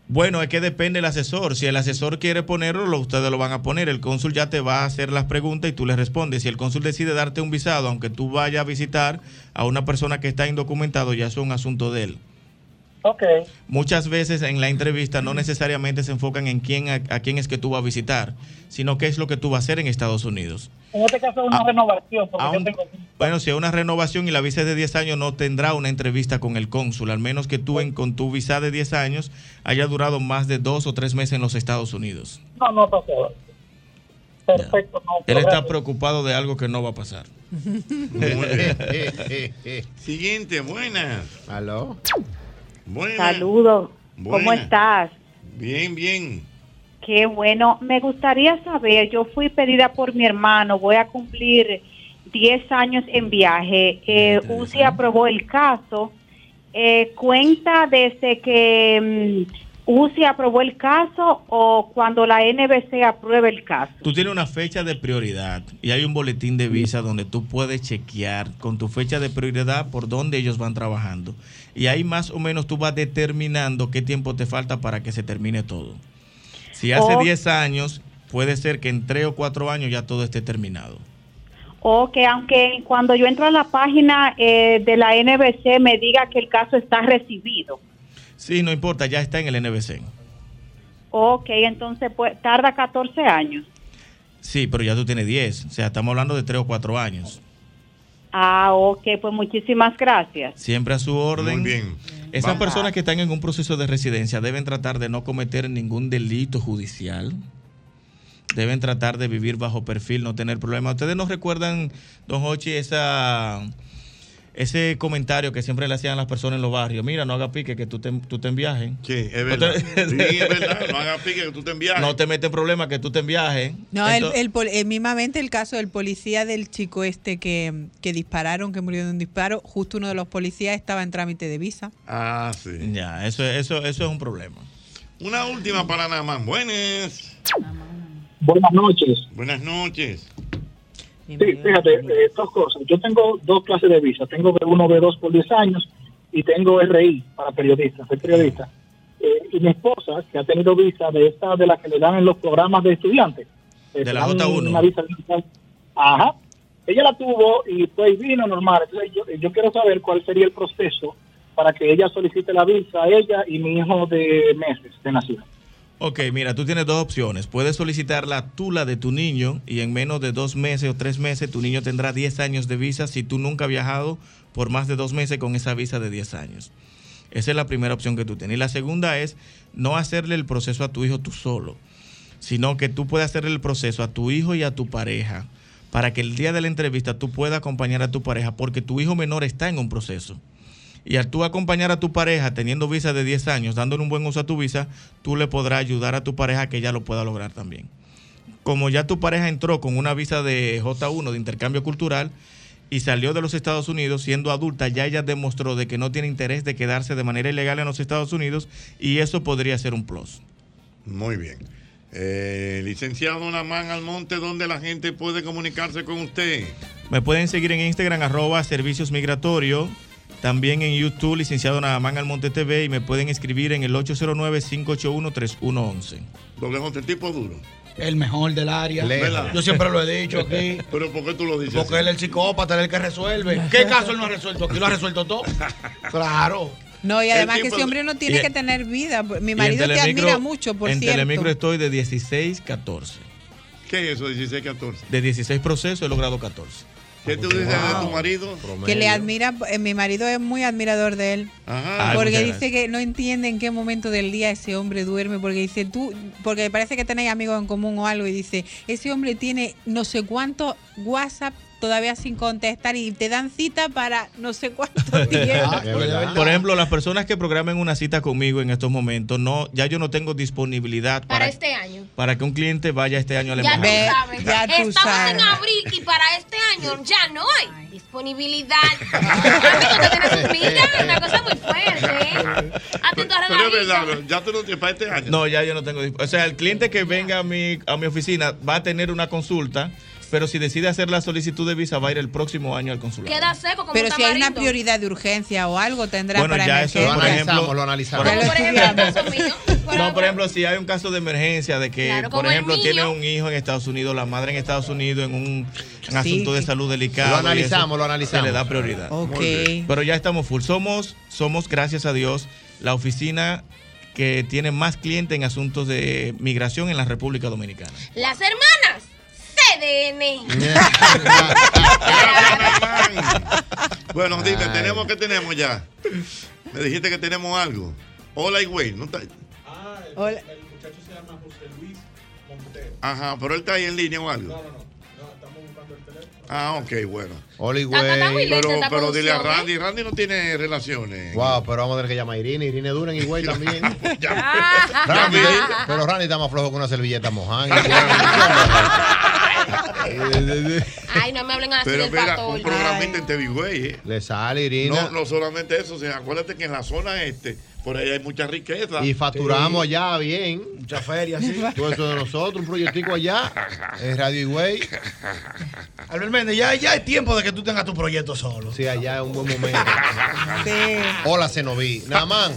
Speaker 25: Bueno, es que depende el asesor. Si el asesor quiere ponerlo, lo- ustedes lo van a poner. El cónsul ya te va a hacer las preguntas y tú le respondes. Si el cónsul decide darte un visado, aunque tú vayas a visitar a una persona que está indocumentado, ya es un asunto de él.
Speaker 13: Ok.
Speaker 25: Muchas veces en la entrevista no necesariamente se enfocan en quién a, a quién es que tú vas a visitar, sino qué es lo que tú vas a hacer en Estados Unidos.
Speaker 13: En este caso
Speaker 25: Ah.
Speaker 13: es una renovación, porque yo tengo
Speaker 25: Bueno, si es una renovación y la visa es de 10 años, no tendrá una entrevista con el cónsul, al menos que tú en, con tu visa de 10 años haya durado más de dos o tres meses en los Estados Unidos.
Speaker 13: No, no pasó. Perfecto. No,
Speaker 25: Ah. Él está preocupado de algo que no va a pasar. (laughs)
Speaker 3: (laughs) Siguiente, buenas.
Speaker 26: Aló.
Speaker 3: Buenas.
Speaker 12: Saludos. ¿Cómo
Speaker 3: Buena.
Speaker 12: estás?
Speaker 3: Bien, bien.
Speaker 12: Qué bueno. Me gustaría saber, yo fui pedida por mi hermano, voy a cumplir 10 años en viaje. Eh, UCI aprobó el caso. Eh, ¿Cuenta desde que mm, UCI aprobó el caso o cuando la NBC apruebe el caso?
Speaker 25: Tú tienes una fecha de prioridad y hay un boletín de visa donde tú puedes chequear con tu fecha de prioridad por dónde ellos van trabajando. Y ahí más o menos tú vas determinando qué tiempo te falta para que se termine todo. Si hace
Speaker 12: Oh.
Speaker 25: 10 años, puede ser que en 3 o 4 años ya todo esté terminado.
Speaker 12: O que aunque cuando yo entro a la página eh, de la NBC me diga que el caso está recibido.
Speaker 25: Sí, no importa, ya está en el NBC.
Speaker 12: Ok, entonces pues, tarda 14 años.
Speaker 25: Sí, pero ya tú tienes 10. O sea, estamos hablando de 3 o 4 años.
Speaker 12: Ah, ok, pues muchísimas gracias.
Speaker 25: Siempre a su orden.
Speaker 3: Muy
Speaker 25: bien. Esas
Speaker 12: Vamos.
Speaker 25: personas que están en un proceso de residencia deben tratar de no cometer ningún delito judicial. Deben tratar de vivir bajo perfil, no tener problemas. ¿Ustedes nos recuerdan, don Hochi, esa, ese comentario que siempre le hacían a las personas en los barrios? Mira, no haga pique que tú te, tú te enviajes.
Speaker 3: Sí, Es verdad. Sí, es verdad. No hagas pique que tú te envías.
Speaker 25: No te meten problemas que tú te enviajes.
Speaker 8: No, el,
Speaker 25: Entonces-
Speaker 8: el pol- eh, mismamente el caso del policía del chico este que, que dispararon, que murió de un disparo, justo uno de los policías estaba en trámite de visa.
Speaker 3: Ah, sí.
Speaker 25: Ya, eso, eso, eso es un problema.
Speaker 3: Una última para nada más. Buenas.
Speaker 13: Buenas noches.
Speaker 3: Buenas noches.
Speaker 13: Sí, fíjate, eh, dos cosas. Yo tengo dos clases de visa. Tengo B1, B2 por 10 años y tengo RI para periodistas. Soy periodista. Eh, y mi esposa, que ha tenido visa de esta, de la que le dan en los programas de estudiantes. Eh,
Speaker 25: De la
Speaker 13: dan
Speaker 25: J1.
Speaker 13: Una visa digital. Ajá. Ella la tuvo y pues vino normal. Entonces yo, yo quiero saber cuál sería el proceso para que ella solicite la visa, ella y mi hijo de meses de nacido.
Speaker 25: Ok, mira, tú tienes dos opciones. Puedes solicitar la tula de tu niño y en menos de dos meses o tres meses tu niño tendrá 10 años de visa si tú nunca has viajado por más de dos meses con esa visa de 10 años. Esa es la primera opción que tú tienes. Y la segunda es no hacerle el proceso a tu hijo tú solo, sino que tú puedes hacerle el proceso a tu hijo y a tu pareja para que el día de la entrevista tú puedas acompañar a tu pareja porque tu hijo menor está en un proceso. Y al tú acompañar a tu pareja teniendo visa de 10 años, dándole un buen uso a tu visa, tú le podrás ayudar a tu pareja a que ella lo pueda lograr también. Como ya tu pareja entró con una visa de J1 de intercambio cultural y salió de los Estados Unidos siendo adulta, ya ella demostró de que no tiene interés de quedarse de manera ilegal en los Estados Unidos y eso podría ser un plus.
Speaker 3: Muy bien. Eh, licenciado Namán Almonte, ¿dónde la gente puede comunicarse con usted?
Speaker 25: Me pueden seguir en Instagram, arroba servicios migratorio. También en YouTube, licenciado Nadamán Almonte TV. Y me pueden escribir en el 809-581-3111.
Speaker 3: Doble J, el ¿este tipo duro.
Speaker 25: El mejor del área.
Speaker 3: ¿Verdad?
Speaker 7: Yo siempre lo he dicho aquí.
Speaker 3: (laughs) Pero ¿por qué tú lo dices?
Speaker 7: Porque él es el psicópata, él es el que resuelve. ¿Qué caso él no ha resuelto? Aquí lo ha resuelto
Speaker 3: (laughs)
Speaker 7: todo. Claro.
Speaker 8: No, y
Speaker 7: El
Speaker 8: además que
Speaker 7: tipo-
Speaker 8: ese hombre no tiene
Speaker 25: y-
Speaker 8: que tener vida. Mi
Speaker 25: en
Speaker 8: marido te
Speaker 25: Telemicro-
Speaker 8: admira mucho, por
Speaker 25: En
Speaker 8: cierto.
Speaker 25: Telemicro estoy de 16, 14.
Speaker 3: ¿Qué es eso, 16, 14?
Speaker 25: De 16 procesos he logrado 14.
Speaker 3: ¿Qué tú dices de tu marido?
Speaker 8: que
Speaker 25: (laughs)
Speaker 8: le admira, eh, mi marido es muy admirador de él.
Speaker 3: Ajá.
Speaker 8: porque
Speaker 25: Ah, muchas
Speaker 8: dice que no entiende en qué momento del día ese hombre duerme, porque dice tú, porque parece que tenéis amigos en común o algo, y dice, ese hombre tiene no sé cuánto WhatsApp todavía sin contestar y te dan cita para no sé
Speaker 25: (laughs)
Speaker 8: cuánto tiempo.
Speaker 25: Por ejemplo, las personas que programen una cita conmigo en estos momentos, no, ya yo no tengo disponibilidad para, para,
Speaker 6: Para este año.
Speaker 25: que un cliente vaya este año a la
Speaker 6: Ya tú
Speaker 25: embajada.
Speaker 6: sabes. Estamos en
Speaker 3: (laughs)
Speaker 6: abril y para este año ya no hay disponibilidad. (laughs) Amigo, tú tienes vida, una cosa muy fuerte. ¿eh? A tu torre
Speaker 3: Pero es
Speaker 6: de
Speaker 3: verdad, no, ya tú no tienes para este año.
Speaker 25: No, ya yo no tengo. disp- O sea, el cliente que venga a mi, a mi oficina va a tener una consulta. Pero si decide hacer la solicitud de visa, va a ir el próximo año al consulado.
Speaker 6: Queda seco como
Speaker 8: Pero
Speaker 6: un
Speaker 8: si hay una
Speaker 6: tamarindo.
Speaker 8: prioridad de urgencia o algo, tendrá
Speaker 25: Bueno,
Speaker 8: para
Speaker 25: ya eso,
Speaker 8: emergencia.
Speaker 25: por ejemplo,
Speaker 5: lo
Speaker 25: analizamos.
Speaker 8: Ya lo estudiamos.
Speaker 25: (laughs) No, por ejemplo, si hay un caso de emergencia de que,
Speaker 8: Claro,
Speaker 25: por
Speaker 8: como el
Speaker 25: ejemplo,
Speaker 8: mío.
Speaker 25: tiene un hijo en Estados Unidos, la madre en Estados Unidos, en un en
Speaker 5: Sí.
Speaker 25: asunto de salud delicado.
Speaker 5: Lo
Speaker 25: y eso,
Speaker 5: analizamos, lo analizamos.
Speaker 25: Se le da prioridad.
Speaker 5: Ok. Muy bien.
Speaker 25: Pero ya estamos full. Somos, somos, gracias a Dios, la oficina que tiene más clientes en asuntos de migración en la República Dominicana.
Speaker 6: Las hermanas CDN.
Speaker 3: Bueno, dime, ¿tenemos qué tenemos ya? Me dijiste que tenemos algo. Hola, güey. No está...
Speaker 8: Hola.
Speaker 3: Ajá, pero él está ahí en línea o algo. Ah, ok, bueno.
Speaker 5: Hola,
Speaker 3: Pero,
Speaker 5: güey.
Speaker 3: pero dile a Randy, Randy no tiene relaciones.
Speaker 5: Wow, pero vamos a tener que llamar a Irina. Irina Duran y güey también. (laughs) Randy, pero Randy está más flojo que una servilleta mojada. (laughs)
Speaker 6: Ay, no me hablen así
Speaker 3: Pero
Speaker 6: del
Speaker 3: mira, un
Speaker 6: pastor.
Speaker 3: programita en TV Güey, ¿eh?
Speaker 5: Le sale, Irina.
Speaker 3: No, no solamente eso, sino acuérdate que en la zona este, por ahí hay mucha riqueza.
Speaker 5: Y facturamos
Speaker 3: Sí.
Speaker 5: allá bien. Mucha feria, sí. Todo eso de nosotros, un proyectico allá, en Radio Higüey.
Speaker 27: Albert Méndez, ya, ya es tiempo de que tú tengas tu proyecto solo.
Speaker 5: Sí, allá es un buen momento. Hola, Cenoví. Namán.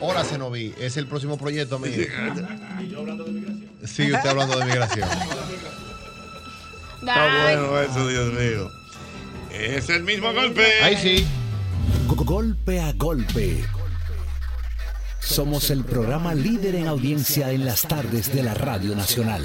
Speaker 5: Hola, Cenoví. Es el próximo proyecto mío. Sí, usted hablando de migración.
Speaker 3: Está bueno eso, Dios mío. Es el mismo golpe.
Speaker 5: Ahí sí.
Speaker 1: Golpe a golpe. Somos el programa líder en audiencia en las tardes de la Radio Nacional.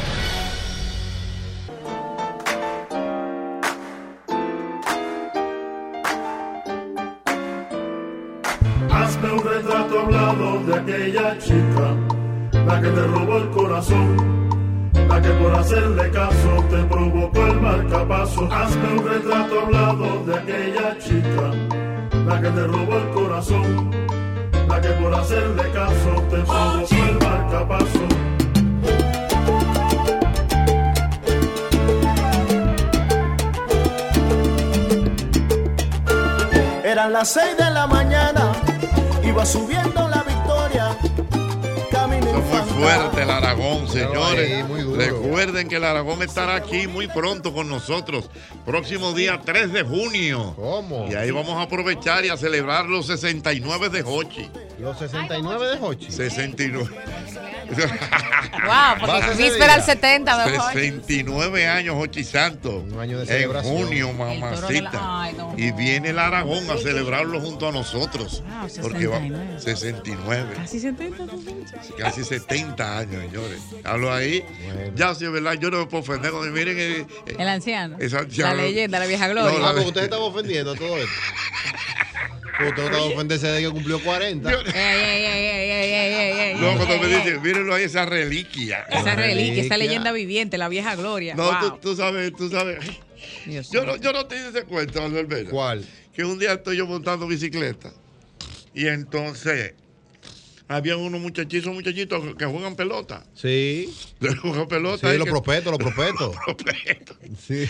Speaker 3: eh.
Speaker 2: Hazme un retrato hablado de aquella chica, la que te robó el corazón, la que por hacerle caso te provocó el marcapaso. Hazme un retrato hablado de aquella chica, la que te robó el corazón, la que por hacerle caso te provocó el marcapaso.
Speaker 28: Eran las 6 de la mañana, iba subiendo la victoria. Caminé
Speaker 3: Fuerte el Aragón, señores. Recuerden que el Aragón estará aquí muy pronto con nosotros. Próximo día 3 de junio. ¿Cómo? Y ahí vamos a aprovechar y a celebrar los 69 de Hochi.
Speaker 5: Los 69 de Hochi.
Speaker 3: 69.
Speaker 15: Wow,
Speaker 3: Va a
Speaker 15: porque
Speaker 3: ser
Speaker 15: víspera al
Speaker 3: ese
Speaker 15: 70, mejor.
Speaker 3: 69 años, Hochi Santos. En
Speaker 5: celebración.
Speaker 3: junio,
Speaker 15: toro de la-
Speaker 3: mamacita.
Speaker 15: Ay, no.
Speaker 3: Y viene el Aragón a celebrarlo junto a nosotros.
Speaker 15: Wow,
Speaker 3: Porque va
Speaker 15: 69.
Speaker 3: 69.
Speaker 15: Casi 70.
Speaker 3: Casi 70 años, señores. Hablo ahí. Ya, sí, es ¿verdad? Yo no me puedo ofender. cuando Miren, eh, eh,
Speaker 15: El anciano.
Speaker 3: Es
Speaker 15: La
Speaker 3: anciano.
Speaker 15: leyenda, la vieja
Speaker 3: No,
Speaker 15: gloria.
Speaker 3: la-
Speaker 5: Ah, porque usted estaba ofendiendo a todo esto. Usted estaba ofenderse de que cumplió 40.
Speaker 15: Ey, ey, ey, ey, ey, ey, ey, ey,
Speaker 3: no,
Speaker 15: ey,
Speaker 3: cuando me
Speaker 15: ey, ey.
Speaker 3: dicen, mírenlo ahí, esa reliquia.
Speaker 15: Esa reliquia, esa leyenda viviente, la vieja gloria.
Speaker 3: No,
Speaker 15: Wow.
Speaker 3: tú, tú sabes, tú sabes. Yo no, yo no te hice cuenta, Manuel Vera.
Speaker 5: ¿Cuál?
Speaker 3: Que un día estoy yo montando bicicleta. Y entonces, había unos muchachitos, muchachitos que juegan pelota.
Speaker 5: Sí.
Speaker 3: Juegan pelota.
Speaker 5: Sí,
Speaker 3: y
Speaker 5: los
Speaker 3: que-
Speaker 5: propetos,
Speaker 3: (laughs)
Speaker 5: los propetos. Sí.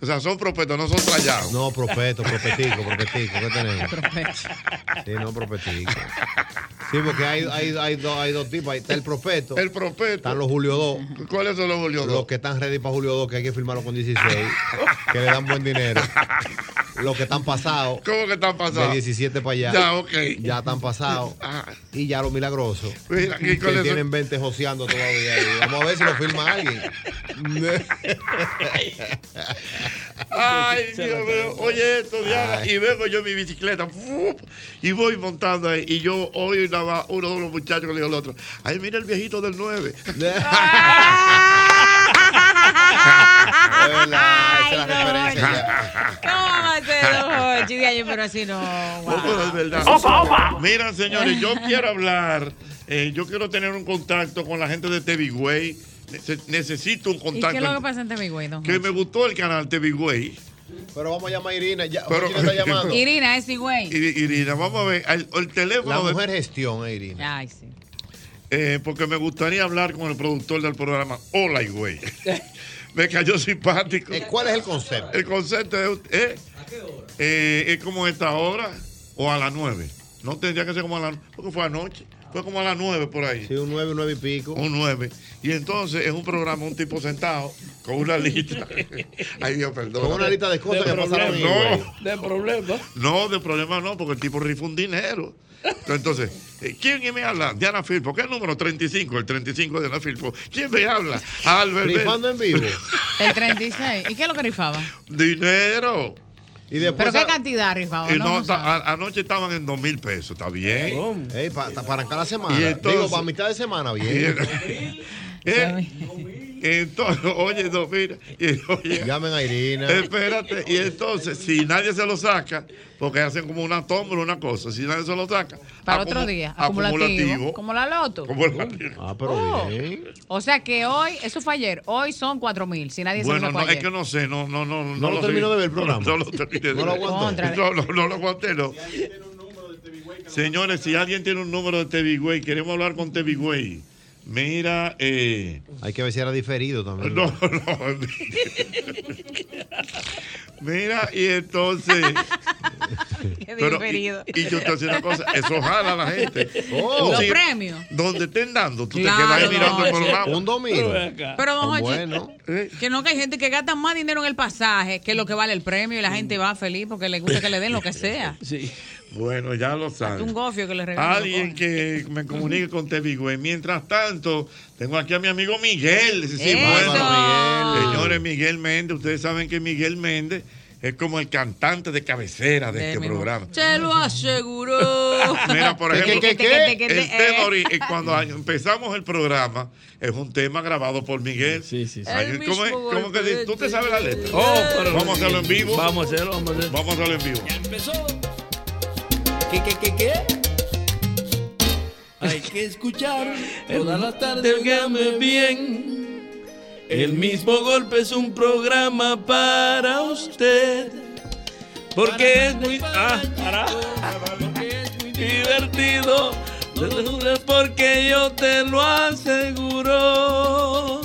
Speaker 3: O sea, son propetos, no son trayados.
Speaker 5: No, propeto, propetico, propetico. ¿Qué tenemos? Sí, no, propetico. Sí, porque hay, hay, hay, dos, hay dos tipos. Ahí está el propeto.
Speaker 3: El propeto.
Speaker 5: Están los Julio 2.
Speaker 3: ¿Cuáles son los Julio 2?
Speaker 5: Los que están ready para Julio 2, que hay que firmarlo con 16. que le dan buen dinero. Los que están pasados.
Speaker 3: ¿Cómo que están pasados?
Speaker 5: De 17 para allá.
Speaker 3: Ya, ok. Ah,
Speaker 5: Ya están pasados. Y ya los milagrosos.
Speaker 3: Mira, ¿y
Speaker 5: que
Speaker 3: cuáles son?
Speaker 5: tienen 20 joseando todavía. ahí. Vamos a ver si lo firma
Speaker 3: (laughs)
Speaker 5: alguien.
Speaker 3: Ay, Dios mío. Oye esto, Diana.
Speaker 5: Ay.
Speaker 3: Y vengo yo en mi bicicleta. ¡fup! Y voy montando ahí. Y yo hoy nada más, uno de los muchachos que le digo al otro. Ay, mira el viejito del (laughs)
Speaker 5: (laughs)
Speaker 3: 9.
Speaker 15: Tómatelo, Hochi, de ayer, pero así no. wow.
Speaker 3: Es verdad.
Speaker 15: Opa, opa.
Speaker 3: Mira, señores, yo quiero hablar. eh, yo quiero tener un contacto con la gente de Tevigüey. Nece- Necesito un
Speaker 15: ¿Y qué
Speaker 3: contacto.
Speaker 15: es lo que pasa en Temigüey, don
Speaker 3: que me gustó el canal Tevigüey.
Speaker 5: Pero vamos a llamar a Irina. Ya,
Speaker 3: Pero-
Speaker 5: Irina está llamando.
Speaker 15: Irina, es güey.
Speaker 3: Ir- Irina, vamos a ver el, el teléfono.
Speaker 5: La
Speaker 3: de-
Speaker 5: mujer gestión, eh, Irina.
Speaker 15: Ay, sí.
Speaker 3: Eh, porque me gustaría hablar con el productor del programa. Hola, güey. me cayó simpático.
Speaker 5: Eh, ¿Cuál es el concepto?
Speaker 3: El concepto es. eh, eh, es como esta hora o a las nueve. No tendría que ser como a las nueve, porque fue anoche. Fue como a las nueve por ahí. Sí,
Speaker 5: un nueve, un nueve y pico.
Speaker 3: Un nueve. Y entonces es un programa, un tipo sentado con una
Speaker 5: (laughs)
Speaker 3: lista. Ay, Dios, perdón.
Speaker 5: Con una lista de cosas que pasaron en el
Speaker 3: No. De problemas. No, de problemas no, porque el tipo rifó un dinero. Entonces, eh, ¿quién me habla? Diana Filpo. ¿Qué número? 35, el 35 de Diana Filpo. ¿Quién me habla? Albert. Bell.
Speaker 5: Rifando en vivo.
Speaker 17: El 36. ¿Y qué es lo que rifaba?
Speaker 3: (laughs) Dinero.
Speaker 5: Y
Speaker 17: ¿Pero qué cantidad rifaba?
Speaker 3: y
Speaker 17: No,
Speaker 3: Eh, no,
Speaker 17: no
Speaker 3: ta- a- anoche estaban en dos mil pesos, ¿está bien?
Speaker 5: Ey, pa- ta- para arrancar la semana.
Speaker 3: Y
Speaker 5: Digo,
Speaker 3: entonces-
Speaker 5: para mitad de semana,
Speaker 3: Y
Speaker 5: bien. (laughs)
Speaker 3: el- Eh, entonces, oye, no, mira, y- oye.
Speaker 5: Llamen a Irina.
Speaker 3: Espérate, y entonces, si nadie se lo saca, porque hacen como una tómbola, una cosa, si nadie se lo saca.
Speaker 17: Para
Speaker 3: acumu-
Speaker 17: otro día. Acumulativo. Como la loto.
Speaker 3: acumulativo.
Speaker 5: Ah,
Speaker 17: Oh.
Speaker 5: pero bien.
Speaker 17: O sea que hoy, eso fue ayer. Hoy son 4 mil. Si nadie se
Speaker 3: Bueno,
Speaker 17: lo sacó
Speaker 3: no, es
Speaker 17: ayer.
Speaker 3: que no sé, no, no, no.
Speaker 5: lo terminó
Speaker 3: sé.
Speaker 5: de ver el programa.
Speaker 3: No, lo terminé de
Speaker 5: No lo
Speaker 3: ver.
Speaker 5: aguantó. Contrale.
Speaker 3: No, no, no lo aguanté, no. Señores, si alguien tiene un número de Tevigüey, queremos hablar con Tevigüey. Mira, eh,
Speaker 5: Hay que ver si era diferido también.
Speaker 3: No, no. mira, y entonces. pero, y,
Speaker 17: diferido.
Speaker 3: y yo te decía una cosa, eso jala a la gente.
Speaker 17: Oh. Los
Speaker 3: Sí,
Speaker 17: premios.
Speaker 3: Donde estén dando, tú
Speaker 17: Claro,
Speaker 3: te quedas ahí mirando el
Speaker 17: no.
Speaker 3: programa. Eh,
Speaker 17: Un domingo. Pero, don Jochi, Que no, que hay gente que gasta más dinero en el pasaje que lo que vale el premio y la gente va feliz porque le gusta que le den lo que sea.
Speaker 3: Sí. Bueno, ya lo saben.
Speaker 17: Un gofio que le regalan.
Speaker 3: Alguien que me comunique con Tevigüey. Mientras tanto, tengo aquí a mi amigo Miguel. Sí, sí,
Speaker 17: Eso.
Speaker 3: bueno.
Speaker 17: Miguel.
Speaker 3: Señores, Miguel Méndez, ustedes saben que Miguel Méndez es como el cantante de cabecera de este programa.
Speaker 17: Se lo aseguró.
Speaker 3: (laughs) Mira, por ejemplo,
Speaker 17: Que, que, que, que, que,
Speaker 3: el
Speaker 17: eh.
Speaker 3: tema
Speaker 15: (laughs)
Speaker 3: ori-
Speaker 17: (laughs)
Speaker 3: eh, cuando empezamos el programa es un tema grabado por Miguel. Sí, sí,
Speaker 21: sí. El
Speaker 3: ¿Cómo, es?
Speaker 21: mismo
Speaker 3: ¿Cómo que dice? ¿Tú te sabes la letra?
Speaker 21: Oh, pero-
Speaker 3: vamos a hacerlo en vivo.
Speaker 21: Vamos a hacerlo, vamos a hacerlo.
Speaker 3: Vamos a hacerlo en vivo.
Speaker 21: Empezó. ¿Qué, qué, qué, qué? Hay que escuchar toda la tarde, óigame bien. El mismo golpe es un programa para usted. Porque es muy. Ah, para. Divertido. Porque yo te lo aseguro.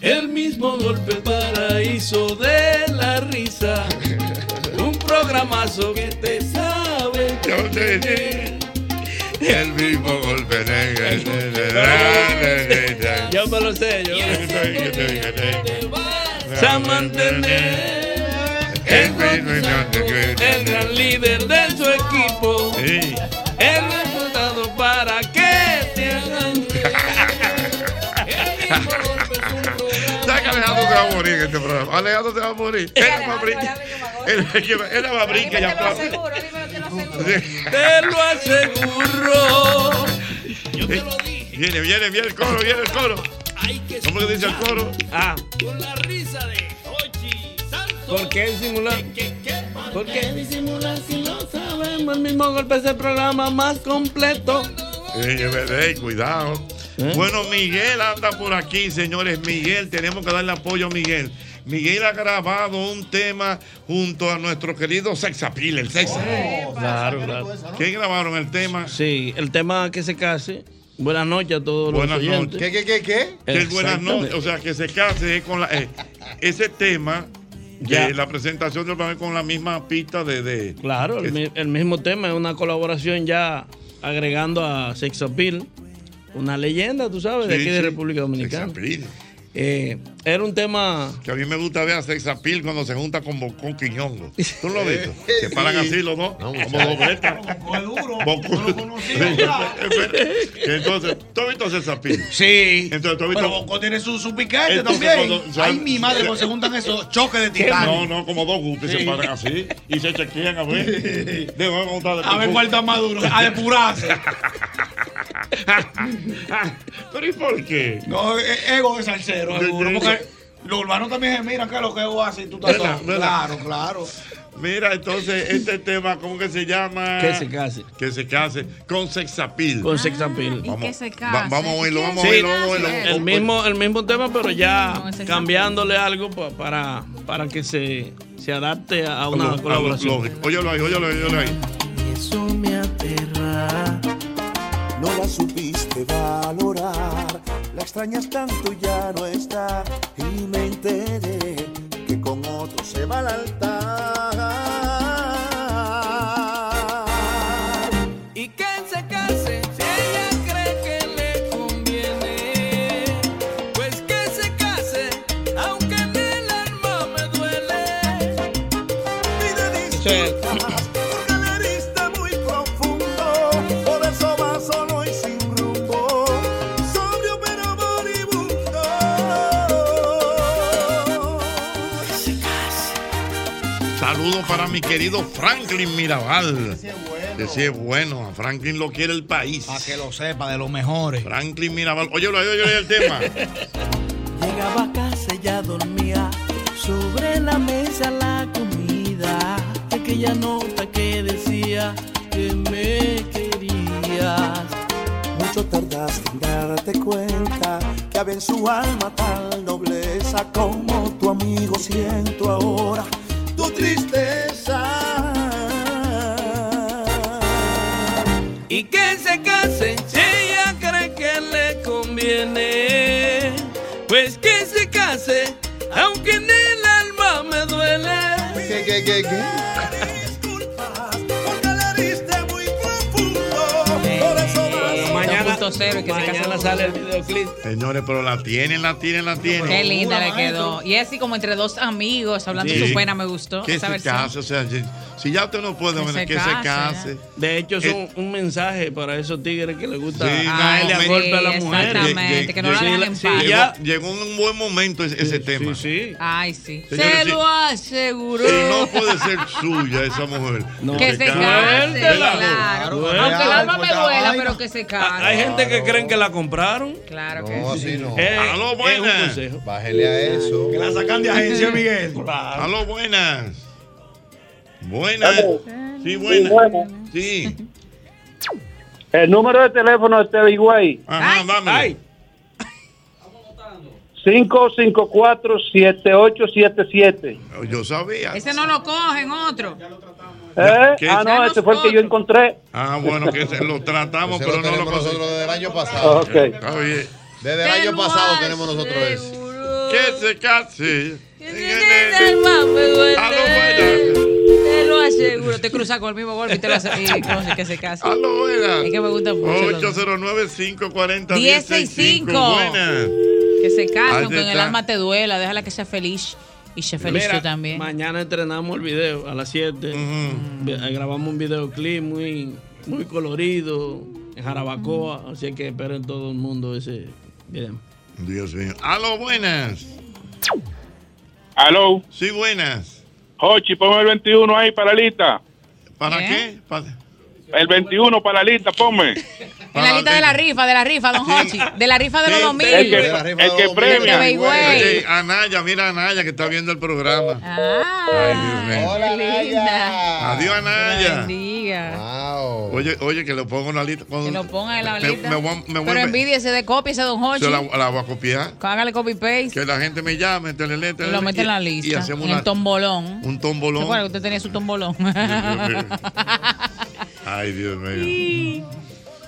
Speaker 21: El mismo golpe paraíso de la risa. Un programazo que te sabe.
Speaker 3: El mismo golpe negro.
Speaker 21: Yo me lo sé, yo. San Mantener. El gran líder de su equipo. El resultado para que te (laughs) hagan.
Speaker 3: ¿Sabes que Alejandro se va a morir en este programa? Alejandro se va a morir. Él no va a brincar. Él él no va a brincar. ya está.
Speaker 21: Te lo aseguro.
Speaker 3: Viene, viene, viene el coro, viene el coro. ¿Cómo que dice el coro?
Speaker 21: Ah. Con la risa de ¿Por qué disimular? ¿Por qué disimular si no sabemos? El mismo golpe es el programa más completo.
Speaker 3: Ey, es verdad, ey, eh, cuidado.
Speaker 21: ¿Eh?
Speaker 3: Bueno, Miguel anda por aquí, señores. Miguel, tenemos que darle apoyo a Miguel. Miguel ha grabado un tema junto a nuestro querido Sexapil, el Sexa.
Speaker 21: Oh, Claro, claro.
Speaker 3: ¿Quién grabaron el tema?
Speaker 21: Sí, el tema que se case. Buenas noches a todos
Speaker 3: Buenas
Speaker 21: los oyentes.
Speaker 3: noches. ¿Qué,
Speaker 5: qué, qué?
Speaker 3: Que el buenas
Speaker 21: Exactamente.
Speaker 3: noches. O sea, que se case con la, eh, ese tema. de
Speaker 21: Ya.
Speaker 3: la presentación del programa con la misma pista de. de-
Speaker 21: Claro, el, mi- el mismo tema es una colaboración ya agregando a Sex Appeal, una leyenda, tú sabes, de
Speaker 3: Sí,
Speaker 21: aquí de
Speaker 3: sí.
Speaker 21: República Dominicana. Eh, era un tema.
Speaker 3: Que a mí me gusta ver a Sexapil cuando se junta con Bocón Quiñongo. ¿Tú lo has
Speaker 21: (laughs)
Speaker 3: visto? Se paran así los dos. como
Speaker 9: muchacho.
Speaker 3: dos duro. (laughs) Entonces, ¿tú has visto a Sexapil?
Speaker 7: Sí.
Speaker 3: Entonces, ¿tú has visto?
Speaker 7: Pero Bocó tiene su, su picante
Speaker 3: Entonces,
Speaker 7: también.
Speaker 3: cuando- o sea,
Speaker 7: Ay, mi madre, cuando se juntan esos choques de titanes.
Speaker 3: No, no, como dos guppies se paran así y se chequean a ver. Dejo de contar de
Speaker 7: A ver cuál está más
Speaker 3: (laughs)
Speaker 7: duro, a (laughs) depurarse.
Speaker 3: Pero ¿y por qué?
Speaker 7: No, e- ego de salsero, seguro. Porque los urbanos también se miran que lo que vos haces y tú estás
Speaker 3: ¿Verdad?
Speaker 7: todo.
Speaker 3: ¿Verdad?
Speaker 7: Claro, claro.
Speaker 3: Mira, entonces, este tema, ¿cómo que se llama?
Speaker 21: Que se case.
Speaker 3: Que se case con sexapil.
Speaker 21: Con sexapil.
Speaker 3: Vamos,
Speaker 21: que se
Speaker 3: va- vamos a oírlo, vamos a
Speaker 21: Sí,
Speaker 3: oírlo, vamos a oírlo. Pues,
Speaker 21: El mismo, el mismo tema, pero ya
Speaker 3: No, ese es
Speaker 21: cambiándole algo pa- para, para que se, se adapte a una
Speaker 3: Lo-
Speaker 21: colaboración.
Speaker 3: lógico. Óyelo ahí, óyelo ahí, óyelo ahí.
Speaker 2: Eso me aterra. No la supiste valorar. La extrañas tanto y ya no está. Y me enteré que con otro se va al altar.
Speaker 29: Y que se case si ella cree que le conviene. Pues que se case, aunque en el alma me duele.
Speaker 2: muy profundo, por eso va solo y sin rumbo, sobrio pero moribundo.
Speaker 3: Saludos para mi querido Franklin Mirabal. Que sí es bueno, a Franklin lo quiere el país. Para que
Speaker 30: lo sepa, de los mejores.
Speaker 3: Franklin Mirabal. Óyelo ahí, óyelo ahí el
Speaker 15: (laughs)
Speaker 3: tema.
Speaker 29: Llegaba a casa y ya dormía sobre la mesa la comida.
Speaker 21: Aquella nota que decía que me querías.
Speaker 2: Mucho tardaste en darte cuenta que había en su alma tal nobleza como tu amigo siento ahora tu tristeza.
Speaker 21: Y que se case si ella cree que le conviene. Pues que se case, aunque en el alma me duele.
Speaker 5: ¿Qué, qué, qué, qué?
Speaker 21: (laughs) Mañana, mañana sale el videoclip.
Speaker 3: Señores, pero la tienen, la tienen, la tienen.
Speaker 15: Qué linda le quedó. Y así como entre dos amigos, hablando de
Speaker 3: Sí.
Speaker 15: su pena, me gustó.
Speaker 3: Que
Speaker 15: esa
Speaker 3: se
Speaker 15: versión.
Speaker 3: case, o sea, si- si ya usted no puede,
Speaker 15: Que
Speaker 3: bueno,
Speaker 15: se
Speaker 3: que se
Speaker 15: case,
Speaker 3: case. Eh,
Speaker 21: De hecho, es un, un mensaje para esos tigres que les gusta
Speaker 3: Sí,
Speaker 21: darle
Speaker 3: no,
Speaker 21: a
Speaker 3: sí,
Speaker 21: golpe a las mujeres.
Speaker 15: exactamente, que no la dejan en
Speaker 21: Sí,
Speaker 15: paz.
Speaker 21: ya-
Speaker 3: Llegó en un buen momento ese, ese tema.
Speaker 21: Sí, sí.
Speaker 15: Ay, sí.
Speaker 3: Señores,
Speaker 15: se
Speaker 3: sí.
Speaker 15: lo aseguró.
Speaker 3: Si no
Speaker 17: (laughs)
Speaker 3: puede ser suya esa mujer.
Speaker 15: que se case, claro.
Speaker 21: Suéltela.
Speaker 15: Aunque el alma me
Speaker 21: Suéltela.
Speaker 15: duela,
Speaker 21: Ay,
Speaker 15: pero que se case.
Speaker 21: Hay gente que creen que la compraron.
Speaker 15: Claro
Speaker 21: que
Speaker 5: No,
Speaker 21: sí.
Speaker 5: así no.
Speaker 21: Eh,
Speaker 5: Aló,
Speaker 21: es
Speaker 5: buenas.
Speaker 21: un consejo.
Speaker 5: Bájele a eso.
Speaker 30: Que la sacan de
Speaker 3: (laughs)
Speaker 30: agencia, Miguel.
Speaker 3: Aló, buenas. Buenas. Sí, buenas. Sí.
Speaker 4: El número de teléfono de este Higüey.
Speaker 3: Ajá, dámelo.
Speaker 4: 554-7877.
Speaker 3: Oh, Yo sabía.
Speaker 15: Ese no lo cogen, otro.
Speaker 4: ¿Eh?
Speaker 3: ¿Qué?
Speaker 4: Ah, no, ese fue el que yo encontré.
Speaker 3: Ah, bueno, que se- lo tratamos, pero no lo nosotros
Speaker 5: desde el año pasado.
Speaker 4: Ok.
Speaker 3: Está bien.
Speaker 5: Desde el año pasado tenemos nosotros eso.
Speaker 3: Que se case.
Speaker 15: Te lo aseguro. Te cruzas con el mismo golpe y te lo (laughs) aseguro. que se case.
Speaker 3: A lo buena.
Speaker 15: Es que me gusta mucho. los-
Speaker 3: 809-540-1065.
Speaker 15: 1065.
Speaker 3: Buenas.
Speaker 15: Que se case,
Speaker 21: Ahí
Speaker 15: aunque en el
Speaker 21: está.
Speaker 15: alma te duela. Déjala que sea feliz. Y sea feliz
Speaker 21: Mira,
Speaker 15: tú también.
Speaker 21: Mañana entrenamos el video a las 7. Vi- Grabamos un videoclip muy, muy colorido en Jarabacoa. Así que esperen todo el mundo ese video.
Speaker 3: Dios mío. Aló, buenas.
Speaker 4: Aló.
Speaker 3: Sí, buenas.
Speaker 4: Jochi, ponme el 21 ahí para la lista.
Speaker 3: ¿Para
Speaker 15: ¿Eh?
Speaker 3: qué?
Speaker 4: El 21 para la lista, ponme.
Speaker 15: En
Speaker 3: Ah,
Speaker 15: la lista de la rifa, de la rifa, don Hochi. De la rifa de los 2000.
Speaker 4: El que- el que premia.
Speaker 15: De Higüey. Ah.
Speaker 3: Oye, Anaya, mira a Anaya que está viendo el programa. Ay, Dios mío.
Speaker 15: Qué linda.
Speaker 3: Adiós, Anaya.
Speaker 15: Bendiga.
Speaker 3: Oye, oye, que lo pongo en la lista. Cuando-
Speaker 15: Que lo ponga en la
Speaker 3: Me-
Speaker 15: lista.
Speaker 3: me voy a- me voy
Speaker 15: Pero
Speaker 3: a-
Speaker 15: envidiese de copia ese don Hochi.
Speaker 3: se la, la voy a copiar.
Speaker 15: Hágale copy paste.
Speaker 3: Que la gente me llame, telele,
Speaker 15: Y
Speaker 3: telele,
Speaker 15: lo mete en la
Speaker 3: y-
Speaker 15: lista.
Speaker 3: Y hacemos
Speaker 15: en
Speaker 3: una-
Speaker 15: el tombolón.
Speaker 3: un
Speaker 15: ¿Se acuerda que
Speaker 3: tombolón.
Speaker 15: usted tenía
Speaker 3: (laughs)
Speaker 15: su tombolón?
Speaker 3: Ay, Dios mío.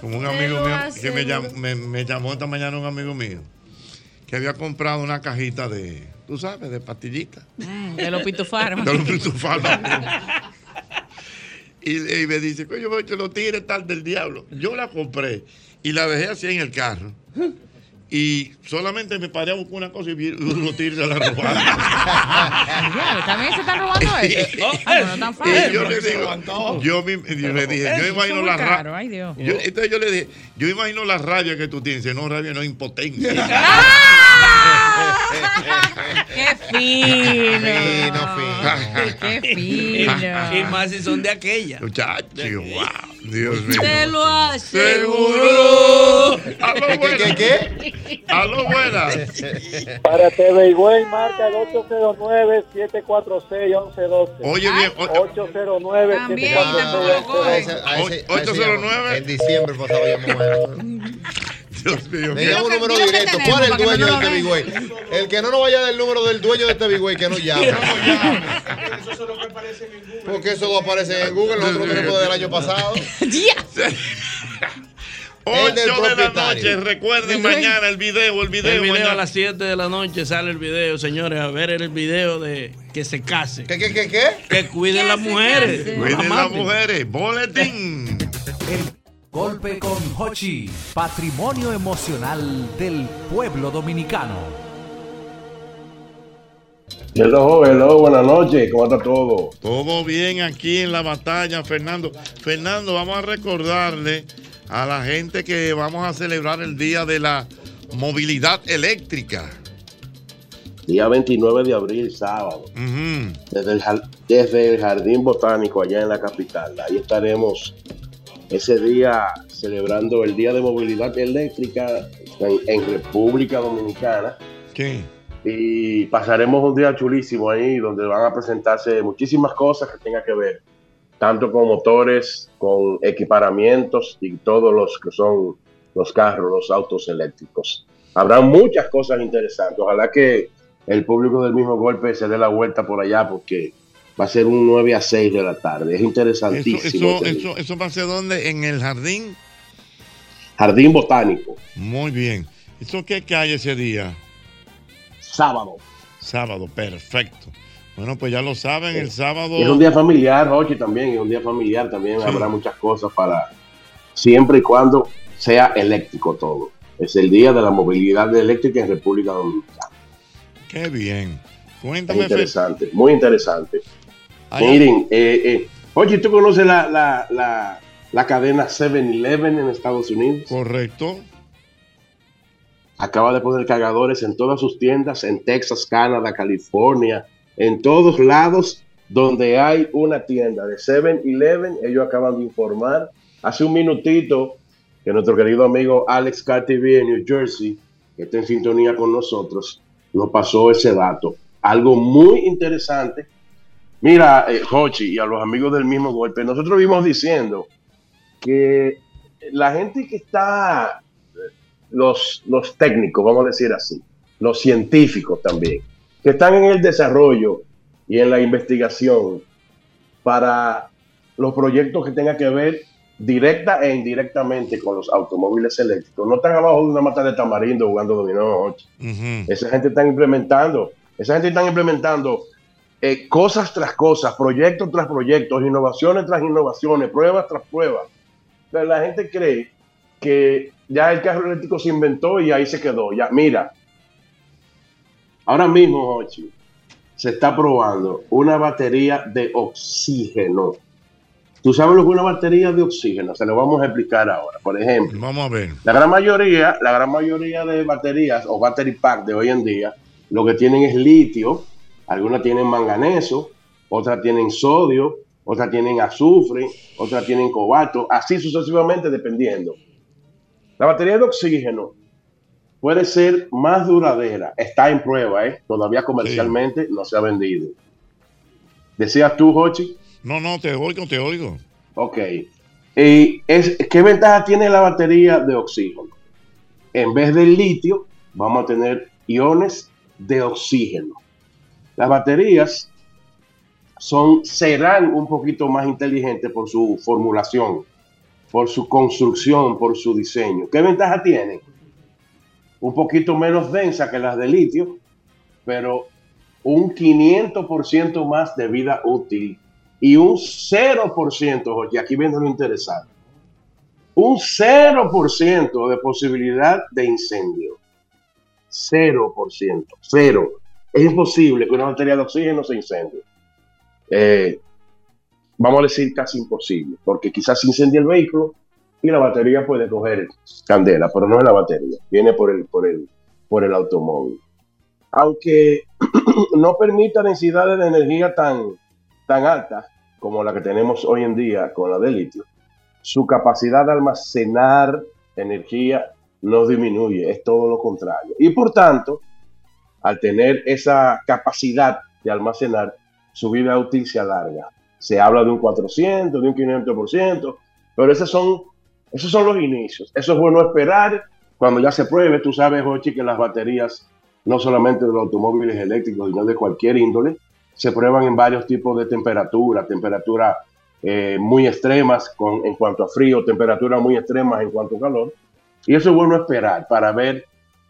Speaker 3: Como un amigo
Speaker 15: lo
Speaker 3: mío que
Speaker 15: aseguro.
Speaker 3: me llamó, me, me llamó esta mañana un amigo mío que había comprado una cajita de, tú sabes, de pastillitas.
Speaker 15: Mm, de los pitufaros.
Speaker 3: De los pitufaros. Y, y me dice, coño, macho, los tigres tal del diablo. Yo la compré y la dejé así en el carro. Y solamente me paré a buscar una cosa y vi los tigres se la robaron.
Speaker 15: Claro, También se están robando
Speaker 3: (laughs)
Speaker 15: eso. Ah, no, no tan
Speaker 3: Y
Speaker 15: fácil.
Speaker 3: yo le digo, yo, mi- yo le dije, yo
Speaker 15: Eso
Speaker 3: imagino
Speaker 15: es
Speaker 3: la
Speaker 15: muy caro,
Speaker 3: rabia.
Speaker 15: Ay, Dios.
Speaker 3: entonces yo le dije, yo imagino la rabia que tú tienes. Dice, No, rabia no impotencia.
Speaker 15: ¡Qué
Speaker 3: (laughs)
Speaker 15: fino!
Speaker 3: fino, (laughs)
Speaker 21: Y, y más si son de aquella.
Speaker 3: Muchacho, wow. Dios mío.
Speaker 17: Te lo aseguro.
Speaker 3: Seguro.
Speaker 5: Ah,
Speaker 3: ¿Aló, buena?
Speaker 17: qué?
Speaker 3: (laughs) ¿Aló, buena?
Speaker 14: Para TV Güey, marca el 809-746-1112.
Speaker 3: Oye, bien, o-
Speaker 14: 809-746-1112.
Speaker 5: A ese- a ese
Speaker 3: 809.
Speaker 5: En diciembre pasado ya
Speaker 3: (laughs) Dios mío.
Speaker 5: Le llamo un número directo. ¿Cuál es el dueño de este Bigway? El que no nos vaya del número del dueño de este Bigway, que no llama. Porque eso lo aparece en Google. Nosotros lo tenemos del año pasado.
Speaker 3: (laughs)
Speaker 5: El del
Speaker 3: 8 de la noche,
Speaker 25: propietario.
Speaker 3: recuerden mañana el video, el video.
Speaker 21: El video
Speaker 3: mañana.
Speaker 21: a las 7 de la noche sale el video, señores. A ver el video de que se case. ¿Qué,
Speaker 5: qué, qué, qué?
Speaker 21: Que cuiden las mujeres.
Speaker 3: Cuiden las
Speaker 21: Amante.
Speaker 3: mujeres. Boletín.
Speaker 13: Golpe con Hochi, patrimonio emocional del pueblo dominicano.
Speaker 18: Hello, hello, buenas noches, ¿cómo está todo?
Speaker 3: Todo bien aquí en la batalla, Fernando. Fernando, vamos a recordarle a la gente que vamos a celebrar el Día de la Movilidad Eléctrica.
Speaker 18: Día 29 de abril, sábado,
Speaker 3: Ujú.
Speaker 18: desde el, jar- desde el Jardín Botánico allá en la capital. Ahí estaremos ese día celebrando el Día de Movilidad Eléctrica en, en República Dominicana.
Speaker 3: Sí.
Speaker 18: Y pasaremos un día chulísimo ahí donde van a presentarse muchísimas cosas que tengan que ver, tanto con motores, con equiparamientos y todos los que son los carros, los autos eléctricos. Habrá muchas cosas interesantes. Ojalá que el público del mismo golpe se dé la vuelta por allá porque va a ser un 9 a 6 de la tarde. Es interesantísimo.
Speaker 3: Eso,
Speaker 18: este
Speaker 3: eso, eso va a ser donde? En el jardín.
Speaker 18: Jardín Botánico.
Speaker 3: Muy bien. ¿Eso qué cae ese día?
Speaker 18: Sábado.
Speaker 3: Sábado, perfecto. Bueno, pues ya lo saben, el sábado.
Speaker 18: Y Es un día familiar, Rochi, también. Es un día familiar, también habrá muchas cosas para siempre y cuando sea eléctrico todo. Es el día de la movilidad eléctrica en República Dominicana.
Speaker 3: Qué bien.
Speaker 18: Es
Speaker 3: Cuéntame, Fer-
Speaker 18: interesante, muy interesante.
Speaker 3: Ay,
Speaker 18: Miren, eh, eh, Rochi, ¿tú conoces la, la, la, la cadena 7-Eleven en Estados Unidos?
Speaker 3: Correcto.
Speaker 18: Acaba de poner cargadores en todas sus tiendas, en Texas, Canadá, California, en todos lados donde hay una tienda de 7-Eleven. Ellos acaban de informar hace un minutito que nuestro querido amigo Alex TV en New Jersey, que está en sintonía con nosotros, nos pasó ese dato. Algo muy interesante. Mira, eh, Jochi y a los amigos del mismo golpe, nosotros vimos diciendo que la gente que está los, los técnicos, vamos a decir así, los científicos también, que están en el desarrollo y en la investigación para los proyectos que tengan que ver directa e indirectamente con los automóviles eléctricos. No están abajo de una mata de tamarindo jugando dominó. Jochi. Esa gente está implementando, esa gente está implementando eh, cosas tras cosas, proyectos tras proyectos, innovaciones tras innovaciones, pruebas tras pruebas. Pero la gente cree que ya el carro eléctrico se inventó y ahí se quedó. Ya, mira, ahora mismo, Jochi, se está probando una batería de oxígeno. ¿Tú sabes lo que es una batería de oxígeno? Se lo vamos a explicar ahora. Por ejemplo,
Speaker 3: vamos a ver.
Speaker 18: La gran mayoría, la gran mayoría de baterías o battery pack de hoy en día, lo que tienen es litio, algunas tienen manganeso, otras tienen sodio, otras tienen azufre, otras tienen cobalto, así sucesivamente dependiendo. La batería de oxígeno puede ser más duradera, está en prueba, ¿eh? todavía comercialmente no se ha vendido. ¿Decías tú, Hochi?
Speaker 3: No, no, te oigo, te oigo.
Speaker 18: Ok. ¿Y es, qué ventaja tiene la batería de oxígeno? En vez del litio, vamos a tener iones de oxígeno. Las baterías son, serán un poquito más inteligentes por su formulación, por su construcción, por su diseño. ¿Qué ventaja tienen? Un poquito menos densa que las de litio, pero un 500% más de vida útil y un 0%, Jorge, aquí viene lo interesante, un 0% de posibilidad de incendio. 0%, cero. Es imposible que una batería de oxígeno se incendie. Eh, vamos a decir casi imposible, porque quizás se incendie el vehículo y la batería puede coger candela, pero no es la batería, viene por el, por el, por el automóvil. Aunque (clears throat) no permita densidades de energía tan, tan altas como la que tenemos hoy en día con la de litio, su capacidad de almacenar energía no disminuye, es todo lo contrario. Y por tanto, al tener esa capacidad de almacenar, su vida útil se alarga. Se habla de un 400, de un 500%, pero esos son, esos son los inicios. Eso es bueno esperar. Cuando ya se pruebe, tú sabes, Ochi, que las baterías, no solamente de los automóviles eléctricos, sino de cualquier índole, se prueban en varios tipos de temperatura, temperatura eh, muy extremas con, en cuanto a frío, temperaturas muy extremas en cuanto a calor. Y eso es bueno esperar para ver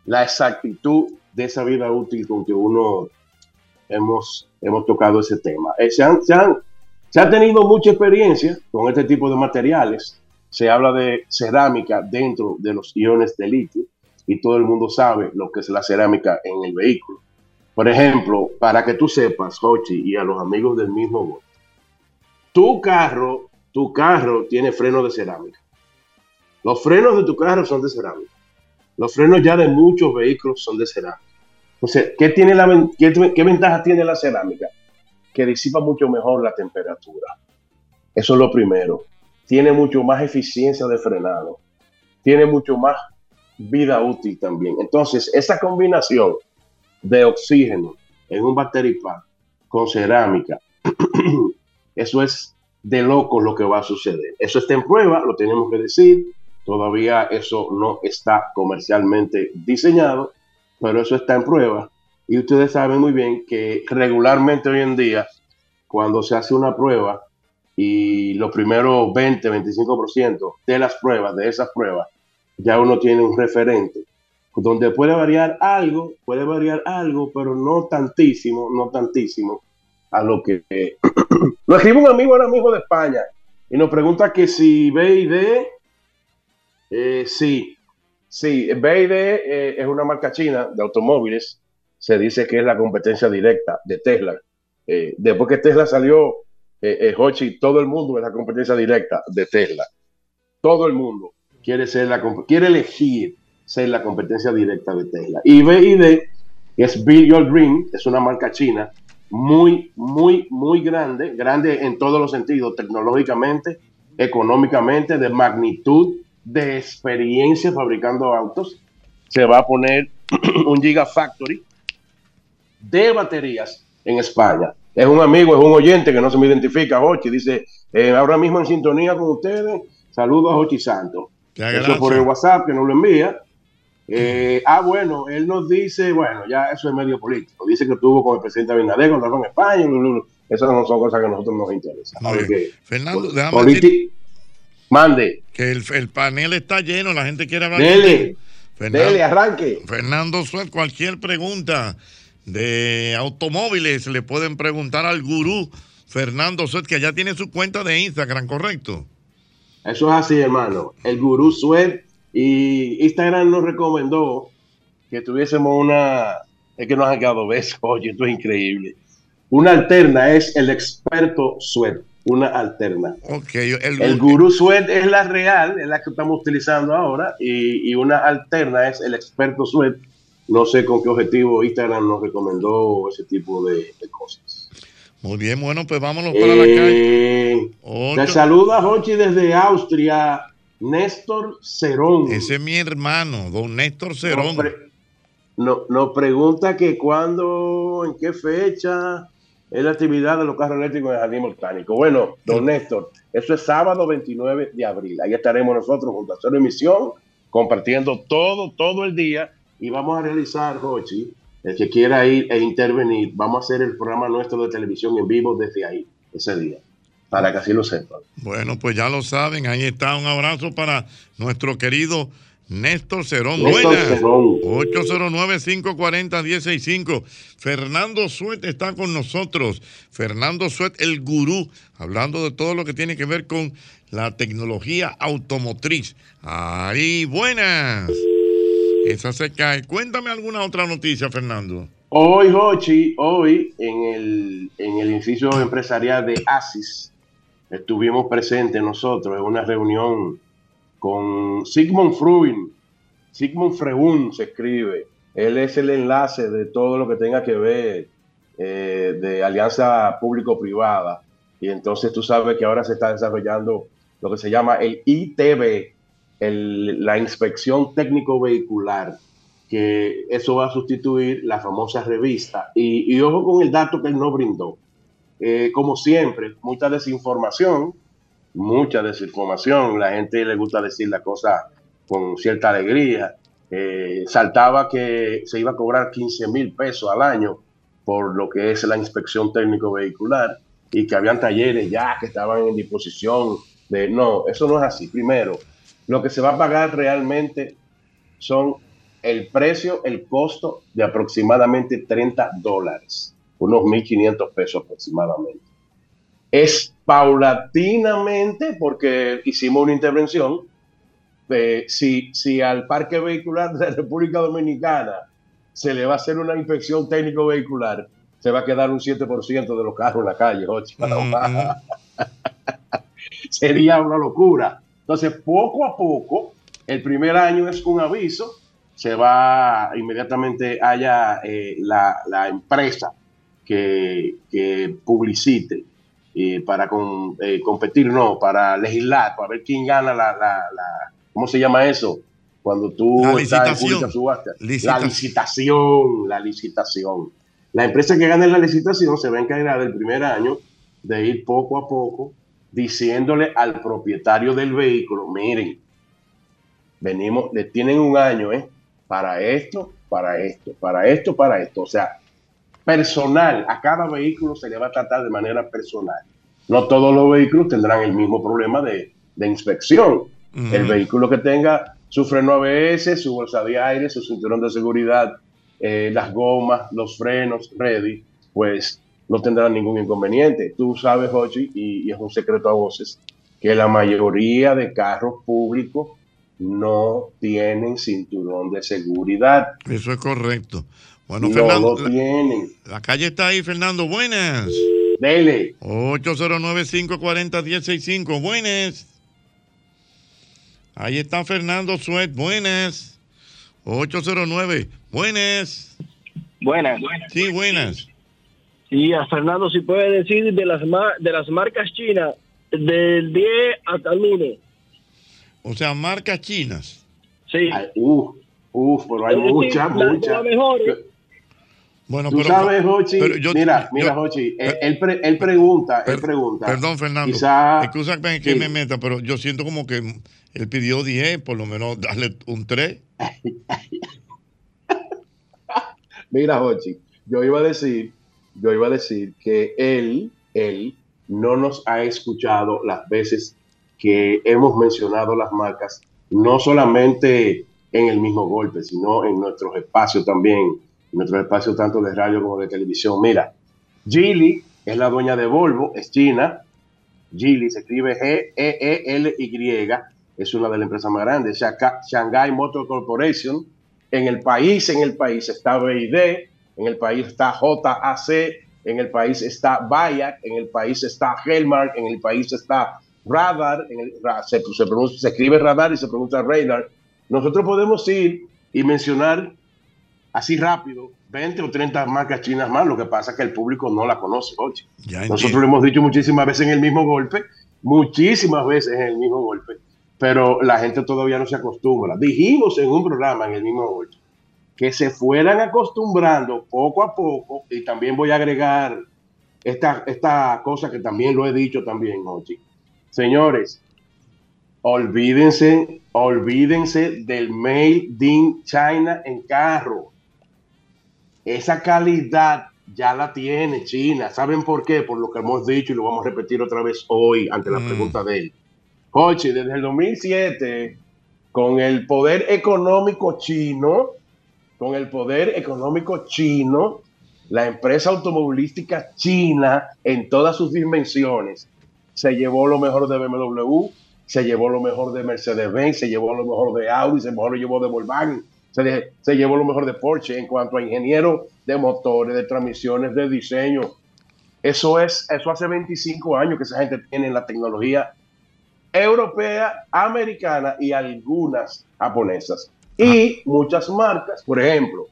Speaker 18: la exactitud de esa vida útil con que uno hemos, hemos tocado ese tema. Eh, se, han, se, han- se ha tenido mucha experiencia con este tipo de materiales. Se habla de cerámica dentro de los iones de litio y todo el mundo sabe lo que es la cerámica en el vehículo. Por ejemplo, para que tú sepas, Hochi, y a los amigos del mismo Gol, tu carro, tu carro tiene freno de cerámica. Los frenos de tu carro son de cerámica. Los frenos ya de muchos vehículos son de cerámica. Entonces, ¿qué, tiene la, ven- qué, qué ventaja tiene la cerámica? Que disipa mucho mejor la temperatura. Eso es lo primero. Tiene mucho más eficiencia de frenado. Tiene mucho más vida útil también. Entonces, esa combinación de oxígeno en un battery pack con cerámica, (clears throat) eso es de locos lo que va a suceder. Eso está en prueba, lo tenemos que decir. Todavía eso no está comercialmente diseñado, pero eso está en prueba. Y ustedes saben muy bien que regularmente hoy en día, cuando se hace una prueba y los primeros 20, 25% de las pruebas, de esas pruebas, ya uno tiene un referente, donde puede variar algo, puede variar algo, pero no tantísimo, no tantísimo a lo que... lo escribe un amigo ahora mismo de España y nos pregunta que si B y D, eh, sí, Sí, BYD eh, es una marca china de automóviles. Se dice que es la competencia directa de Tesla. Eh, después que Tesla salió, eh, eh, Hochi, todo el mundo es la competencia directa de Tesla. Todo el mundo quiere ser la comp- quiere elegir ser la competencia directa de Tesla. Y BYD es Build Your Dream, es una marca china muy, muy, muy grande, grande en todos los sentidos, tecnológicamente, económicamente, de magnitud, de experiencia fabricando autos. Se va a poner (clears throat) un Gigafactory de baterías en España. Es un amigo, es un oyente que no se me identifica, Hochi. Dice, eh, ahora mismo en sintonía con ustedes, saludos a Hochi Santos. Eso
Speaker 3: gracias.
Speaker 18: por el WhatsApp que nos lo envía. Eh, ah, bueno, él nos dice, bueno, ya eso es medio político. Dice que estuvo con el presidente Abinader cuando estaba en España. blu, blu, blu. Esas no son cosas que a nosotros nos interesan.
Speaker 3: Muy bien.
Speaker 18: Porque
Speaker 3: Fernando,
Speaker 18: politi-
Speaker 3: déjame decir
Speaker 18: Mande.
Speaker 3: que el, el panel está lleno, la gente quiere hablar.
Speaker 18: Dele.
Speaker 3: Fernan-
Speaker 18: Dele, arranque.
Speaker 3: Fernando Suárez, cualquier pregunta de automóviles le pueden preguntar al gurú Fernando Suárez, que ya tiene su cuenta de Instagram, ¿correcto?
Speaker 18: Eso es así, hermano. El gurú Suez y Instagram nos recomendó que tuviésemos una. Es que nos han quedado besos. (laughs) Oye, esto es increíble. Una alterna es el experto Suez. Una alterna.
Speaker 3: Ok, el,
Speaker 18: El Guru Suet es la real, es la que estamos utilizando ahora, y, y una alterna es el experto Suet. No sé con qué objetivo Instagram nos recomendó ese tipo de, de cosas.
Speaker 3: Muy bien, bueno, pues vámonos para la
Speaker 18: Eh. calle.
Speaker 3: Otro.
Speaker 18: Te saluda, Jochi, desde Austria, Néstor Cerón.
Speaker 3: Ese es mi hermano, don Néstor Cerón.
Speaker 18: No- nos pregunta que cuándo, en qué fecha es la actividad de los carros eléctricos en el Jardín Volcánico. Bueno, don Néstor, eso es sábado 29 de abril. Ahí estaremos nosotros junto a Cero Emisión, compartiendo todo, todo el día. Y vamos a realizar, Rochi, el que quiera ir e intervenir, vamos a hacer el programa nuestro de televisión en vivo desde ahí, ese día, para que así lo sepan.
Speaker 3: Bueno, pues ya lo saben, ahí está. Un abrazo para nuestro querido Néstor Cerón.
Speaker 18: Néstor
Speaker 3: Buenas.
Speaker 18: Cerón.
Speaker 3: 809-540-165. Fernando Suet está con nosotros. Fernando Suet, el gurú, hablando de todo lo que tiene que ver con la tecnología automotriz. Ahí, buenas. Esa se cae. Cuéntame alguna otra noticia, Fernando.
Speaker 18: Hoy, Jochi, hoy en el, en el inciso empresarial de ASIS, estuvimos presentes nosotros en una reunión con Sigmund Freud. Sigmund Freud se escribe. Él es el enlace de todo lo que tenga que ver eh, de alianza público-privada. Y entonces tú sabes que ahora se está desarrollando lo que se llama el ITV, el- la inspección técnico vehicular, que eso va a sustituir la famosa revista. Y, y ojo con el dato que él no brindó. Eh, como siempre, mucha desinformación, mucha desinformación. La gente le gusta decir la cosa con cierta alegría. Eh, saltaba que se iba a cobrar 15 mil pesos al año por lo que es la inspección técnico vehicular y que habían talleres ya que estaban en disposición de no, eso no es así. Primero, lo que se va a pagar realmente son el precio, el costo de aproximadamente 30 dólares, unos 1.500 pesos aproximadamente. Es paulatinamente, porque hicimos una intervención, eh, si, si al parque vehicular de la República Dominicana se le va a hacer una inspección técnico vehicular, se va a quedar un 7% de los carros en la calle, ocho. (laughs) Sería una locura. Entonces, poco a poco, el primer año es un aviso, se va inmediatamente haya eh, la, la empresa que, que publicite eh, para con- eh, competir, no, para legislar, para ver quién gana la, la- la- ¿cómo se llama eso? Cuando tú
Speaker 3: La
Speaker 18: estás en
Speaker 3: licitación.
Speaker 18: pública subasta.
Speaker 3: Licita-
Speaker 18: La licitación, la licitación. La empresa que gane la licitación se va a encargar del primer año de ir poco a poco diciéndole al propietario del vehículo, miren, venimos, le tienen un año, ¿eh? Para esto, para esto, para esto, para esto. O sea, personal, a cada vehículo se le va a tratar de manera personal. No todos los vehículos tendrán el mismo problema de, de inspección. El vehículo que tenga su freno ABS, su bolsa de aire, su cinturón de seguridad, eh, las gomas, los frenos, ready, pues no tendrá ningún inconveniente. Tú sabes, Hochi, y, y es un secreto a voces, que la mayoría de carros públicos no tienen cinturón de seguridad.
Speaker 3: Eso es correcto. Bueno,
Speaker 18: no
Speaker 3: Fernando,
Speaker 18: lo
Speaker 3: la-
Speaker 18: tienen.
Speaker 3: La calle está ahí, Fernando. Buenas.
Speaker 18: Dele.
Speaker 3: 809-540-1065. Buenas. Ahí está Fernando Suet. Buenas. 809. Buenas.
Speaker 2: Buenas.
Speaker 3: Sí, buenas.
Speaker 2: Y a Fernando, si puede decir de las ma- de las marcas chinas, del 10 hasta el 1.
Speaker 3: O sea, marcas chinas.
Speaker 2: Sí.
Speaker 18: Uf, uf, pero hay muchas, muchas.
Speaker 3: Bueno,
Speaker 18: Tú
Speaker 3: pero-
Speaker 18: sabes, Hochi,
Speaker 3: pero yo-
Speaker 18: mira,
Speaker 3: yo- eh,
Speaker 18: mira, Hochi, él, él pre- él pregunta, él pregunta.
Speaker 3: Perdón, Fernando.
Speaker 18: Quizá-
Speaker 3: Escúchame que
Speaker 18: Sí.
Speaker 3: me meta, pero yo siento como que él pidió 10, por lo menos darle un 3.
Speaker 18: Mira, Jochi, yo iba a decir, yo iba a decir que él, él no nos ha escuchado las veces que hemos mencionado las marcas, no solamente en el mismo golpe, sino en nuestros espacios también, en nuestros espacios tanto de radio como de televisión. Mira, Geely es la dueña de Volvo, es china. Geely se escribe E G-E-E-L-Y, es una de las empresas más grandes. Shaka- Shanghai Motor Corporation. En el país, en el país está BID, en el país está JAC, en el país está Bayak, en el país está Helmark, en el país está Radar, en el- ra- se, se pronuncia- se escribe Radar y se pronuncia Radar. Nosotros podemos ir y mencionar así rápido 20 o 30 marcas chinas más, lo que pasa es que el público no la conoce, oye.
Speaker 9: (laughs)
Speaker 18: Nosotros lo hemos dicho muchísimas veces en el mismo golpe, muchísimas veces en el mismo golpe, pero la gente todavía no se acostumbra. Dijimos en un programa en el mismo golpe que se fueran acostumbrando poco a poco, y también voy a agregar esta, esta cosa que también lo he dicho también, Ochi. Señores, olvídense, olvídense del Made in China en carro. Esa calidad ya la tiene China. ¿Saben por qué? Por lo que hemos dicho y lo vamos a repetir otra vez hoy ante la pregunta de él. Ochi, desde el 2007, con el poder económico chino, con el poder económico chino, la empresa automovilística china en todas sus dimensiones se llevó lo mejor de BMW, se llevó lo mejor de Mercedes-Benz, se llevó lo mejor de Audi, se mejor lo llevó de Volkswagen, se, de- se llevó lo mejor de Porsche en cuanto a ingeniero de motores, de transmisiones, de diseño. Eso es, eso hace 25 años que esa gente tiene la tecnología europea, americana y algunas japonesas. Y muchas marcas, por ejemplo,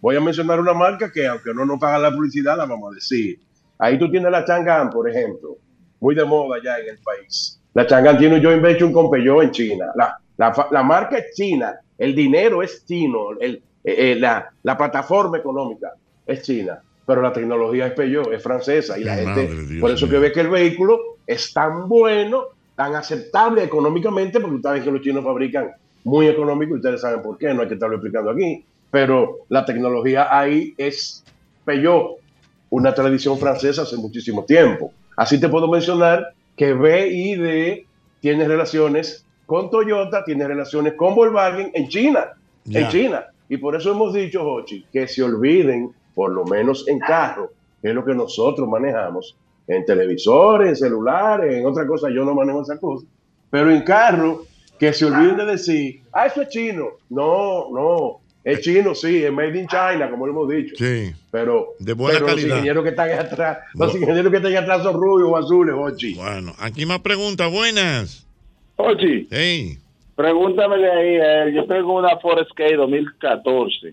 Speaker 18: voy a mencionar una marca que aunque no nos paga la publicidad, la vamos a decir. Ahí tú tienes la Chang'an, por ejemplo, muy de moda ya en el país. La Chang'an tiene un joint venture con Peugeot en China. La, la, fa- la marca es china, el dinero es chino, el- eh, eh, la, la plataforma económica es china, pero la tecnología es Peugeot, es francesa. Y la
Speaker 3: Madre
Speaker 18: gente,
Speaker 3: de Dios
Speaker 18: por eso que ve que el vehículo es tan bueno, tan aceptable económicamente, porque ustedes saben que los chinos fabrican muy económico, y ustedes saben por qué, no hay que estarlo explicando aquí, pero la tecnología ahí es Peugeot, una tradición francesa hace muchísimo tiempo. Así te puedo mencionar que BID tiene relaciones con Toyota, tiene relaciones con Volkswagen en China,
Speaker 3: Ya.
Speaker 18: en China. Y por eso hemos dicho, Jochi, que se olviden, por lo menos en carro, que es lo que nosotros manejamos, en televisores, en celulares, en otra cosa, yo no manejo esa cosa, pero en carro, que se olviden de decir, ah, eso es chino. No, no, es chino, sí, es made in China, como lo hemos dicho.
Speaker 3: Sí.
Speaker 18: Pero,
Speaker 3: De buena
Speaker 18: pero los
Speaker 3: calidad.
Speaker 18: ingenieros que están atrás, los
Speaker 3: Bu-
Speaker 18: ingenieros que están atrás son rubios o azules, Jochi.
Speaker 3: Bueno, aquí más preguntas, buenas.
Speaker 24: Ochi, pregúntame de ahí. eh, yo tengo una Forest K 2014.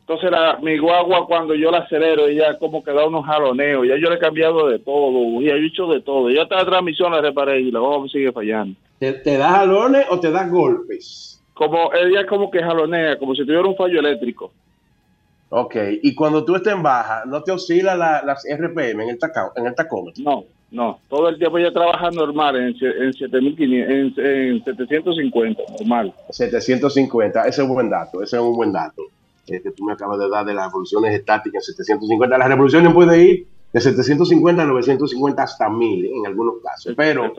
Speaker 24: Entonces, la, mi guagua, cuando yo la acelero, ella como que da unos jaloneos. Ya yo le he cambiado de todo, ya yo he hecho de todo. Yo hasta la transmisión la reparé y la guagua sigue fallando.
Speaker 18: ¿Te, te da jalones o te da golpes?
Speaker 24: Como ella como que jalonea, como si tuviera un fallo eléctrico.
Speaker 18: Ok, y cuando tú estés en baja, ¿no te oscila la- las RPM en el, tacao, en el tacómetro?
Speaker 24: No, no. Todo el tiempo ella trabaja normal en, sie- en, 7500, en, en 750, normal.
Speaker 18: 750, ese es un buen dato, ese es un buen dato. eh, que tú me acabas de dar de las revoluciones estáticas 750. Las revoluciones pueden ir de 750 a 950 hasta 1000 en algunos casos. Pero,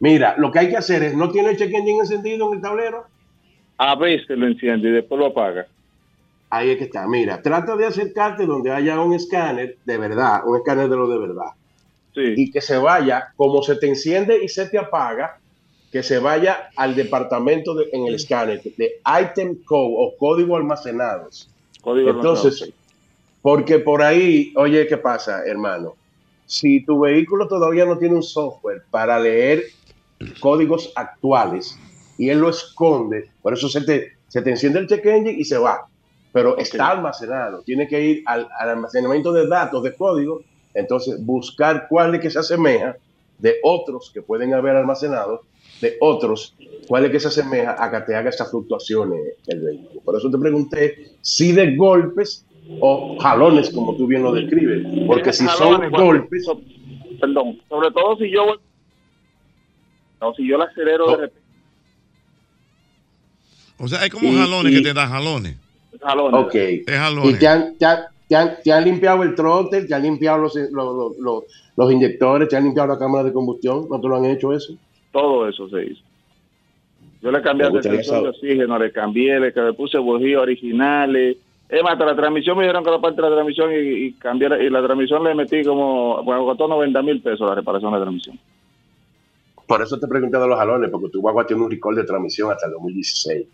Speaker 18: mira, lo que hay que hacer es, ¿no tiene el check engine encendido en el tablero?
Speaker 24: A veces lo enciende y después lo apaga.
Speaker 18: Ahí es que está. Mira, trata de acercarte donde haya un escáner de verdad, un escáner de lo de verdad. Y que se vaya, como se te enciende y se te apaga, que se vaya al departamento de- en el escáner de item code o código almacenados.
Speaker 24: Código
Speaker 18: Entonces,
Speaker 24: almacenado,
Speaker 18: porque por ahí, oye, ¿qué pasa, hermano? Si tu vehículo todavía no tiene un software para leer códigos actuales y él lo esconde, por eso se te, se te enciende el check engine y se va. Pero está almacenado, tiene que ir al, al almacenamiento de datos, de código, entonces buscar cuál es que se asemeja de otros que pueden haber almacenado, de otros, cuál es que se asemeja a que te haga esas fluctuaciones el vehículo. Por eso te pregunté si de golpes o jalones, como tú bien lo describes, porque si son
Speaker 24: Jalones, cuando-
Speaker 18: golpes...
Speaker 24: so- perdón, sobre todo si yo voy- no, si yo la acelero de repente,
Speaker 3: O sea, es como
Speaker 18: Y-
Speaker 3: jalones
Speaker 18: y-
Speaker 3: que te da jalones.
Speaker 24: jalones.
Speaker 18: Ok. Y te han, te, han, te han- te han limpiado el trote, te han limpiado los, los, los- los- los inyectores, te han limpiado la cámara de combustión. ¿No te lo han hecho eso?
Speaker 24: todo eso se hizo. Yo le cambié
Speaker 18: Me
Speaker 24: el
Speaker 18: gusta
Speaker 24: sensor
Speaker 18: esa-
Speaker 24: de oxígeno, le cambié, le, le puse bujías originales. Es más, hasta la transmisión me dieron que la parte de la transmisión y, y cambié la, y la transmisión le metí como, bueno, costó 90 mil pesos la reparación de la transmisión.
Speaker 18: Por eso te pregunté de los jalones, porque tu guagua tiene un record de transmisión hasta el 2016.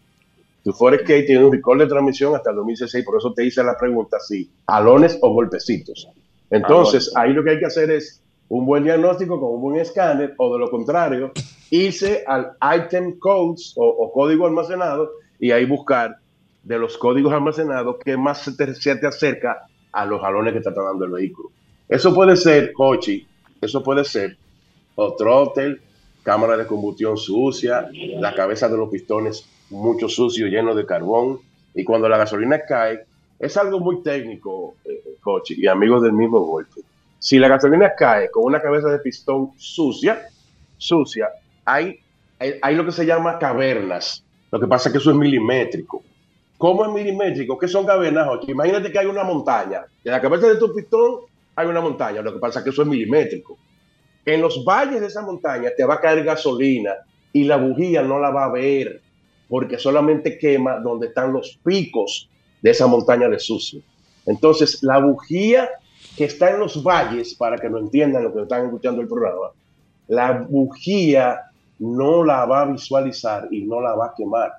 Speaker 18: Tu Forest K tiene un record de transmisión hasta el 2016, por eso te hice la pregunta si jalones o golpecitos. Entonces, ahí lo que hay que hacer es un buen diagnóstico con un buen escáner, o de lo contrario, irse al item codes o, o código almacenado y ahí buscar de los códigos almacenados que más se te, se te acerca a los jalones que te está dando el vehículo. Eso puede ser, Hochi, eso puede ser o throttle, cámara de combustión sucia, la cabeza de los pistones mucho sucio, lleno de carbón. Y cuando la gasolina cae, es algo muy técnico, eh, coche y amigos del mismo golpe. Si la gasolina cae con una cabeza de pistón sucia, sucia, hay, hay, hay lo que se llama cavernas. Lo que pasa es que eso es milimétrico. ¿Cómo es milimétrico? ¿Qué son cavernas, Jochi? Imagínate que hay una montaña. En la cabeza de tu pistón hay una montaña. Lo que pasa es que eso es milimétrico en los valles de esa montaña te va a caer gasolina y la bujía no la va a ver porque solamente quema donde están los picos de esa montaña de sucio. Entonces, la bujía que está en los valles, para que lo entiendan los que están escuchando el programa, la bujía no la va a visualizar y no la va a quemar.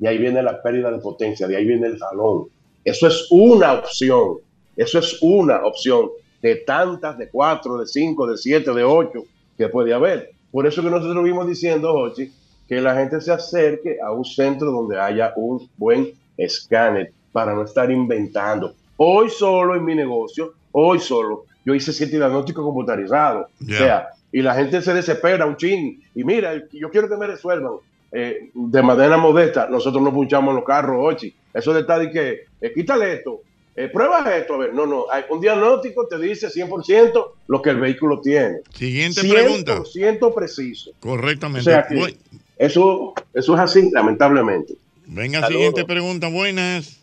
Speaker 18: Y ahí viene la pérdida de potencia, de ahí viene el jalón. Eso es una opción. Eso es una opción de tantas, de cuatro, de cinco, de siete, de ocho que puede haber. Por eso que nosotros vimos diciendo, Jochi, que la gente se acerque a un centro donde haya un buen escáner para no estar inventando. Hoy solo en mi negocio, hoy solo, yo hice siete diagnósticos computarizados.
Speaker 3: Ya.
Speaker 18: O sea, y la gente se desespera un chin. Y mira, yo quiero que me resuelvan. Eh, de manera modesta, nosotros no punchamos los carros, Ochi. Eso de estar de que, eh, quítale esto, eh, pruebas esto, a ver, no, no, hay un diagnóstico te dice 100% lo que el vehículo tiene.
Speaker 3: Siguiente pregunta.
Speaker 18: 100% preciso.
Speaker 3: Correctamente.
Speaker 18: O sea que
Speaker 3: Bu-
Speaker 18: eso, eso es así, lamentablemente.
Speaker 3: Venga,
Speaker 18: Saludos.
Speaker 3: siguiente pregunta. Buenas.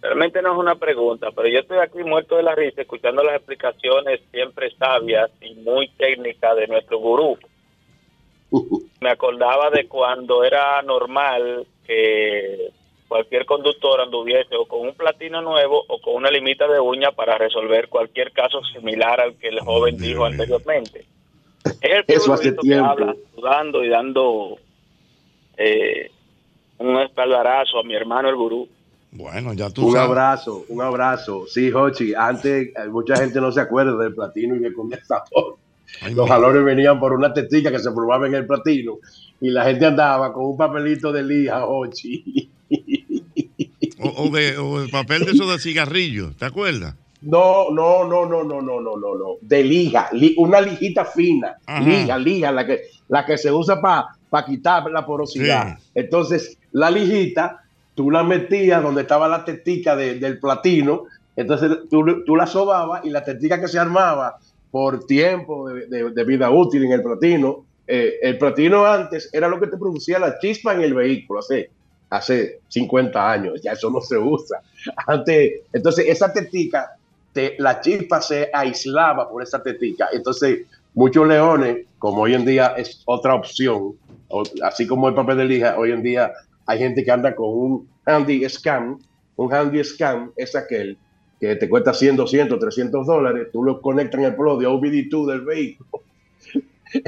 Speaker 12: Realmente no es una pregunta, pero yo estoy aquí muerto de la risa escuchando las explicaciones siempre sabias y muy técnicas de
Speaker 18: (laughs)
Speaker 12: nuestro gurú. Me acordaba de cuando era normal que cualquier conductor anduviese o con un platino nuevo o con una limita de uña para resolver cualquier caso similar al que el joven dijo anteriormente. Es el
Speaker 18: Eso hace
Speaker 12: primer momento que
Speaker 18: tiempo.
Speaker 12: habla, sudando y dando eh, un espaldarazo a mi hermano el gurú.
Speaker 3: Bueno, ya
Speaker 18: un abrazo, un abrazo. Sí, Hochi, antes eh, mucha gente no se acuerda del platino y del condensador. Los jalones venían por una testica que se formaba en el platino y la gente andaba con un papelito de lija, Hochi.
Speaker 3: O, o de, o el papel de eso de cigarrillo, ¿te acuerdas?
Speaker 18: No, no, no, no, no, no, no, no, no. De lija, li- una lijita fina,
Speaker 3: Ajá.
Speaker 18: lija, lija, la que, la que se usa para quitar la porosidad. Entonces, la lijita, tú la metías donde estaba la tetica de- del platino, entonces tú, tú la sobabas y la tetica que se armaba por tiempo de, de- de vida útil en el platino, eh, el platino antes era lo que te producía la chispa en el vehículo, así hace 50 años, ya eso no se usa. Antes, entonces, esa tetica, te- la chispa se aislaba por esa tetica. Entonces, muchos leones, como hoy en día es otra opción, o- así como el papel de lija, hoy en día hay gente que anda con un handy scan. Un handy scan es aquel que te cuesta 100, 200, 300 dólares, tú lo conectas en el pro de OBD2 del vehículo (laughs)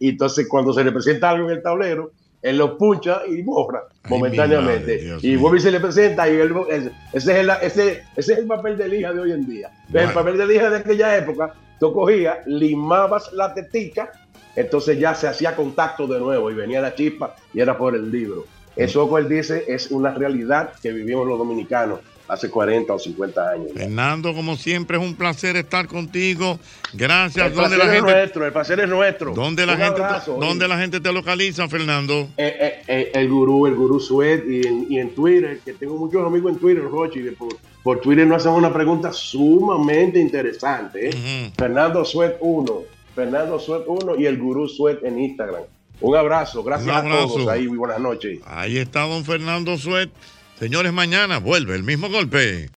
Speaker 18: y entonces cuando se le presenta algo en el tablero, él lo puncha y borra
Speaker 3: mi madre,
Speaker 18: momentáneamente.
Speaker 3: Dios
Speaker 18: y
Speaker 3: mío.
Speaker 18: vuelve y se le presenta y él, bo- ese, ese es el, ese, ese es el papel de lija de hoy en día.
Speaker 3: Bueno.
Speaker 18: El papel de lija de aquella época, tú cogías, limabas la tetica, entonces ya se hacía contacto de nuevo y venía la chispa y era por el libro. Eso que él dice es una realidad que vivimos los dominicanos hace 40 o 50 años.
Speaker 3: Fernando, como siempre, es un placer estar contigo. Gracias.
Speaker 18: El placer es nuestro, el placer es nuestro.
Speaker 3: ¿Dónde la,
Speaker 18: Un
Speaker 3: gente,
Speaker 18: abrazo, oye.
Speaker 3: ¿dónde la gente te localiza, Fernando?
Speaker 18: Eh, eh, el gurú, el gurú Suet y en, y en Twitter, que tengo muchos amigos en Twitter, Rochi, de por, por Twitter nos hacen una pregunta sumamente interesante. ¿eh? Fernando Suet 1, Fernando Suet 1 y el gurú Suet en Instagram. Un abrazo, gracias
Speaker 3: Un
Speaker 18: a
Speaker 3: abrazo.
Speaker 18: todos ahí, muy buenas noches.
Speaker 3: Ahí está don Fernando Suet. Señores, mañana vuelve el mismo golpe.